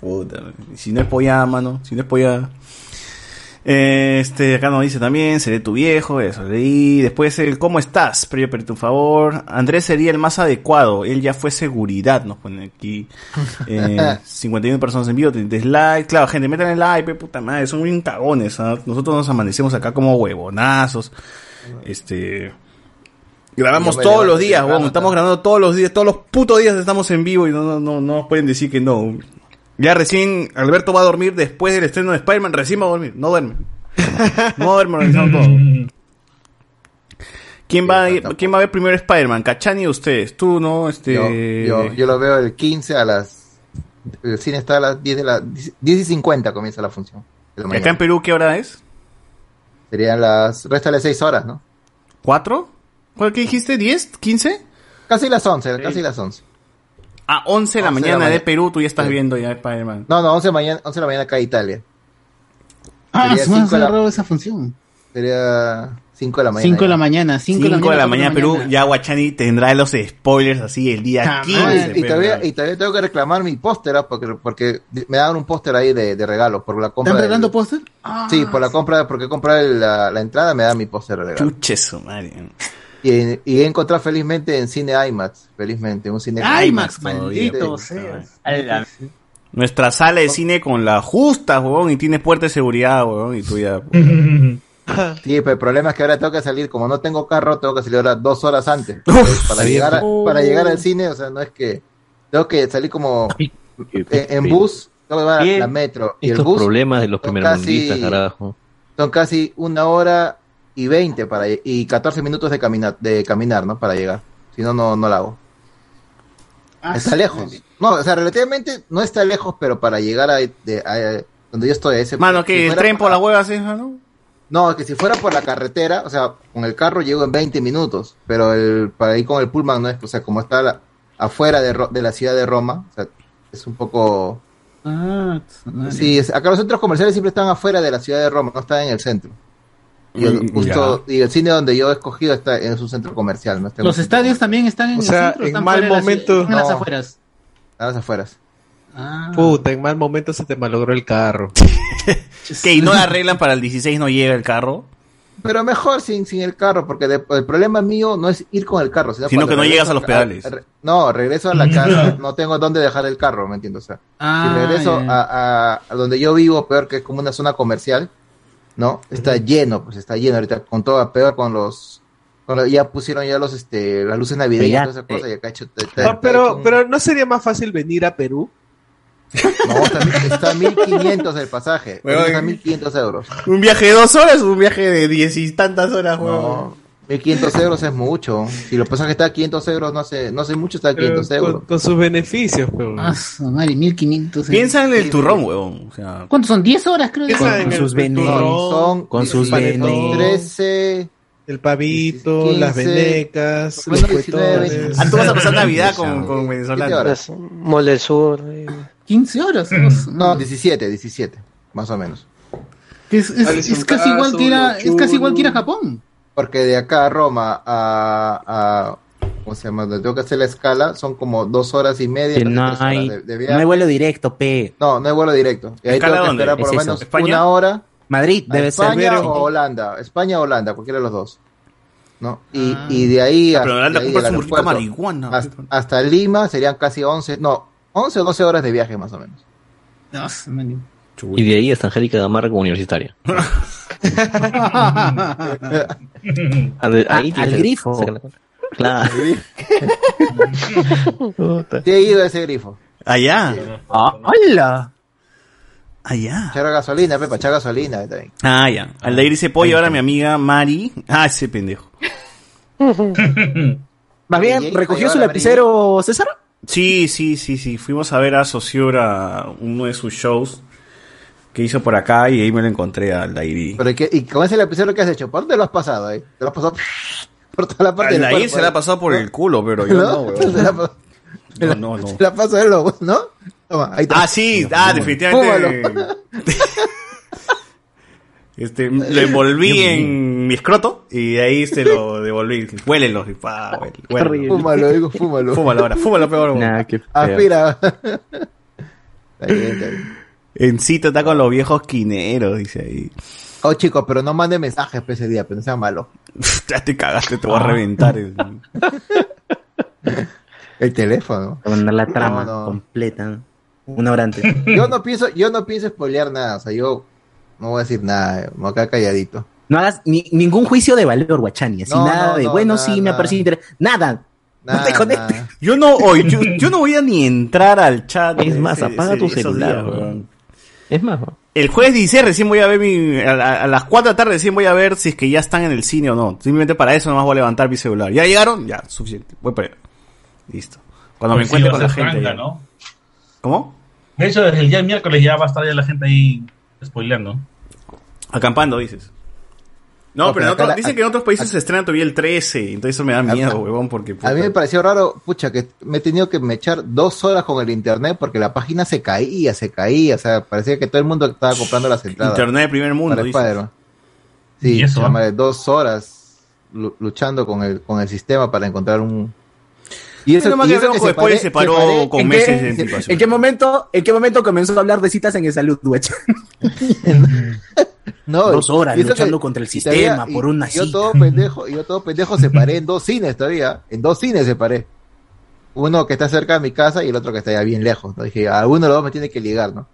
Puta, si no es pollada, mano, si no es pollada. Eh, Este, acá nos dice también, seré tu viejo, eso leí. Después el ¿cómo estás? Previo por tu favor. Andrés sería el más adecuado, él ya fue seguridad, nos pone aquí. Eh, 51 personas en vivo, 30 likes. Claro, gente, metan el like, pe, puta madre, son bien cagones. ¿ah? Nosotros nos amanecemos acá como huevonazos. Este. Grabamos
Yo me
todos
levanto
los días,
temprano,
weón. Estamos grabando todos los días, todos los putos días estamos en vivo y no, no, no, no nos pueden decir que no. Ya recién Alberto va a dormir después del estreno de Spider-Man, recién va a dormir, no duerme. No duerme, organizamos todo. ¿Quién va, a ir- ¿Quién va a ver primero Spider-Man? ¿Cachani o ustedes? Tú, ¿no? Este...
Yo, yo, yo lo veo el 15 a las... El cine está a las 10 de la... 10 y 50 comienza la función. de la
¿Y acá en
mañana.
Perú qué hora es?
Serían las... Resta las 6 horas, ¿no?
¿Cuatro? ¿Cuál que dijiste? ¿10? ¿15?
Casi las 11, casi las 11.
A 11 Ah, de la
11 de la
mañana de
mañana.
Perú tú ya estás viendo ya Spider-Man.
No, no, 11 de, mañana, 11 de la mañana acá en Italia.
Ah,
Sería
se me ha
cinco de la-
cerrado esa función.
Sería 5 de la mañana.
5 de la mañana, 5
5 de la mañana, Perú, ya Guachani tendrá los spoilers así el día
Ah,
15.
y,
pe,
todavía,
weón.
y todavía tengo que reclamar mi póster, ah, porque, porque me daban un póster ahí de, de regalo por la compra.
¿Están
del-
regalando póster?
Sí,
Ah.
por la compra, porque compré la, la entrada, me da mi póster de regalo.
Chuche su madre.
Y, y he encontrado felizmente en cine IMAX, felizmente, un cine
IMAX,
todavía.
maldito
Sí.
sea.
Nuestra sala
Oh.
de cine con la justa, huevón, y tienes puerta de seguridad, huevón, y tú
[LAUGHS]
ya...
Sí, pero el problema es que ahora tengo que salir, como no tengo carro, tengo que salir ahora dos horas antes. para,
sí.
llegar a-
Oh.
para llegar al cine, o sea, no es que tengo que salir como en, en bus, tengo que llevar la metro y el
Estos
bus
problemas de los
son
primermundistas,
casi-
carajo.
son casi una hora y veinte para lle- y 14 minutos de caminar, de caminar, ¿no? Para llegar. Si no, no, no la hago.
Ah,
está lejos. No, o sea, relativamente no está lejos, pero para llegar a, de- a- donde yo estoy, a ese
Mano,
si
Ah, que el
fuera
tren
por-
por las huevas, ¿eh? ¿no?
no, que si fuera por la carretera, o sea, con el carro llego en 20 minutos, pero el, para ir con el pullman no es, o sea, como está la- afuera de, Ro- de la ciudad de Roma, o sea, es un poco...
Ah,
Sí, es- acá los centros comerciales siempre están afuera de la ciudad de Roma, no están en el centro. Y el,
Mm,
justo- y el cine donde yo he escogido está en un centro comercial, no está en un
Los
centro-
estadios también están en
O
el
sea,
centro,
en
están
mal
fuera de la ciudad,
momento-
están en las
No.
afueras. Ah.
a las afueras.
Puta, en mal momento se te malogró el carro.
Que y no la arreglan para el 16 no llega el carro,
Pero mejor sin, sin el carro, porque de- el problema mío no es ir con el carro, sino,
sino
cuando
que no
regreso
llegas a los pedales.
re- no, regreso
[LAUGHS]
a la casa, no tengo dónde dejar el carro, ¿me entiendes? O sea,
Ah,
si regreso
ya.
a, a- a donde yo vivo, peor que es como una zona comercial, ¿no? Está lleno, pues está lleno ahorita con todo, peor con los... con los- ya pusieron ya los este las luces navideñas,
eh,
todas esas cosas, y acá chuta, está-
No, pero, pero no sería más fácil venir a Perú.
No, está, está 1500 el pasaje,
[LAUGHS] Huevón.
está 1500 euros.
Un viaje de dos horas, un viaje de diez y tantas horas, huevón.
1500 euros es mucho. Si lo pasajes está a 500 euros, no hace, no hace mucho, está a
Pero
500 euros.
con, con sus beneficios, pero.
Ah, su madre, 1500.
Piensa en el turrón, huevón. O sea,
¿Cuántos son? 10 horas, creo.
Piensa en el- el turrón,
con sus
paletón,
13,
el pavito, las
15,
venecas,
bueno,
los
19,
cuetones.
ah, tú vas a
[LAUGHS]
pasar Navidad con, con venezolanos.
Las- Pues, Mall del Sur. eh.
15 horas.
Mm. No, 17, 17, más o menos.
Es, es- es casi igual que ir a, es casi igual que ir a Japón.
Porque de acá a Roma a, a ¿cómo se llama? Donde tengo que hacer la escala, son como dos horas y media.
Que
casi
no
tres horas
hay,
de- de
no
viaje.
hay vuelo directo, P.
No, no hay vuelo directo. Y ahí
¿Escala
tengo que
dónde?
esperar por
Es
lo
eso.
menos
¿España?
una hora.
Madrid
a
debe ser.
España
Pero-
o Holanda. España o Holanda, cualquiera de los dos. ¿No? Y, y de ahí
Ah, pero en Holanda
de ahí
compras
del
un burrito de
aeropuerto
marihuana.
hasta, hasta Lima serían casi 11, no, 11 o 12 horas de viaje más o
[LAUGHS]
menos.
Ah,
Y de ahí hasta Angélica Gamarra como universitaria.
[LAUGHS]
A ver, ahí
Ah,
tienes
al
el-
grifo.
saca la- Claro.
Sí he ido a ese grifo.
Allá. Ah.
¡Hola!
Allá.
Echar gasolina, pepa, echar gasolina
[LAUGHS]
también.
Ah, ya. Al de irse pollo, ahora mi amiga Mari. Ah, ese pendejo.
Más bien, ¿recogió su lapicero César?
Sí, sí, sí, sí. Fuimos a ver a Sociur a uno de sus shows que hizo por acá y ahí me lo encontré al Dairi.
Pero ¿qué- ¿Y con ese lapicero que has hecho? ¿Por dónde lo has pasado? Eh? ¿Te lo has pasado [LAUGHS] por toda la parte
Al
del
Dairi
cuerpo,
se la
eh?
ha pasado por el culo, pero yo no, Ah, weón.
Se la pa-
No, no, no.
se la pasa él, ¿no? Toma, ahí está.
Ah, sí, ah, definitivamente. [LAUGHS] Este, lo envolví en mi escroto y de ahí se lo devolví. Huélelo, y pa, huélelo, huélelo.
Fúmalo, digo, fúmalo.
Fúmalo ahora, [LAUGHS] fúmalo peor. Nah, qué
Aspira. [LAUGHS]
Encito está con los viejos quineros, dice ahí.
Oh, chicos, pero no manden mensajes para ese día, pero no sean malo.
Ya te cagaste, te voy a reventar. el-
El teléfono.
Para mandar la trama
No, no.
completa. Una hora antes.
[LAUGHS] Yo no pienso, yo no pienso spoilear nada, o sea, yo no voy a decir nada, eh, me voy a quedar calladito.
No hagas ni- ningún juicio de valor, Guachani. Así
No,
nada
no,
de,
no,
bueno,
nada,
sí, me
nada.
apareció interesante. Nada.
Nada,
no te conectes.
Yo no, hoy, yo, yo no voy a ni entrar al chat.
Es más, apaga tu
esos
celular,
días,
weón.
weón.
Es más,
El jueves 16 recién voy a ver mi, a, la- a las 4 de la tarde recién voy a ver si es que ya están en el cine o no. Simplemente para eso nomás voy a levantar mi celular. ¿Ya llegaron? Ya, suficiente. Voy para allá. Listo. Cuando me
Pues sí,
encuentre
va a
con la
ser
gente.
franca,
ya.
¿no?
¿Cómo?
De hecho, desde el día miércoles ya va a estar ya la gente ahí spoileando.
Acampando, dices. No,
No,
pero en
pero acá
otro-
la-
dicen que en otros países se estrena todavía el 13. Entonces eso me da miedo, huevón, porque...
A mí me pareció raro, pucha, que me he tenido que me echar dos horas con el internet porque la página se caía, se caía, o sea, parecía que todo el mundo estaba comprando las entradas.
Internet de primer mundo,
Para
dices.
Spider-Man. Sí,
¿Y eso?
chama, de dos horas lu- luchando con el, con el sistema para encontrar un... Y
Pero más
y
que
eso
veo
que
con
separé-
spoilers, se paró
separé-
con
¿En
meses
qué-
de anticipación.
¿En qué momento, en qué momento comenzó a hablar de citas en el salud, Guachani?
[LAUGHS] No,
Dos horas
y eso
luchando
que-
contra el
y todavía-
sistema por una
Yo
cita.
todo pendejo, yo todo pendejo separé en dos cines todavía, en dos cines separé. Uno que está cerca de mi casa y el otro que está ya bien lejos. ¿no? Dije, a uno de los dos me tiene que ligar, ¿no?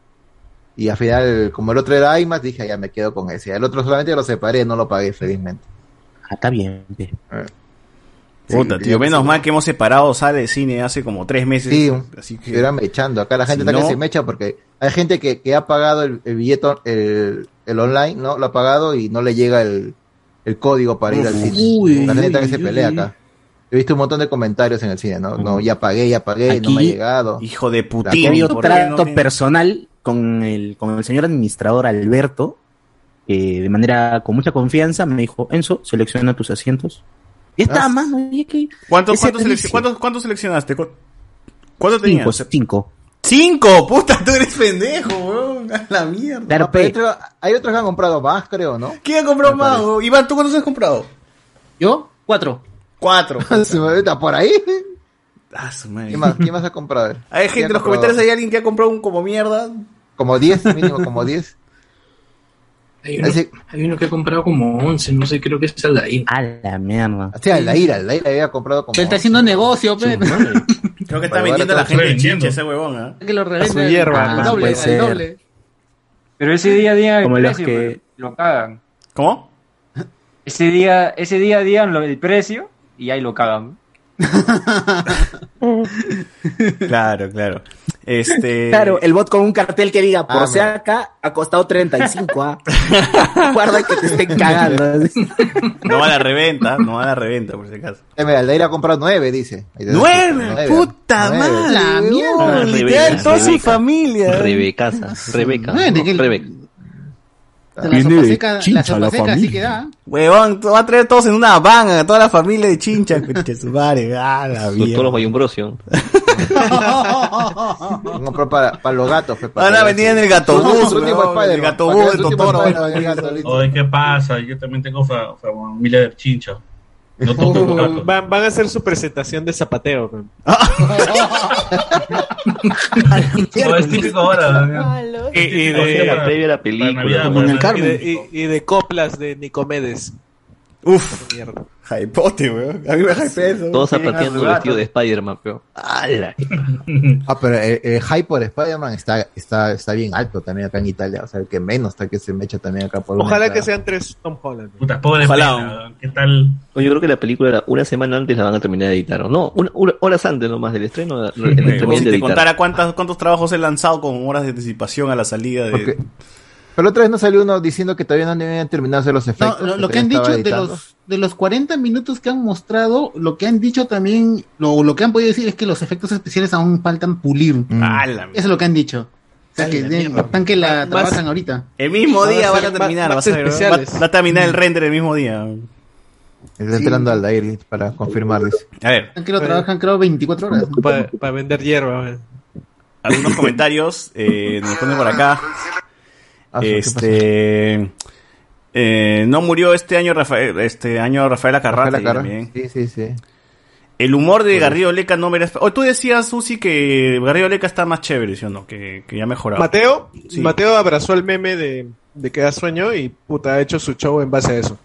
Y al final, como el otro era IMAX, dije, "Ah, ya me quedo con ese. El otro solamente lo separé, no lo pagué, felizmente. Eh.
Ah, está bien.
Puta, tío, eh, menos mal que hemos separado sala de cine hace como tres meses.
Sí,
así que...
se irán mechando. Acá la gente
Si
está
no-
que se mecha porque hay gente que, que ha pagado el, el billete, el, el online, ¿no? Lo ha pagado y no le llega el, el código para ir al cine.
Uy,
la gente está
uy,
que se
uy,
pelea
uy.
acá. He visto un montón de comentarios en el cine, ¿no? No, ya pagué, ya pagué, no me ha
Aquí,
llegado.
Hijo de
Aquí
putín.
había un
¿por qué no
trato
tiene-
personal con el, con el señor administrador Alberto, que de manera con mucha confianza me dijo, Enzo, selecciona tus asientos. Ya
Ah,
está, mano, y es que...
¿Cuántos,
ese
cuántos,
es
selec-
delicio.
cuántos- cuántos seleccionaste? ¿Cu- ¿Cuántos
Cinco,
tenías?
cinco.
Cinco, puta, tú eres pendejo, weón. A la mierda.
No, pero otro- hay otros que han comprado más, creo, ¿no?
¿Quién ha comprado más? weón? Iván, ¿tú cuántos has comprado?
¿Yo? Cuatro.
Cuatro.
[LAUGHS] Se me está por ahí.
Ah, su madre.
¿Qué más, ¿Qué más ha comprado? A ver,
Hay
¿quién
gente
ha
en los
comprado?
comentarios, hay alguien que ha comprado un como mierda.
Como 10, mínimo, como 10.
Hay uno,
Así-
hay uno que ha comprado como 11, no sé, creo que es Aldair.
A la mierda.
O sea, la ira, la ira había comprado como.
Se está haciendo negocio, pe.
[LAUGHS]
Creo que
está
vendiendo a la gente de chinche ese huevón, ¿ah?
que lo
Su
revenden
Ah,
hierba,
al
pues,
doble,
puede
al
ser.
doble.
Pero ese día a día el
Como los
precio,
que-
pues, lo cagan.
¿Cómo?
Ese día, ese día a día lo- el precio y ahí lo cagan. pues.
[LAUGHS] Claro, claro.
[LAUGHS]
Este.
[LAUGHS] Claro, el bot con un cartel que diga, por
Ah,
si acá, ha costado 35, ah. [LAUGHS] Guarda que te
[LAUGHS]
estén cagando.
No va a la reventa, no va a la reventa, por si acaso.
Eh, mira, la ira ha comprado 9, dice. Ahí te da
¡Nueve!
nueve.
¡Puta
Nueve.
madre!
La
mierda, literal, toda su familia.
[LAUGHS]
Rebeca, Rebeca.
No, de que-
Rebeca.
Viene
sopa
de
seca- la
Chincha
sopa seca así que da.
Huevón, te va a traer todos en una van, a toda la familia de Chincha, [LAUGHS] concha su madre, ah, la
Con todos
mierda.
los bayumbrosios.
Compró para, para los gatos. pe, para
Ahora
los
venía en el
gatos.
gatobús,
Su último
weón,
Spider-Man,
el gatobús
para que
de
su último
Totoro.
Spider-Man, el gato, listo.
Oye, ¿qué pasa? Yo también tengo fa- fa- familia de chincha. No toco los gatos.
Van, van a hacer su presentación de zapateo. man.
No, es típico ahora.
Y,
Este
y Eh, de,
La previa
de la película.
y de- y- y de coplas de Nicomedes.
Uf. Hypote, weón. A mí me hypea eso.
Todos
weón.
zapateando vestido de Spider-Man, pero.
[LAUGHS]
¡Hala!
Ah, pero el, el hype por Spider-Man está, está, está bien alto también acá en Italia. O sea, el que menos está que se me echa también acá por una
Ojalá que
entrada.
sean tres Tom Holland.
Puta, pobre
Ojalá.
pena, ¿Qué tal?
Yo creo que la película era una semana antes la van a terminar de editar. ¿o? No, una- una- horas antes nomás del estreno
[LAUGHS]
la, la- la terminan de
Si te
editar.
contara cuántas, cuántos trabajos he lanzado con horas de anticipación a la salida de.
Porque- Pero otra vez no salió uno diciendo que todavía no debían terminarse los efectos.
lo, lo que
todavía
han dicho
estaba
de
editando.
los, de los 40 minutos que han mostrado, lo que han dicho también, lo, lo que han podido decir es que los efectos especiales aún faltan pulir.
Eso
es lo que han dicho. O sea, que de- están que la trabajan ahorita.
El mismo
Van a
día
ser
van a
ma- más
terminar, Ah, vas a ver. Va,
especiales.
va a terminar el render el mismo día.
Está entrando al aire para confirmarles.
A ver.
Están que lo trabajan, creo, 24 horas.
Para vender hierba, weón.
algunos comentarios eh, nos ponen por acá.
Ah,
Este eh, no murió este año Rafael, este año Rafael Acarrate
Rafael Acarra.
también.
Sí, sí, sí.
El humor de Garrido Leca no merece. Oh, tú decías, Susi, que Garrido Leca está más chévere, ¿sí o no? Que, que ya ha mejorado.
Mateo,
Sí.
Mateo abrazó el meme de, de que da sueño y puta, ha hecho su show en base a eso.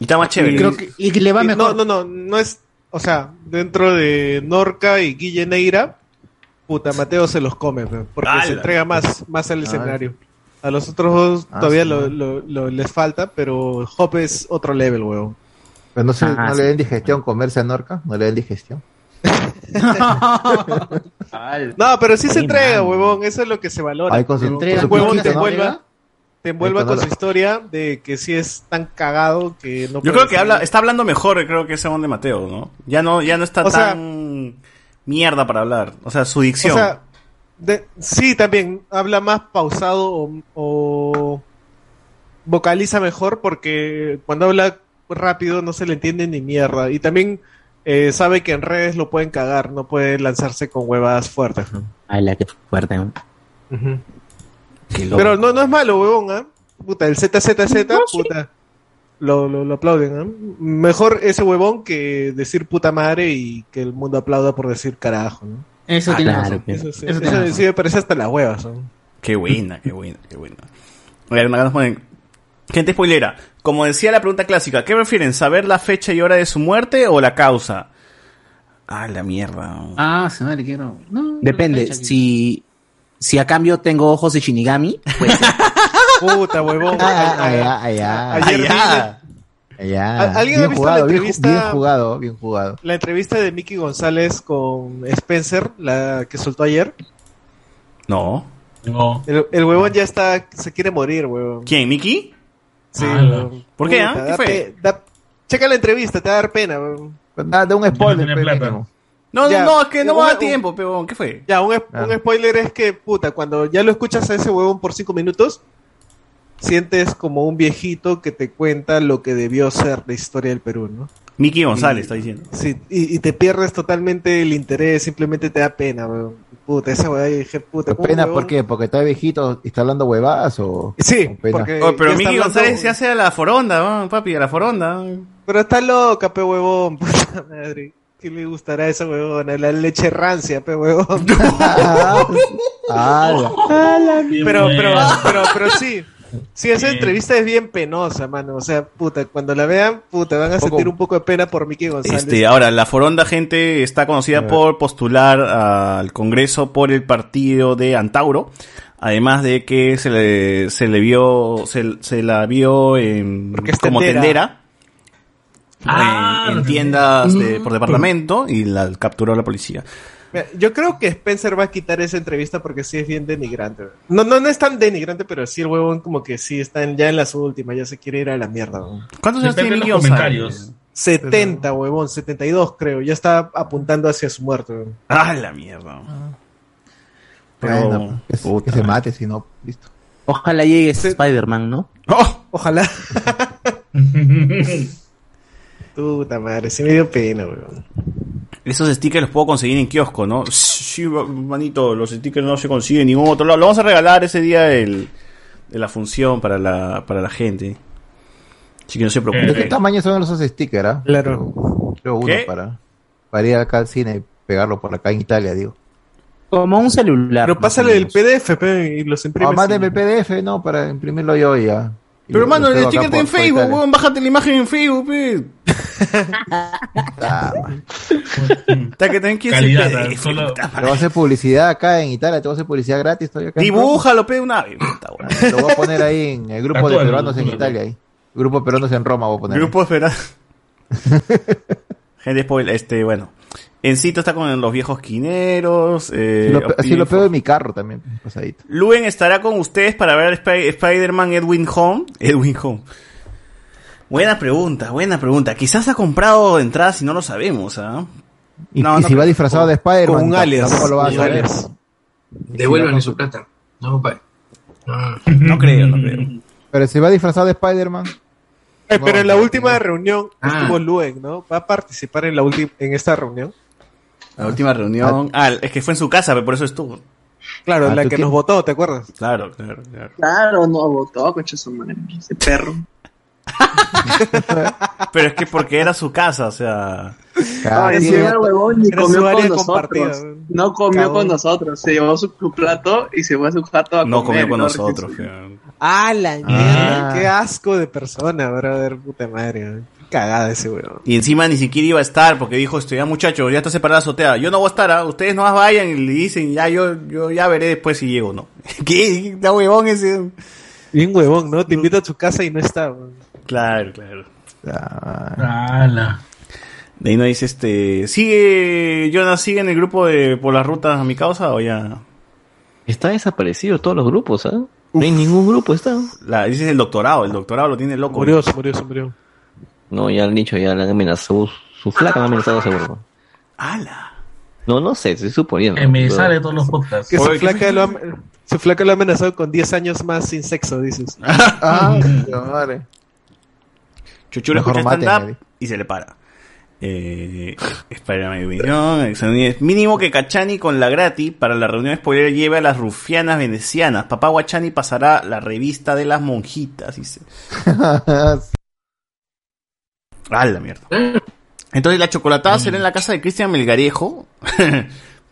Y está más chévere.
creo
que- y le va mejor.
No, no, no, no es. O sea, dentro de Norca y Guille Neira, puta, Mateo se los come, pe, porque
¡Hala!
se entrega más, más al
Ah.
escenario. A los otros dos
Ah,
todavía
sí.
lo- lo- lo- les falta, pero Hop es otro level, huevón.
Pero no, se,
Ah,
no
sí.
le den digestión comerse a Norca, no le den digestión.
No, pero sí se
Ay,
entrega,
man.
huevón. Eso es lo que se valora.
Ay, con su-
Que
entrega,
un huevón
poquito,
te
¿no?
envuelva, te envuelva
Ay,
con
con
su
la-
historia de que sí es tan cagado que no
Yo creo que habla, está hablando mejor, creo que ese hombre de Mateo, ¿no? Ya no, ya no está
O sea-
tan mierda para hablar. O sea, su
O
dicción.
sea, de- sí, también habla más pausado o, o vocaliza mejor porque cuando habla rápido no se le entiende ni mierda. Y también eh, sabe que en redes lo pueden cagar, no puede lanzarse con huevadas fuertes.
Ay, la que fuerte. ¿no? Qué loco.
Pero no, no es malo, huevón, ¿ah? Puta, el ZZZ, puta. Lo, lo, lo aplauden, ¿ah? Mejor ese huevón que decir puta madre y que el mundo aplauda por decir carajo, ¿no?
Eso Ah, tiene claro, razón.
Eso, sí,
Eso
eso
tiene razón.
sí me parece hasta las huevas, ¿no?
Qué buena, qué buena, qué buena. A ver, acá nos ponen. Gente spoilera, como decía la pregunta clásica, ¿qué prefieren? ¿Saber la fecha y hora de su muerte o la causa? Ah, la mierda.
Ah, se me le quiero. No,
Depende, si, si a cambio tengo ojos de Shinigami, pues
[LAUGHS]
Puta, huevón.
Ah,
Allá, allá.
Ah, Ayer vi
Allá. Allá.
¿Al- alguien ha visto la
bien ju-
entrevista?
Bien, jugado, bien jugado.
la entrevista de Mickey González con Spencer, la que soltó ayer.
No. No.
El, el huevón ya está, se quiere morir, huevón.
¿Quién, Mickey?
Sí.
Ah, la-
huevón.
¿Por qué,
Puta,
ah? ¿Qué
da
fue?
pe- da- Checa la entrevista, te va a dar pena, huevón.
Da, da un spoiler. pues, pe, mínimo.
No,
Ya,
no, no, es que no
un-
me da
un-
tiempo, peón. ¿Qué fue?
Ya, un, es-
Ah.
un spoiler es que, puta, cuando ya lo escuchas a ese huevón por cinco minutos, sientes como un viejito que te cuenta lo que debió ser la historia del Perú, ¿no?
Mickey González está diciendo.
Sí, y, y te pierdes totalmente el interés, simplemente te da pena, weón. Puta, esa weá, yo dije, puta,
Pero
¿cómo,
pena,
weón?
¿por qué? ¿Porque está viejito y está hablando huevadas o...?
Sí,
o pena?
porque-
Oye, Oh, pero
ya está
Mickey
hablando-
González se hace a la foronda, weón, papi, a la foronda. weón.
Pero está loca, pe huevón, [LAUGHS] puta madre. ¿Qué le gustará a esa huevona? La leche rancia, pe huevón. pero, pero, pero, pero sí. Sí, esa entrevista es bien penosa, mano. O sea, puta, cuando la vean, puta, van a sentir un poco de pena por Mickey González.
Este, ahora, la foronda, gente, está conocida por postular al Congreso por el partido de Antauro. Además de que se le, se le vio, se, se la vio en-
es
como
tendera. Ah.
tendera, en, en tiendas de-
Mm.
por departamento y la capturó la policía.
Mira, Yo creo que Spencer va a quitar esa entrevista porque sí es bien denigrante. weón. No, no, no es tan denigrante, pero sí el huevón como que sí están ya en las últimas, ya se quiere ir a la mierda. weón.
¿Cuántos años tiene Mickey González?
70, huevón, 72 creo. Ya está apuntando hacia su muerte. weón.
¡Ah, la mierda!
Bueno, que, se- que se mate, si no, listo.
ojalá llegue Spider-Man, ¿no?
Oh, Ojalá. Puta madre, sí me dio pena, weón.
Esos stickers los puedo conseguir en kiosco, ¿no? Sí, manito, los stickers no se consiguen en ningún otro lado. Lo vamos a regalar ese día el, de la función para la, para la gente. Así que no se
¿De qué
preocupen.
tamaño son los stickers, ah?
Claro.
Yo uno
Eh, ¿Qué?
para, para ir acá al cine y pegarlo por acá en Italia, digo.
[LAUGHS] Como un celular.
Pero pásale el PDF pe, y los imprimes.
Ah, mándeme el PDF, no, para imprimirlo yo y ya.
Pero, hermano, el sticker está en Facebook,
weón.
weón. Bájate la imagen en Facebook,
[LAUGHS]
pe.
Está que también quién se
¿eh? Calidad,
pide.
solo- Te voy a hacer publicidad acá en Italia, te voy a hacer publicidad gratis. Estoy acá en
Dibújalo, pe, una vez.
[LAUGHS] Roma. Lo voy a poner ahí en el grupo de
Tatúalo,
peruanos en
tatúalo.
Italia. Ahí. Grupo de peruanos en Roma voy a poner.
Grupo espera.
[LAUGHS]
Gente, spoiler, este, bueno. Encito está con los viejos quineros. Eh,
Si lo, pe- si lo
Optifo.
pego en mi carro también, pues, pasadito.
Luen estará con ustedes para ver Sp- Spider-Man Edwin Home. [LAUGHS] Edwin Home. Buena pregunta, buena pregunta. Quizás ha comprado entradas y no lo sabemos, ¿ah?
Y,
No,
y
no
si va
creo.
disfrazado de Spider-Man,
Con un alias.
tampoco lo va a
Un
saber.
alias.
Devuélvanle su plata. No, pa.
No creo, no creo.
Pero si va disfrazado de Spider-Man,
Eh, pero
No,
en la última reunión
Ah.
estuvo Luen, ¿no? ¿Va a participar en la última en esta reunión?
La última reunión. Ah, es que fue en su casa, pero por eso estuvo.
Claro,
Ah,
la
¿tú
que
quién?
nos votó, ¿te acuerdas?
Claro, claro, claro.
Claro, no votó, concha su madre, ese perro.
[LAUGHS] Pero es que porque era su casa, o sea.
Ah, ese era el huevón ni
Era
comió
su área
con nosotros.
compartida.
No comió
Cagón.
con nosotros. Se llevó su, su plato y se fue a su jato a
No
comer.
comió con
¿no?
nosotros. feo.
¡Ah, la mierda!
Ah.
¡Qué asco de persona, brother! Puta madre, weón. cagada ese weón.
Y encima ni siquiera iba a estar porque dijo esto, ya muchachos, ya está separada la azotea. Yo no voy a estar, ¿ah? ustedes nomás vayan y le dicen, ya yo, yo ya veré después si llego o no. [LAUGHS] ¿Qué? Está huevón ese.
Bien huevón, ¿no? Te invita a su casa y no está, Ah. weón.
Claro, claro. De ahí no dice este. ¿Sigue, Jonas, sigue en el grupo de por las rutas a mi causa o ya?
Está desaparecido todos los grupos, ¿ah? No hay ningún grupo, está.
La, dices el doctorado, el doctorado lo tiene loco.
Murió, se murió, se murió.
No, ya han dicho, ya la han amenazado. Su flaca me ha amenazado seguro.
¡Hala!
No, no sé, estoy suponiendo.
Que me
Pero-
sale todos los podcasts.
Que su
Oye,
flaca, lo ha, su flaca lo ha amenazado con 10 años más sin sexo, dices.
[LAUGHS]
[LAUGHS]
Ah,
Chuchura
Mejor
escucha
maten,
stand-up y se le para. Eh, Spider-Man y Unión, Exxon Unidas. Mínimo que Cachani con la gratis para la reunión spoiler lleve a las rufianas venecianas. Papá Guachani pasará la revista de las monjitas. Dice. Ah, la mierda. Entonces la chocolatada será en la casa de Cristian Melgarejo. [LAUGHS]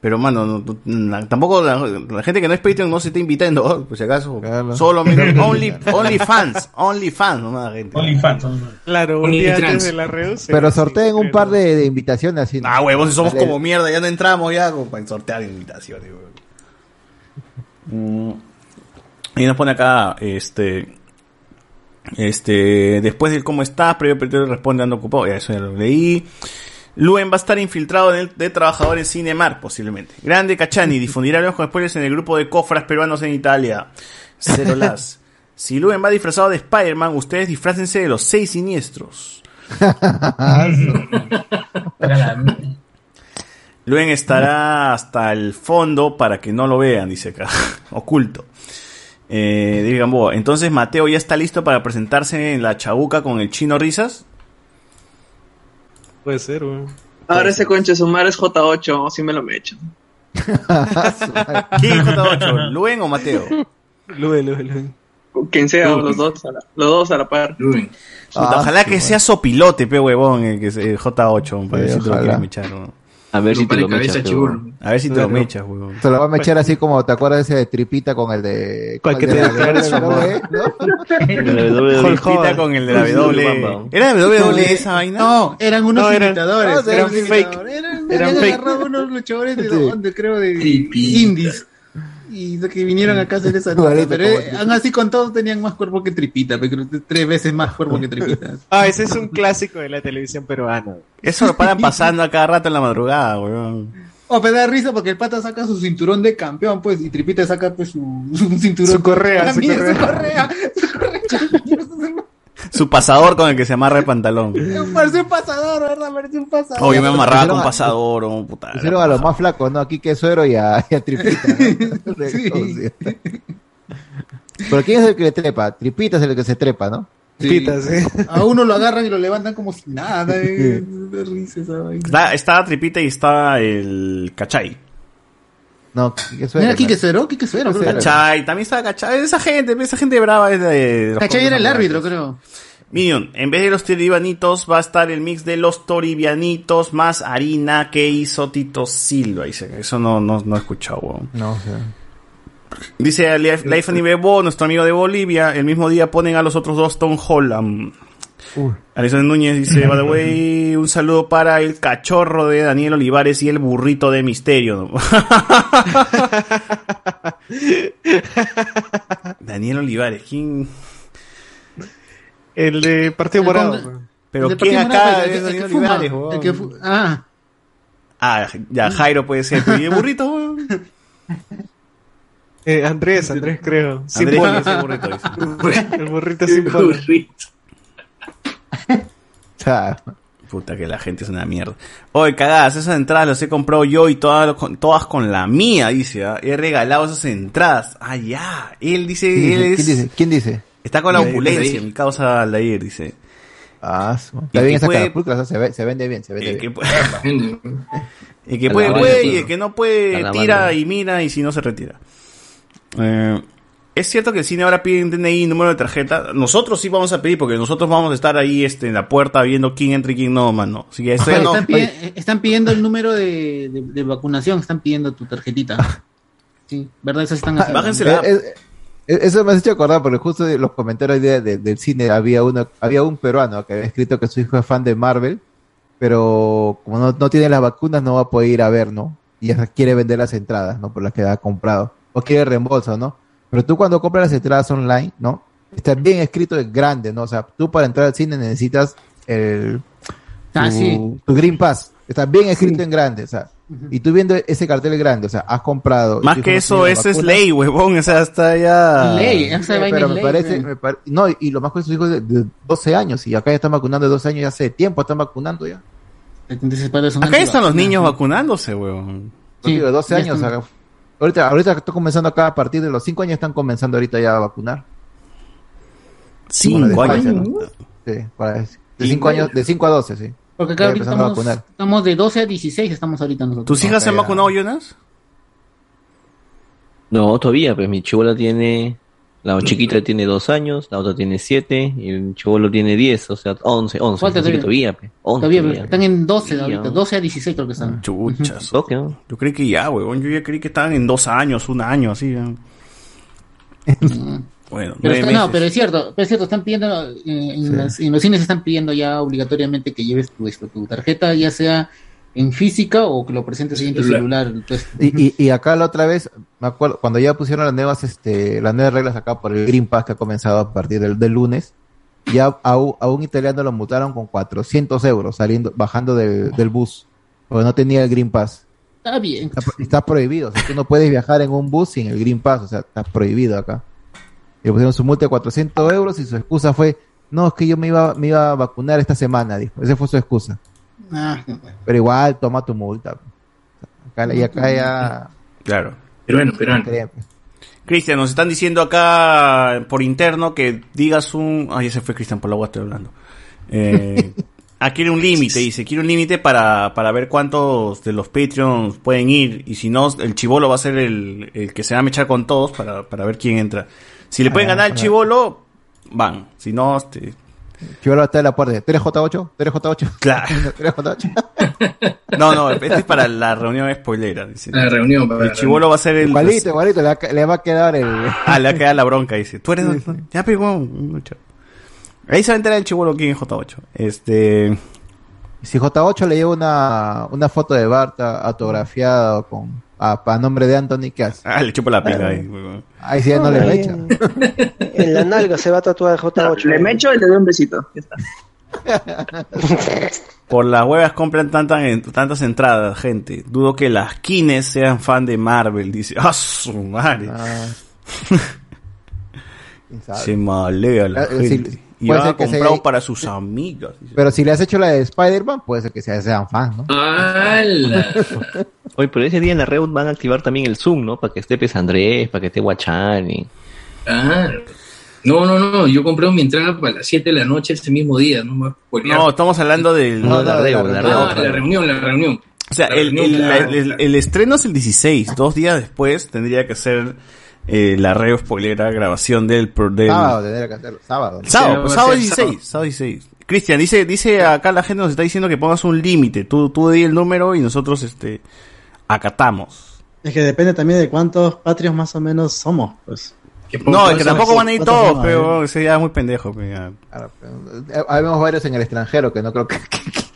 Pero, mano, no- no- la- tampoco la, la gente que no es Patreon no se está invitando, oh, por si acaso. Solo only, only fans, only fans, nomás, gente. Only
fans.
Claro, un día antes de la reunión. se-
pero sorteen un par de, de invitaciones así.
Ah, huevón, si somos
Dale.
como mierda, ya no entramos ya como para sortear invitaciones, huevón. Mm. Y nos pone acá, este. Este. Después del cómo estás, previo periodo responde ando ocupado. Ya, eso ya lo leí. Luen va a estar infiltrado en el de trabajadores Cinemar, posiblemente. Grande [LAUGHS] Cachani, difundirá los con spoilers en el grupo de cofras peruanos en Italia. Cero [LAUGHS] las. Si Luen va disfrazado de Spider-Man, ustedes disfrácense de los seis siniestros.
[LAUGHS]
Luen estará hasta el fondo para que no lo vean, dice acá. [LAUGHS] Oculto. Eh, David Gamboa, Entonces Mateo ya está listo para presentarse en la chabuca con el chino risas.
Puede ser, weón.
Ahora ese concha su madre es J8, si me lo me echan.
[LAUGHS] ¿Quién es J8? ¿Luen o Mateo?
Luen, Luen, Luen.
Quien sea,
Luen.
los dos a la, los dos a la par.
Puta,
Ah,
ojalá que sea sopilote, pe huevón, el, que es- eh, el J8, para ver
Sí,
si te lo
ojalá.
quieres mechar, huevón.
A ver si te
Para
lo
cabeza
mechas,
chulo.
huevón.
A ver si te lo mechas, huevón.
Se lo va a
Pues,
mechar así como, ¿te acuerdas de ese de tripita con el de...
Con el que te declara su amor. Jorjita con el de la W. ¿Era WWE esa vaina?
No, eran unos
No, eran-
imitadores.
no,
eran
eran
fake.
imitadores,
Eran,
eran
habían
fake.
agarrado unos luchadores de
[LAUGHS]
Sí.
Este donde creo de
Tripita.
indies. Y de que vinieron acá a hacer esa nota,
Igualito
Pero
como
eh,
el
aún así con todo tenían más cuerpo que tripita, pe- creo que tres veces más cuerpo que
[LAUGHS]
tripita.
Ah, ese es un clásico de la televisión
Ah,
peruana.
Eso lo paran pasando a cada rato en la madrugada, huevón.
O me da risa porque el pata saca su cinturón de campeón, pues, y Tripita saca pues su, [LAUGHS] un cinturón.
Su correa,
Ah,
su
mira,
correa.
su correa.
Su pasador con el que se amarra el pantalón.
Parece un pasador, ¿verdad? Parece un pasador.
Oh, yo me amarraba
Pusieron
con
a-
pasador, oh, puta.
Hicieron a los más flacos, ¿no? Aquí que suero y a, y a tripita.
[LAUGHS]
¿no? De- Pero ¿quién es el que le trepa? Tripita es el que se trepa, ¿no?
Tripita, sí.
[LAUGHS] A uno lo agarran y lo levantan como si nada. eh. Da risa esa vaina.
Está, está Tripita y está el Cachay.
No, que suero.
Mira, Quique Suero, Quique Suero. creo que era.
Cachay, también está Cachay. Esa gente, esa gente brava es de. de los
Cachay era el
jóvenes
árbitro, creo.
Minion, en vez de los tiribanitos va a estar el mix de los toribianitos más harina que hizo Tito Silva. Dice, eso no, no, no he escuchado, weón.
No,
Dice Life Life and Bebo, nuestro amigo de Bolivia, el mismo día ponen a los otros dos Tom Holland. Alison Núñez dice, by the
[LAUGHS]
way, un saludo para el cachorro de Daniel Olivares y el burrito de
[LAUGHS]
misterio. Daniel Olivares, ¿quién?
El de Partido Morado.
Pero
El de
¿quién
Partido
acá
Morado, el
es
que- el
Daniel
que fuma,
Olivares, weón?
el que fu- Ah,
Ah,
Mm.
ya, Jairo puede ser. pero ¿Y el burrito?
[LAUGHS]
weón?
eh, Andrés, Andrés creo. Sin
Andrés,
bolas.
el burrito, [LAUGHS]
El
[LAUGHS]
burrito sin bolas.
Puta que la gente es una mierda. Oye, cagadas, esas entradas las he comprado yo y todas, con- todas con la mía, dice. ¿ah? He regalado esas entradas. Ah, ya. Él dice, él
¿Quién
es-
dice? ¿Quién dice?
Está con la
Aldair,
opulencia,
Aldair.
mi causa Aldair, dice.
Ah, su- Está bien
que
esa
puede-
carapulcas, ¿no? se, ve- se vende bien, se vende bien.
El que
A la
puede,
banda,
puede,
tú,
y el
¿no?
que no puede,
A la
tira
banda.
y mira, y si no se retira. Eh, es cierto que el cine ahora piden DNI, número de tarjeta. Nosotros sí vamos a pedir, porque nosotros vamos a estar ahí este, en la puerta viendo quién entra y quién no, mano. Así que eso ya
Oye,
no.
están, pidi- eh, están pidiendo el número de, de- de vacunación, están pidiendo tu tarjetita. Sí, ¿verdad? Eso están haciendo.
Eh, eh, eh, Eso me has hecho acordar, porque justo en los comentarios de- de- del cine había uno, había un peruano que había escrito que su hijo es fan de Marvel, pero como no, no tiene las vacunas, no va a poder ir a ver, ¿no? Y hasta quiere vender las entradas, ¿no? Por las que ha comprado. O quiere reembolso, ¿no? Pero tú cuando compras las entradas online, ¿no? Está bien escrito en grande, ¿no? O sea, tú para entrar al cine necesitas el
Ah,
tu,
sí.
tu Green Pass. Está bien escrito en grande, o sea. Y tú viendo ese cartel grande, o sea, has comprado.
Más
tu hijo
que
no
eso,
tiene
eso es
vacunas.
ley, huevón. O sea, está ya.
Sí, pero me parece, me pare- no, y lo más curioso dijo de, de 12 años, y acá ya están vacunando de 12 años, ya hace tiempo están vacunando ya.
Acá ya están los niños vacunándose, huevón.
Sí, de 12
ya
años,
están-
acá- ahorita, ahorita está comenzando acá a partir de los 5 años están comenzando ahorita ya a vacunar.
Cinco
Como la de
años.
Pfizer, ¿no? Sí, para- de 5 años, de 5 a 12, sí.
Porque acá
Ya
ahorita
empezando a
estamos,
vacunar.
estamos de 12 a 16, estamos ahorita nosotros.
¿Tus hijas se han vacunado, Jonas?
No, todavía, pues mi chivola tiene. La chiquita tiene dos años, la otra tiene siete, y el chivolo tiene diez, o sea, once, once.
¿Cuánto
así que
todavía?
todavía, pues, once
Todavía,
todavía.
están en 12
Sí,
ahorita,
ya.
12 a 16 creo que están.
Chuchas. Yo creí que ya, huevón. Yo ya creí que estaban en dos años, un año, así. ya. Bueno,
Pero
nueve
está- no,
meses.
pero es cierto, pero es cierto, están pidiendo, eh, en, las- en los cines están pidiendo ya obligatoriamente que lleves tu, esto, tu tarjeta, ya sea en física o que lo presentes ahí en tu
Celular.
celular. pues. entonces-
Y, y, y acá la otra vez, me acuerdo, cuando ya pusieron las nuevas, este, las nuevas reglas acá por el Green Pass que ha comenzado a partir del, del lunes, ya a, un- a un italiano lo mutaron con 400 euros saliendo, bajando del, del bus, porque no tenía el Green Pass.
está bien.
Está, pro- está prohibido, o sea, tú no puedes viajar en un bus sin el Green Pass, o sea, está prohibido acá. Y le pusieron su multa de 400 euros y su excusa fue, no, es que yo me iba, me iba a vacunar esta semana, dijo. Esa fue su excusa.
Ah,
Pero igual, toma tu multa. Acá, y acá ya...
Claro.
Peruano, peruano.
Cristian, nos están diciendo acá por interno que digas un. Ay, ese fue Cristian, por la agua estoy hablando.
[LAUGHS]
Eh, ah, quiere un límite, dice. Quiere un límite para, para ver cuántos de los Patreons pueden ir. Y si no, el chivolo va a ser el, el que se va a mechar con todos para, para ver quién entra. Si le pueden
Ah,
ganar al
para-
chivolo, van. Si no, este.
Yo lo está en la puerta. ¿Tú eres J8? ¿Tú eres J8? [LAUGHS]
Claro.
¿Tú eres J8?
No, no, este es para la reunión spoilera. Dice.
La reunión, para
El
la
chivolo va a ser el.
Igualito, igualito. Le va, a- le va a quedar el...
Ah, le va a quedar la bronca, dice. Tú eres. Ya pegó. Ahí se va a enterar el chivolo quién es J8. Este.
Si J8 le lleva una, una foto de Barta autografiada o con... A, a nombre de Anthony, ¿qué hace?
Ah, le chupo la pila
Ah.
ahí. huevón.
Ahí sí ya no le
Ay.
echa.
En la nalga se va a tatuar J8.
Le me echo y le doy un besito. Ya está.
Por las huevas compran tantas, en- tantas entradas, gente. Dudo que las kines sean fan de Marvel, dice. ¡Ah, su madre!
Ah.
[LAUGHS] se malea la
Ah, eh,
gente.
sí,
y
puede
van a
ser que
comprar
sea-
para sus amigas.
Pero si le has hecho la de Spider-Man, puede ser que sea- sean fans, ¿no?
¡Hala! Oye, pero ese día en la red van a activar también el Zoom, ¿no? Para que esté Pes Andrés, para que esté Guachani.
Ah, no, no, no. Yo compré mi entrada para las 7 de la noche ese mismo día. No, me voy a spoilear.
No, estamos hablando del.
No, la
reo,
reunión, la reunión. Ah, la reunión, la reunión.
O sea,
La
el,
reunión,
el- la-
claro.
el- el estreno es el 16, dos días después tendría que ser eh, la reo spoilera grabación del. pro- del
Ah,
Sábado tendría que hacerlo. Sábado. Pues
Sábado, pues, sábado
Sí,
16, sábado 16. Cristian, dice, dice acá la gente nos está diciendo que pongas un límite. Tú, tú di el número y nosotros este acatamos.
Es que depende también de cuántos patrios más o menos somos, pues.
No, es que tampoco van a ir todos,
No, eh.
pero ese ya es muy pendejo. pe, ya.
Habemos eh, varios en el extranjero que no creo que. que- que-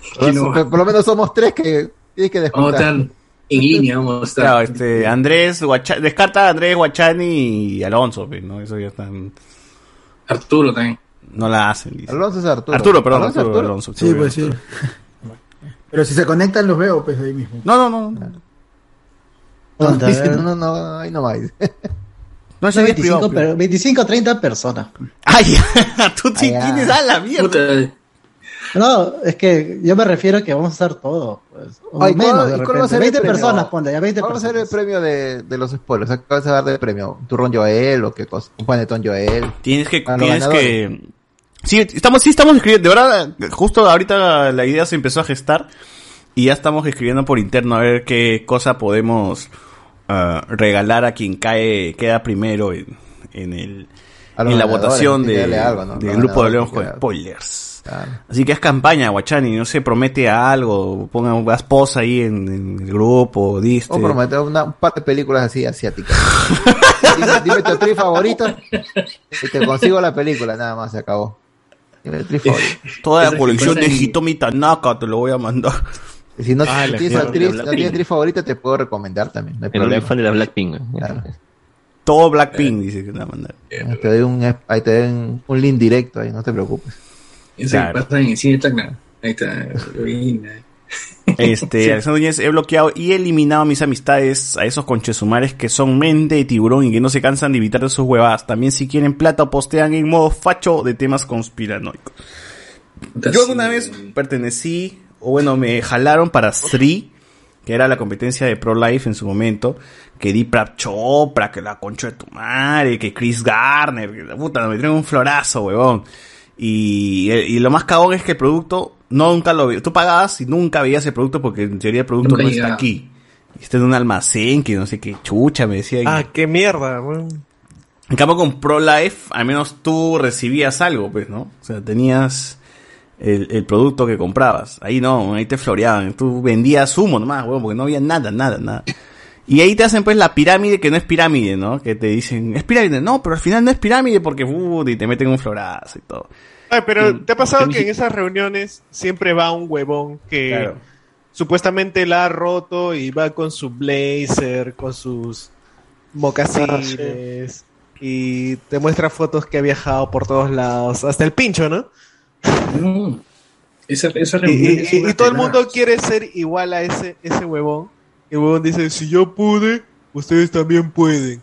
[LAUGHS] Que no.
Por por lo menos somos tres que tienes que
Vamos a
descontar.
estar en
línea,
vamos a Claro, este, Andrés, Guacha- descarta a Andrés Guachani y Alonso, pe, ¿no? Eso ya están. Arturo también. No la hacen, dice.
Alonso es Arturo.
Arturo, perdón,
Alonso es
Arturo,
Arturo.
Alonso.
Sí, pues sí. Pero si se conectan los veo, pues ahí mismo.
No, no, no.
No,
Tonta,
dice,
a
eh,
ver.
no, no, no, ahí no
[LAUGHS]
va. dice.
No,
ese día es
25,
privado, privado.
pero 25 o 30 personas.
¡Ay!
[LAUGHS]
Tú
sí tienes a la mierda. Puta.
No, es que yo me refiero a que vamos a estar todos. Pues, o
Ay, ¿cuál-
menos, de
y cuál va a
repente.
ser el
20
premio?
personas, ponle, ya 20
¿Cuál va a
personas.
ser el premio de, de los spoilers? ¿Acabas de dar de premio? ¿Turrón Joel o qué cosa? ¿Un panetón Joel?
Tienes que,
A los
tienes
ganadores.
que. Sí, estamos, sí estamos escribiendo. De verdad, justo ahorita la idea se empezó a gestar y ya estamos escribiendo por interno a ver qué cosa podemos ah, regalar a quien cae, queda primero en, en el
A los
en la
ganadores,
votación
hay que
de-
darle algo, ¿no?
del
Los
grupo de
ganadores,
León con
claro.
spoilers. Así que es campaña, Guachani, no se promete a algo, ponga una esposa ahí en, en el grupo, diste.
O prometer una, un par de películas así asiáticas. [LAUGHS] dime, dime tu actriz favorita y te consigo la película, nada más se acabó. Dime tu actriz [LAUGHS] favorita.
[LAUGHS] Toda la
Esas
colección de
cosas y-
Hitomi Tanaka te lo voy a mandar.
Si no
Ah,
tienes
mierda.
actriz, no tienes actriz favorita, te puedo recomendar también. No hay
El
problema.
OnlyFans de la Blackpink. Todo Blackpink dice que te va a mandar.
Ahí te doy un, ahí te doy un, un link directo ahí, no te preocupes.
Ese que pasa en el cine está claro. Ahí está. [LAUGHS] heroína.
Este,
Sí.
Alexander Núñez, he bloqueado y eliminado a mis amistades a esos conchesumares que son mente de tiburón y que no se cansan de evitar sus huevadas. También si quieren plata postean en modo facho de temas conspiranoicos. Yo alguna vez pertenecí, o bueno, me jalaron para Sri, que era la competencia de Pro Life en su momento, que di Prap Chopra, que la concha de tu madre, que Chris Garner, que la puta, me metieron un florazo, huevón. Y, y lo más cagón es que el producto nunca lo vi. Tú pagabas y nunca veías el producto porque en teoría el producto
Nunca
no
llegaba.
está aquí. Está en un almacén que no sé qué chucha, me decía.
[LAUGHS] Ah, qué mierda, weón.
En cambio, con ProLife, al menos tú recibías algo, pues, ¿no? O sea, tenías el, el producto que comprabas. Ahí no, ahí te floreaban. Tú vendías humo nomás, huevón, porque no había nada, nada, nada. Y ahí te hacen, pues, la pirámide que no es pirámide, ¿no? Que te dicen, es pirámide. No, pero al final no es pirámide porque, puta, y te meten un florazo y todo.
Ay,
Mm,
pero ¿te ha pasado
porque
que en
mi-
esas reuniones siempre va un huevón que
Claro.
supuestamente la ha roto y va con su blazer, con sus mocasines y te muestra fotos que ha viajado por todos lados, hasta el pincho, ¿no?
Mm.
Esa, esa
Y,
reunión
y-
es
y-
una
y todo el
pelada.
mundo quiere ser igual a ese, ese huevón. Y el huevón dice, si yo pude, ustedes también pueden.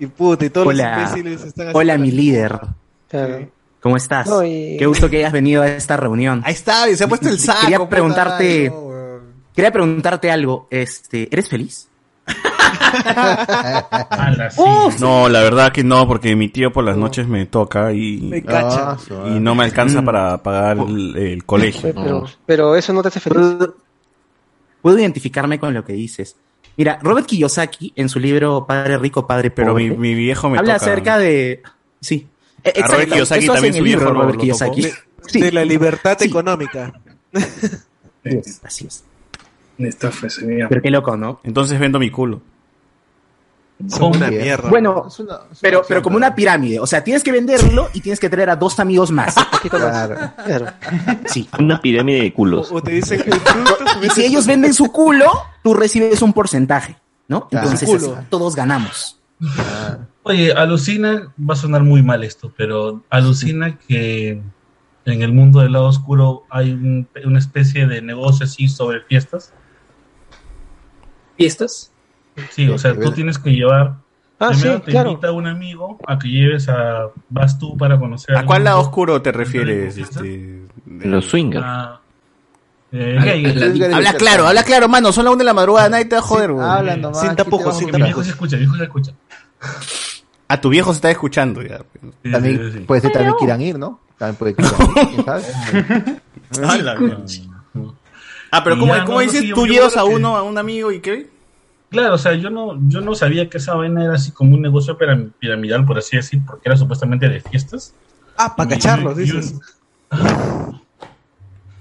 Y puta, y todos los
Hola,
imbéciles están haciendo
hola
la
mi líder.
[LAUGHS]
¿Cómo estás?
No, y-
Qué gusto que hayas venido a esta reunión.
Ahí está, se ha puesto el saco.
Quería
puta,
preguntarte,
ay, no, huevón.
quería preguntarte algo. Este, ¿eres feliz?
Oh, No, la verdad que no, porque mi tío por las noches me toca y,
Me cacha.
y no me alcanza para pagar el, el colegio.
Pero, eso no te hace feliz. Puedo, puedo identificarme con lo que dices. Mira, Robert Kiyosaki, en su libro Padre Rico, Padre Pobre,
Pero mi, mi viejo me
habla
toca.
acerca de... Sí. Eh,
A Robert
exacto,
Kiyosaki
eso hace
también
en el
su
libro,
viejo lo-
Robert
lo
Kiyosaki.
tocó.
[LAUGHS] Sí.
de la libertad económica.
Así es.
Estafa, ese día.
Pero qué loco, ¿no?
Entonces vendo mi culo.
Son una mierda.
Bueno, pero, pero como una pirámide. O sea, tienes que venderlo y tienes que traer a dos amigos más.
Claro.
Sí.
Una pirámide de culos.
Oh,
O te dicen que el
[LAUGHS]
producto
Y si ellos venden su culo, tú recibes un porcentaje, ¿no?
Claro.
Entonces,
Su culo.
así, todos ganamos.
Oye, alucina, va a sonar muy mal esto, pero alucina que en el mundo del lado oscuro hay un- una especie de negocio así sobre fiestas.
¿Fiestas?
Sí, o sea, tú tienes que llevar.
Ah,
primero
sí,
te
claro.
invita un amigo a que lleves a. Vas tú para conocer.
¿A cuál
algún-
lado oscuro te refieres? Este,
Los swingers.
a-
Eh,
Al- gay, al- gay. al-
habla claro, habla claro, mano. Son las una de la madrugada, nadie te va a joder, güey.
habla nomás, Sin aquí te tapujos, vamos sin a tapujos. Mi viejo se escucha, mi viejo se escucha.
A Ah, tu viejo se
[LAUGHS]
está escuchando ya.
También, puede ser también quieran ir, ¿no? También puede que quieran ir,
[LAUGHS]
¿quién sabe?
Ah, la mierda. Ah, pero
Y
¿cómo,
ya, no,
cómo
no,
dices?
sí, yo-
tú
yo
llevas a
creo que-
uno, a un amigo y qué?
Claro, o sea, yo no, yo no sabía que esa vaina era así como un negocio piram- piramidal, por así decir, porque era supuestamente de fiestas.
Ah, para
[LAUGHS] cacharlos,
dices.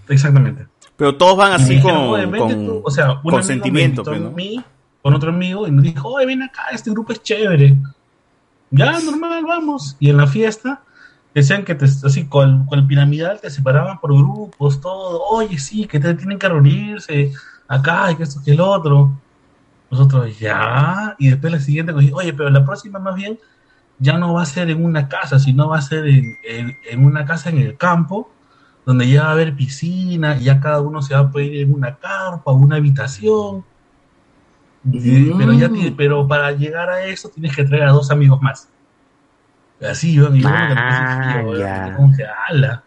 Exactamente.
Pero todos van así
Y dijeron, "Oye,
con,
vente
con-
tú". o sea, un
con
amigo me
sentimiento.
invitó
pues,
a
¿no?
mí con otro amigo y nos dijo, oye, ven acá, este grupo es chévere. Ya, normal, vamos. Y en la fiesta decían que te, así, con, con el piramidal te separaban por grupos, todo. Oye, sí, que te tienen que reunirse acá y que esto que el otro. Nosotros ya. Y después la siguiente, cogí, oye, pero la próxima más bien ya no va a ser en una casa, sino va a ser en, en- en una casa en el campo, donde ya va a haber piscina, y ya cada uno se va a poder ir en una carpa, una habitación. Y- Pero, ya ti- pero para llegar a eso tienes que traer a dos amigos más. Así yo, amigo, me
Ah,
puse frío,
ya.
como que, ala.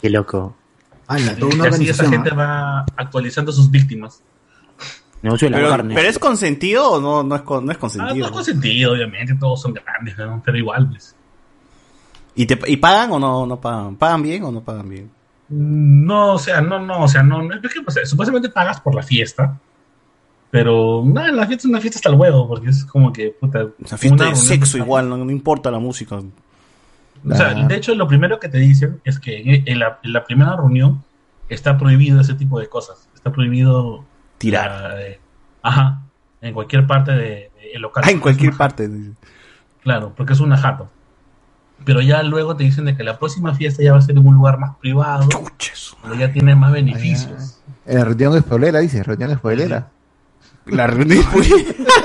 Qué loco.
Ah,
Y así esa gente va actualizando sus víctimas. Ah,
Negocio de la
Pero,
carne.
¿pero es consentido o no, no, es, con- no es
Ah,
consentido?
todo consentido, obviamente, todos son grandes, ¿no? pero igual. pues.
¿Y, te, ¿Y pagan o no, no pagan? ¿Pagan bien o no pagan bien?
No, o sea, no, no, o sea, no, no, es que, pues, supuestamente pagas por la fiesta, pero nada, la fiesta es una fiesta hasta el huevo, porque es como que, puta,
La fiesta
una
de
reunión
sexo igual, no, no importa la música. Ah.
O sea, de hecho, lo primero que te dicen es que en, en la, en la primera reunión está prohibido ese tipo de cosas. Está prohibido tirar. ajá, en cualquier parte del de, el local.
Ah, en cualquier parte.
Claro, porque es una jato. Pero ya luego te dicen de que la próxima fiesta ya va a ser en un lugar más privado. Pero ya tiene más beneficios.
La Eh, reunión es polera, dice, reunión es polera.
La reunión es
[LAUGHS]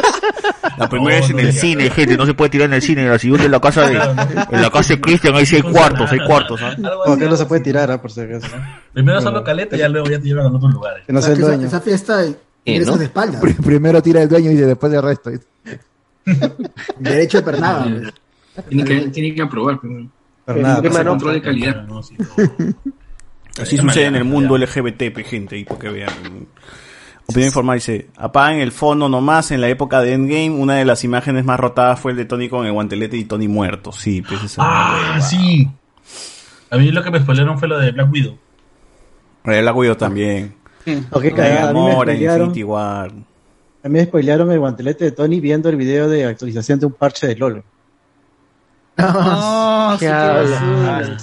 La primera es en el cine, gente, no se puede tirar en el cine, la siguiente en la casa de en la casa de Christian, ahí sí hay cuartos, hay cuartos, ¿ah?
Porque no se puede tirar, ah, por si acaso.
Primero solo caleta y ya luego ya te llevan a otros lugares.
Que no sea el
Esa-
dueño.
Esa fiesta ingresas de espaldas.
Pri- [LAUGHS] Primero tira el dueño y después el resto.
Derecho de pernada. pues.
Tiene que, tiene que aprobar primero.
Pernada,
Hacer
pasa
control de
nota.
calidad.
Así sucede en el mundo LGBT, pe, gente, y porque vean. Opinión informal dice, apagan el fondo nomás, en la época de Endgame, una de las imágenes más rotadas fue el de Tony con el guantelete y Tony muerto, sí, pues esa-
Ah, sí. A mí lo que me spoilearon fue lo de Black Widow.
El Agüido también.
Ok,
En
cagada, a mí me
Gamora, en
spoilearon.
Infinity War.
Ah, A mí me spoilearon el guantelete de Tony viendo el video de actualización de un parche de LOL.
[LAUGHS] Ah,
qué
sí,
habla.
basura.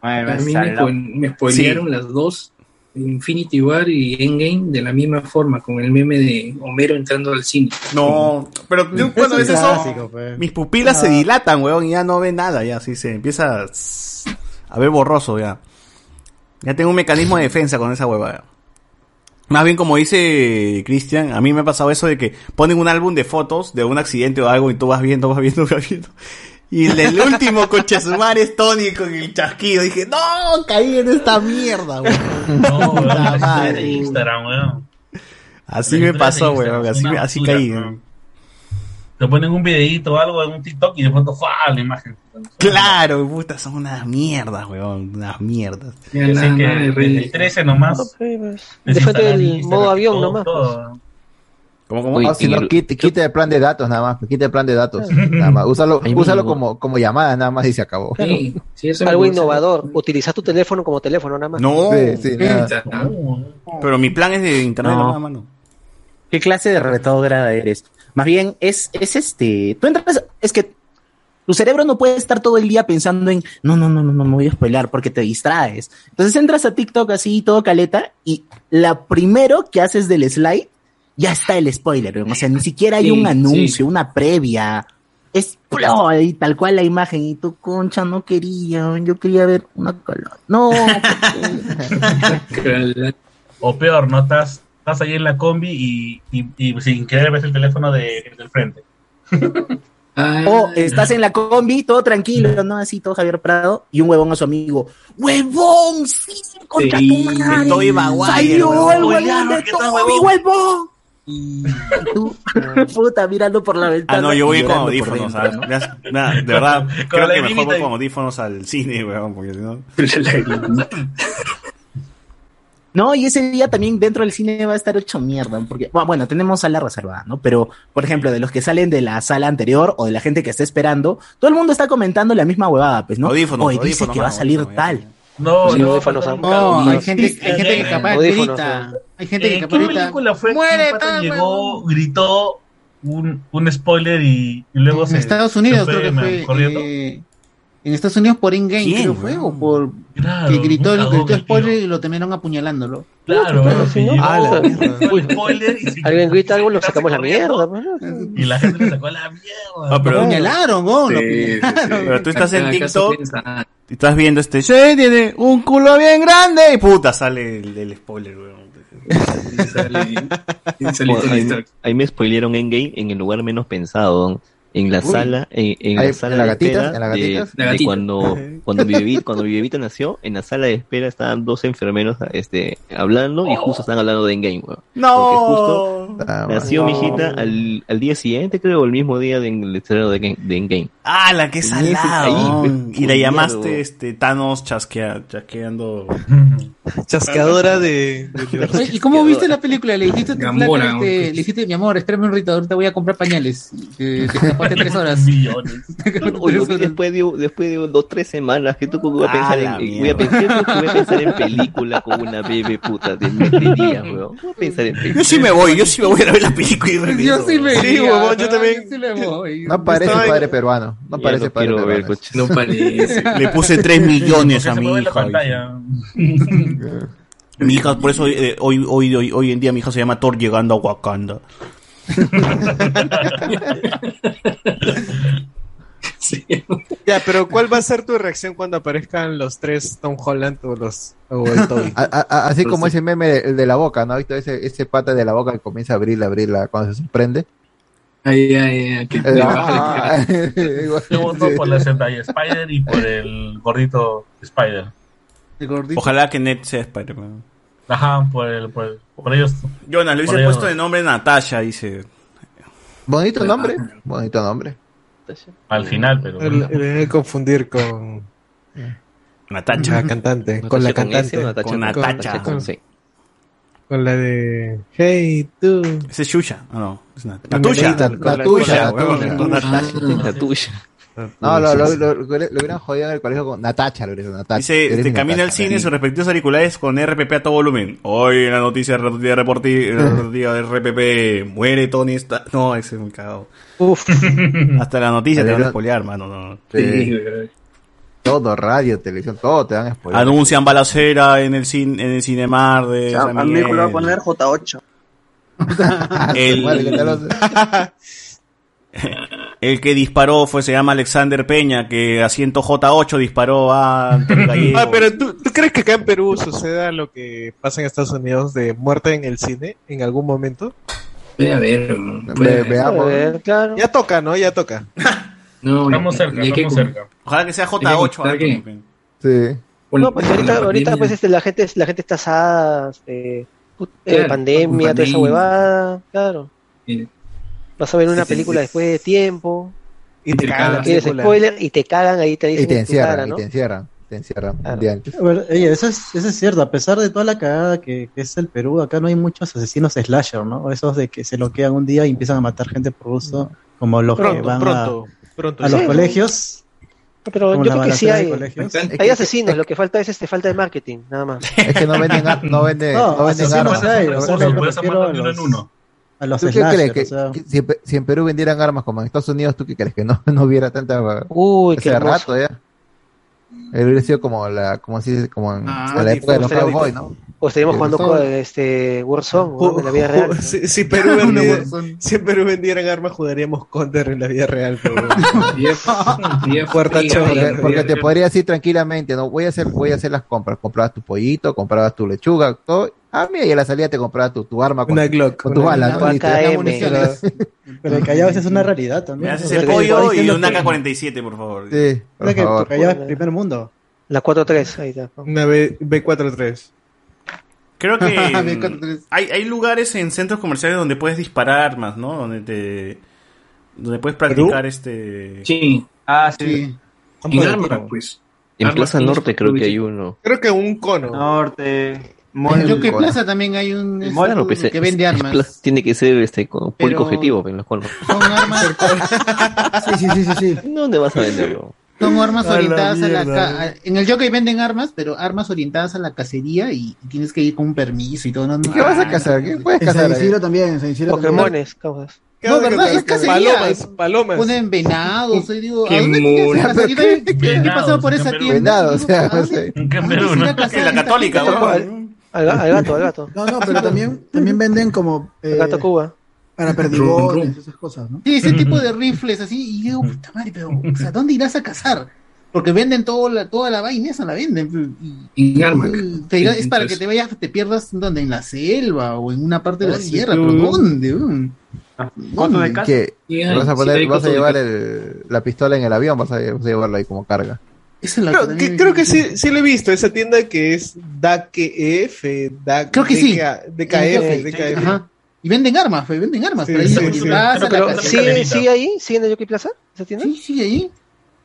Bueno,
A mí
está
me,
loco.
spoil- me spoilearon las dos, Infinity War y Endgame, de la misma forma, con el meme de Homero entrando al cine.
No, pero
[LAUGHS]
yo cuando
es
ves eso,
clásico, pe.
mis pupilas se
Ah.
dilatan, weón, y ya no ve nada, ya, así se empieza a, a ver borroso, ya. Ya tengo un mecanismo de defensa con esa huevada. Más bien como dice Cristian, a mí me ha pasado eso de que ponen un álbum de fotos de un accidente o algo y tú vas viendo, vas viendo, [LAUGHS] vas viendo. Y el, del último coche sumar es Tony con el chasquido. Dije, no, caí en esta mierda, weón.
No, weón,
Puta
las historias
madre.
de Instagram, weón.
Así
Las
me
historias
pasó,
de Instagram
weón,
son
así,
una
así
basura,
caí.
weón.
weón.
Te ponen un videito o algo en un TikTok y de pronto, ¡fua! la imagen.
Claro, puta, son unas mierdas, weón, unas mierdas.
Mira, Yo sé nada, que nada, desde el rey. 13 nomás, No,
Déjate el
Instagram,
pues. modo avión
todo,
nomás. pues.
¿Cómo,
Ah, si no, quita, quita el plan de datos nada más, quita el plan de datos. Nada más. Úsalo,
Ahí
úsalo
mismo.
como, como llamada nada más y se acabó.
Claro.
eso me
Algo
gusta.
innovador. Utilizar tu teléfono como teléfono nada más.
No. Sí, sí, nada.
No.
Pero mi plan es de internet,
No.
nada más, no.
¿Qué clase de retógrada eres? Más bien, es, es este. Tú entras. Es que tu cerebro no puede estar todo el día pensando en no, no, no, no, no me voy a spoilar porque te distraes. Entonces entras a TikTok así, todo caleta, y la primero que haces del slide ya está el spoiler. weón. O sea, ni siquiera hay
Sí,
un
sí.
anuncio, una previa. Es ¡pló! ahí tal cual la imagen. Y tú, concha, no quería. weón, Yo quería ver una color. No.
O peor, ¿no? Estás, estás ahí en la combi y, y, y sin querer ves el teléfono de, del frente.
Ah.
O estás en la combi, todo tranquilo, ¿no? Así, todo Javier Prado, y un huevón a su amigo. ¡Huevón! ¡Sí! ¡Contra
Sí,
tu madre!
Tobey Maguire,
¡Salió
huevón!
el huevón
Huevón,
de
¿qué tal,
Toby, huevón! Y tú, [LAUGHS] puta, mirando por la ventana.
Ah, no, yo voy
y
con
llorando por
audífonos.
dentro,
ah, ya- nada, de verdad,
Con
creo
la
que mejor voy
lagrimita
con audífonos al cine, weón, porque si no. Ah,
No, y ese día también dentro del cine va a estar hecho mierda, porque bueno, bueno, tenemos sala reservada, ¿no? Pero, por ejemplo, de los que salen de la sala anterior o de la gente que está esperando, todo el mundo está comentando la misma huevada, pues, ¿no?
Audífonos,
Hoy dice
audífonos,
que va a
mano,
salir tal.
No,
Sí,
no,
audífonos,
no,
ah.
no,
No,
no,
hay gente-
sí,
hay gente que
eh,
capaz
audífonos,
grita.
eh.
Hay gente que
Eh,
capaz
¿Qué
grita,
película fue? que
"Muere,
un pata
tal,
llegó, gritó un, un spoiler y, y luego
En Estados Unidos creo que fue,
corriendo.
eh, En Estados Unidos por in-game,
¿Quién,
creo fue, o por.
Claro,
que gritó,
un
gritó
cagón,
spoiler y lo terminaron apuñalándolo.
Claro,
Puta,
sí,
¿no?
yo-
Ah, la mierda.
Pues, Alguien grita algo, lo sacamos la mierda.
Y la gente le sacó a la
Ah, pero-
Lo apuñalaron, ¿no? Lo
Sí, sí, sí. [LAUGHS]
apuñalaron.
Pero tú estás en
Acá- acá
TikTok
piensa-
y estás viendo este. "Sí, tiene un culo bien grande! Y puta, sale el, el spoiler, weón.
Bueno, ahí, ahí me spoilearon Endgame en el lugar menos pensado. En la
Uy.
sala, en, en
Ahí,
la sala
en la
de
gatita,
espera
en la
de-
gatita. La
de
gatita.
cuando, cuando mi bebita, cuando mi bebita nació, en la sala de espera estaban dos enfermeros este, hablando y justo estaban hablando de Endgame, weón. Porque justo
Ah,
nació mi hijita al, al día siguiente, creo, o el mismo día del estreno de, Endgame- de Endgame.
¡Ah, la que
Sí,
salado!
ahí,
y la
culiado.
llamaste este, Thanos chasquea, chasqueando.
Chasqueadora de.
[LAUGHS]
pues.
Oye, ¿Y cómo viste la película? Le dijiste, a tu flaca,
Gamora,
este,
¿no?
le dijiste, mi amor, espérame un rito, ahorita voy a comprar pañales. Y Te, [LAUGHS] te escapaste tres horas.
[LAUGHS]
Oye, vi después de, después de dos, tres semanas, que tú cómo vas a
Ah,
pensar
la
en, en- voy a pensar, que voy a pensar en película con una bebé puta de
[LAUGHS]
día, weón. Voy a pensar en película.
Yo sí me voy, yo sí me voy a ir a ver la película y regreso.
Yo sí me
Sí,
iría,
huevón, yo
¿no?
también.
sí le voy.
No parece
Estaba-
padre peruano. No
Ya
parece
no
padre
quiero
peruano.
ver, coches.
[LAUGHS]
No parece.
Le
[LAUGHS]
puse 3 millones a mi hija.
pantalla.
Eh,
Mi hija, por eso eh, hoy, hoy, hoy, hoy en día mi hija se llama Thor llegando
[LAUGHS]
a Wakanda.
Ya, pero ¿cuál va a ser tu reacción cuando aparezcan los tres Tom Holland o los o el Toby?
A- a- a- así como ese meme de, el de la boca, ¿no? ¿Viste ese, ese pata de la boca que comienza a abrirla, abrirla cuando se sorprende?
Ay, ay, ay,
[LAUGHS]
que-
Eh,
ah, [LAUGHS]
Yo voto por la Zendaya Spider y por el gordito Spider.
Ojalá que Ned sea Spider-Man.
Ajá, por, el, por, el- por ellos.
Jonah, le
Por
hubiese
ellos
puesto
dos.
de nombre Natasha, dice.
Bonito nombre. Bonito nombre.
Al final, pero.
El- el- el confundir con
Natacha.
la cantante,
Natacha
con la
con S
cantante,
o Natacha
con,
con-
con-
Natacha con
con-
C.
con la de Hey tú.
Ese es Shusha. Ah, no. Es Nat-
La
Natusha.
Nat-
Natusha,
huevón,
ah,
Natusha.
con Natasha.
No, lo, lo, lo- lo hubieran jodido en el colegio con Natacha, lo hubieran Natacha.
Dice,
Eres
este,
mi
camina al
Natacha.
cine, sus respectivos auriculares con RPP a todo volumen. Hoy en la noticia de RPP, muere Tony Stark. No, ese es un cagado.
Uf.
[LAUGHS] Hasta la noticia te van a spoilear, mano. No. Sí.
Todo, radio, televisión, todo te van a spoiler.
Anuncian balacera en el, cin- en el Cinemar de San
A mí
Miguel.
me lo va a poner J8.
El- El que disparó fue, se llama Alexander Peña, que asiento J8 disparó a
[LAUGHS]
Antonio Gallego.
Ah, pero ¿tú, ¿tú crees que acá en Perú suceda lo que pasa en Estados Unidos de muerte en el cine en algún momento?
Puede haber, puede
Ve-
haber.
veamos. Ya toca, ¿no? Ya toca.
No,
Estamos cerca,
y hay que
estamos
con-
cerca.
Ojalá que sea
hay que
J8.
contar que-
¿no?
con-
No, porque
con la
ahorita, ahorita
pandemia-
pues este, la gente la gente está asada, este, put- eh,
Claro,
pandemia,
con
toda esa
pandemia.
huevada, claro.
Sí.
Vas a ver una
Sí, sí,
película
sí.
después de tiempo,
Y te
ah,
cagan.
quieres spoiler y te cagan ahí te dicen
Y te
en tu cara,
encierran,
¿no?
y te encierran. Te encierran un día antes.
A ver, ey, eso, es, eso es cierto, a pesar de toda la cagada que, que es el Perú, acá no hay muchos asesinos slasher, ¿no? Esos de que se lo quedan un día y empiezan a matar gente por gusto, como los que
Pronto,
van a-
pronto, pronto.
a, los
Sí.
colegios.
Ah, Pero
Como
yo
la
creo que sí
balacera de
hay.
colegios.
Hay hay asesinos, lo que falta es este falta de marketing, nada más.
[LAUGHS] Es que no venden,
[LAUGHS]
ar- no venden,
No,
no, venden
asesinos
armas.
hay, o sea,
¿Tú
me refiero a los, a los
qué crees?
slasher,
Que,
o sea,
que si, en Pe- si en Perú vendieran armas como en Estados Unidos, ¿tú qué crees? Que no, [LAUGHS] no hubiera tanta...
Uy, qué eh.
Hace
hermoso.
rato
eh.
ya. Él hubiera sido como, la, como, si, como en,
Ah,
en la
sí,
época de los
estaría
Cowboys,
bonito.
¿no?
O estaríamos
Sí,
jugando
por favor.
con este Warzone, weón, en la vida real.
[LAUGHS]
¿no?
Si,
[LAUGHS]
si Perú vendiera- si en Perú vendieran armas, jugaríamos Counter en la vida real. pero-
[LAUGHS]
Puerta
Sí, porque,
chorra.
porque te podrías ir tranquilamente, no voy a hacer, voy a hacer las compras, comprabas tu pollito, comprabas tu lechuga, todo, ah mira y a la salida te comprabas tu, tu arma con,
Una
tu-
Glock,
con tu
una-
bala,
una
¿no? Y te dan [LAUGHS]
AKM.
municiones.
pero el Callao es una realidad
Me
también.
haces
O sea,
el
que
pollo
por ahí
y
que
un
no-
AK-47, por favor.
Sí, por
que
favor.
Callao es primer mundo.
La 4-3, ahí está.
Una B, B43.
Creo
[LAUGHS]
[LAUGHS]
que
Me
mm, hay, hay lugares en centros comerciales donde puedes disparar armas, ¿no? Donde te donde puedes practicar este
Sí.
Ah,
sí. En
Bueno,
Arma,
pero-
pues.
En
Arma
Plaza
sí,
Norte creo que
sí.
hay uno.
Creo que un cono.
Norte.
Mall.
Yo que Plaza también hay un
este,
es
Claro,
un-
pues,
que
es-
vende
es [LAUGHS]
armas.
Plaza- tiene que ser este
Pero-
con público objetivo, en los cuales
Son
[LAUGHS]
armas. sí, sí, sí, sí, sí.
¿Dónde vas a venderlo?
Son armas
A la
orientadas a la
mierda.
ca- a- en el Jockey venden armas, pero armas orientadas a la cacería y, y tienes que ir con un permiso y todo. No, no.
Ah,
¿Qué vas a cazar? ¿Qué puedes
En
cazar?
San Isidro
también, en San
Isidro también.
Pokémones, cosas.
No, ¿verdad? Es cacería.
Palomas, palomas.
Ponen venados. Yo digo, ¿a
Qué
dónde te
mono.
quedas? Yo también- Yo he pasado por esa tienda.
Venados, o sea, no sé.
Perú, ¿no? En la
católica,
¿no?
Al, ga- al gato, al gato.
No, no, pero también, también venden como. eh,
Gato Cuba.
Para perdigones, esas cosas, ¿no?
Sí, ese tipo de rifles así. Y digo, puta madre, pero, o sea, ¿dónde irás a cazar? Porque venden todo la, toda la vaina, esa la venden. pues, Y,
En Armac.
te dirán, es
Entonces-
para que te vayas, te pierdas donde en la selva o en una parte de la
Ay,
sierra,
tú.
pero ¿dónde? weón?
Ah,
¿Dónde?
Mm, ¿Qué? Vas a, poner, vas a llevar
el...
el- la pistola en el avión, vas a, vas a llevarla ahí como carga.
Creo que, creo que sí, sí lo he visto, esa tienda que es E DAKF, DAK,
Creo que sí.
DKF,
Sí,
DKF.
Ajá. Y venden armas, pues, venden armas.
Sí,
pero ahí
sí,
la
sí.
Plaza,
Pero- pero
la Plaza
sigue-
Caleta.
¿Sigue ahí? ¿Sigue en el Yoki Plaza? ¿Esa tienda?
Sí, sigue ahí.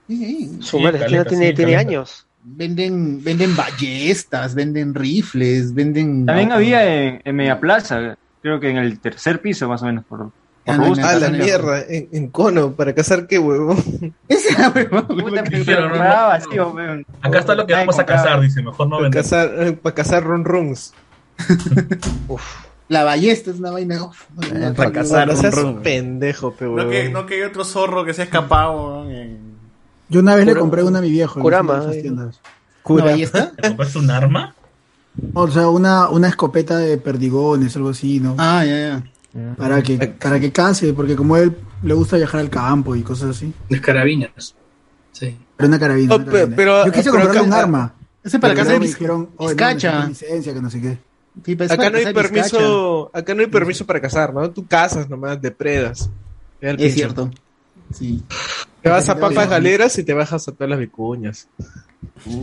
Sigue ahí.
Su madre, esa tienda tiene, tiene años.
Venden, venden ballestas, venden rifles, venden.
También
Ah.
había en, en Media Plaza, creo que en el tercer piso más o menos. Por, por
Ah,
Augusta,
la
creo.
mierda, en, en cono, para cazar qué huevo.
Puta, pero
Dijeron, no,
compraba,
no.
tío, weón.
Acá está lo que vamos a cazar, dice, mejor no
Para
vender.
cazar, eh, para cazar runruns.
La ballesta es una vaina. uf,
Eh,
no, no,
Para cazar,
no,
o sea, es
no,
un pendejo, pe
No
huevón.
que, no que hay otro zorro que se ha escapado. ¿no? En-
Yo una vez le
Kurama.
compré una a mi viejo.
Kurama,
En esas
eh.
tiendas.
Kurama.
¿Te
[LAUGHS]
compraste un arma?
O sea, una, una escopeta de perdigones, algo así, ¿no?
Ah, ya,
ya. Para que, para que canse, porque como a él le gusta viajar al campo y cosas así.
Las carabinas. Sí.
Pero una carabina.
Oh,
una
pe-
carabina.
pero-
Yo quise
pero
comprarme
acá-
un arma.
Ese para casa
Pero luego
de
me
Viz-
dijeron, oye, no,
Vizcacha.
necesitas licencia, que no sé qué.
Sí,
Pues,
pero es
Acá
para
no hay
cazar vizcacha.
permiso, acá no hay permiso para cazar, ¿no? Tú cazas nomás, depredas. Ve al
Es
pincho.
cierto. Sí.
Te vas a papas galeras y
[LAUGHS]
te bajas a todas las vicuñas.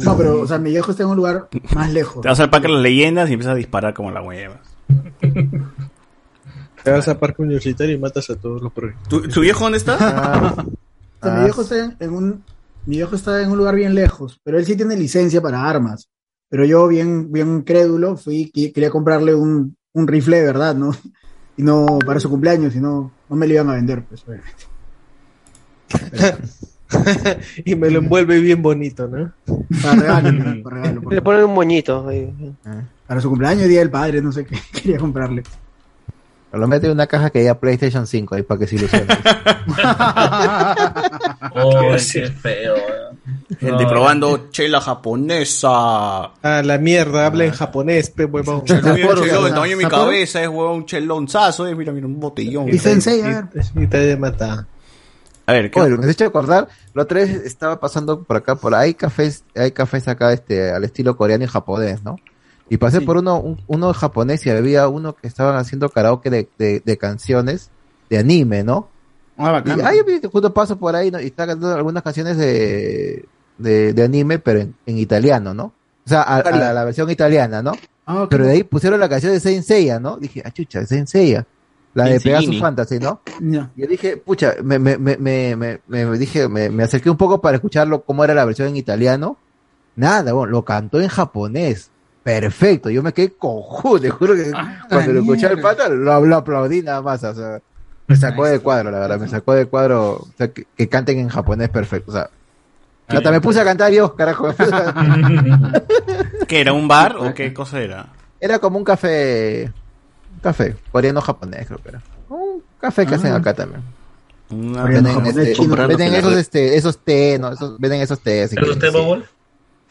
No, pero, o sea, mi viejo está en un lugar más lejos.
Te vas al parque de las leyendas y empiezas a disparar como la hueva.
Te vas a parque universitario y matas a todos los proyectos.
¿Tu, tu viejo dónde está?
O sea, mi viejo está en, en un mi viejo está en un lugar bien lejos, pero él sí tiene licencia para armas. Pero yo bien bien crédulo fui que- quería comprarle un, un rifle de verdad, ¿no? Y no para su cumpleaños, sino no me lo iban a vender, pues obviamente.
[LAUGHS] y me lo envuelve bien bonito, ¿no?
Para regalo,
[LAUGHS]
¿no? para regalo.
Le ponen un moñito. ahí.
Para su cumpleaños, día del padre, no sé qué [LAUGHS] quería comprarle.
Pero lo mete en una caja que diga PlayStation 5 ahí para que se [LAUGHS] ilusione.
Oh,
Qué
qué feo.
Gente probando chela japonesa.
A la mierda, habla en japonés,
[LAUGHS]
pe huevón.
Chelo, mira, chelo, el
¿Sapporo?
tamaño de mi cabeza es huevón, un chelonzazo. eh, Mira, mira, un botellón.
Y sensei,
a ver.
Y te de matar.
A ver,
¿qué? me has hecho acordar, la otra vez estaba pasando por acá, por hay cafés, hay cafés acá este, al estilo coreano y japonés, ¿no? Y pasé por uno, un- uno japonés y había uno que estaban haciendo karaoke de, de- de canciones de anime, ¿no?
Ah,
Y, ay, yo vi que justo paso por ahí ¿no? y está cantando algunas canciones de, de, de anime, pero en, en italiano, ¿no? O sea, a, a la, la versión italiana, ¿no? Pero de ahí pusieron la canción de Saint Seiya, ¿no? Dije, ah, chucha, Saint Seiya. La de
Insigni.
Pegasus Fantasy, ¿no? Yo dije, pucha, me, me, me, me, me, me dije, me, me acerqué un poco para escucharlo cómo era la versión en italiano. Nada, bueno, lo cantó en japonés. Perfecto, yo me quedé cojudo, te juro que cuando lo escuché al pata lo, lo aplaudí nada más, o sea, me sacó de cuadro, la verdad, me sacó de cuadro, o sea, que, que canten en japonés perfecto, o sea, hasta me puse a cantar yo, carajo.
¿Qué era un bar o qué cosa era?
Era como un café, un café, coreano-japonés creo que era, un café que
Ah.
hacen acá también.
Una-
Venden, este,
comprando
venden
que la
esos,
red-
este, esos té, ¿no? Esos, venden esos té. así que- sí.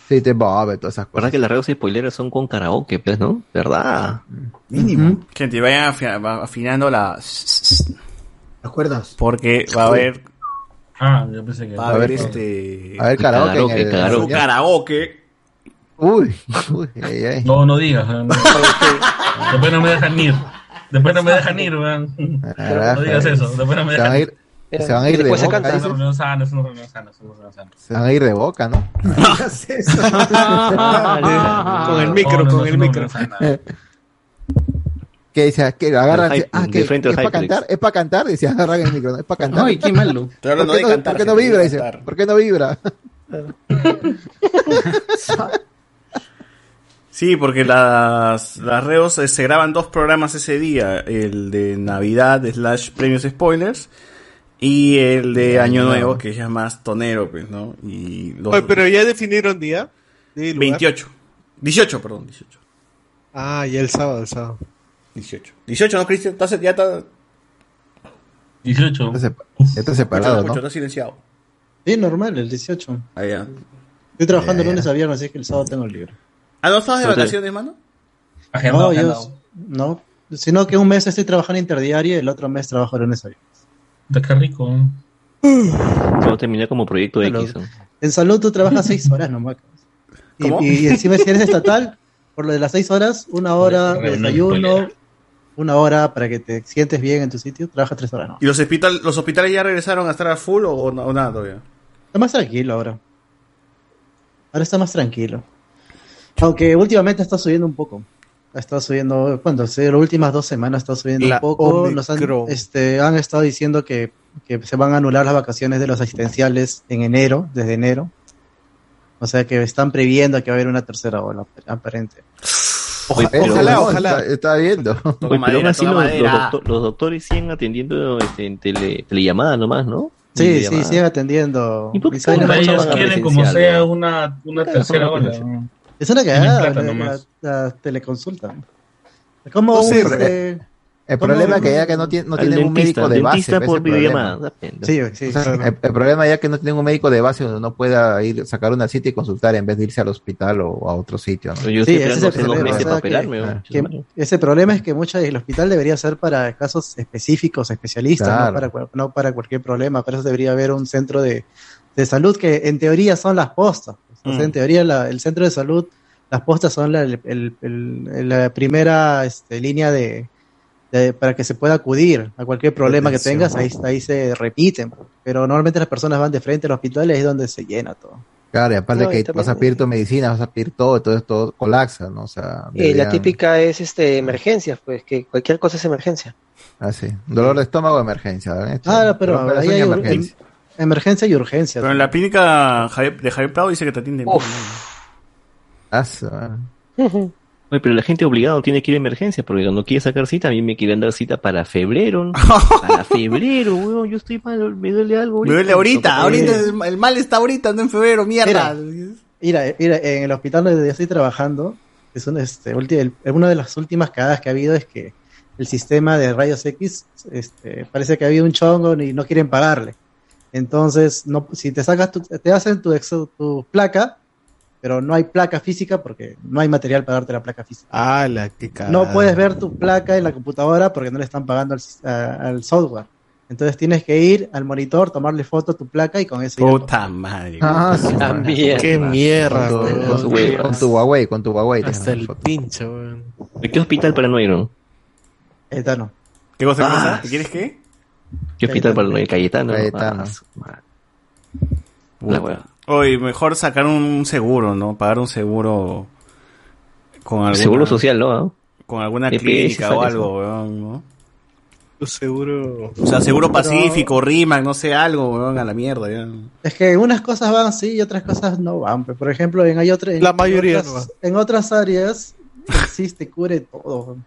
Sí, té bubble, todas esas cosas.
¿Verdad que las redes spoileras son con karaoke, pues, no? ¿Verdad?
Mínimo.
Gente, vayan afia- va- afinando la...
¿Las cuerdas?
Porque va a haber...
Ah, yo pensé que...
Va a haber este...
A ver, karaoke. en el-
Su karaoke.
Uy, uy, ay, ay.
No, no digas. eh, no. Después no me dejan ir. Después no me dejan ir, weón. No digas eso. Después no me
Se van
dejan
a ir, se van a ir de boca,
Es una
dices.
reunión sana, es una reunión sana, es una reunión sana.
Se van a ir de boca, ¿no?
Ah, con el
Ah,
micro,
No, no, no,
con el
no,
micro.
[LAUGHS] Que dice, que agarran,
Al hype-
ah, que
de frente al
es para
hypeplex.
cantar, es para cantar, dice, [LAUGHS] agarran el micro, ¿no? es para cantar.
Ay, qué malo.
Estoy hablando
[LAUGHS] ¿Por qué
de
no-
cantar,
¿Por qué no
gente,
vibra?
de
Dice,
cantar.
¿por qué no
[LAUGHS]
vibra?
Sí, porque las, las reos eh, se graban dos programas ese día, el de Navidad slash premios spoilers y el de Año Nuevo, que ya es más tonero, pues, ¿no? Y los
Oye, pero ya definieron día. Día y lugar.
28. 18, perdón, 18.
Ah, ya el sábado, el sábado.
18. 18, ¿no, Cristian? Entonces ya está...
18.
Está Este separado, ¿no?
está silenciado.
Sí, normal, el 18.
Ah, ya.
Estoy trabajando
Ya, ya.
lunes a viernes, así que el sábado tengo libre.
¿Ah, no estabas de
Sobre-
vacaciones, mano?
no, yo- no, sino que un mes estoy trabajando interdiario y el otro mes trabajo lunes a viernes.
Está qué rico.
[SIGHS]
Todo termina como proyecto X. ¿no?
En salud tú trabajas seis horas nomás. Y,
¿Cómo?
y encima si eres estatal, por lo de las seis horas, una hora de
Reunión
desayuno, una hora para que te sientes bien en tu sitio, trabajas tres horas, ¿no?
¿Y los, hospital, los hospitales ya regresaron a estar a full o, o no- o nada todavía?
Está más tranquilo ahora. Ahora está más tranquilo. Aunque últimamente está subiendo un poco. Ha estado subiendo, ¿cuánto? Sí, las últimas dos semanas está subiendo
La
un poco. Nos han,
Omicron.
este, han estado diciendo que, que se van a anular las vacaciones de los asistenciales en enero, desde enero. O sea que están previendo que va a haber una tercera ola, aparente.
Oye, pero-
Está, está viendo. [LAUGHS]
Oye, pero aún así los, los docto- los doctores siguen atendiendo este, en tele, telellamada nomás, ¿no?
Sí, sí,
Videollamada.
siguen atendiendo. Y salen
Puta,
mucho
ellos
más
quieren como
presencial.
sea una, una
Claro,
tercera
pongan
ola.
presencial.
¿no?
Es una
Tienen
cagada
plata
la,
nomás.
la teleconsulta. Es como
No
un,
sirve.
este,
eh, El
como
problema
un-
que ya que no, tiene, no
Al
tienen un
dentista,
médico de base. pues,
dentista
ese
por
es el
videollamada,
problema.
da pena. Sí, sí,
O sea,
claro.
el, el problema ya que no tienen un médico de base donde uno pueda ir sacar una cita y consultar en vez de irse al hospital o a otro sitio. ¿no?
Sí, ese es el problema. o sea, que- ah, que ese problema es que muchas el hospital debería ser para casos específicos, especialistas,
Claro.
no, para, cual- no para cualquier problema. Para eso debería haber un centro de, de salud que en teoría son las postas. O sea,
Mm.
En teoría la- el centro de salud, las postas son la, el- el- el- la primera este, línea de, de- para que se pueda acudir a cualquier problema que
Atención.
tengas. Ahí, ahí se repiten. Pero normalmente las personas van de frente al hospital y ahí es donde se llena todo.
Claro, y aparte
No, y
que
también-
vas a pedir tu medicina, vas a pedir todo, entonces todo colapsa, ¿no? O sea,
Eh, la
deberían-
típica es este emergencia, pues que cualquier cosa es emergencia.
Ah, sí. Dolor de estómago, emergencia. ¿eh?
Ah, pero ahí
Pero es una
hay ur-
emergencia.
em- emergencia y urgencia.
Pero en la clínica Javier- de Javier Prado dice que te atienden. bien,
Oye, pero la gente obligada no tiene que ir a emergencia, porque cuando quiere sacar cita, a mí me quieren dar cita para febrero. ¿no? para febrero, weón, yo estoy mal, me duele algo.
Me duele ahorita, ahorita
Eh,
el, el mal está ahorita, no en febrero, mierda.
Mira, eh, mira, en el hospital donde yo estoy trabajando, es un, este, ulti- el- una de las últimas cagadas que ha habido es que el sistema de rayos X este, parece que ha habido un chongo y no quieren pagarle. Entonces, no, si te sacas tu- te hacen tu, exo- tu placa, pero no hay placa física porque no hay material para darte la placa física.
Ah, la que
No puedes ver tu placa en la computadora porque no le están pagando al, sis- a- al software. Entonces tienes que ir al monitor, tomarle foto a tu placa y con eso ir al
Puta madre.
Ah, sí.
Qué mierda,
Con tu- con,
weón.
tu- con tu Huawei, con tu Huawei.
Hasta el pincho,
¿Qué hospital para no ir, no?
Etano.
¿Qué cosa? qué
Ah.
cosa? ¿Te ¿Quieres qué?
¿Qué hospital para no ir? Cayetano.
Cayetano.
Ah, su madre. La weón.
Oye, mejor sacar un seguro, ¿no? Pagar un seguro con alguna,
Seguro social, ¿no?
Con alguna
EPS
clínica o
sale
algo, weón, ¿no?
Seguro.
O sea, seguro
Pero-
pacífico, RIMAC, no sé, algo, weón, a la mierda, ya.
Es que unas cosas van sí y otras cosas no van. pues. Por ejemplo, en, hay otra- en-
La mayoría
en
no va.
otras, en otras áreas el CIS te cubre todo.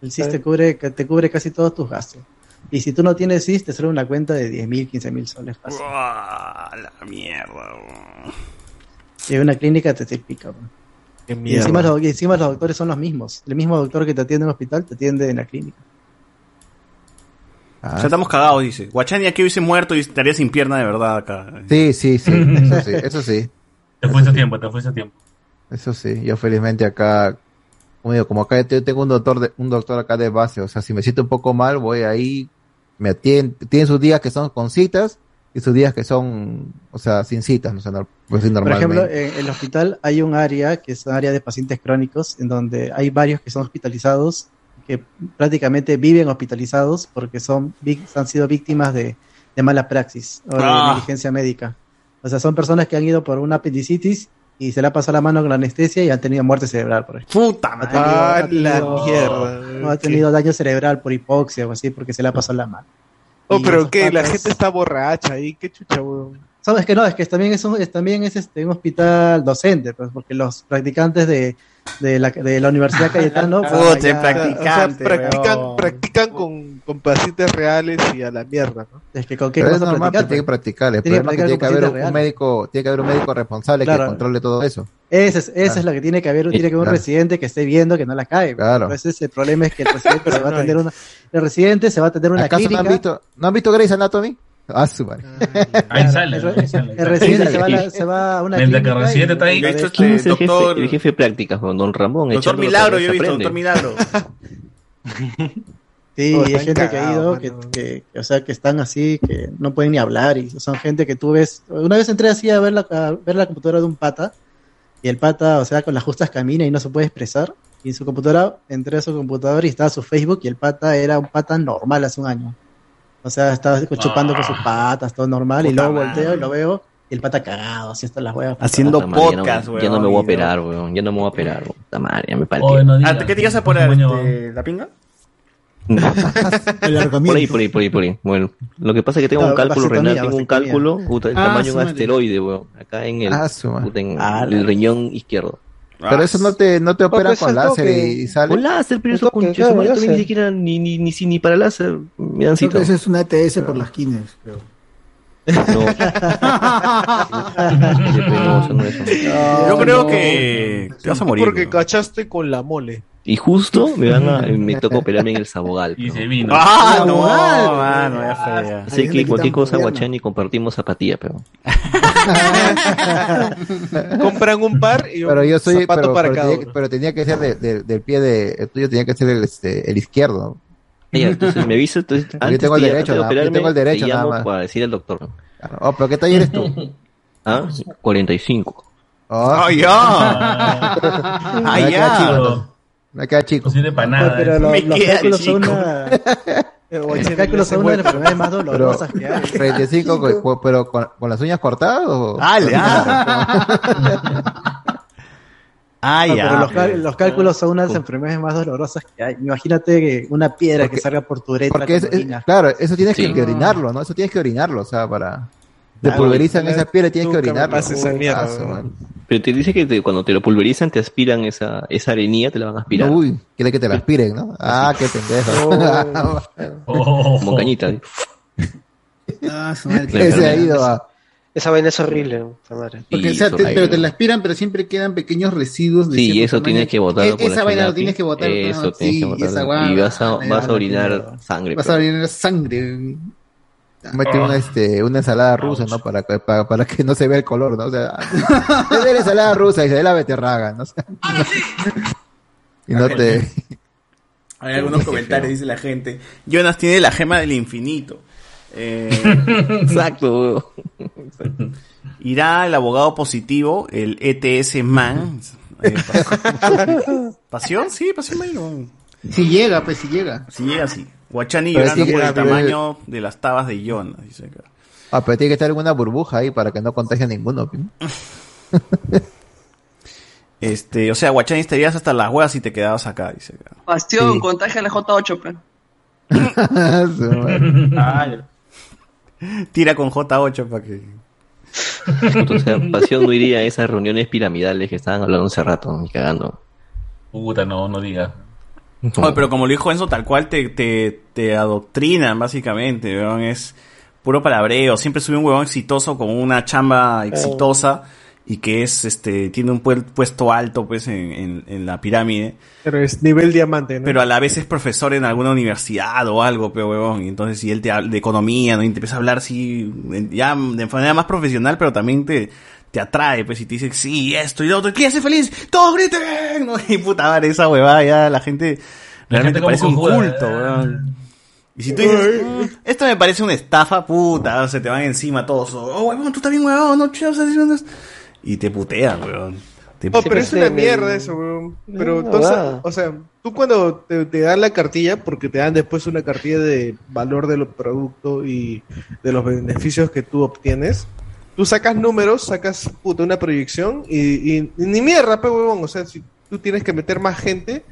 El CIS te cubre, que te cubre casi todos tus gastos. Y si tú no tienes CIS, te sale una cuenta de 10 mil, 15 mil soles. fácil.
Uah, la mierda, weón.
Y una clínica te, te pica. pues. Y
mierda.
encima, los, y encima los doctores son los mismos. El mismo doctor que te atiende en el hospital te atiende en la clínica.
Ya estamos cagados, dice. Guachani aquí hubiese muerto y estaría sin pierna de verdad acá.
Sí,
[LAUGHS]
sí, sí. Eso sí, eso sí.
Te fuiste a tiempo, te fuiste a tiempo.
Eso sí, yo felizmente acá, como digo, como acá yo tengo un doctor, de, un doctor acá de base, o sea, si me siento un poco mal, voy ahí, me atiende, tienen sus días que son con citas y sus días que son, o sea, sin citas, no sé, no- pues sí,
Por
normalmente.
ejemplo, en el hospital hay un área que es un área de pacientes crónicos, en donde hay varios que son hospitalizados, que prácticamente viven hospitalizados porque son vic- han sido víctimas de, de mala praxis o
Ah.
de negligencia médica. O sea, son personas que han ido por una apendicitis y se le ha pasado la mano con la anestesia y han tenido muerte cerebral por ejemplo.
Puta
madre.
Ah, la mierda.
No ha tenido daño cerebral por hipoxia o así porque se le ha pasado la mano.
Oh,
Y
pero
esos
que la
patas-
gente está borracha ahí, qué chucha, weón.
Sabes que no, es que también es, un, es- también es este, un hospital docente, pues, porque los practicantes de, de la, de la Universidad Cayetano
[LAUGHS] Ah,
van
o
allá.
sea, practican, practican, practican con, con pasitas reales y a la mierda, ¿no?
Es que con
qué
Pero es
cosa
normal, pero
practicar,
tiene que practicar. El
Tiene que
problema es que tiene que
practicar con
haber
pacientes
un
reales.
médico, tiene que haber un médico responsable
Claro.
que controle todo eso.
Esa es, esa es la que tiene que haber, tiene que haber un
Claro.
residente que esté viendo que no la cae.
Claro.
Entonces el problema es que el residente se
[LAUGHS]
va a
no
atender una, el residente se va a atender una
¿Acaso no
clínica.
han visto, no han visto Grey's Anatomy? Ah, su madre.
Ahí sale. Ahí sale.
El residente se va, a la- se va a una
Mientras que
clínica
el residente está ahí.
y-
Esto es
¿Quién es el,
doctor-
jefe, el jefe de prácticas, weón? Don Ramón.
Doctor
echándolo
Milagro,
para
yo he visto,
aprender.
doctor Milagro.
[LAUGHS] Sí,
Oh,
y hay
están
gente
cagados,
que ha ido, que, que- que, o sea, que están así, que no pueden ni hablar, y son gente que tú ves. Una vez entré así a ver la, a ver la computadora de un pata, y el pata, o sea, con las justas camina y no se puede expresar. Y en su computadora, entré a su computadora y estaba su Facebook, y el pata era un pata normal hace un año. O sea, estaba así chupando con sus patas, todo normal, y
Puta
luego
madre.
volteo y lo veo, y el pata cagado, así están las huevas.
Haciendo
Puta madre,
podcast,
ya no-
Ya no me voy a operar, weón. Ya no me voy a operar, weón. Puta madre, ya me partí.
Ah,
[LAUGHS]
¿Qué te ibas a poner? este, ¿La pinga?
Por ahí, por ahí, por ahí, por ahí. Bueno, lo que pasa es que tengo un
Claro,
cálculo
vasectomía,
renal, tengo un
vasectomía.
cálculo puta, el
Ah,
tamaño de
su
un
madre.
asteroide, weón. Acá en el,
Ah, su madre.
puta, en el riñón izquierdo.
Pero eso no te, no te
Porque
operan
es al
con láser
toque.
y, y sale.
Con láser, pero eso con
claro,
también
láser.
ni siquiera ni, ni, ni, si- ni para láser me dan cita.
Entonces es una ETS por las quines, creo.
No, eso
[LAUGHS]
no es eso.
Yo creo que te
[LAUGHS]
vas a morir.
Porque cachaste con la mole. [LAUGHS]
Y justo me van a, me toca operarme en el sabogal. Y se
vino. Ah, no, mano, ya fue, ya.
Así que cualquier cosa, Guachani, compartimos zapatilla, pero.
Compran un par y un
Pero yo soy,
zapato
pero,
para
pero
cada
tenía,
uno.
pero tenía que ser de- de- del pie de, el tuyo tenía que ser el, este, el izquierdo.
Ya, entonces me aviso, entonces,
Yo
antes
tengo el
de-
derecho,
antes de
nada- yo
operarme,
tengo el derecho
te
nada
llamo
más.
para decir al doctor.
[LAUGHS] Oh, pero ¿qué taller es tú?
Ah, 45.
Oh,
[LAUGHS] ¡Ay,
[LAUGHS]
ya!
Me
¡Ay,
queda
ya!
chico. Me queda chico. No
sirve para
Pues, pero lo- los cálculos son ah,
chico. [LAUGHS]
una.
Eh,
Los cálculos son una de las enfermedades más dolorosas que
[LAUGHS]
hay.
35, con- pero con, con las uñas cortadas o...
Dale,
Ah,
No,
ya.
pero los, cal-
pues.
los cálculos son una de las enfermedades más dolorosas que hay. Imagínate que una piedra que salga por tu uretra.
Porque es-
con
es-
orina.
claro, eso tienes
Sí.
que, que orinarlo, ¿no? Eso tienes que orinarlo, o sea, para... Te
Claro,
pulverizan esa piel y tienes que
nunca me
orinarlo.
pases esa mierda,
Ah, su madre.
Pero te dice que te- cuando te lo pulverizan, te aspiran esa, esa arenilla, te la van a aspirar.
Uy, quiere que te la aspiren, ¿no? Ah, qué
[LAUGHS] Oh.
[LAUGHS] pendejo.
Oh.
Como cañita. ¿eh?
Ah,
Ese ha ido a...
Esa vaina es horrible, ¿no? Puta madre.
Porque, o sea, te- pero te la aspiran, pero siempre quedan pequeños residuos de
Sí, y
cierto
eso
tamaño.
tienes que botarlo.
E-
por la
Esa vaina
chunapi.
lo tienes que botar.
Eso
¿no?
tienes
Sí,
que
esa
botarlo.
guada,
Y vas a,
me
vas
da
a orinar
mierda.
sangre.
Vas a
pero-
orinar sangre.
Mete una, este, una ensalada rusa, ¿no? Para, que- para, para que no se vea el color, ¿no? O
[LAUGHS]
sea, te ve la ensalada rusa y se ve la beterraga, ¿no? O sea, y no te...
Hay algunos comentarios, dice la gente. Jonas tiene la gema del infinito.
[LAUGHS]
Eh,
Exacto.
Irá el abogado positivo, el ETS Man. Eh, pasión. pasión, sí, pasión mayor.
Si llega, pues si llega.
Si llega así. Guachani
Pero
llorando
sí,
por el
ya, pero-
tamaño de las tabas de Jonas. Dice acá.
[LAUGHS] Ah, pero tiene que estar alguna burbuja ahí para que no contagie a ninguno. ¿no?
Este, o sea, Guachani estarías hasta las huevas si te quedabas acá, dice acá.
Pasión,
Sí.
contagia la J8, pe.
Tira con J8 para que.
Puta, [LAUGHS] o sea, pasión no iría a esas reuniones piramidales que estaban hablando hace rato, ni cagando.
Puta, no, no diga.
Oye, pero como lo dijo Enzo, tal cual te, te, te adoctrinan, básicamente, weón. Es puro palabreo. Siempre sube un huevón exitoso con una chamba exitosa y que es, este, tiene un pu- puesto alto, pues, en, en- en la pirámide.
[LAUGHS] Pero es nivel diamante, ¿no?
Pero a la vez es profesor en alguna universidad o algo, pero huevón. Y entonces, si él te habla de economía, ¿no? Y te empieza a hablar, sí, en- ya de manera más profesional, pero también te, te atrae, pues, y te dice, sí, esto y lo otro, el cliente es feliz, todos griten, ¿no? [LAUGHS] Y puta madre, esa huevada, ya la gente realmente
como
parece un
conjuga,
culto, weón. Y si tú dices, "Mm, esto me parece una estafa, puta, se te van encima todos, oh, huevón, tú también, huevón, no, che, o sea, no es-". y te putean, weón. Te
No, pero
putean.
es una mierda eso, weón. Pero
No,
entonces,
va.
o sea, tú cuando te, te dan la cartilla, porque te dan después una cartilla de valor de los productos y de los beneficios que tú obtienes, tú sacas números, sacas puta, una proyección y, y- y ni mierda, pe, weón. O sea, si tú tienes que meter más gente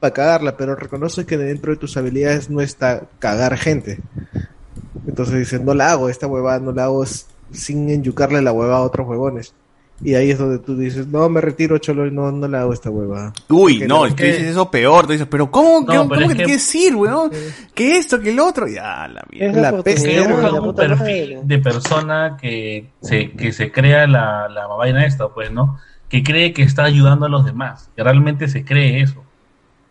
para cagarla, pero reconoces que dentro de tus habilidades no está cagar gente. Entonces dices, no la hago, esta huevada no la hago s- sin enyucarle la huevada a otros huevones. Y ahí es donde tú dices, no, me retiro, cholo, no, no la hago esta hueva.
Uy,
Porque
no,
es
tú
que-
dices eso peor, tú dices, pero ¿cómo,
No,
qué-
pero
cómo
es
que
que-
te quieres ir, weón? [LAUGHS] Que esto, que el otro, ya, la
Es
mierda.
la
La
peste,
peste,
¿no?
weón.
La
un
puta
perfil de persona que se, que se crea la, la vaina esta, pues, ¿no? Que cree que está ayudando a los demás, que realmente se cree eso.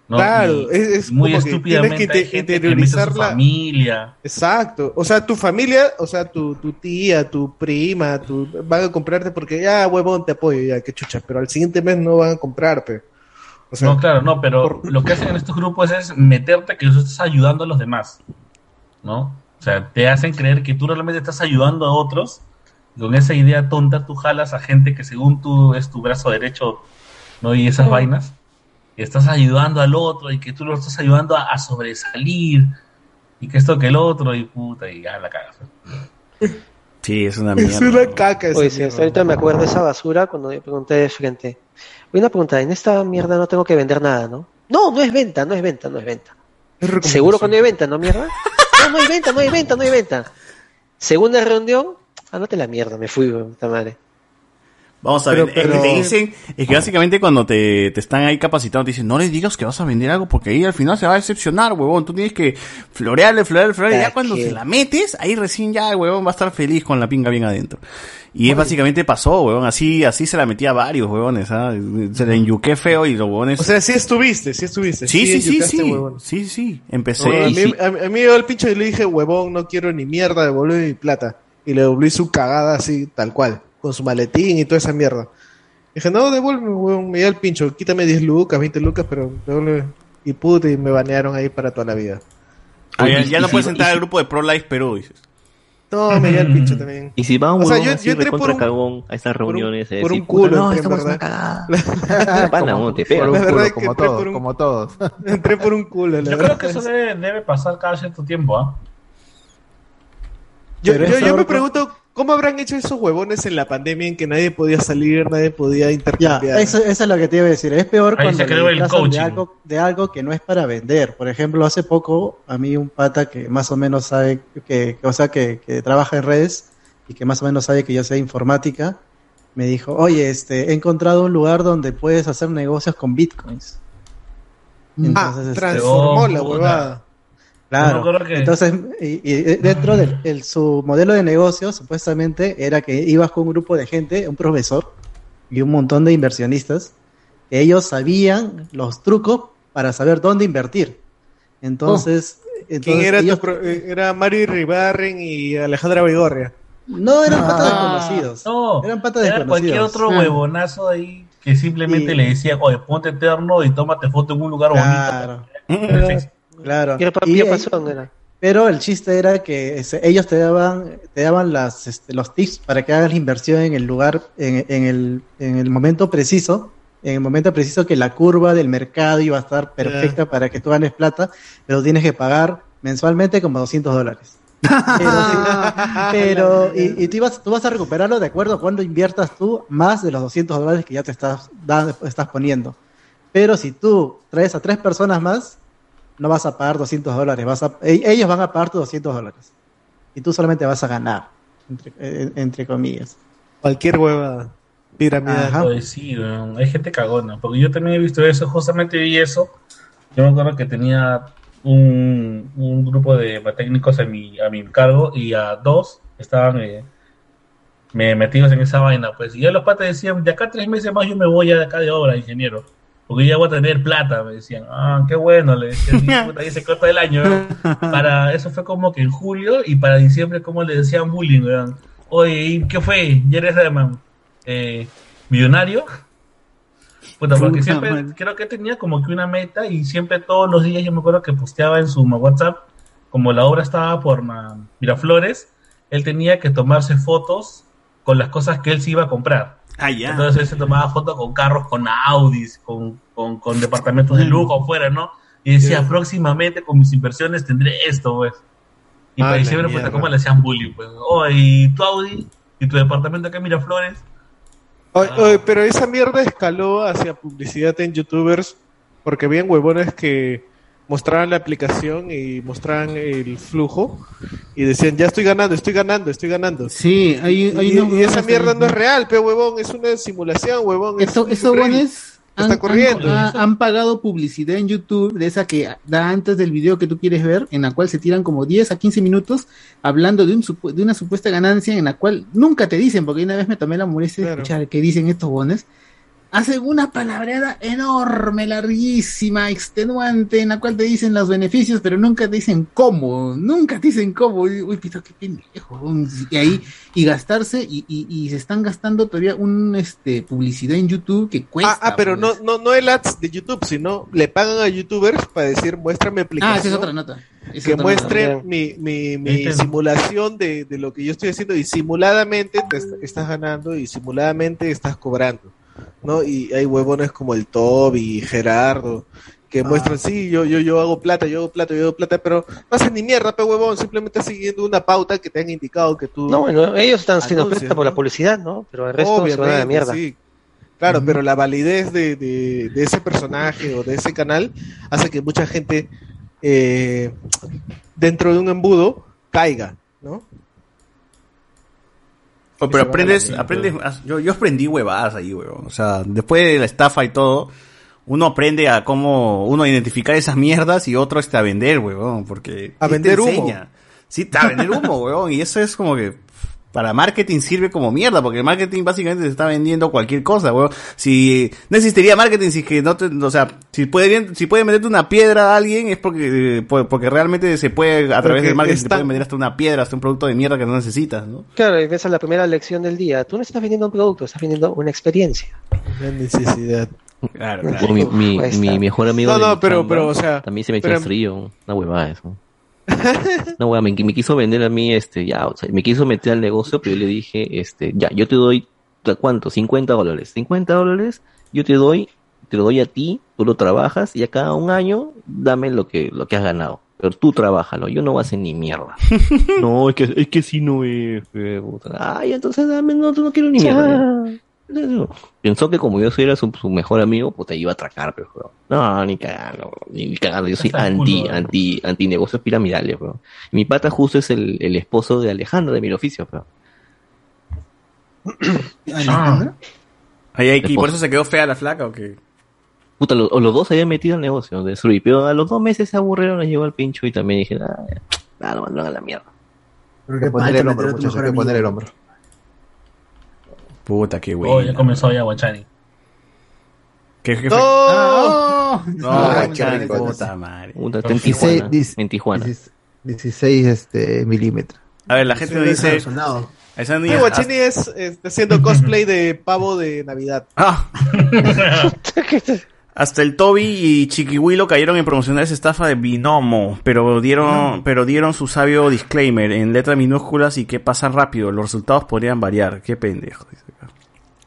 ¿no?
Claro,
Y-
es, es
y muy
como que
estúpidamente
tienes que
hay
inte-
gente que mete a su
interiorizarla.
familia.
Exacto. O sea, tu familia, o sea, tu, tu tía, tu prima, tu, van a comprarte porque ya, huevón, te apoyo, ya, qué chucha. Pero al siguiente mes no van a comprarte. O sea,
no, claro, no, pero lo que hacen en estos grupos es meterte que tú estás ayudando a los demás, ¿no? O sea, te hacen creer que tú realmente estás ayudando a otros. Con esa idea tonta tú jalas a gente que según tú es tu brazo derecho, ¿no? Y esas vainas. Estás ayudando al otro y que tú lo estás ayudando a, a sobresalir y que esto que el otro y puta y ya la cagas.
Sí, es una
es una caca esa
Oye, sí,
mierda.
ahorita me acuerdo de esa basura cuando yo pregunté de frente. Oye, una pregunta, en esta mierda no tengo que vender nada, ¿no? No, no es venta, no es venta, no es venta. Seguro que no hay venta, ¿no,
[LAUGHS]
mierda? No, no hay venta, no hay venta, no hay venta. Segunda reunión, anóte la mierda, me fui, weón, puta madre.
Vamos a
Pero-
ver, es que
pero-
te dicen, es que básicamente cuando te, te están ahí capacitando, te dicen, no le digas que vas a vender algo porque ahí al final se va a decepcionar, huevón. Tú tienes que florearle, florearle, florearle. Ya
¿Para
cuando
qué?
se la metes, ahí recién ya el huevón va a estar feliz con la pinga bien adentro. Y es básicamente pasó, huevón. Así, así se la metía a varios huevones, ¿ah? Se le enyuqué feo y los huevones.
O sea, sí estuviste, sí estuviste.
Sí, sí, sí,
yucaste,
sí.
este huevón.
Sí, sí. Empecé.
Bueno, a,
y sí.
mí, a- a mí me dio el pincho y le dije, huevón, no quiero ni mierda, devuelve mi plata. Y le devolví su cagada así, tal cual, con su maletín y toda esa mierda. Dije, no, devuelve, huevón, me dio el pincho, quítame 10 lucas, 20 lucas, pero devuelve. Y puta, y me banearon ahí para toda la vida.
Ah, ya, ya
Y
no
si-
puedes
y
entrar
si- Mm.
al grupo de Pro Life Perú, dices.
No, me dio
[LAUGHS]
el pincho también.
Y si va un
O sea,
huevón
yo-
así
yo entré
recontra
por un-
cagón a estas
un-
reuniones, es
por
decir,
un culo,
"Puta, no,
entré,
estamos
en
en una
verdad.
cagada.
[LAUGHS]
Pana, huevón, te pega.
Por un
La
culo,
verdad
como
es que entré
todos,
por un-
como todos.
Entré por un culo, la
Yo
verdad.
creo que eso debe, debe pasar cada cierto tiempo, ¿ah?
Yo,
Pero
yo-
eso
yo me
ahora-
pregunto, ¿cómo habrán hecho esos huevones en la pandemia en que nadie podía salir, nadie podía
Ya,
intercambiar?
eso, eso es lo que te iba a decir. Es peor
Ahí
cuando
se creó
le
el
disfrazan
coaching.
de algo, de algo que no es para vender. Por ejemplo, hace poco a mí un pata que más o menos sabe, que, que- o sea, que, que trabaja en redes y que más o menos sabe que yo sé informática, me dijo, oye, este, he encontrado un lugar donde puedes hacer negocios con bitcoins. Entonces, este,
Ah, transformó la
puta.
huevada.
Claro.
Yo me acuerdo que-
Entonces, y, y dentro de su modelo de negocio, supuestamente, era que ibas con un grupo de gente, un profesor y un montón de inversionistas, que ellos sabían los trucos para saber dónde invertir. Entonces, entonces
¿Quién era, tu
ellos-
pro- eh, era Mario Ribarren y Alejandra Vigorria.
No, eran patas
Ah,
desconocidos.
No,
eran patas
era cualquier
desconocidos.
otro huevonazo ahí que simplemente
Y-
le decía, oye, ponte eterno y tómate foto en un lugar
Claro.
bonito.
Claro.
Y era
pa-
Y-
ya pasó, ¿dónde era?
Pero el chiste era que ese- ellos te daban, te daban las, este, los tips para que hagas la inversión en el lugar, en, en el, en el momento preciso, en el momento preciso que la curva del mercado iba a estar perfecta para que tú ganes plata, pero tienes que pagar mensualmente como 200 dólares. Pero, y, y tú, ibas- tú vas a recuperarlo de acuerdo a cuando inviertas tú más de los 200 dólares que ya te estás, da- estás poniendo. Pero si tú traes a tres personas más, no vas a pagar 200 dólares, vas a, e- ellos van a pagar tus 200 dólares. Y tú solamente vas a ganar, entre, eh, entre comillas.
Cualquier hueva piramidal.
Pues sí, weón, hay gente cagona, porque yo también he visto eso, justamente vi eso. Yo me acuerdo que tenía un, un grupo de técnicos a mi, a mi cargo y a dos estaban eh, me- metidos en esa vaina. Pues, y ya los patas decían, de acá a tres meses más yo me voy ya de acá de obra, ingeniero, porque ya voy a tener plata, me decían. Ah, qué bueno, le decía,
[LAUGHS]
"Sí, puta, ahí se corta el año. weón". Para, eso fue como que en julio y para diciembre como le decían bullying, weón. Oye, ¿y ¿qué fue? Ya eres Redman. Eh, millonario. Puta, porque
Puta
siempre
madre.
creo que tenía como que una meta y siempre todos los días yo me acuerdo que posteaba en su WhatsApp, como la obra estaba por Ma- Miraflores, él tenía que tomarse fotos con las cosas que él se iba a comprar.
Ah,
Entonces él se tomaba fotos con carros, con Audis, con, con, con departamentos de lujo afuera, ¿no? Y decía, próximamente con mis inversiones tendré esto, pues. Y
Ay,
Ah,
pues, para
la
diciembre, puta,
mierda.
¿cómo le hacían bullying? Pues, oh, y tu Audi, y tu departamento acá en Miraflores.
Oye, oye, pero esa mierda escaló hacia publicidad en youtubers porque habían huevones que mostraban la aplicación y mostraban el flujo y decían, ya estoy ganando, estoy ganando, estoy ganando.
Sí, hay, hay
y,
unos
y esa
huevones
mierda
también.
no es real, pe huevón, es una simulación, huevón. es
Esto-
un
estos
reel.
guanes han,
Está corriendo.
han- ha- han pagado publicidad en YouTube de esa que da antes del video que tú quieres ver, en la cual se tiran como 10 a 15 minutos hablando de, un supu- de una supuesta ganancia en la cual nunca te dicen, porque una vez me tomé la molestia de escuchar que dicen estos bones. Hacen una palabreada enorme, larguísima, extenuante, en la cual te dicen los beneficios, pero nunca te dicen cómo, nunca te dicen cómo. Uy, uy, pito, qué pendejo. un- Y ahí, y gastarse, y, y- y se están gastando todavía un este publicidad en YouTube que cuesta.
Ah, ah, pero no, no, no el ads de YouTube, sino le pagan a youtubers para decir, muéstrame aplicación.
Ah, esa es otra nota. Esa es
que
otra
muestre
nota.
mi, mi, mi
Este es-
simulación de, de lo que yo estoy haciendo y simuladamente te est- estás ganando y simuladamente estás cobrando. ¿no? Y hay huevones como el Toby, Gerardo,
Ah.
que muestran, sí, yo, yo, yo hago plata, yo hago plata, yo hago plata, pero no hacen ni mierda, pe huevón, simplemente estás siguiendo una pauta que te han indicado que tú...
No, bueno, ellos están siendo
anuncias,
presta por la publicidad, ¿no? Pero el resto se van a la
Obviamente,
mierda.
sí. Claro, pero la validez de, de- de ese personaje o de ese canal hace que mucha gente eh, dentro de un embudo caiga, ¿no?
Oh, pero aprendes, aprendes, yo, yo aprendí huevadas ahí, huevón. O sea, después de la estafa y todo, uno aprende a cómo, uno a identificar esas mierdas y otro este, a vender, huevón, porque...
A
sí te
vender humo.
enseña. Sí, a vender humo, huevón, y eso es como que... Para marketing sirve como mierda, porque el marketing básicamente se está vendiendo cualquier cosa, huevón. Si no existiría marketing si es que no te, o sea, si pueden, si pueden venderte una piedra a alguien es porque, eh, por- porque realmente se puede, a través
Porque
del marketing, se
está-
pueden vender hasta una piedra, hasta un producto de mierda que no necesitas, ¿no?
Claro, y esa es la primera lección del día. Tú no estás vendiendo un producto, estás vendiendo una experiencia.
Una necesidad.
Claro,
Bueno, Mi, mi-
Ahí está.
mi mejor amigo
No,
de
no,
mi
pero-
chamba
pero, o sea,
también se me echó
pero-
el frío. Una huevada eso. Una huevada, me, me quiso vender a mí, este, ya, o sea, me quiso meter al negocio, pero yo le dije, este, ya, yo te doy, ¿a ¿cuánto? 50 dólares. 50 dólares, yo te doy, te lo doy a ti, tú lo trabajas, y a cada un año, dame lo que, lo que has ganado. Pero tú trabájalo, yo no voy a hacer ni mierda. [LAUGHS] no, es que, es que sí no es, eh, puta. Ay, entonces dame, no, no quiero ni mierda. Pensó que como yo soy era su, su mejor amigo, pues te iba a atracar, pero weón. No, ni cagando, weón, ni cagando. Yo soy
Está el
anti,
culo,
anti, anti negocios piramidales, weón. Y Mi pata justo es el, el esposo de Alejandro de mi oficio, pero.
¿Alejandro? Ahí hay que- ¿Y por
Esposo.
eso se quedó fea la flaca o qué?
Puta, lo- los dos se habían metido al negocio de Suri, pero a los dos meses se aburrieron, nos llevó al pincho y también dije, ah, ya, ah, lo mandaron a la mierda.
Hay que
poner
falta
el hombro,
meter a tu
muchachos, hay
mejor
que poner el
amigo.
hombro.
Puta, qué güey.
Oh, ya comenzó ya Guachani.
¿Qué,
¡No!
qué fue? No,
Ay,
Guachani,
qué rico.
puta madre.
Puta, está en Tijuana.
16,
En Tijuana.
16 este, milímetros.
A ver, la gente nos dice. Ahí están
Sí, Guachini es, este, haciendo cosplay de pavo de Navidad.
Ah. Hasta el Toby y Chiquihuilo cayeron en promocionar esa estafa de Binomo, pero dieron, pero dieron su sabio disclaimer en letras minúsculas y que pasan rápido. Los resultados podrían variar. Qué pendejo. dice acá.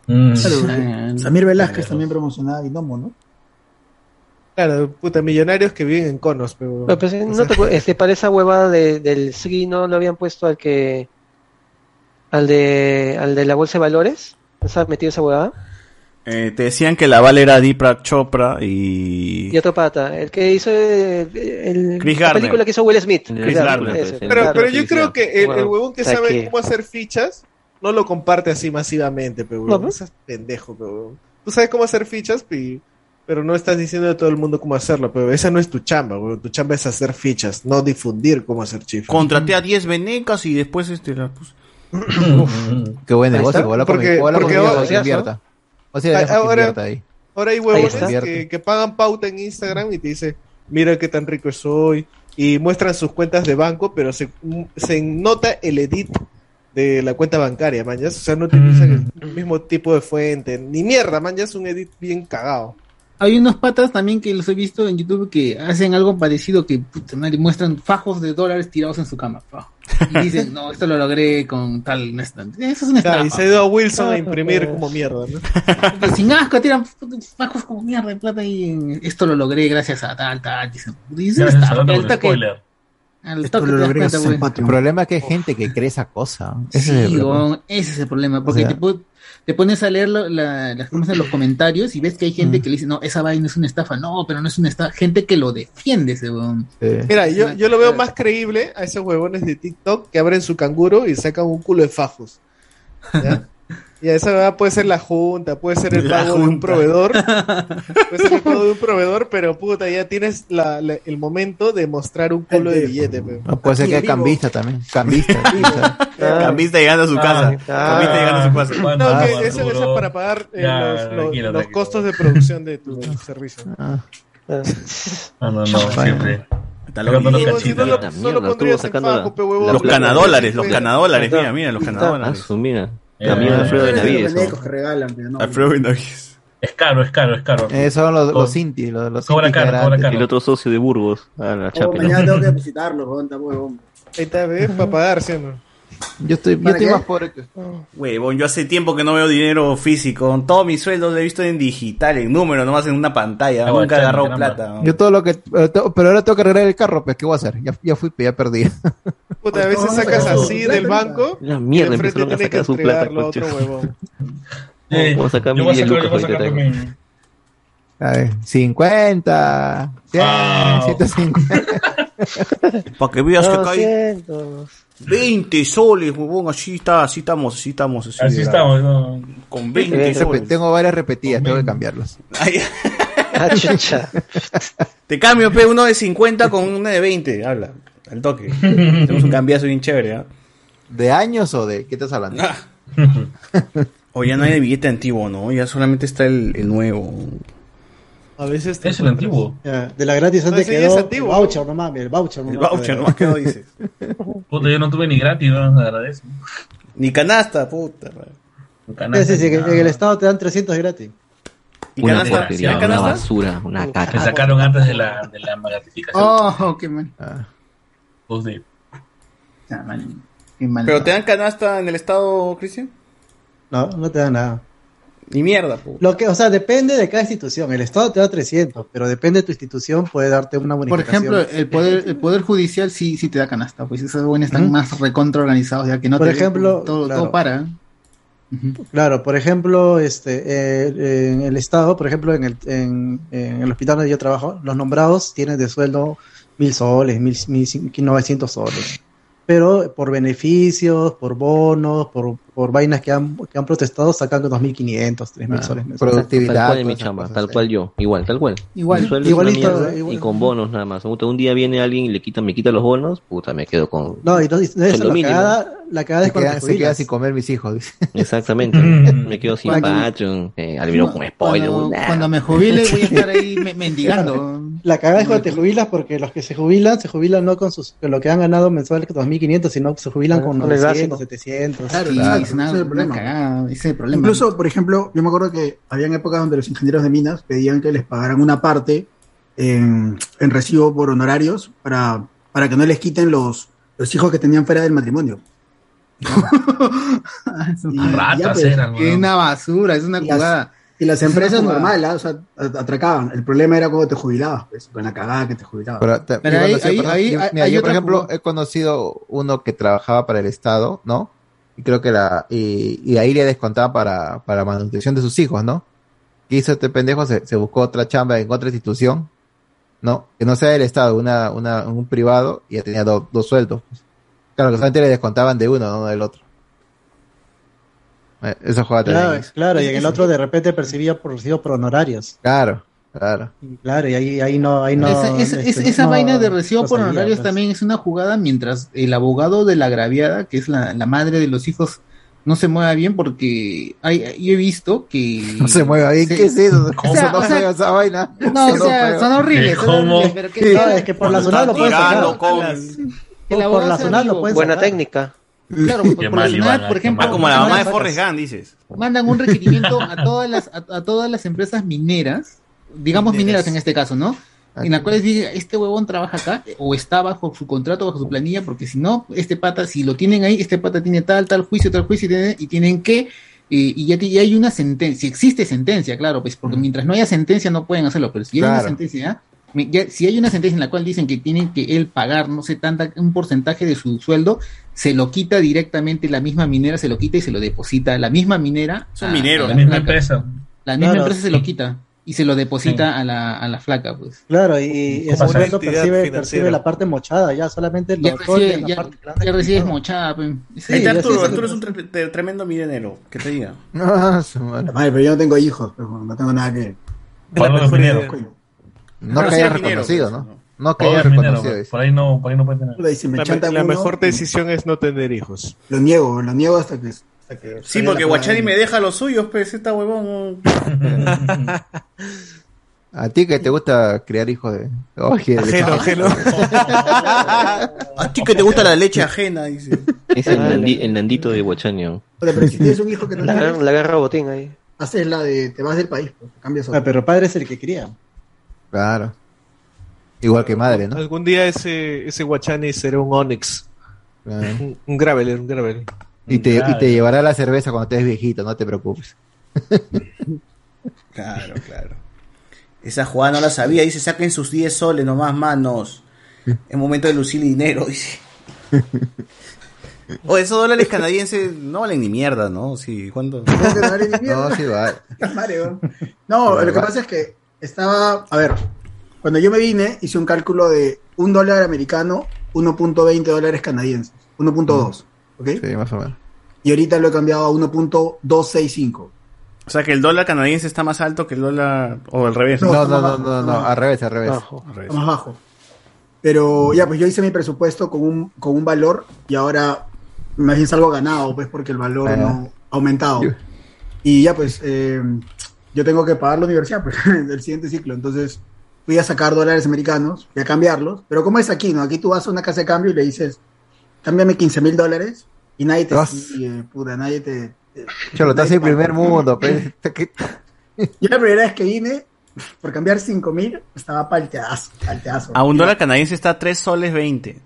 Mm.
Claro, Samir Velázquez también promocionaba Binomo, ¿no?
Claro, puta, millonarios que viven en conos, pero...
No, pues, eh, no te acuer- este, para esa huevada de- del Sri no lo habían puesto al que al de al de la bolsa de valores, ¿no se ha metido esa huevada?
Eh, te decían que la Val era Dipra Chopra y.
Y otro pata, el que hizo eh, el-
Chris
la
Gardner.
película que hizo Will Smith.
Chris
Claro,
Gardner,
ese,
pues,
Pero,
claro.
pero yo creo que eh, el, el huevón que
Puta,
sabe
que-
cómo hacer fichas no lo comparte así masivamente, pero
No,
huevón.
pues.
Ese es pendejo, pero huevón. Tú sabes cómo hacer fichas, pi- pero no estás diciendo a todo el mundo cómo hacerlo, pero esa no es tu chamba, huevón. Tu chamba es hacer fichas, no difundir cómo hacer chifas.
Contraté a 10 venecas y después este la puse.
[LAUGHS]
Qué buen
Ahí
negocio,
está.
que habla
Porque-
conmigo, habla
porque
conmigo,
ahora-
que invierta. O sea, deja que
ahora-
invierta ahí.
Ahora hay
Ahí
huevones
está.
que, que pagan pauta en Instagram y te dice, mira qué tan rico soy. Y muestran sus cuentas de banco, pero se, se nota el edit de la cuenta bancaria, man. ya. O sea, no utilizan
Mm.
el mismo tipo de fuente. Ni mierda, man. ya es un edit bien cagado.
Hay unos patas también que los he visto en YouTube que hacen algo parecido que puta madre, muestran fajos de dólares tirados en su cama. pa. Y
[LAUGHS]
dicen, no, esto lo logré con tal. no es tan- Eso es una
Claro,
estafa.
y se dio a Wilson a
pues.
imprimir como mierda, ¿no?
Pero sin asco, tiran fajos como mierda de plata y esto lo logré gracias a tal, tal. Dicen, dicen
Gracias a
estafa.
Dota
Ahorita
por el
que-
spoiler.
Al
Esto
toque
lo
te das
logré
cuenta,
en
güey.
Patreon. El problema es que hay gente que cree esa cosa. Ese es el
Sí,
problema.
huevón, ese es el problema, porque
O sea-
te, pu- te pones a leer lo- la- las cosas en los comentarios y ves que hay
Mm.
gente que le dice, no, esa vaina es una estafa, no, pero no es una estafa, gente que lo defiende ese huevón.
Mira, yo, yo lo veo más creíble a esos huevones de TikTok que abren su canguro y sacan un culo de fajos. ¿ya? Y a esa verdad puede ser la junta, puede ser el
La
pago de un
junta.
[LAUGHS]
proveedor. Puede ser el pago de un proveedor, pero puta, ya tienes la- la- el momento de mostrar un culo de billete. pues. pe.
No, puede ser que hay cambista también.
[LAUGHS]
Cambista.
Cambista llegando a
Ah,
su casa. Cambista llegando a su casa.
Ah. No, que eso, eso es para pagar eh,
Ya,
los, los-
tranquilo,
los
tranquilo.
costos de producción de tu servicio.
Ah.
Ah, No, no, no, siempre.
luego.
Y pues,
Los
si no lo-
cachitos. Mierda,
no lo pondrías
estuvo
en
sacando la-
fajo, pe, huevón.
Los canadólares, los canadólares, mira, mira, los canadólares.
Ah, su, mira.
Eh,
También
eh,
Alfredo
eh,
de Navidad.
eh,
que regalan, pero no.
Alfredo Benavides.
Es caro, es caro, es caro.
Eh, son los, los
Co-
Inti, los, los
cobra
Inti
caro,
grandes.
cobra caro.
El otro socio de Burgos, a la
Oh,
Chape, ¿no?
mañana tengo que depositarlo, weón, está huevón.
Ahí está, ¿ves? Para pagar, ¿sí o no? Ah,
Yo estoy, yo
¿Para
estoy
qué?
más pobre que
Huevón, yo hace tiempo que no veo dinero físico. Todo mi sueldo lo he visto en digital, en número, nomás en una pantalla. Nunca he agarrado plata.
Yo todo lo que. eh, to- Pero ahora tengo que arreglar el carro, pues, ¿qué voy a hacer? Ya, ya fui, pues, ya perdí. [LAUGHS]
Puta, a veces sacas así del banco.
La
y
mierda,
de frente
empezaron a
tienes que
sacar su plata.
entregarlo a otro
coche.
[LAUGHS]
huevón.
Voy a sacar
Eh, yo
mi
voy a
10 lucas
sacar- yo voy a
ahorita.
sacar
tengo.
A ver, 50, 100,
Wow.
150.
Para que veas que acá hay 20 soles, huevón. Así está, así estamos, así estamos.
Así
de
estamos,
grave. Con 20
Repe-
soles.
Tengo varias repetidas, tengo que cambiarlas.
[LAUGHS] Te cambio, pe, uno de 50 con uno de 20. Habla, al toque. Tenemos un cambiazo bien chévere, ¿ah?
¿De años o de qué estás hablando?
O ya no hay de billete antiguo, ¿no? Ya solamente está el, el nuevo.
A veces
Es el antiguo.
Ya, de la gratis
No,
antes
ese ya
quedó
es
el voucher, no mames, el voucher.
El voucher, nomás que no dices.
Puta, yo no tuve ni gratis, no agradezco.
Ni canasta, puta.
Sí, sí, sí, que- en el estado te dan 300 gratis.
Una
canasta?
porquería,
¿Sí, la
una
canasta?
basura, una
Me
caca.
sacaron antes de la, de la gratificación.
Oh, qué mal.
Ah,
Dos de-
Qué mal.
¿Pero te dan canasta en el estado, Cristian?
No, no te dan nada.
Ni mierda, puta.
Lo que, o sea, depende de cada institución. El Estado te da 300, pero depende de tu institución, puede darte una
Por
bonificación.
ejemplo, el poder, el poder judicial sí, sí te da canasta, pues esos buenos están
Ujú.
más recontra organizados, ya que no
Por
te ven,
ejemplo,
todo,
claro.
todo para.
Claro, por ejemplo, este, eh, en el Estado, por ejemplo, en el, en, en el hospital donde yo trabajo, los nombrados tienen de sueldo mil soles, mil, mil cin- novecientos soles. Pero por beneficios, por bonos, por, por vainas que han, que han protestado, sacan 2.500,
Ah,
3.000 soles. mensuales.
Tal cual en mi chamba, tal cual yo, igual, tal cual.
Igual,
Mi sueldo es una
igualito,
mierda
igual.
Y con bonos nada más. Puta, Un día viene alguien y le quita, me quita los bonos, puta, me quedo con.
No, y no, y no, eso,
Sueldo
la
mínimo.
cagada, la cagada
Se
es cuando te
queda, se queda
jubilas.
sin comer mis hijos. dice.
Exactamente. me quedo sin
Cuando-
Patreon, eh, al menos con spoiler.
Cuando,
nah.
cuando me jubile voy a estar ahí me- mendigando.
La cagada es cuando te jubilas porque los que se jubilan, se jubilan no con sus, con lo que han ganado mensual, que 2.500, sino que se jubilan con
con el
900,
básico.
700.
Claro,
Claro.
es una-
Ese es el
una
problema.
cagada, ese es el problema.
Incluso, por ejemplo, yo me acuerdo que habían épocas donde los ingenieros de minas pedían que les pagaran una parte en, en recibo por honorarios para, para que no les quiten los, los hijos que tenían fuera del
[LAUGHS]
matrimonio.
Ah,
Y ya,
Ratas
pues,
eran,
que
Es una basura, es una
Y las-
jugada.
Y las
Es una
empresas
jugada.
normales, o sea, at- atracaban. El problema era cuando te jubilabas, pues, con la cagada que te jubilabas.
Pero, te- yo conocí- perdón, yo- mira, yo, por ejemplo,
jugada.
he conocido uno que trabajaba para el Estado, ¿no? Y creo que la. Y, y ahí le descontaba para, para manutención de sus hijos, ¿no? ¿Qué hizo este pendejo? Se, se buscó otra chamba en otra institución, ¿no? Que no sea del Estado, una, una, un privado, y ya tenía do- dos sueldos. pues. Claro, que solamente le descontaban de uno, no del otro. Eh, Esa jugada
Claro,
también hizo.
claro, y en el otro de repente percibía por recibo por honorarios.
Claro, claro.
Claro, y ahí, ahí no, ahí no.
esa esa-
este,
esa
no-
vaina de recibo
no
por
salía,
honorarios
pues.
también es una jugada mientras el abogado de la agraviada, que es la, la madre de los hijos, no se mueva bien porque hay, yo he visto que...
No se mueva bien,
Sí.
¿qué es eso?
¿Cómo?
Eso no
O sea,
juega esa vaina.
No, o
Eso
sea,
juega.
son horribles, son ¿Cómo? horribles, pero que-
No, es que por la zona lo puedes sacar.
Oh.
El abogado
Por la
sea
zona lo
amigo.
puedes
Buena
sacar.
técnica.
Claro, por, por la zona, por ejemplo...
Ah, como la
mandan-
mamá de Forrest Gump, dices.
Mandan un requerimiento a todas las, a, a todas las empresas mineras, digamos mineras en este caso, ¿no? En la cual diga, este huevón trabaja acá, o está bajo su contrato, bajo su planilla, porque si no, este pata, si lo tienen ahí, este pata tiene tal, tal juicio, tal juicio, y tienen, y tienen que, eh, y ya, ti- ya hay una sentencia, si existe sentencia, claro, pues, porque mientras no haya sentencia no pueden hacerlo, pero si hay
Claro.
una sentencia, mi- ya- si hay una sentencia en la cual dicen que tiene que él pagar, no sé, tanta, un porcentaje de su sueldo, se lo quita directamente la misma minera, se lo quita y se lo deposita la misma minera.
Es un
a-
minero.
a
La
La,
misma
flaca.
empresa.
La misma
Claro,
empresa se lo
sí.
quita y se lo deposita a, la, a la flaca, pues.
Claro, y en su
Pasa.
momento
Entidad
percibe,
financiera.
percibe la parte mochada, ya solamente
Ya
lo
recibe-
la
ya-
parte que le han
ya recibes
quitado.
mochada. pe. Sí,
Ahí está
ya
Arturo,
sí, sí.
Arturo es un tre- tre- tremendo milenero, que te diga.
[LAUGHS] Ah, su madre. Ay, pero yo no tengo hijos, pues, no tengo nada que.
Pablo
Claro,
Minero.
No que
Pero sí
haya
es minero,
reconocido,
pues,
¿no? No que
Pablo
haya
es minero,
reconocido, dice.
Por ahí no, por ahí no puede tener.
La, me- la mejor decisión es no tener hijos.
Lo niego, lo niego hasta que. hasta que
Sí,
salga
porque
la
Guachani
palabra.
me deja los suyos, pues, esta huevón.
A ti que te gusta criar hijos de. Oye,
Ajeno, ajeno. A ti que te gusta la leche ajena, dice.
[LAUGHS] Es el, nandi- el nandito de Huachanio.
Pero si tienes un hijo que no
La
quieres,
agarra, la agarra botín ahí.
haces la de. Te vas del país, pues, cambias a
Ah, pero padre es el que cría.
[LAUGHS] Claro. Igual que madre, ¿no?
Algún día ese, ese Guachani será un Onyx.
Ah.
Un, un Graveler, un Graveler.
Y te, y
Claro.
te llevará la cerveza cuando estés viejito, no te preocupes.
Claro, claro. Esa jugada no la sabía. Dice, saquen sus 10 soles nomás, manos. Es momento de lucir dinero, dice. O esos dólares canadienses no valen ni mierda, ¿no? Sí, ¿cuánto?
que no valen ni
[LAUGHS]
mierda.
No, sí vale.
Madre, weón. No, lo que pasa es que estaba. A ver, cuando yo me vine, hice un cálculo de un dólar americano, 1.20 dólares canadienses. 1.2. ¿Ok?
Mm. Sí, más o menos.
Y ahorita lo he cambiado a 1.265.
O sea que el dólar canadiense está más alto que el dólar... O al revés.
No,
No, no, no, no, no, al revés, al revés.
Bajo, más bajo. Pero ya, pues yo hice mi presupuesto con un, con un valor y ahora más bien salgo ganado, pues porque el valor
Ah.
no ha aumentado. Y ya, pues eh, yo tengo que pagar la universidad pues, [LAUGHS] del siguiente ciclo. Entonces fui a sacar dólares americanos, fui a cambiarlos. Pero como es aquí, ¿no? Aquí tú vas a una casa de cambio y le dices, cámbiame 15 mil dólares y nadie te
Dios.
sigue, puta, nadie te... te-
Cholo, estás
nadie
en
te paga.
primer mundo, pues. pe.
[LAUGHS] Yo la primera vez que vine, por cambiar 5 mil, estaba palteazo, palteazo.
A un dólar canadiense está 3 soles 20.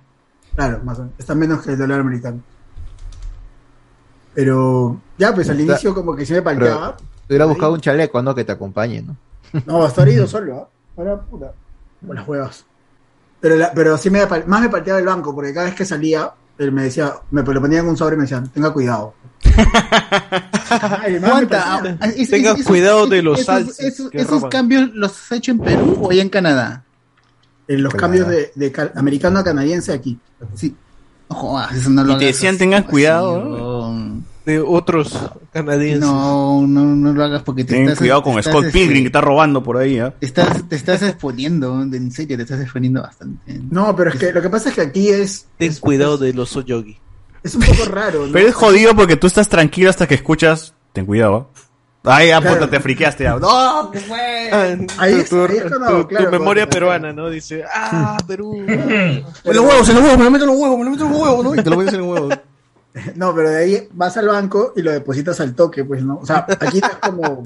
Claro, más o menos. Está menos que el dólar americano. Pero ya, pues al
Está-
inicio como que se me palteaba.
Te hubiera buscado un chaleco, ¿no? Que te acompañe, ¿no?
No, hasta ahora he ido solo, ¿ah? Ahora, puta, con las huevas. Pero, la- pero sí me, pal- más me palteaba el banco, porque cada vez que salía, él me decía, me pues, lo ponían en un sobre y me decían, tenga
[LAUGHS]
cuidado. Ay, más me
¿Cuánta?
palteaba.
Ah, es-
Tenga
es- es-
cuidado de los
esos-
salsas
esos-
que
¿Esos
roban.
cambios los has hecho en Perú o allá en Canadá?
En los cambios de, de cal- americano a canadiense aquí.
Sí. Joder, eso no lo
Y te
hagas
decían,
así,
tengan
así,
cuidado.
weón.
De otros canadienses.
No, no, no lo hagas porque te
Ten
estás...
cuidado con
estás,
Scott
este,
Pilgrim que está robando por ahí, ¿ah?
Te estás, te estás exponiendo, en serio, te estás exponiendo bastante.
No, pero es que lo que pasa es que aquí es,
Ten cuidado de los Soyogi.
es un poco raro. ¿no?
Pero es jodido porque tú estás tranquilo hasta que escuchas. Ten cuidado. ¿ah? Ay, ya, puta, te friqueaste. ya. No,
Ahí es-
tu,
ahí es cuando,
tu- tu
claro, pues,
memoria
cuando-
peruana, ¿no? Dice, ah,
[LAUGHS]
Perú.
en los huevos, en los huevos, me lo meto en los huevos, me lo meto en los huevos, ¿no? Y te lo metes en los huevos.
[LAUGHS] No, pero de ahí vas al banco y lo depositas al toque, pues, ¿no? O sea, aquí estás como.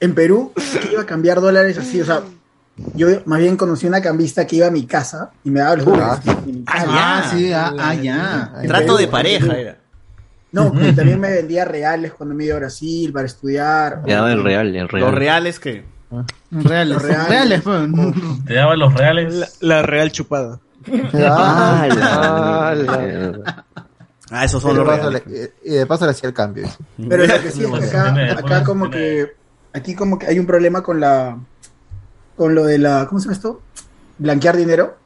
En Perú, que iba a cambiar dólares así, o sea. Yo más bien conocí una cambista que iba a mi casa y me daba los dólares.
Ah, ya, sí, ah, ah, ya.
En Trato Perú, de en pareja Perú.
era.
No, y también me vendía reales cuando me iba a Brasil para estudiar.
Ya, el real, el real.
Los reales que.
Reales,
Los reales.
reales, pues. weón.
Te daban los reales.
La, la real chupada.
Ah,
Ah, la-
[LAUGHS] Eh,
Ah, esos
Y
son
de
los
paso
reales.
le- Y de paso le hacía el cambio. dice.
Pero lo
[LAUGHS]
que sí es que acá, acá como que. Aquí como que hay un problema con la. Con lo de la. ¿Cómo se llama esto? Blanquear dinero.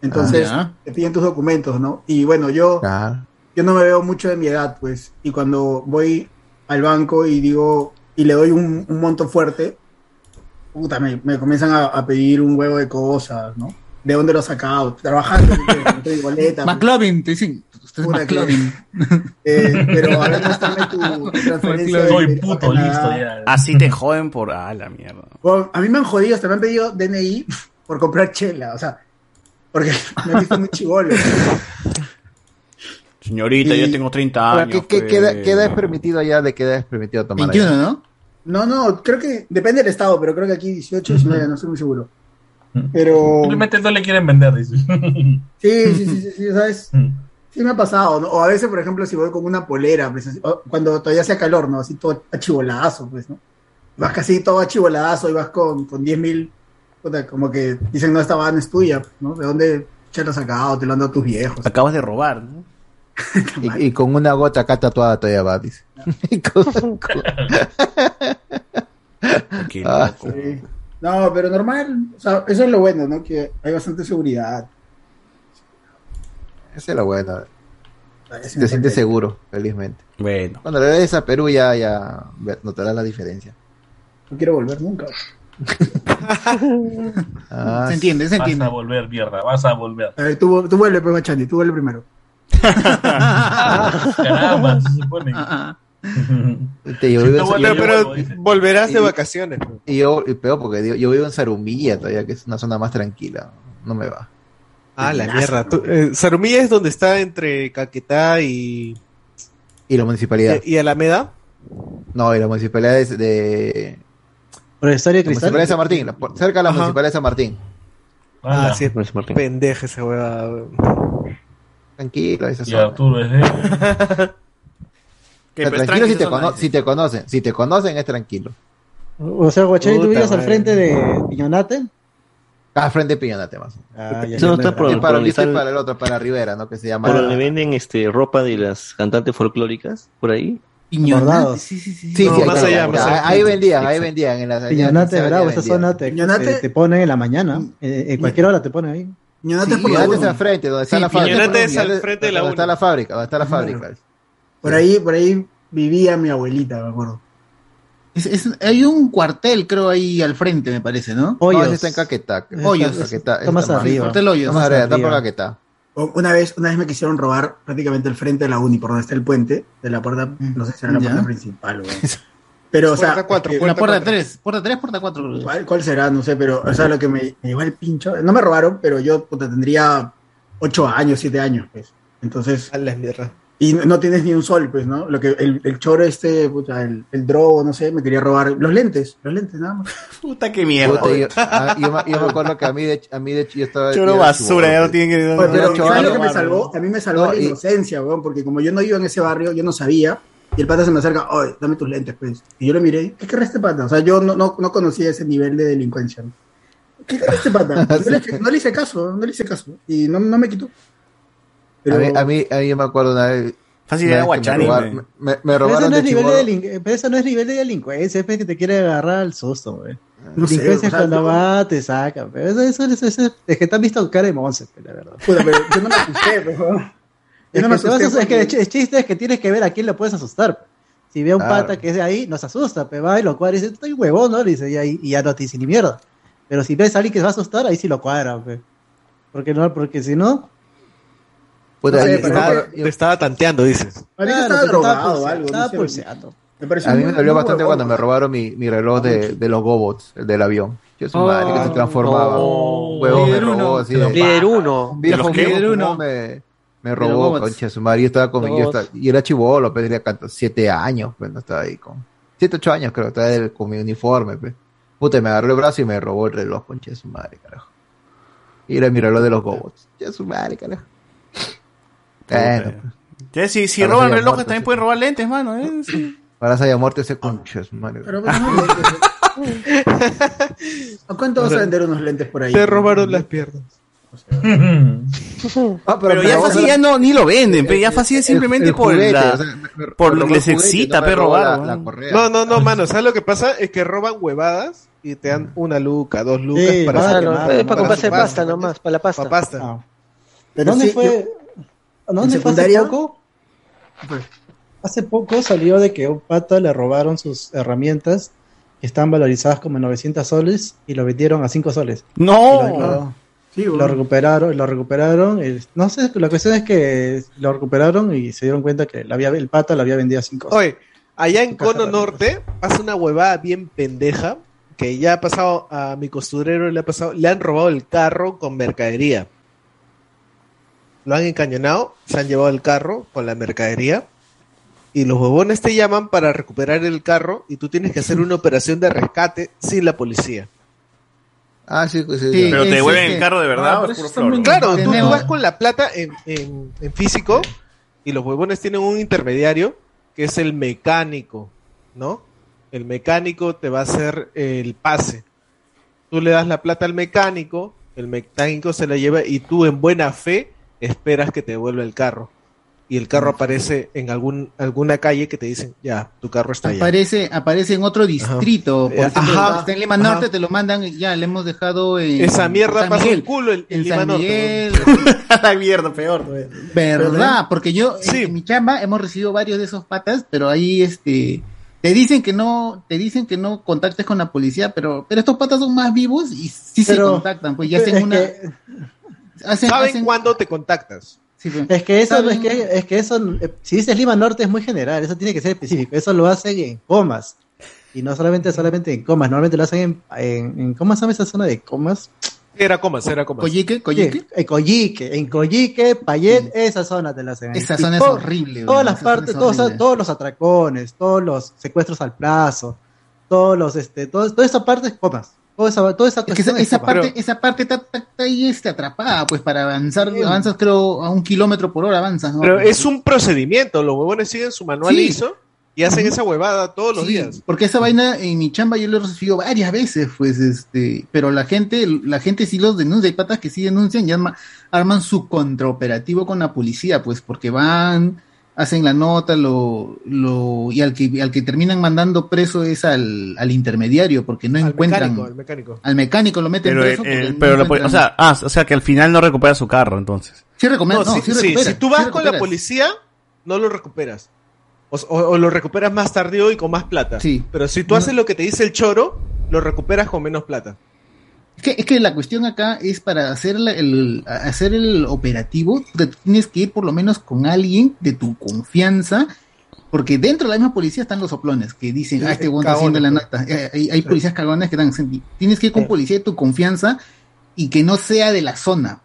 Entonces,
Ah,
te piden tus documentos, ¿no? Y bueno, yo.
Ah.
yo no me veo mucho de mi edad, pues. Y cuando voy al banco y digo, y le doy un, un monto fuerte, puta, me, me comienzan a, a pedir un huevo de cosas, ¿no? ¿De dónde lo has sacado? Trabajando, [LAUGHS] compré boleta. pues,
McLovin, te dicen. Usted es
puta, que-
McLovin.
eh, pero ahora muéstrame tu, tu transferencia. de-
Soy
de
puto,
Canadá.
listo ya.
Así te joden por. Ah, la mierda.
Bueno, a mí me han jodido, hasta me han pedido DNI [LAUGHS] por comprar chela, o sea, porque [LAUGHS] me han visto muy chivolo.
Señorita,
Y-
yo tengo 30
Ahora,
años.
¿qué, qué,
pues.
qué edad- qué edad es permitido allá de qué edad es permitido tomar? allá?
21, ¿no?
No, no, creo que depende del estado, pero creo que aquí 18, 19, no estoy muy seguro. Pero.
Simplemente no le quieren
[LAUGHS]
vender, dice.
Sí, sí, sí, sí, sí, ¿sabes? Sí me ha pasado, ¿no? O a veces, por ejemplo, si voy con una polera, pues, así, o cuando todavía hace calor, ¿no? Así todo achivolazo, pues, ¿no? Vas casi todo achivolazo y vas con, con 10 mil puta, como que dicen, no, esta van es tuya, ¿no? ¿De dónde ya lo has sacado? Te lo han dado tus viejos.
Acabas de robar, ¿no?
Y, y con una gota acá tatuada todavía va, dice. [LAUGHS]
Qué
Ah,
loco.
sí. No, pero normal, o sea, eso es lo bueno, ¿no? Que hay bastante seguridad.
Esa es la buena.
Parece
Te
un
sientes
papel.
seguro, felizmente.
Bueno.
Cuando regreses a Perú ya, ya ve- notarás la diferencia.
No quiero volver nunca.
Ah,
Se entiende, se entiende.
Vas a volver, mierda, vas a volver.
A ver, tú, vu- tú vuelve, pues, Machandi, tú vuelve primero.
Caramba, se supone.
Te- yo vivo en-
Pero,
yo-
pero
yo-
volverás de
y-
vacaciones. pues.
Y yo, y peor, porque digo, yo vivo en Zarumilla todavía, que es una zona más tranquila. No me va.
Ah, la mierda. Tú- eh, Zarumilla es donde está entre Caquetá y, eh,
Y la municipalidad.
y Alameda.
No, y la municipalidad es de.
Profesorio
La municipalidad de San Martín, la- por- cerca de la
Ajá.
municipalidad de San Martín.
Ah,
Ah,
sí,
no es Martín.
pendeja esa huevada. weón.
Tranquilo, esa
Y
zona.
Arturo
es de-
O
[LAUGHS]
sea,
pues,
tranquilo si
tranqui
te,
zona,
cono- si te conocen. Si te conocen es tranquilo.
O sea, Guachani, tú
Puta
vivías al
madre.
frente de Piñonate.
Ah, frente a Piñonate más.
Ah,
Y
ya,
para
Eso no ya, está ya. por-
y
por
para, el
donde
listo y
sale-
para el otro, para Rivera, ¿no? Que se llama.
Por donde venden este, ropa de las cantantes folclóricas, por ahí.
Piñonate,
Sí, sí, sí.
Sí, sí, ahí, ahí- ahí vendían, ahí
Exacto.
vendían. En las,
Piñonate,
en las-
bravo, esa
vendían.
zona te,
Piñonate-
te, te ponen en la mañana. eh, En cualquier hora te ponen ahí.
Piñonate es por la Piñonate uno. es al frente, donde está la fábrica. Piñonate es al frente de la Donde está uno. la fábrica, donde está la [LAUGHS] fábrica.
Por ahí, por ahí vivía mi abuelita, me acuerdo.
Es- es- hay un cuartel, creo, ahí al frente, me parece, ¿no?
Hoyos. ese está en Caquetá. creo.
Hoyos.
Caquetá, ese
Está más
está más-
arriba.
Cuartel Hoyos. Está más arriba, está por Caquetá.
O- Una vez, una vez me quisieron robar prácticamente el frente de la uni, por donde está el puente, de la puerta, no sé si era la
Mm, Ya.
puerta principal,
[LAUGHS]
weón. Pero, o sea,
Puerta cuatro,
es que-
eh, la puerta 3, puerta 3, puerta 4.
¿Cuál, cuál será? No sé, pero, o sea, lo que me, me llegó el pincho. No me robaron, pero yo puta, tendría 8 años, 7 años, pues. Entonces. Y no, no tienes ni un sol, pues, ¿no? Lo que el, el choro este, puta, el, el drogo, no sé, me quería robar los lentes, los lentes, nada
[LAUGHS]
más.
Puta que mierda.
Puta, yo, ah, yo me- yo me acuerdo que a mí, de, a mí de hecho, yo estaba.
Choro
yo era
basura,
chibolo,
ya no
pues.
tienen que-
Oye,
no-
Pero
era chibolo.
¿sabes lo que me salvó? A mí me salvó
No,
la
y-
inocencia, weón, porque como yo no iba en ese barrio, yo no sabía. Y el pata se me acerca, oye, dame tus lentes, pues. Y yo le miré, ¿qué querrá este pata? O sea, yo no, no, no conocía ese nivel de delincuencia. ¿no? ¿Qué querrá este pata? No le, no le hice caso, no le hice caso. Y no, no me quitó.
A mí, a mí, a mí yo me acuerdo una vez.
Fácil
una
era
vez que
Guachani,
Me, robaron-
güey.
me- me- me
Pero eso,
robaron
no es
de
nivel
chibolo.
de delinc- pero eso no es nivel de delincuencia, es que te quiere agarrar al susto, güey.
No sé,
delincuencia
o sea,
cuando
yo-
va, te saca. Pero eso, eso, eso- eso- es que te han visto cara de monce, pues, la verdad.
Puta, pero yo no me
[LAUGHS]
asusté, weón. Yo
Es
no
que,
me
te vas a-
asusté.
es que el ch- el chiste es que tienes que ver a quién le puedes asustar. pues. Si ve a un
Claro.
pata que es de ahí, nos asusta, pe, va y lo cuadra y dice, estoy huevón, ¿no? Le dice, y, ahí- y ya no te dice ni mierda. Pero si ves a alguien que se va a asustar, ahí sí lo cuadra, pe. Porque no, porque si no,
Puta,
No sé,
yo-
te
yo me
estaba-
acuerdo-
te estaba tanteando, dices.
Parece que
Claro,
estaba
pero estaba
drogado o
pulse-
algo.
estaba
sé,
pulseando.
Me pareció
A mí
muy-
me dolió
muy
bastante
huevón.
cuando me robaron mi, mi reloj de, de los Gobots, el del avión. Yo soy madre que se transformaba. Un huevón me
Oh. Líder uno.
robó así de.
Líder uno.
Un
De
viejo
los que-
huevón
Líder uno.
Me, me
De los
robó,
Gobots.
concha de su madre. Yo estaba con.
Los
Yo
Gobots.
estaba, y era chivolo, pues, tenía canto, siete años, pues, no estaba ahí con. Siete, ocho años, creo, estaba él con mi uniforme, pues. Puta, y me agarró el brazo y me robó el reloj, concha de su madre, carajo. Y era mi reloj de los Gobots. Ya su madre, carajo. Bueno, pues,
Entonces, eh. si, si
Ahora
roban
se haya
relojes,
muerto,
también
sí.
pueden robar lentes, mano. ¿eh?
[CLEARS THROAT]
Sí.
ahora se haya muerto ese concha de su madre.
Pero, pero no,
[LAUGHS]
¿A cuánto vas a vender unos lentes por ahí?
Te robaron las piernas.
Ah,
Pero, ya
vos-
fácil ya no, ni lo venden, pero ya fácil es simplemente
el
por,
juguete,
la-
o sea, me- me- me
por lo
robó
que
el
les
juguete,
excita,
no me
pero
robó la-
robar.
la
¿no?
correa.
No, no, no, mano. ¿Sabes lo que pasa? Es que roban huevadas y te
Mm.
dan una luca, dos lucas
Sí,
para
mano,
hacer-
es
para
para
comprarse
su
pasta nomás, para la Ah, pasta.
Para pasta.
Pero
¿Dónde
sí,
fue? ¿a ¿Dónde
en
fue hace
secundaria-
poco? Hace poco salió de que a un pata le robaron sus herramientas que están valorizadas como en 900 soles y lo vendieron a 5 soles.
¡No!
Y Lo, lo- lo recuperaron, lo recuperaron. eh, No sé, la cuestión es que lo recuperaron y se dieron cuenta que la había, el pata lo había vendido a 5 soles.
Oye, allá en Cono Norte pasa una huevada bien pendeja que ya ha pasado a mi costurero, le ha pasado, le han robado el carro con mercadería. Lo han encañonado, se han llevado el carro con la mercadería y los huevones te llaman para recuperar el carro y tú tienes que hacer una operación de rescate sin la policía.
Ah, sí, sí,
Sí,
Pero te
sí,
devuelven
sí. Ah,
el carro de verdad. por puro floro.
Claro, tú vas con la plata en, en- en físico y los huevones tienen un intermediario que es el mecánico, ¿no? El mecánico te va a hacer el pase. Tú le das la plata al mecánico, el mecánico se la lleva y tú en buena fe esperas que te devuelva el carro. Y el carro aparece en algún, alguna calle que te dicen, ya, tu carro está allá. Eh,
Aparece, aparece en otro distrito. Por ejemplo,
Ajá.
está en Lima Norte, te lo mandan, ya le hemos dejado en.
Esa mierda
San
pasó
Miguel.
el culo en, en
En
Lima
San
Norte.
Miguel.
[LAUGHS] La mierda, peor. todavía.
¿Verdad? Porque yo en- en mi chamba hemos recibido varios de esos patas, pero ahí este te dicen que no, te dicen que no contactes con la policía, pero pero estos patas son más vivos y sí se
Pero-
contactan, pues ya hacen
es
una
que-
hacen-
¿Saben
hacen-
cuándo te contactas?
Es que eso, es que, es que eso, eh, si dices Lima Norte es muy general, eso tiene que ser específico. Eso lo hacen en comas. Y no solamente, solamente en comas, normalmente lo hacen en, en, en ¿cómo se llama esa zona de comas?
Era comas, era comas.
¿Coyique?
Sí, En Coyique, en Coyique, Payet, esa zona te la hacen.
Esa
Y
zona es
to-
horrible, weón,
Todas las
esa zona
partes,
es
todos,
horrible.
todos los atracones, todos los secuestros al plazo, todos los, este, todo- toda esa parte es comas. Toda esa, toda esa,
que esa,
cuestión es
esa
comas.
parte, esa parte está, está- está ahí este, atrapada, pues para avanzar, avanzas creo a un kilómetro por hora avanzas, ¿no?
Pero es un procedimiento, los huevones siguen su manual
Sí.
ISO y hacen esa huevada todos los
Sí,
días.
Porque esa vaina en mi chamba yo lo he recibido varias veces, pues, este, pero la gente, la gente sí los denuncia, hay patas que sí denuncian y arma- arman su contraoperativo con la policía, pues, porque van, hacen la nota, lo, lo, y al que, al que terminan mandando preso es al, al intermediario, porque no encuentran.
Mecánico, el mecánico.
Al mecánico lo meten
Pero,
preso.
el- el-
porque no
pero la poli- o,
encuentran-
sea, ah, o sea, que al final no recupera su carro, entonces.
Sí recomiendo,
No,
no,
si,
sí
si-
recupera,
si tú
sí
vas con la
recupera.
policía, no lo recuperas. O, o- o lo recuperas más tardío y con más plata.
Sí.
Pero si tú haces lo que te dice el choro, lo recuperas con menos plata.
Es que, es que la cuestión acá es para hacer la- el, hacer el operativo, te tienes que ir por lo menos con alguien de tu confianza, porque dentro de la misma policía están los soplones que dicen, ah, este huevón está haciendo la
Cagones,
nota. Eh, Hay, hay policías cagones que dan, tienes que ir con policía de tu confianza y que no sea de la zona.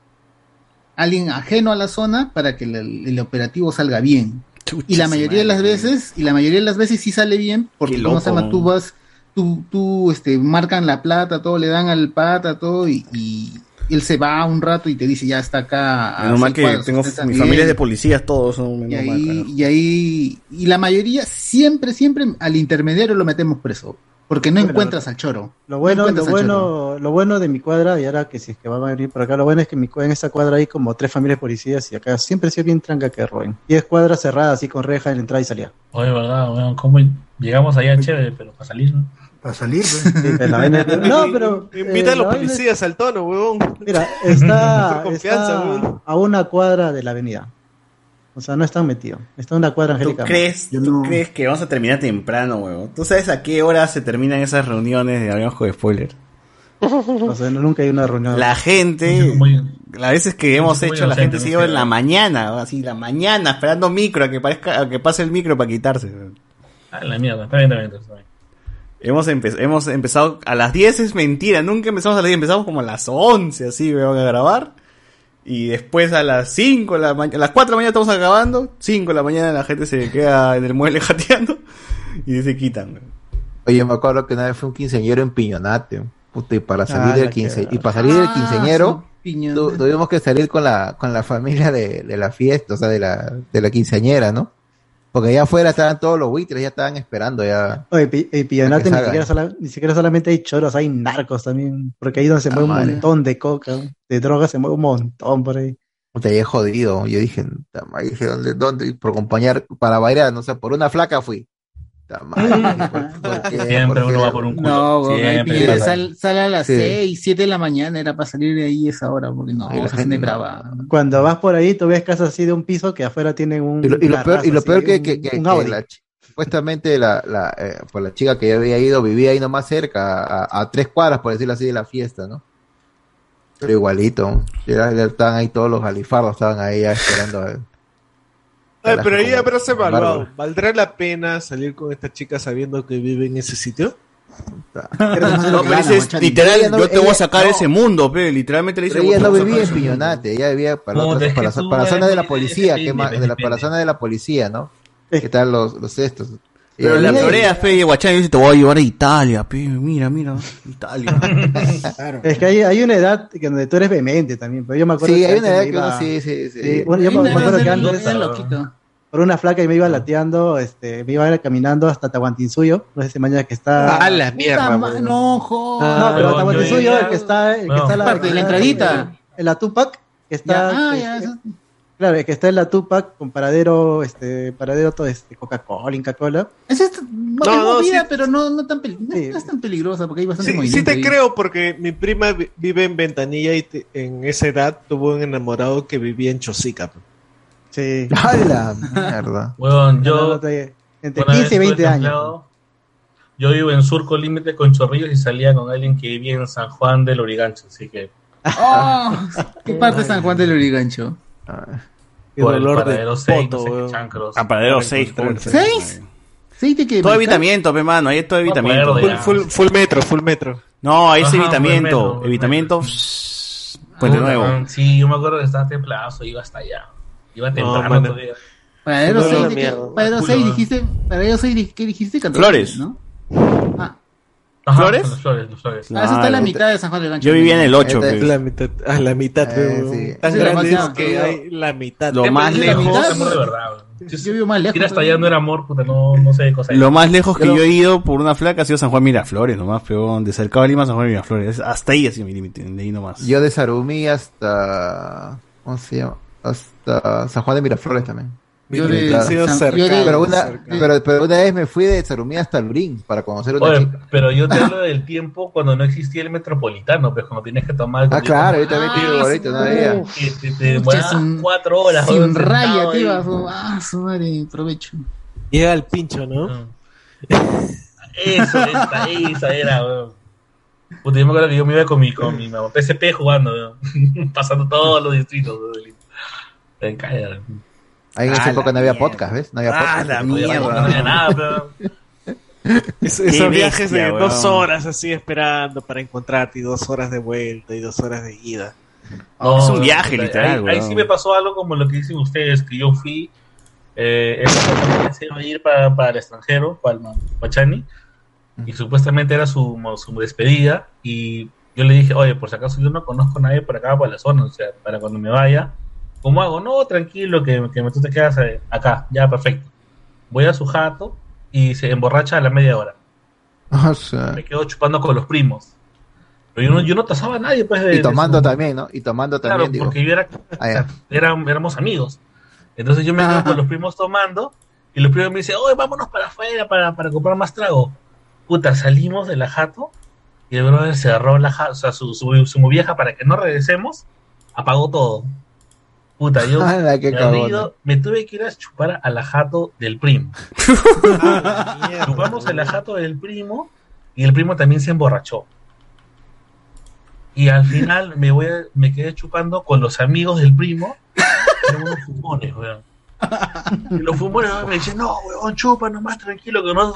Alguien ajeno a la zona para que el, el operativo salga bien. Y la mayoría de las veces, y la mayoría de las veces sí sale bien, porque
Qué
como se
loco.
llama, tú vas, tú, tú, este, marcan la plata, todo, le dan al pata, todo, y, y él se va un rato y te dice, ya está acá. a
Menos mal
seis
que
Ah, cuadros,
tengo
usted está
mis
bien".
familias de policías, todos son
Y
menos mal,
ahí,
carajo.
y ahí, y la mayoría siempre, siempre al intermediario lo metemos preso, porque no
Bueno,
encuentras al choro.
Lo bueno,
No
lo
encuentras al choro.
bueno, lo bueno de mi cuadra, y ahora que si es que van a venir por acá, lo bueno es que en mi, cua- en esta cuadra hay como tres familias policías y acá siempre ha sido bien tranca que roben. Y es cuadra cerrada, así con reja en la entrada y salida.
Oye, verdad, weón, ¿cómo llegamos allá chévere, pero para salir, ¿no?
Para salir, pues.
[LAUGHS]
No, pero.
Invita
eh,
a los
la vaina es-
policías al tono, huevón. [LAUGHS]
Mira, eh, está,
[LAUGHS]
Por confianza,
está
weón.
a una cuadra de la avenida. O sea, no están metidos. Está a una cuadra angélica.
¿Crees, tú crees que vamos a terminar temprano, huevón? ¿Tú sabes a qué hora se terminan esas reuniones de Hablamos con Spoiler?
O sea, no- nunca hay una reunión.
La gente, las veces que hemos
muy
hecho, la
inocente,
gente se
no
lleva en
sé.
la mañana, así, la mañana, esperando micro, a que, parezca, a que pase el micro para quitarse. huevón.
Ah, la mierda, está bien, está bien, está bien.
Hemos, empe- hemos empezado a las 10, es mentira, nunca empezamos a las 10, empezamos como a las 11, así, weón, a grabar. Y después a las 5, de la ma- a las 4 de la mañana estamos acabando, 5 de la mañana la gente se queda en el mueble [LAUGHS] jateando y se quitan. weón.
Oye, me acuerdo que una vez fue un quinceñero en Piñonate. Puta, y para salir
Ah,
del
la
quince,
que-
y para salir del
Ah,
quinceñero,
su
tu- tuvimos que salir con la, con la familia de, de la fiesta, o sea, de la, de la quinceañera, ¿no? Porque allá afuera estaban todos los buitres, ya estaban esperando ya.
Oye, pi- eh, Pillonate
Que
ni
salgan.
siquiera, sola- ni siquiera [LAUGHS] solamente hay choros, hay narcos también. Porque ahí donde se
Ah,
mueve un
madre.
montón de coca, de droga, se mueve un montón por ahí.
Te había jodido. Yo dije, "Ta madre", dije, ¿dónde? dónde? Y Por acompañar, para bailar, no sé, por una flaca fui. Ta madre, ¿por- por qué?
Siempre
¿Por
uno
qué?
va por un culo.
No, weón, ahí
Siempre
pilla-
pasa.
sal- sale a las
Sí.
6, 7 de la mañana, era para salir de ahí esa hora, porque no,
la
esa gente
gente
es
no.
brava.
Cuando vas por ahí, tú ves casas así de un piso que afuera tienen un.
Y lo, y lo
terrazo
peor, y lo
así,
peor que,
un-
que- que-
un
que
Audi.
la chi- supuestamente la, la, eh, pues la chica que yo había ido vivía ahí nomás cerca, a, a tres cuadras, por decirlo así, de la fiesta, ¿no? Pero igualito, era- era- estaban ahí todos los alifardos, estaban ahí ya esperando. a-
Ay,
Carajo,
pero ahí
como-
habrás
como
evaluado.
bárbaro.
¿Valdrá la pena salir con esta chica sabiendo que vive en ese sitio?
No, pero ese es literal,
Ella no-
yo te voy a
ella-
sacar
no.
ese mundo, pe, literalmente le dice.
Pero ella
"Vos
no
te voy a
vivía en
sacar ese mundo".
Piñonate, ella vivía para,
Puta,
la, otra-
es que
para la-
tú
para la zona
eres
de la
muy
policía, que ma- de la,
independiente.
para la zona de la policía, ¿no? Que están los, los estos.
Pero la
Ella vivía ahí.
florea, fe, y Guachán dice, te voy a llevar a Italia, pe, mira, mira,
[LAUGHS]
Italia.
Es que hay, hay una edad que donde tú eres vehemente también, pero yo me acuerdo
Sí,
que
hay
antes
una edad
me
que uno sí, sí, sí.
bueno, yo
Hay
me, me
una
acuerdo
edad
que
de lo-
antes
de
ah,
loquito.
por por una flaca y me iba lateando, este, me iba caminando hasta Tahuantinsuyo, no sé si mañana que está...
A la mierda,
ma-
weón.
no,
joder.
No, pero
Pero yo
Tahuantinsuyo,
ya-
el que está, el que
No.
está en
Parte de la entradita.
En la Tupac, que está...
Ya, ah,
que-
ya, eso-
Claro, el que está en la Tupac con paradero, este, paradero todo este, Coca-Cola, Inca Cola.
Esa es, es
no,
movida,
sí.
pero no, no, tan peli- no- no es tan peligrosa porque hay bastante
Sí,
movimiento.
sí te
ahí.
creo porque mi prima vi- vive en Ventanilla y te- en esa edad tuvo un enamorado que vivía en Chosica. pues.
Sí.
¡Hala! Mierda.
Weón,
No,
yo.
no, te- entre
una
15 y
vez estuve
20 años.
templado, Yo vivo en Surco Límite con Chorrillos y salía con alguien que vivía en San Juan del Origancho, así que.
Ah,
[LAUGHS]
¿Qué parte de San Juan del Origancho?
Qué Por el dolor de paradero seis, no sé qué chancros.
A paradero 6.
¿Seis? ¿Seis de qué?
Todo evitamiento, pe mano. Ahí es todo evitamiento.
Full, full- full metro, full metro.
No, ahí es
Ajá,
evitamiento.
bueno,
evitamiento. Puente
Puta,
Pues nuevo.
Sí, yo me acuerdo que estaba templazo, iba hasta allá. Iba temprano
mano.
todavía.
Paradero
Puta
6, de qué?
mierda.
Paradero
Culo,
6
¿no?
dijiste, Paradero 6 di- ¿qué dijiste? Catorce,
Flores.
¿no?
Ajá,
¿Flores?
Los flores, los flores.
Ah, eso está en la mitad de San Juan del Origancho.
Yo vivía en el 8.
pues.
Es la mitad, a la mitad,
Eh,
weón. Tan
Este, Eh, Sí, la
grande
mitad.
es que hay la mitad.
Lo más
Es
lejos.
amor, es amor de verdad. weón.
Yo vivo más lejos.
Ir hasta allá no era amor, puta, no, no sé de cosa.
Lo más lejos que yo he ido por una flaca ha sido San Juan Miraflores, nomás, peón. De cercado a Lima, San Juan Miraflores. Hasta ahí ha sido mi límite, de ahí nomás.
Yo de Sarumí hasta. ¿Cómo se llama? Hasta San Juan de Miraflores también.
Yo de-
Claro.
sido San- cercano, yo de-
pero, una,
cercano.
pero, pero una vez me fui de Sarumí hasta Lurín para conocer una
Oye,
chica.
pero yo te hablo del tiempo cuando no existía el metropolitano, pues cuando tienes que tomar.
Ah, claro, yo también te digo,
Ah,
ahorita,
sí,
no había.
que Te, te demorabas cuatro horas.
Sin
weón, sentado
raya, te
ahí.
ibas. oh, Ah, su madre, provecho.
Llega al pincho, ¿no?
Ah. Eso, esa, esa era, weón. Puta, yo me acuerdo que yo me iba con mi, con mi mamá PSP jugando, weón. [LAUGHS] pasando todos los distritos. weón. En calle,
Ahí en
Ah,
esa
la
época no había podcast, ¿ves? No había podcast.
Ah, la
No había
mierda.
podcast.
No había nada, pero.
[LAUGHS] Es-
Qué
esos viajes
bestia,
de
weón.
dos horas así esperando para encontrarte y dos horas de vuelta y dos horas de ida.
No,
Es un
no,
viaje,
ahí-
literal,
Ahí,
weón.
sí me pasó algo como lo que dicen ustedes, que yo fui, eh, empecé a ir para, para el extranjero, para el Ma- Machani, y supuestamente era su, mo- su despedida, y yo le dije, oye, por si acaso yo no conozco a nadie por acá, para la zona, o sea, para cuando me vaya, ¿cómo hago? No, tranquilo, que, que tú te quedas eh, acá, ya, perfecto. Voy a su jato y se emborracha a la media hora.
[LAUGHS] O sea,
Me quedo chupando con los primos. Pero yo no, yo no tasaba a nadie, pues. de-
y
de
tomando
su-
también, ¿no? Y tomando
Claro,
también, digo.
porque yo era, [LAUGHS]
Ah, ya.
eran- éramos amigos. Entonces yo me quedo con los primos tomando y los primos me dicen, oye, vámonos para afuera para, para comprar más trago. Puta, salimos de la jato y el brother se agarró la ja- o sea, su, su, su movieja para que no regresemos, apagó todo. Puta, yo
Ala, qué
me,
cagón.
río, me tuve que ir a chupar a la jato del primo. Chupamos [LAUGHS] a la jato del primo y el primo también se emborrachó. Y al final me voy a- me quedé chupando con los amigos del primo. Eran unos fumones, weón. Y los fumones weón, me dicen, no, weón, chupa nomás, tranquilo, que no,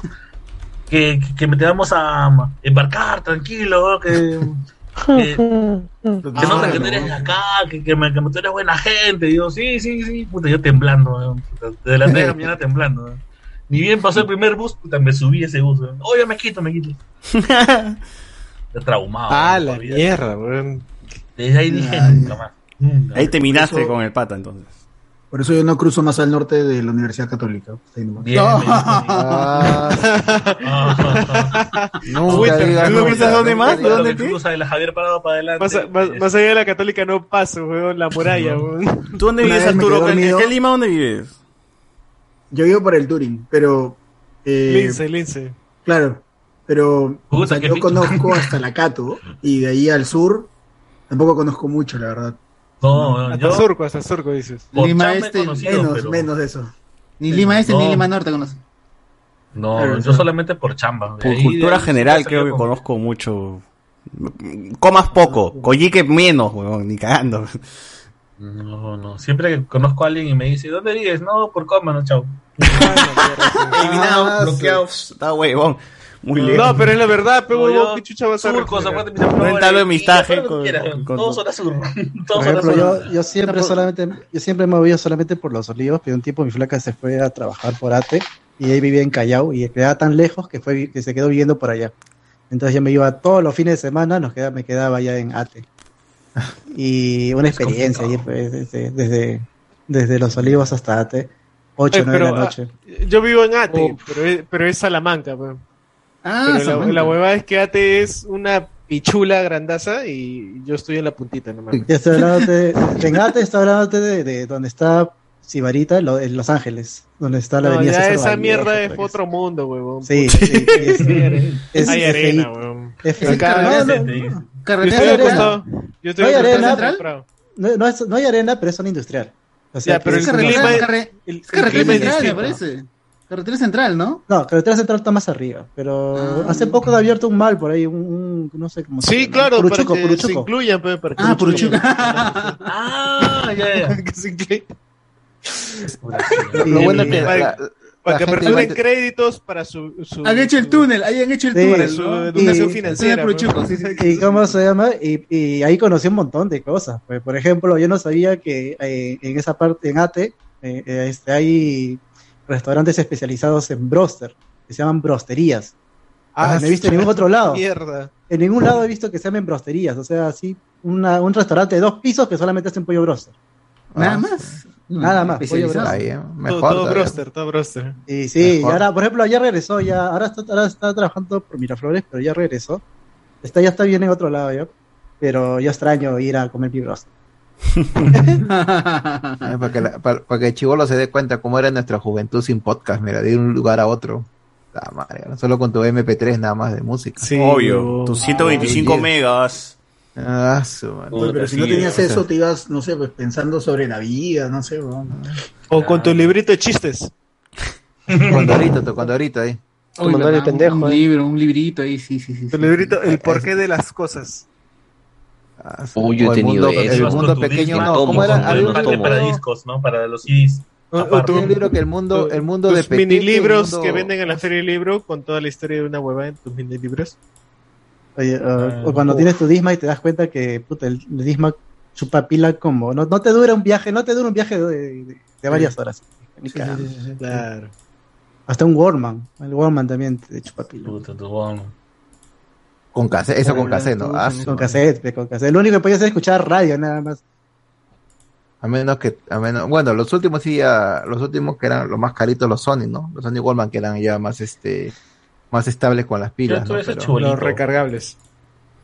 que, que- que te vamos a embarcar, tranquilo, weón, que, que-
Ah,
que no, que tú eres de acá, que, que, me, que me- tú eres buena gente. Y yo, sí, sí, sí. Puta, yo temblando, weón. Puta, Desde las 3 de la mañana temblando. weón. Ni bien pasó el primer bus, puta, me subí a ese bus. weón. Oh, ya me quito, me quito. Yo traumado.
Ah,
weón,
la
todavía.
mierda, weón. Mm.
Desde ahí dije, nunca más.
Ahí terminaste con el pata, entonces.
Por eso yo no cruzo más al norte de la Universidad Católica. Está ahí nomás.
Bien,
No. [LAUGHS]
bien,
Nunca digas nunca. Nunca digas
¿Dónde
nunca.
qué?
Cruza de la Javier Parado para adelante.
Más, más- más allá de la católica no paso, weón, la muralla, weón.
¿Tú dónde
Una
vives,
vez me
Arturo?
quedé
¿En
dormido.
qué Lima dónde vives?
[LAUGHS] Yo vivo por el Turing, pero. eh,
Lince, lince.
Claro, pero o
Puta,
sea,
qué
yo
pincho.
conozco hasta la Cato y de ahí al sur tampoco conozco mucho, la verdad.
No, weón,
Hasta
yo-
surco, hasta surco dices.
Por Lima
Chamba he
Este, conocido,
menos,
pero-
menos de eso.
Ni Lima Este ni
No.
Lima Norte conoces.
No,
Claro,
yo
claro.
solamente por chamba.
Por cultura general creo que conozco mucho. Comas poco, collique menos, weón, ni cagando.
Ah,
No, no. Siempre que conozco a alguien y me dice, ¿dónde vives? No, por coma, no, chao.
Eliminado, bloqueado, está huevón. Muy lejos.
No, pero es la verdad, pero weón, qué chucha vas a
Surco, Zapuate,
No entablo amistad
Afuera
con-
donde quieras,
con- con-
Todos son
[LAUGHS]
azul.
Por
Todos son
ejemplo,
azul.
yo, yo siempre solamente, yo siempre me movía solamente por los olivos, pero un tiempo mi flaca se fue a trabajar por Ate y ahí vivía en Callao y quedaba tan lejos que fue vi- que se quedó viviendo por allá. Entonces yo me iba todos los fines de semana, nos quedaba, me quedaba allá en Ate. pues, Y una experiencia ahí fue desde, desde, desde los olivos hasta Ate. 8,
Oye,
9 de
Eh, pero,
la noche.
ah, yo vivo en Ate, pero, es, pero es Salamanca. pues.
Ah,
Pero la-
Salamanca.
La, huevada es que Ate es una pichula grandaza y yo estoy en la puntita nomás.
Ya estoy hablándote, Tengate está hablándote de, de donde está Sibarita, lo- en Los Ángeles, donde está la
No,
avenida
ya
César
esa
Vallejo,
mierda es
creo que
otro mundo, huevón.
[LAUGHS] Sí,
Puta,
sí,
hay-
es-
hay are-
es-
hay
es
arena,
feíto.
huevón.
Es
Yo
feíto. No, no,
estoy-
no.
Yo estoy
Carretera.
acostado- yo estoy
No hay
acostado en
arena.
Central Prado.
No, no es- no hay arena, pero es zona industrial. O sea,
Ya, pero
que
el
es-
clima-
Carre-
el-
es carretera
el clima es
central, me
distinto.
parece. Carretera central, ¿no? Ah.
No, Carretera Central está más arriba, pero hace poco ha abierto un mal por ahí, un, un- no sé cómo se
Sí,
llama,
claro,
Puruchuco,
para que se
Puruchuco.
incluyan, pe, para que
Ah,
se incluyan.
Ah, ya,
[LAUGHS]
ya.
Que se incluyan.
Lo- lo bueno es que
Para-
la- la- la
para que
gente
aperturen
igual-
créditos para su, su-
Han hecho el túnel, ahí han hecho el
Sí,
túnel.
su
¿no?
educación
Y-
financiera,
Túnel Puruchuco,
pues. [LAUGHS]
sí, sí, sí.
y cómo se llama y, y ahí conocí un montón de cosas pues, por ejemplo yo no sabía que eh, en esa parte en Ate eh, eh, este, hay restaurantes especializados en broster que se llaman brosterías
Ah,
ah, no he visto en ningún otro lado
Mierda.
en ningún lado he visto que se llamen brosterías o sea así una- un restaurante de dos pisos que solamente hacen pollo broster
Nada más.
Mm.
Mm,
nada más pollo
Especializado. eh,
broster.
Ah. Todo, todo broster, todo broster.
Y sí, y
Mejor.
ahora, por ejemplo, ya regresó, ya, ahora está, ahora está trabajando por Miraflores, pero ya regresó. Está, ya está bien en otro lado ya. Pero yo extraño ir a comer
[LAUGHS]
pibros.
Ah, para, que la- para- para que el chivolo se dé cuenta cómo era nuestra juventud sin podcast, mira, de ir de un lugar a otro. La madre, ¿no? solo con tu MP3 nada más de música.
Obvio, eh, Ah, tus 125 megas.
Ah, su madre.
Oye, pero si no
Sí,
tenías
o sea.
eso, te ibas, no sé, pues pensando sobre la vida, no sé, weón.
O con tu librito de
[LAUGHS]
chistes.
Cuando ahorita, tú, cuando ahorita ahí.
Uy,
Manuel
la-
el pendejo,
Un
eh.
libro, un librito ahí, sí, sí, sí.
Tu librito, el porqué de las cosas.
Uy, yo
O
he
el
tenido
mundo- el
eso.
mundo pequeño, no,
Tomos,
¿cómo era?
tomos,
Había un
tomos.
libro-
Para discos, ¿no? Para los CDs. aparte.
Había un libro que el mundo, el mundo de
Tus
Petete,
mini
el
libros
mundo-
que venden en la feria del libro con toda la historia de una hueva en tus mini libros.
Oye, o-
Ah.
o cuando tienes tu Disma y te das cuenta que puta, el Disma chupa pila como. No, no te dura un viaje, no te dura un viaje de, de- de varias horas. Ni cagando.
Claro.
Hasta un Warman. El Warman también te chupa pila.
Con cassette, eso con cassette, ¿no? Ah, su
Con
madre.
cassette, con cassette. Lo único que podías hacer es escuchar radio, nada más.
A menos que, a menos, bueno, los últimos sí, ya- los últimos que eran los más caritos, los Sony, ¿no? Los Sony Wallman que eran ya más, este, más estables con las pilas,
tuve
¿no?
ese cholito. Los
recargables.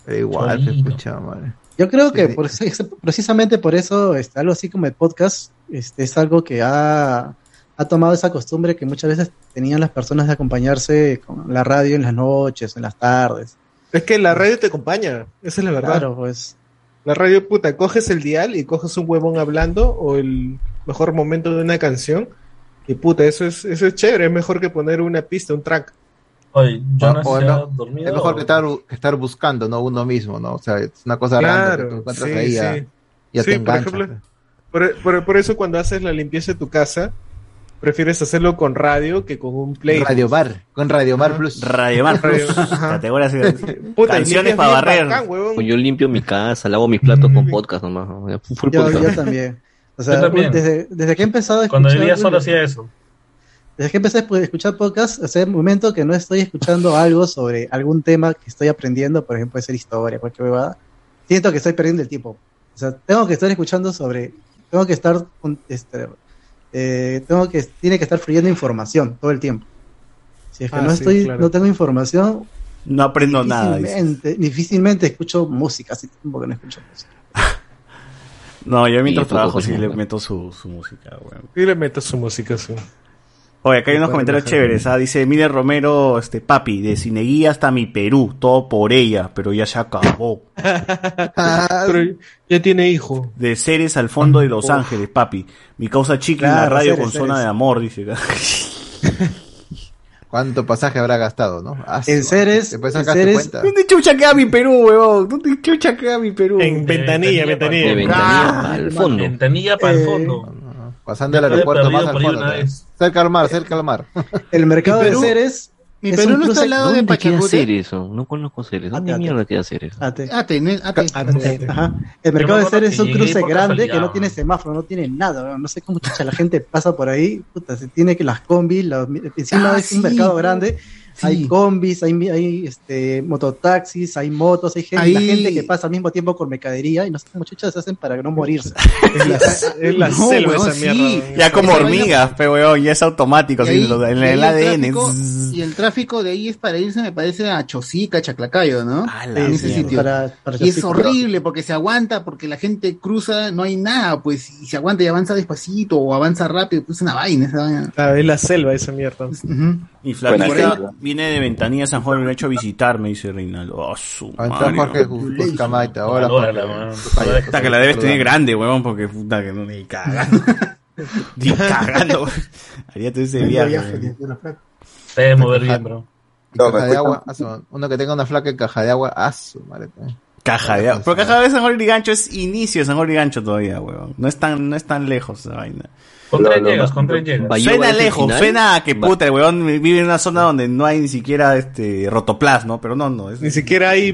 Pero igual, pues,
Cholito.
pucha madre.
Yo creo que por eso- [LAUGHS] es- precisamente por eso este, algo así como el podcast este, es algo que ha, ha tomado esa costumbre que muchas veces tenían las personas de acompañarse con la radio en las noches, en las tardes.
Es que la radio te acompaña, esa es la verdad.
Claro, pues.
La radio puta, coges el dial y coges un huevón hablando o el mejor momento de una canción. Y puta, eso es, eso es chévere, es mejor que poner una pista, un track.
Oye,
O-
yo no
o
sé,
no,
dormido.
es mejor
o-
que estar, que estar buscando, ¿no? Uno mismo, ¿no? O sea, es una cosa random que tú encuentras ahí, ya, ya te pues.
por
enganchas.
ejemplo, por, por- por eso cuando haces la limpieza de tu casa, prefieres hacerlo con radio que con un play.
Radio Bar, con Radio Bar Plus.
Radio Bar Plus. Categoría [LAUGHS] así.
Puta, y
Canciones
limpias
para
bien
barrer.
bacán, huevón.
Yo limpio mi casa, lavo mis platos con podcast nomás. ¿no? Ya, Full
Yo,
podcast.
yo también. O sea,
Yo también.
Desde, desde que he empezado a
Cuando vivía
escuchar-
solo hacía eso.
Desde que empecé a escuchar podcast, hace un momento que no estoy escuchando algo sobre algún tema que estoy aprendiendo, por ejemplo, puede ser historia, cualquier huevada. Siento que estoy perdiendo el tiempo. O sea, tengo que estar escuchando sobre. Tengo que estar. con- Este, eh, tengo que. Tiene que estar fluyendo información todo el tiempo. Si es que
Ah,
no
sí,
estoy.
claro.
No tengo información.
No aprendo nada. dice.
Difícilmente, difícilmente escucho música. Hace tiempo que no escucho música.
No, yo
Y
mientras
poco
trabajo
consumo,
sí le
¿no?
meto su, su música, weón.
Y le meto su música, su.
Oye, acá hay unos
Puede
comentarios
relajar.
chéveres. ¿ah? Dice Mire Romero, este papi, de Cineguía hasta mi Perú, todo por ella, pero ya se
[LAUGHS]
acabó.
Pero ya tiene hijo.
De Ceres al fondo de Los Ángeles, papi. Mi causa chiqui en la
Claro,
radio
Ceres,
con zona
Ceres.
de amor, dice. [LAUGHS]
¿Cuánto pasaje habrá gastado, no? Ah,
En
su-
Ceres,
después
en
sacaste
Ceres-
cuenta.
¿Dónde chucha queda mi Perú, huevón? ¿Dónde chucha queda mi Perú?
En Ventanilla, Ventanilla.
al
fondo.
Ah, Ventanilla para el fondo.
Pasando el
Yo había
aeropuerto
perdido
más al
por ahí
fondo.
una
todavía. Cerca al mar, cerca al [LAUGHS] mar.
El mercado
de
Ceres.
Mi Perú no está al lado de
¿Dónde queda
Pachacuti.
Ceres? oh, No No conozco Ceres. ¿Dónde mierda queda Ceres?
Ate, no es- ate.
Ajá. El mercado de
Yo me acuerdo
Ceres
que
es un
llegué
cruce
por
grande
casualidad,
que no
¿no?
tiene semáforo, no tiene nada. weón. No sé cómo chucha la gente pasa por ahí. Puta, se tiene que las combis, los- encima
Ah,
es
sí,
un mercado
¿no?
grande. Hay combis, hay, hay este, mototaxis, hay motos, hay gente,
Ahí-
la gente que pasa al mismo tiempo con mercadería y no sé cómo chuchas hacen para no morirse. [LAUGHS]
[LAUGHS] Es la
No,
selva
weón,
esa
sí.
mierda.
Ya como
Esa
hormigas, pe weón, ya es automático,
Y
sí,
ahí-
lo- en
y ahí
el
el
ADN.
tráfico-
zzz.
Y el tráfico de ahí es para irse, me parece, a Chosica, Chaclacayo, ¿no?
la
en ese
mierda.
sitio.
Para- para
y es
Chosica.
horrible porque se aguanta, porque la gente cruza, no hay nada, pues, y se aguanta y avanza despacito o avanza rápido, pues es una vaina, esa vaina. Pues,
Ah, es la selva esa mierda.
Y Flaquita
Buena
viene de Ventanilla San Juan y me ha hecho visitar, me dice Reinaldo. Oh, su
Ahora
madre.
Ah, Jorge Ju- Buscamaita, ahora
Ahora,
Jorge.
weón.
Vaya,
Puta, que la debes tener grande, weón, porque puta que no ni
[LAUGHS]
cagando. ni cagando, weón. Haría todo ese viaje. weón.
Te debes mover bien, bro.
Y caja
me
de
escuchan.
agua, ah, su- uno que tenga una flaca en caja de agua, ah, su madre.
Caja de agua. Pero caja de San Jorge y Gancho es inicio de San Jorge y Gancho todavía, weón. No es tan, no es tan lejos esa vaina.
Con tren llegas, con tren llegas.
Suena lejos, suena a que puta, el weón vive en una zona donde no hay ni siquiera este rotoplas, ¿no? Pero no, no. Es...
Ni siquiera hay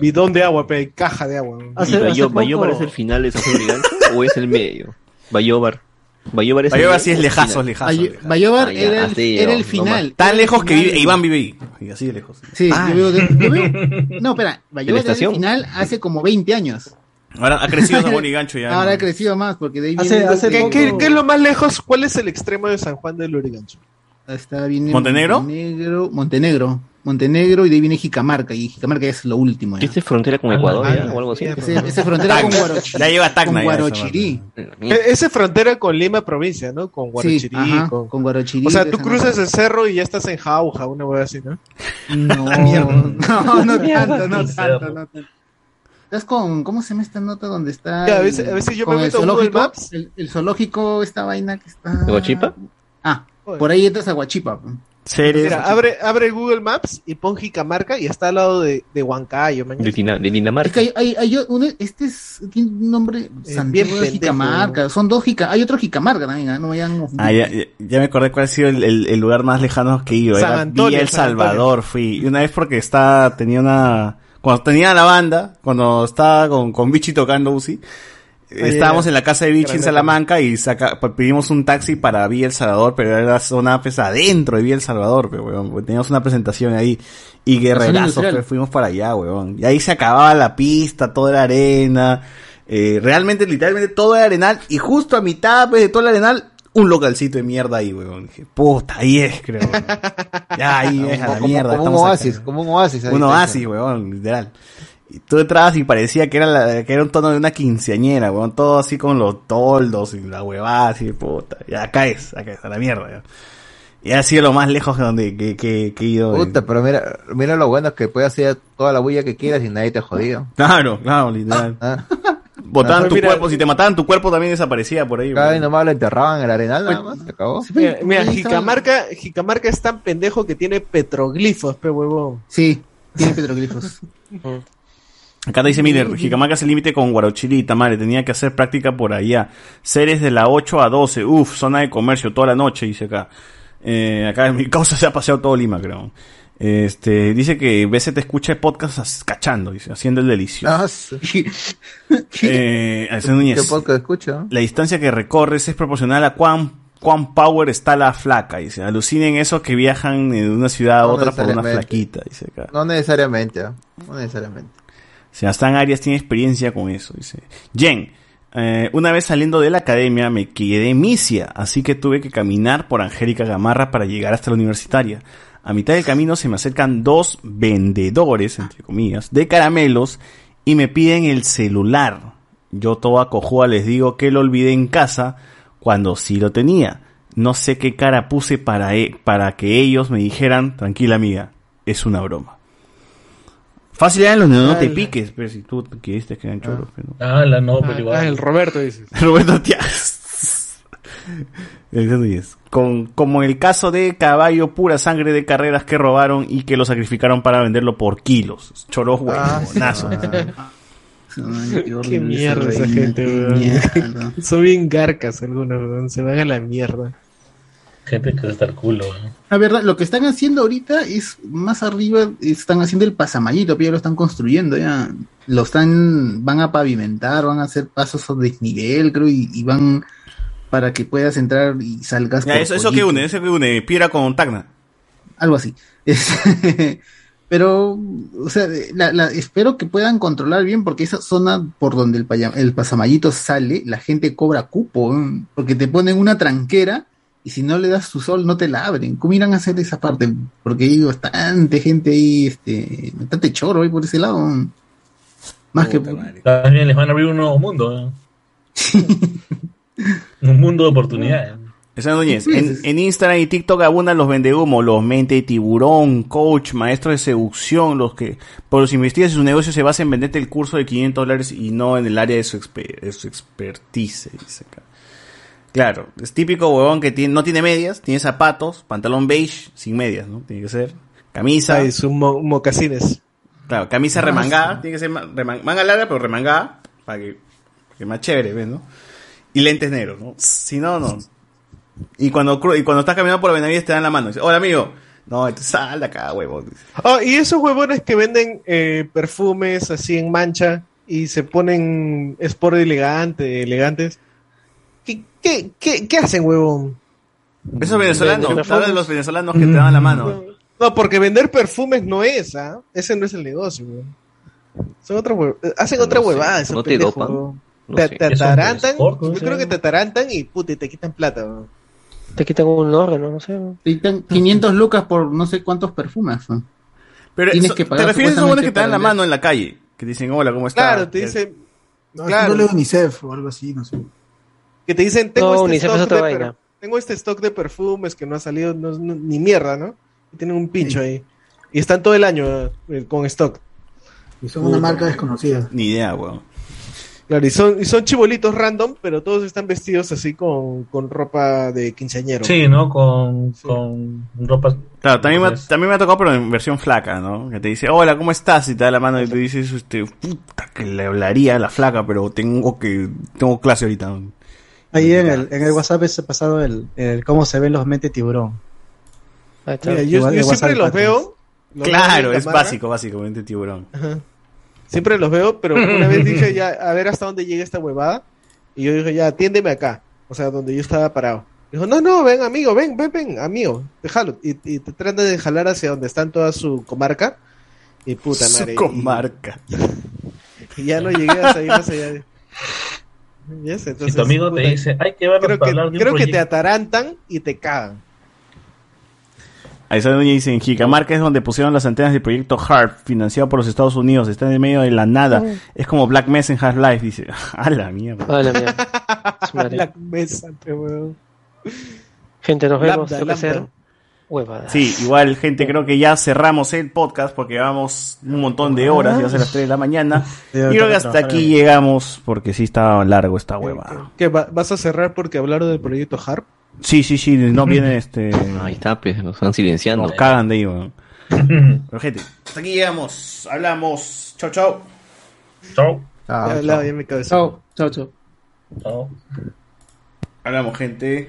bidón de agua, pero hay caja de agua. weón.
¿Y Bayo- Bayobar es el final de San Juan de Gancho o es el medio? Bayobar. Bayobar es
Bayobar sí es lejazo, lejazo,
Bayo- lejazo. Bayobar era el- era el final. Era
Tan
el
lejos que
final.
vive, Iván vive ahí. Y así de lejos.
Sí,
Ah.
yo veo, de-
[LAUGHS]
[LAUGHS]
yo veo- No, espera, Bayobar era el
estación?
final hace como 20 años.
Ahora ha
[LAUGHS]
crecido San Juan y Gancho ya.
Ahora
¿no?
ha crecido más porque de ahí
Hace-
viene-
hace
¿Qué-
poco-
qué- qué
es lo más lejos? ¿Cuál es el extremo de San Juan del Lurigancho?
Está bien
¿Montenegro?
Montenegro, Montenegro. Montenegro, y de ahí viene Jicamarca, y Jicamarca ya Ah, es lo último. ¿Esta
es frontera con Ecuador ya, o algo así?
Esa es frontera
Tacna.
con Guarochirí.
Ya lleva Tacna
Con
ya esa
Guarochirí.
E- Esa es frontera con Lima provincia, ¿no? Con Guarochirí.
Sí, ajá,
con...
con Guarochirí.
O sea,
de
tú
San
cruzas el cerro y ya estás en Jauja, una hueá así, ¿no?
No,
[LAUGHS]
no, no tanto, no tanto, no tanto. Estás con, ¿cómo se llama esta nota donde está?
Ya, a
el-
veces- a veces yo me
con el
meto a Google
zoológico,
Maps.
El, el zoológico, esta vaina que está.
¿De Huachipa?
Ah, por ahí entras a Guachipa.
Mira, abre, abre Google Maps y pon Jicamarca y está al lado de, de Huancayo, man.
De, Dina- de
Es
Dinamarca.
que hay, hay, hay uno- este es, tiene un nombre, San
bien
Diego de
pendejo.
Jicamarca, son dos Jica, hay otro Jicamarca también, ¿ah? no vayan a confundir.
Ah, ya, ya- ya me acordé cuál ha sido el, el- el lugar más lejano que he ido.
San
Era
Antonio,
Villa El
San Antonio.
Salvador fui. Y una vez porque estaba, tenía una... Cuando tenía la banda, cuando estaba con, con Bichi tocando Uzi, estábamos en la casa de Bichi en Salamanca y saca, pa- pedimos un taxi para Villa El Salvador, pero era la zona pues, adentro de Villa El Salvador, pero, weón, porque teníamos una presentación ahí. Y guerrerazo,
industrial.
pues, fuimos para allá, weón. Y ahí se acababa la pista, toda la arena. eh, realmente, literalmente, todo era arenal. Y justo a mitad pues, de todo el arenal, un localcito de mierda ahí, weón. Dije, puta, ahí es, creo.
[LAUGHS]
weón. Ya, ahí es, a la
Como-
mierda.
como un
estamos acá.
oasis, como un oasis. ahí
Un
está.
oasis, weón, literal. Y tú entrabas y parecía que era, la- que era un tono de una quinceañera, weón. Todo así con los toldos y la huevada, así, puta. Ya, acá es, acá es, a la mierda, ya. Y ha sido lo más lejos que, donde, que, que, que he ido. weón.
Puta, pero mira, mira lo bueno es que puedes hacer toda la bulla que quieras y nadie te ha jodido.
Claro, claro, literal. Botaban
Ah,
tu
mira.
cuerpo, si te mataban tu cuerpo también desaparecía por ahí.
Cada Eh,
weón.
vez nomás lo enterraban en el arenal, nada más, se acabó.
Mira, mira, Jicamarca, Jicamarca es tan pendejo que tiene petroglifos, pe huevón.
Sí, tiene petroglifos.
Acá te dice, mire, Jicamarca es el límite con Guarochirí, Tamare, tenía que hacer práctica por allá. Seres de la 8 a 12, uff, zona de comercio toda la noche, dice acá. Eh, acá en mi causa se ha paseado todo Lima, creo. Este, dice que veces te escucha el podcast as- cachando, dice, haciendo el delicioso. Eh, Alcén Núñez.
Ah, [LAUGHS] ¿Qué podcast escucha?
La distancia que recorres es proporcional a cuán, cuán power está la flaca, dice. Alucinen esos que viajan de una ciudad a
No
otra por una
necesariamente.
flaquita, dice acá.
No necesariamente, ¿ah? no necesariamente.
Sebastián Arias tiene experiencia con eso, dice. Jen, eh, una vez saliendo de la academia me quedé misia, así que tuve que caminar por Angélica Gamarra para llegar hasta la universitaria. A mitad del camino se me acercan dos vendedores, entre comillas, de caramelos y me piden el celular. Yo toda cojuda les digo que lo olvidé en casa cuando sí lo tenía. No sé qué cara puse para, e- para que ellos me dijeran, tranquila amiga, es una broma. Fácil eran los no, no te
Ala.
piques, pero si tú quisiste que eran choros, pero...
Ah, la no, pero
Ah, el
igual.
Roberto dice.
[LAUGHS] Roberto Tias. Alexander Díez. Con, como el caso de caballo pura sangre de carreras que robaron y que lo sacrificaron para venderlo por kilos. Choros
Ah,
huevonazos.
Qué mierda esa
reina,
gente,
qué
weón. [LAUGHS] Son bien garcas algunos, weón. Se van a la mierda.
Gente que está el culo, weón.
La verdad, lo que están haciendo ahorita es más arriba, están haciendo el pasamayito, pero ya lo están construyendo, ya lo están, van a pavimentar, van a hacer pasos a desnivel, creo, y, y van para que puedas entrar y salgas.
Ya,
por
eso, eso que
Pollito.
une, eso que une, piedra con tacna.
algo así. [LAUGHS] Es- pero, o sea, la- la- espero que puedan controlar bien porque esa zona por donde el, paya- el pasamayito sale, la gente cobra cupo, ¿eh? porque te ponen una tranquera y si no le das tu sol no te la abren. ¿Cómo irán a hacer esa parte? Porque hay bastante gente ahí, este, bastante choro ahí por ese lado. ¿eh? Más que...
También les van a abrir un nuevo
[LAUGHS]
mundo. ¿eh? un mundo de oportunidades.
Esa Núñez, en, en Instagram y TikTok abundan los vendehumos, los mente tiburón, coach, maestros de seducción, los que por los investigas y su negocio se basa en venderte el curso de 500 dólares y no en el área de su, expe- de su expertise, dice acá. Claro, es típico huevón que tiene, no tiene medias, tiene zapatos, pantalón beige, sin medias, ¿no? Tiene que ser. Camisa.
Y sus mo- mocasines.
Claro, camisa
Ah,
remangada, tiene que ser ma- reman- manga larga, pero remangada, para que, para que más chévere, ¿ves, no? Y lentes negros, ¿no? Si no, no. Y cuando, cru- y cuando estás caminando por Benavides te dan la mano. Dice, hola amigo. No, entonces, sal de acá, huevo. Dice,
Ah, y esos huevones que venden eh, perfumes así en mancha y se ponen sport elegante, elegantes. ¿Qué, qué, qué, qué hacen, huevón?
Esos venezolanos,
Venden
te hablo de los venezolanos que te dan la mano.
No, porque vender perfumes no es, ¿ah? Ese no es el negocio, huevón. Son otra hue- eh, Hacen otra huevada. esos
no te
pendejos,
dopan.
huevón.
No
te,
sé.
te
Eso
atarantan.
es sport, ¿no?
yo creo que te atarantan y puta, y te quitan plata, huevón.
Te quitan un órgano, no sé.
Te quitan 500 lucas por no sé cuántos perfumes. ¿eh? ¿no?
Pero
Tienes
eso-
que pagar
te refieres a esos
supuestamente
huevones que te dan la
para
mano en la calle. Que dicen, hola, ¿cómo estás?
Claro, te
Que-
dicen.
No,
claro.
claro. de UNICEF o algo así, no sé.
Que te dicen, tengo,
No,
este,
Unicef es
stock
otra
de
vaina.
per- tengo este stock de perfumes que no ha salido no- no- ni mierda, ¿no? Y tienen un pincho ahí. Y están todo el año eh, con stock.
Y son una marca
este-".
desconocida.
Ni idea, weón.
Claro, y son, y son chibolitos random, pero todos están vestidos así con, con ropa de quinceañero.
Sí, ¿no? Con, con ropa.
Claro, también me, ha- también me ha tocado, pero en versión flaca, ¿no? Que te dice, hola, ¿cómo estás? Y te da la mano y te dices, este, puta, que le hablaría a la flaca, pero tengo que, tengo clase ahorita.
Ahí en el, en el WhatsApp es pasado el, el cómo se ven los mente tiburón.
Mira, yo yo siempre los veo. los veo
Claro,
en
es
cámara.
básico, básicamente, tiburón.
Ajá. Siempre los veo, pero una
[LAUGHS]
vez dije ya, a ver hasta dónde llega esta huevada. Y yo dije, ya, atiéndeme acá. O sea, donde yo estaba parado. Dijo, no, no, ven, amigo, ven, ven, ven, amigo, déjalo. Y, y te trata de jalar hacia donde están toda su comarca. Y puta
Su
madre. y-
comarca.
[LAUGHS] Y, ya no llegué hasta ahí más allá. de- Y ese,
Si
entonces,
tu amigo te
puta,
dice, hay que vernos
Creo,
para
que,
hablar de un
creo que te
proyecto".
atarantan y te cagan.
[LAUGHS] Ahí sale Doña y dice, en
Oh.
Jicamarca es donde pusieron las antenas del proyecto HARP, financiado por los Estados Unidos, está en el medio de la nada.
Mm.
Es como Black Mesa en Half-Life, dice. [LAUGHS] A la mierda.
A la mierda.
La mesa, pe, huevón.
Gente, nos vemos.
Lambda,
Tengo que
lambda.
hacer huevadas.
Sí, igual, gente, creo que ya cerramos el podcast porque llevamos un montón de horas, ya son las 3 de la mañana. Y
ahorita
creo que
voy a
hasta
trabajar
aquí
bien.
llegamos porque sí está largo esta hueva.
¿Qué, va- ¿Vas a cerrar porque hablaron del proyecto HARP?
Sí, sí, sí, no viene este.
Ahí está, pues, nos están silenciando.
Nos cagan de ahí,
[LAUGHS]
weón. Pero, gente, Hasta aquí llegamos, hablamos. Chao, chao.
Chao.
Ya hablaba, ya me cabecé.
Hablamos, gente.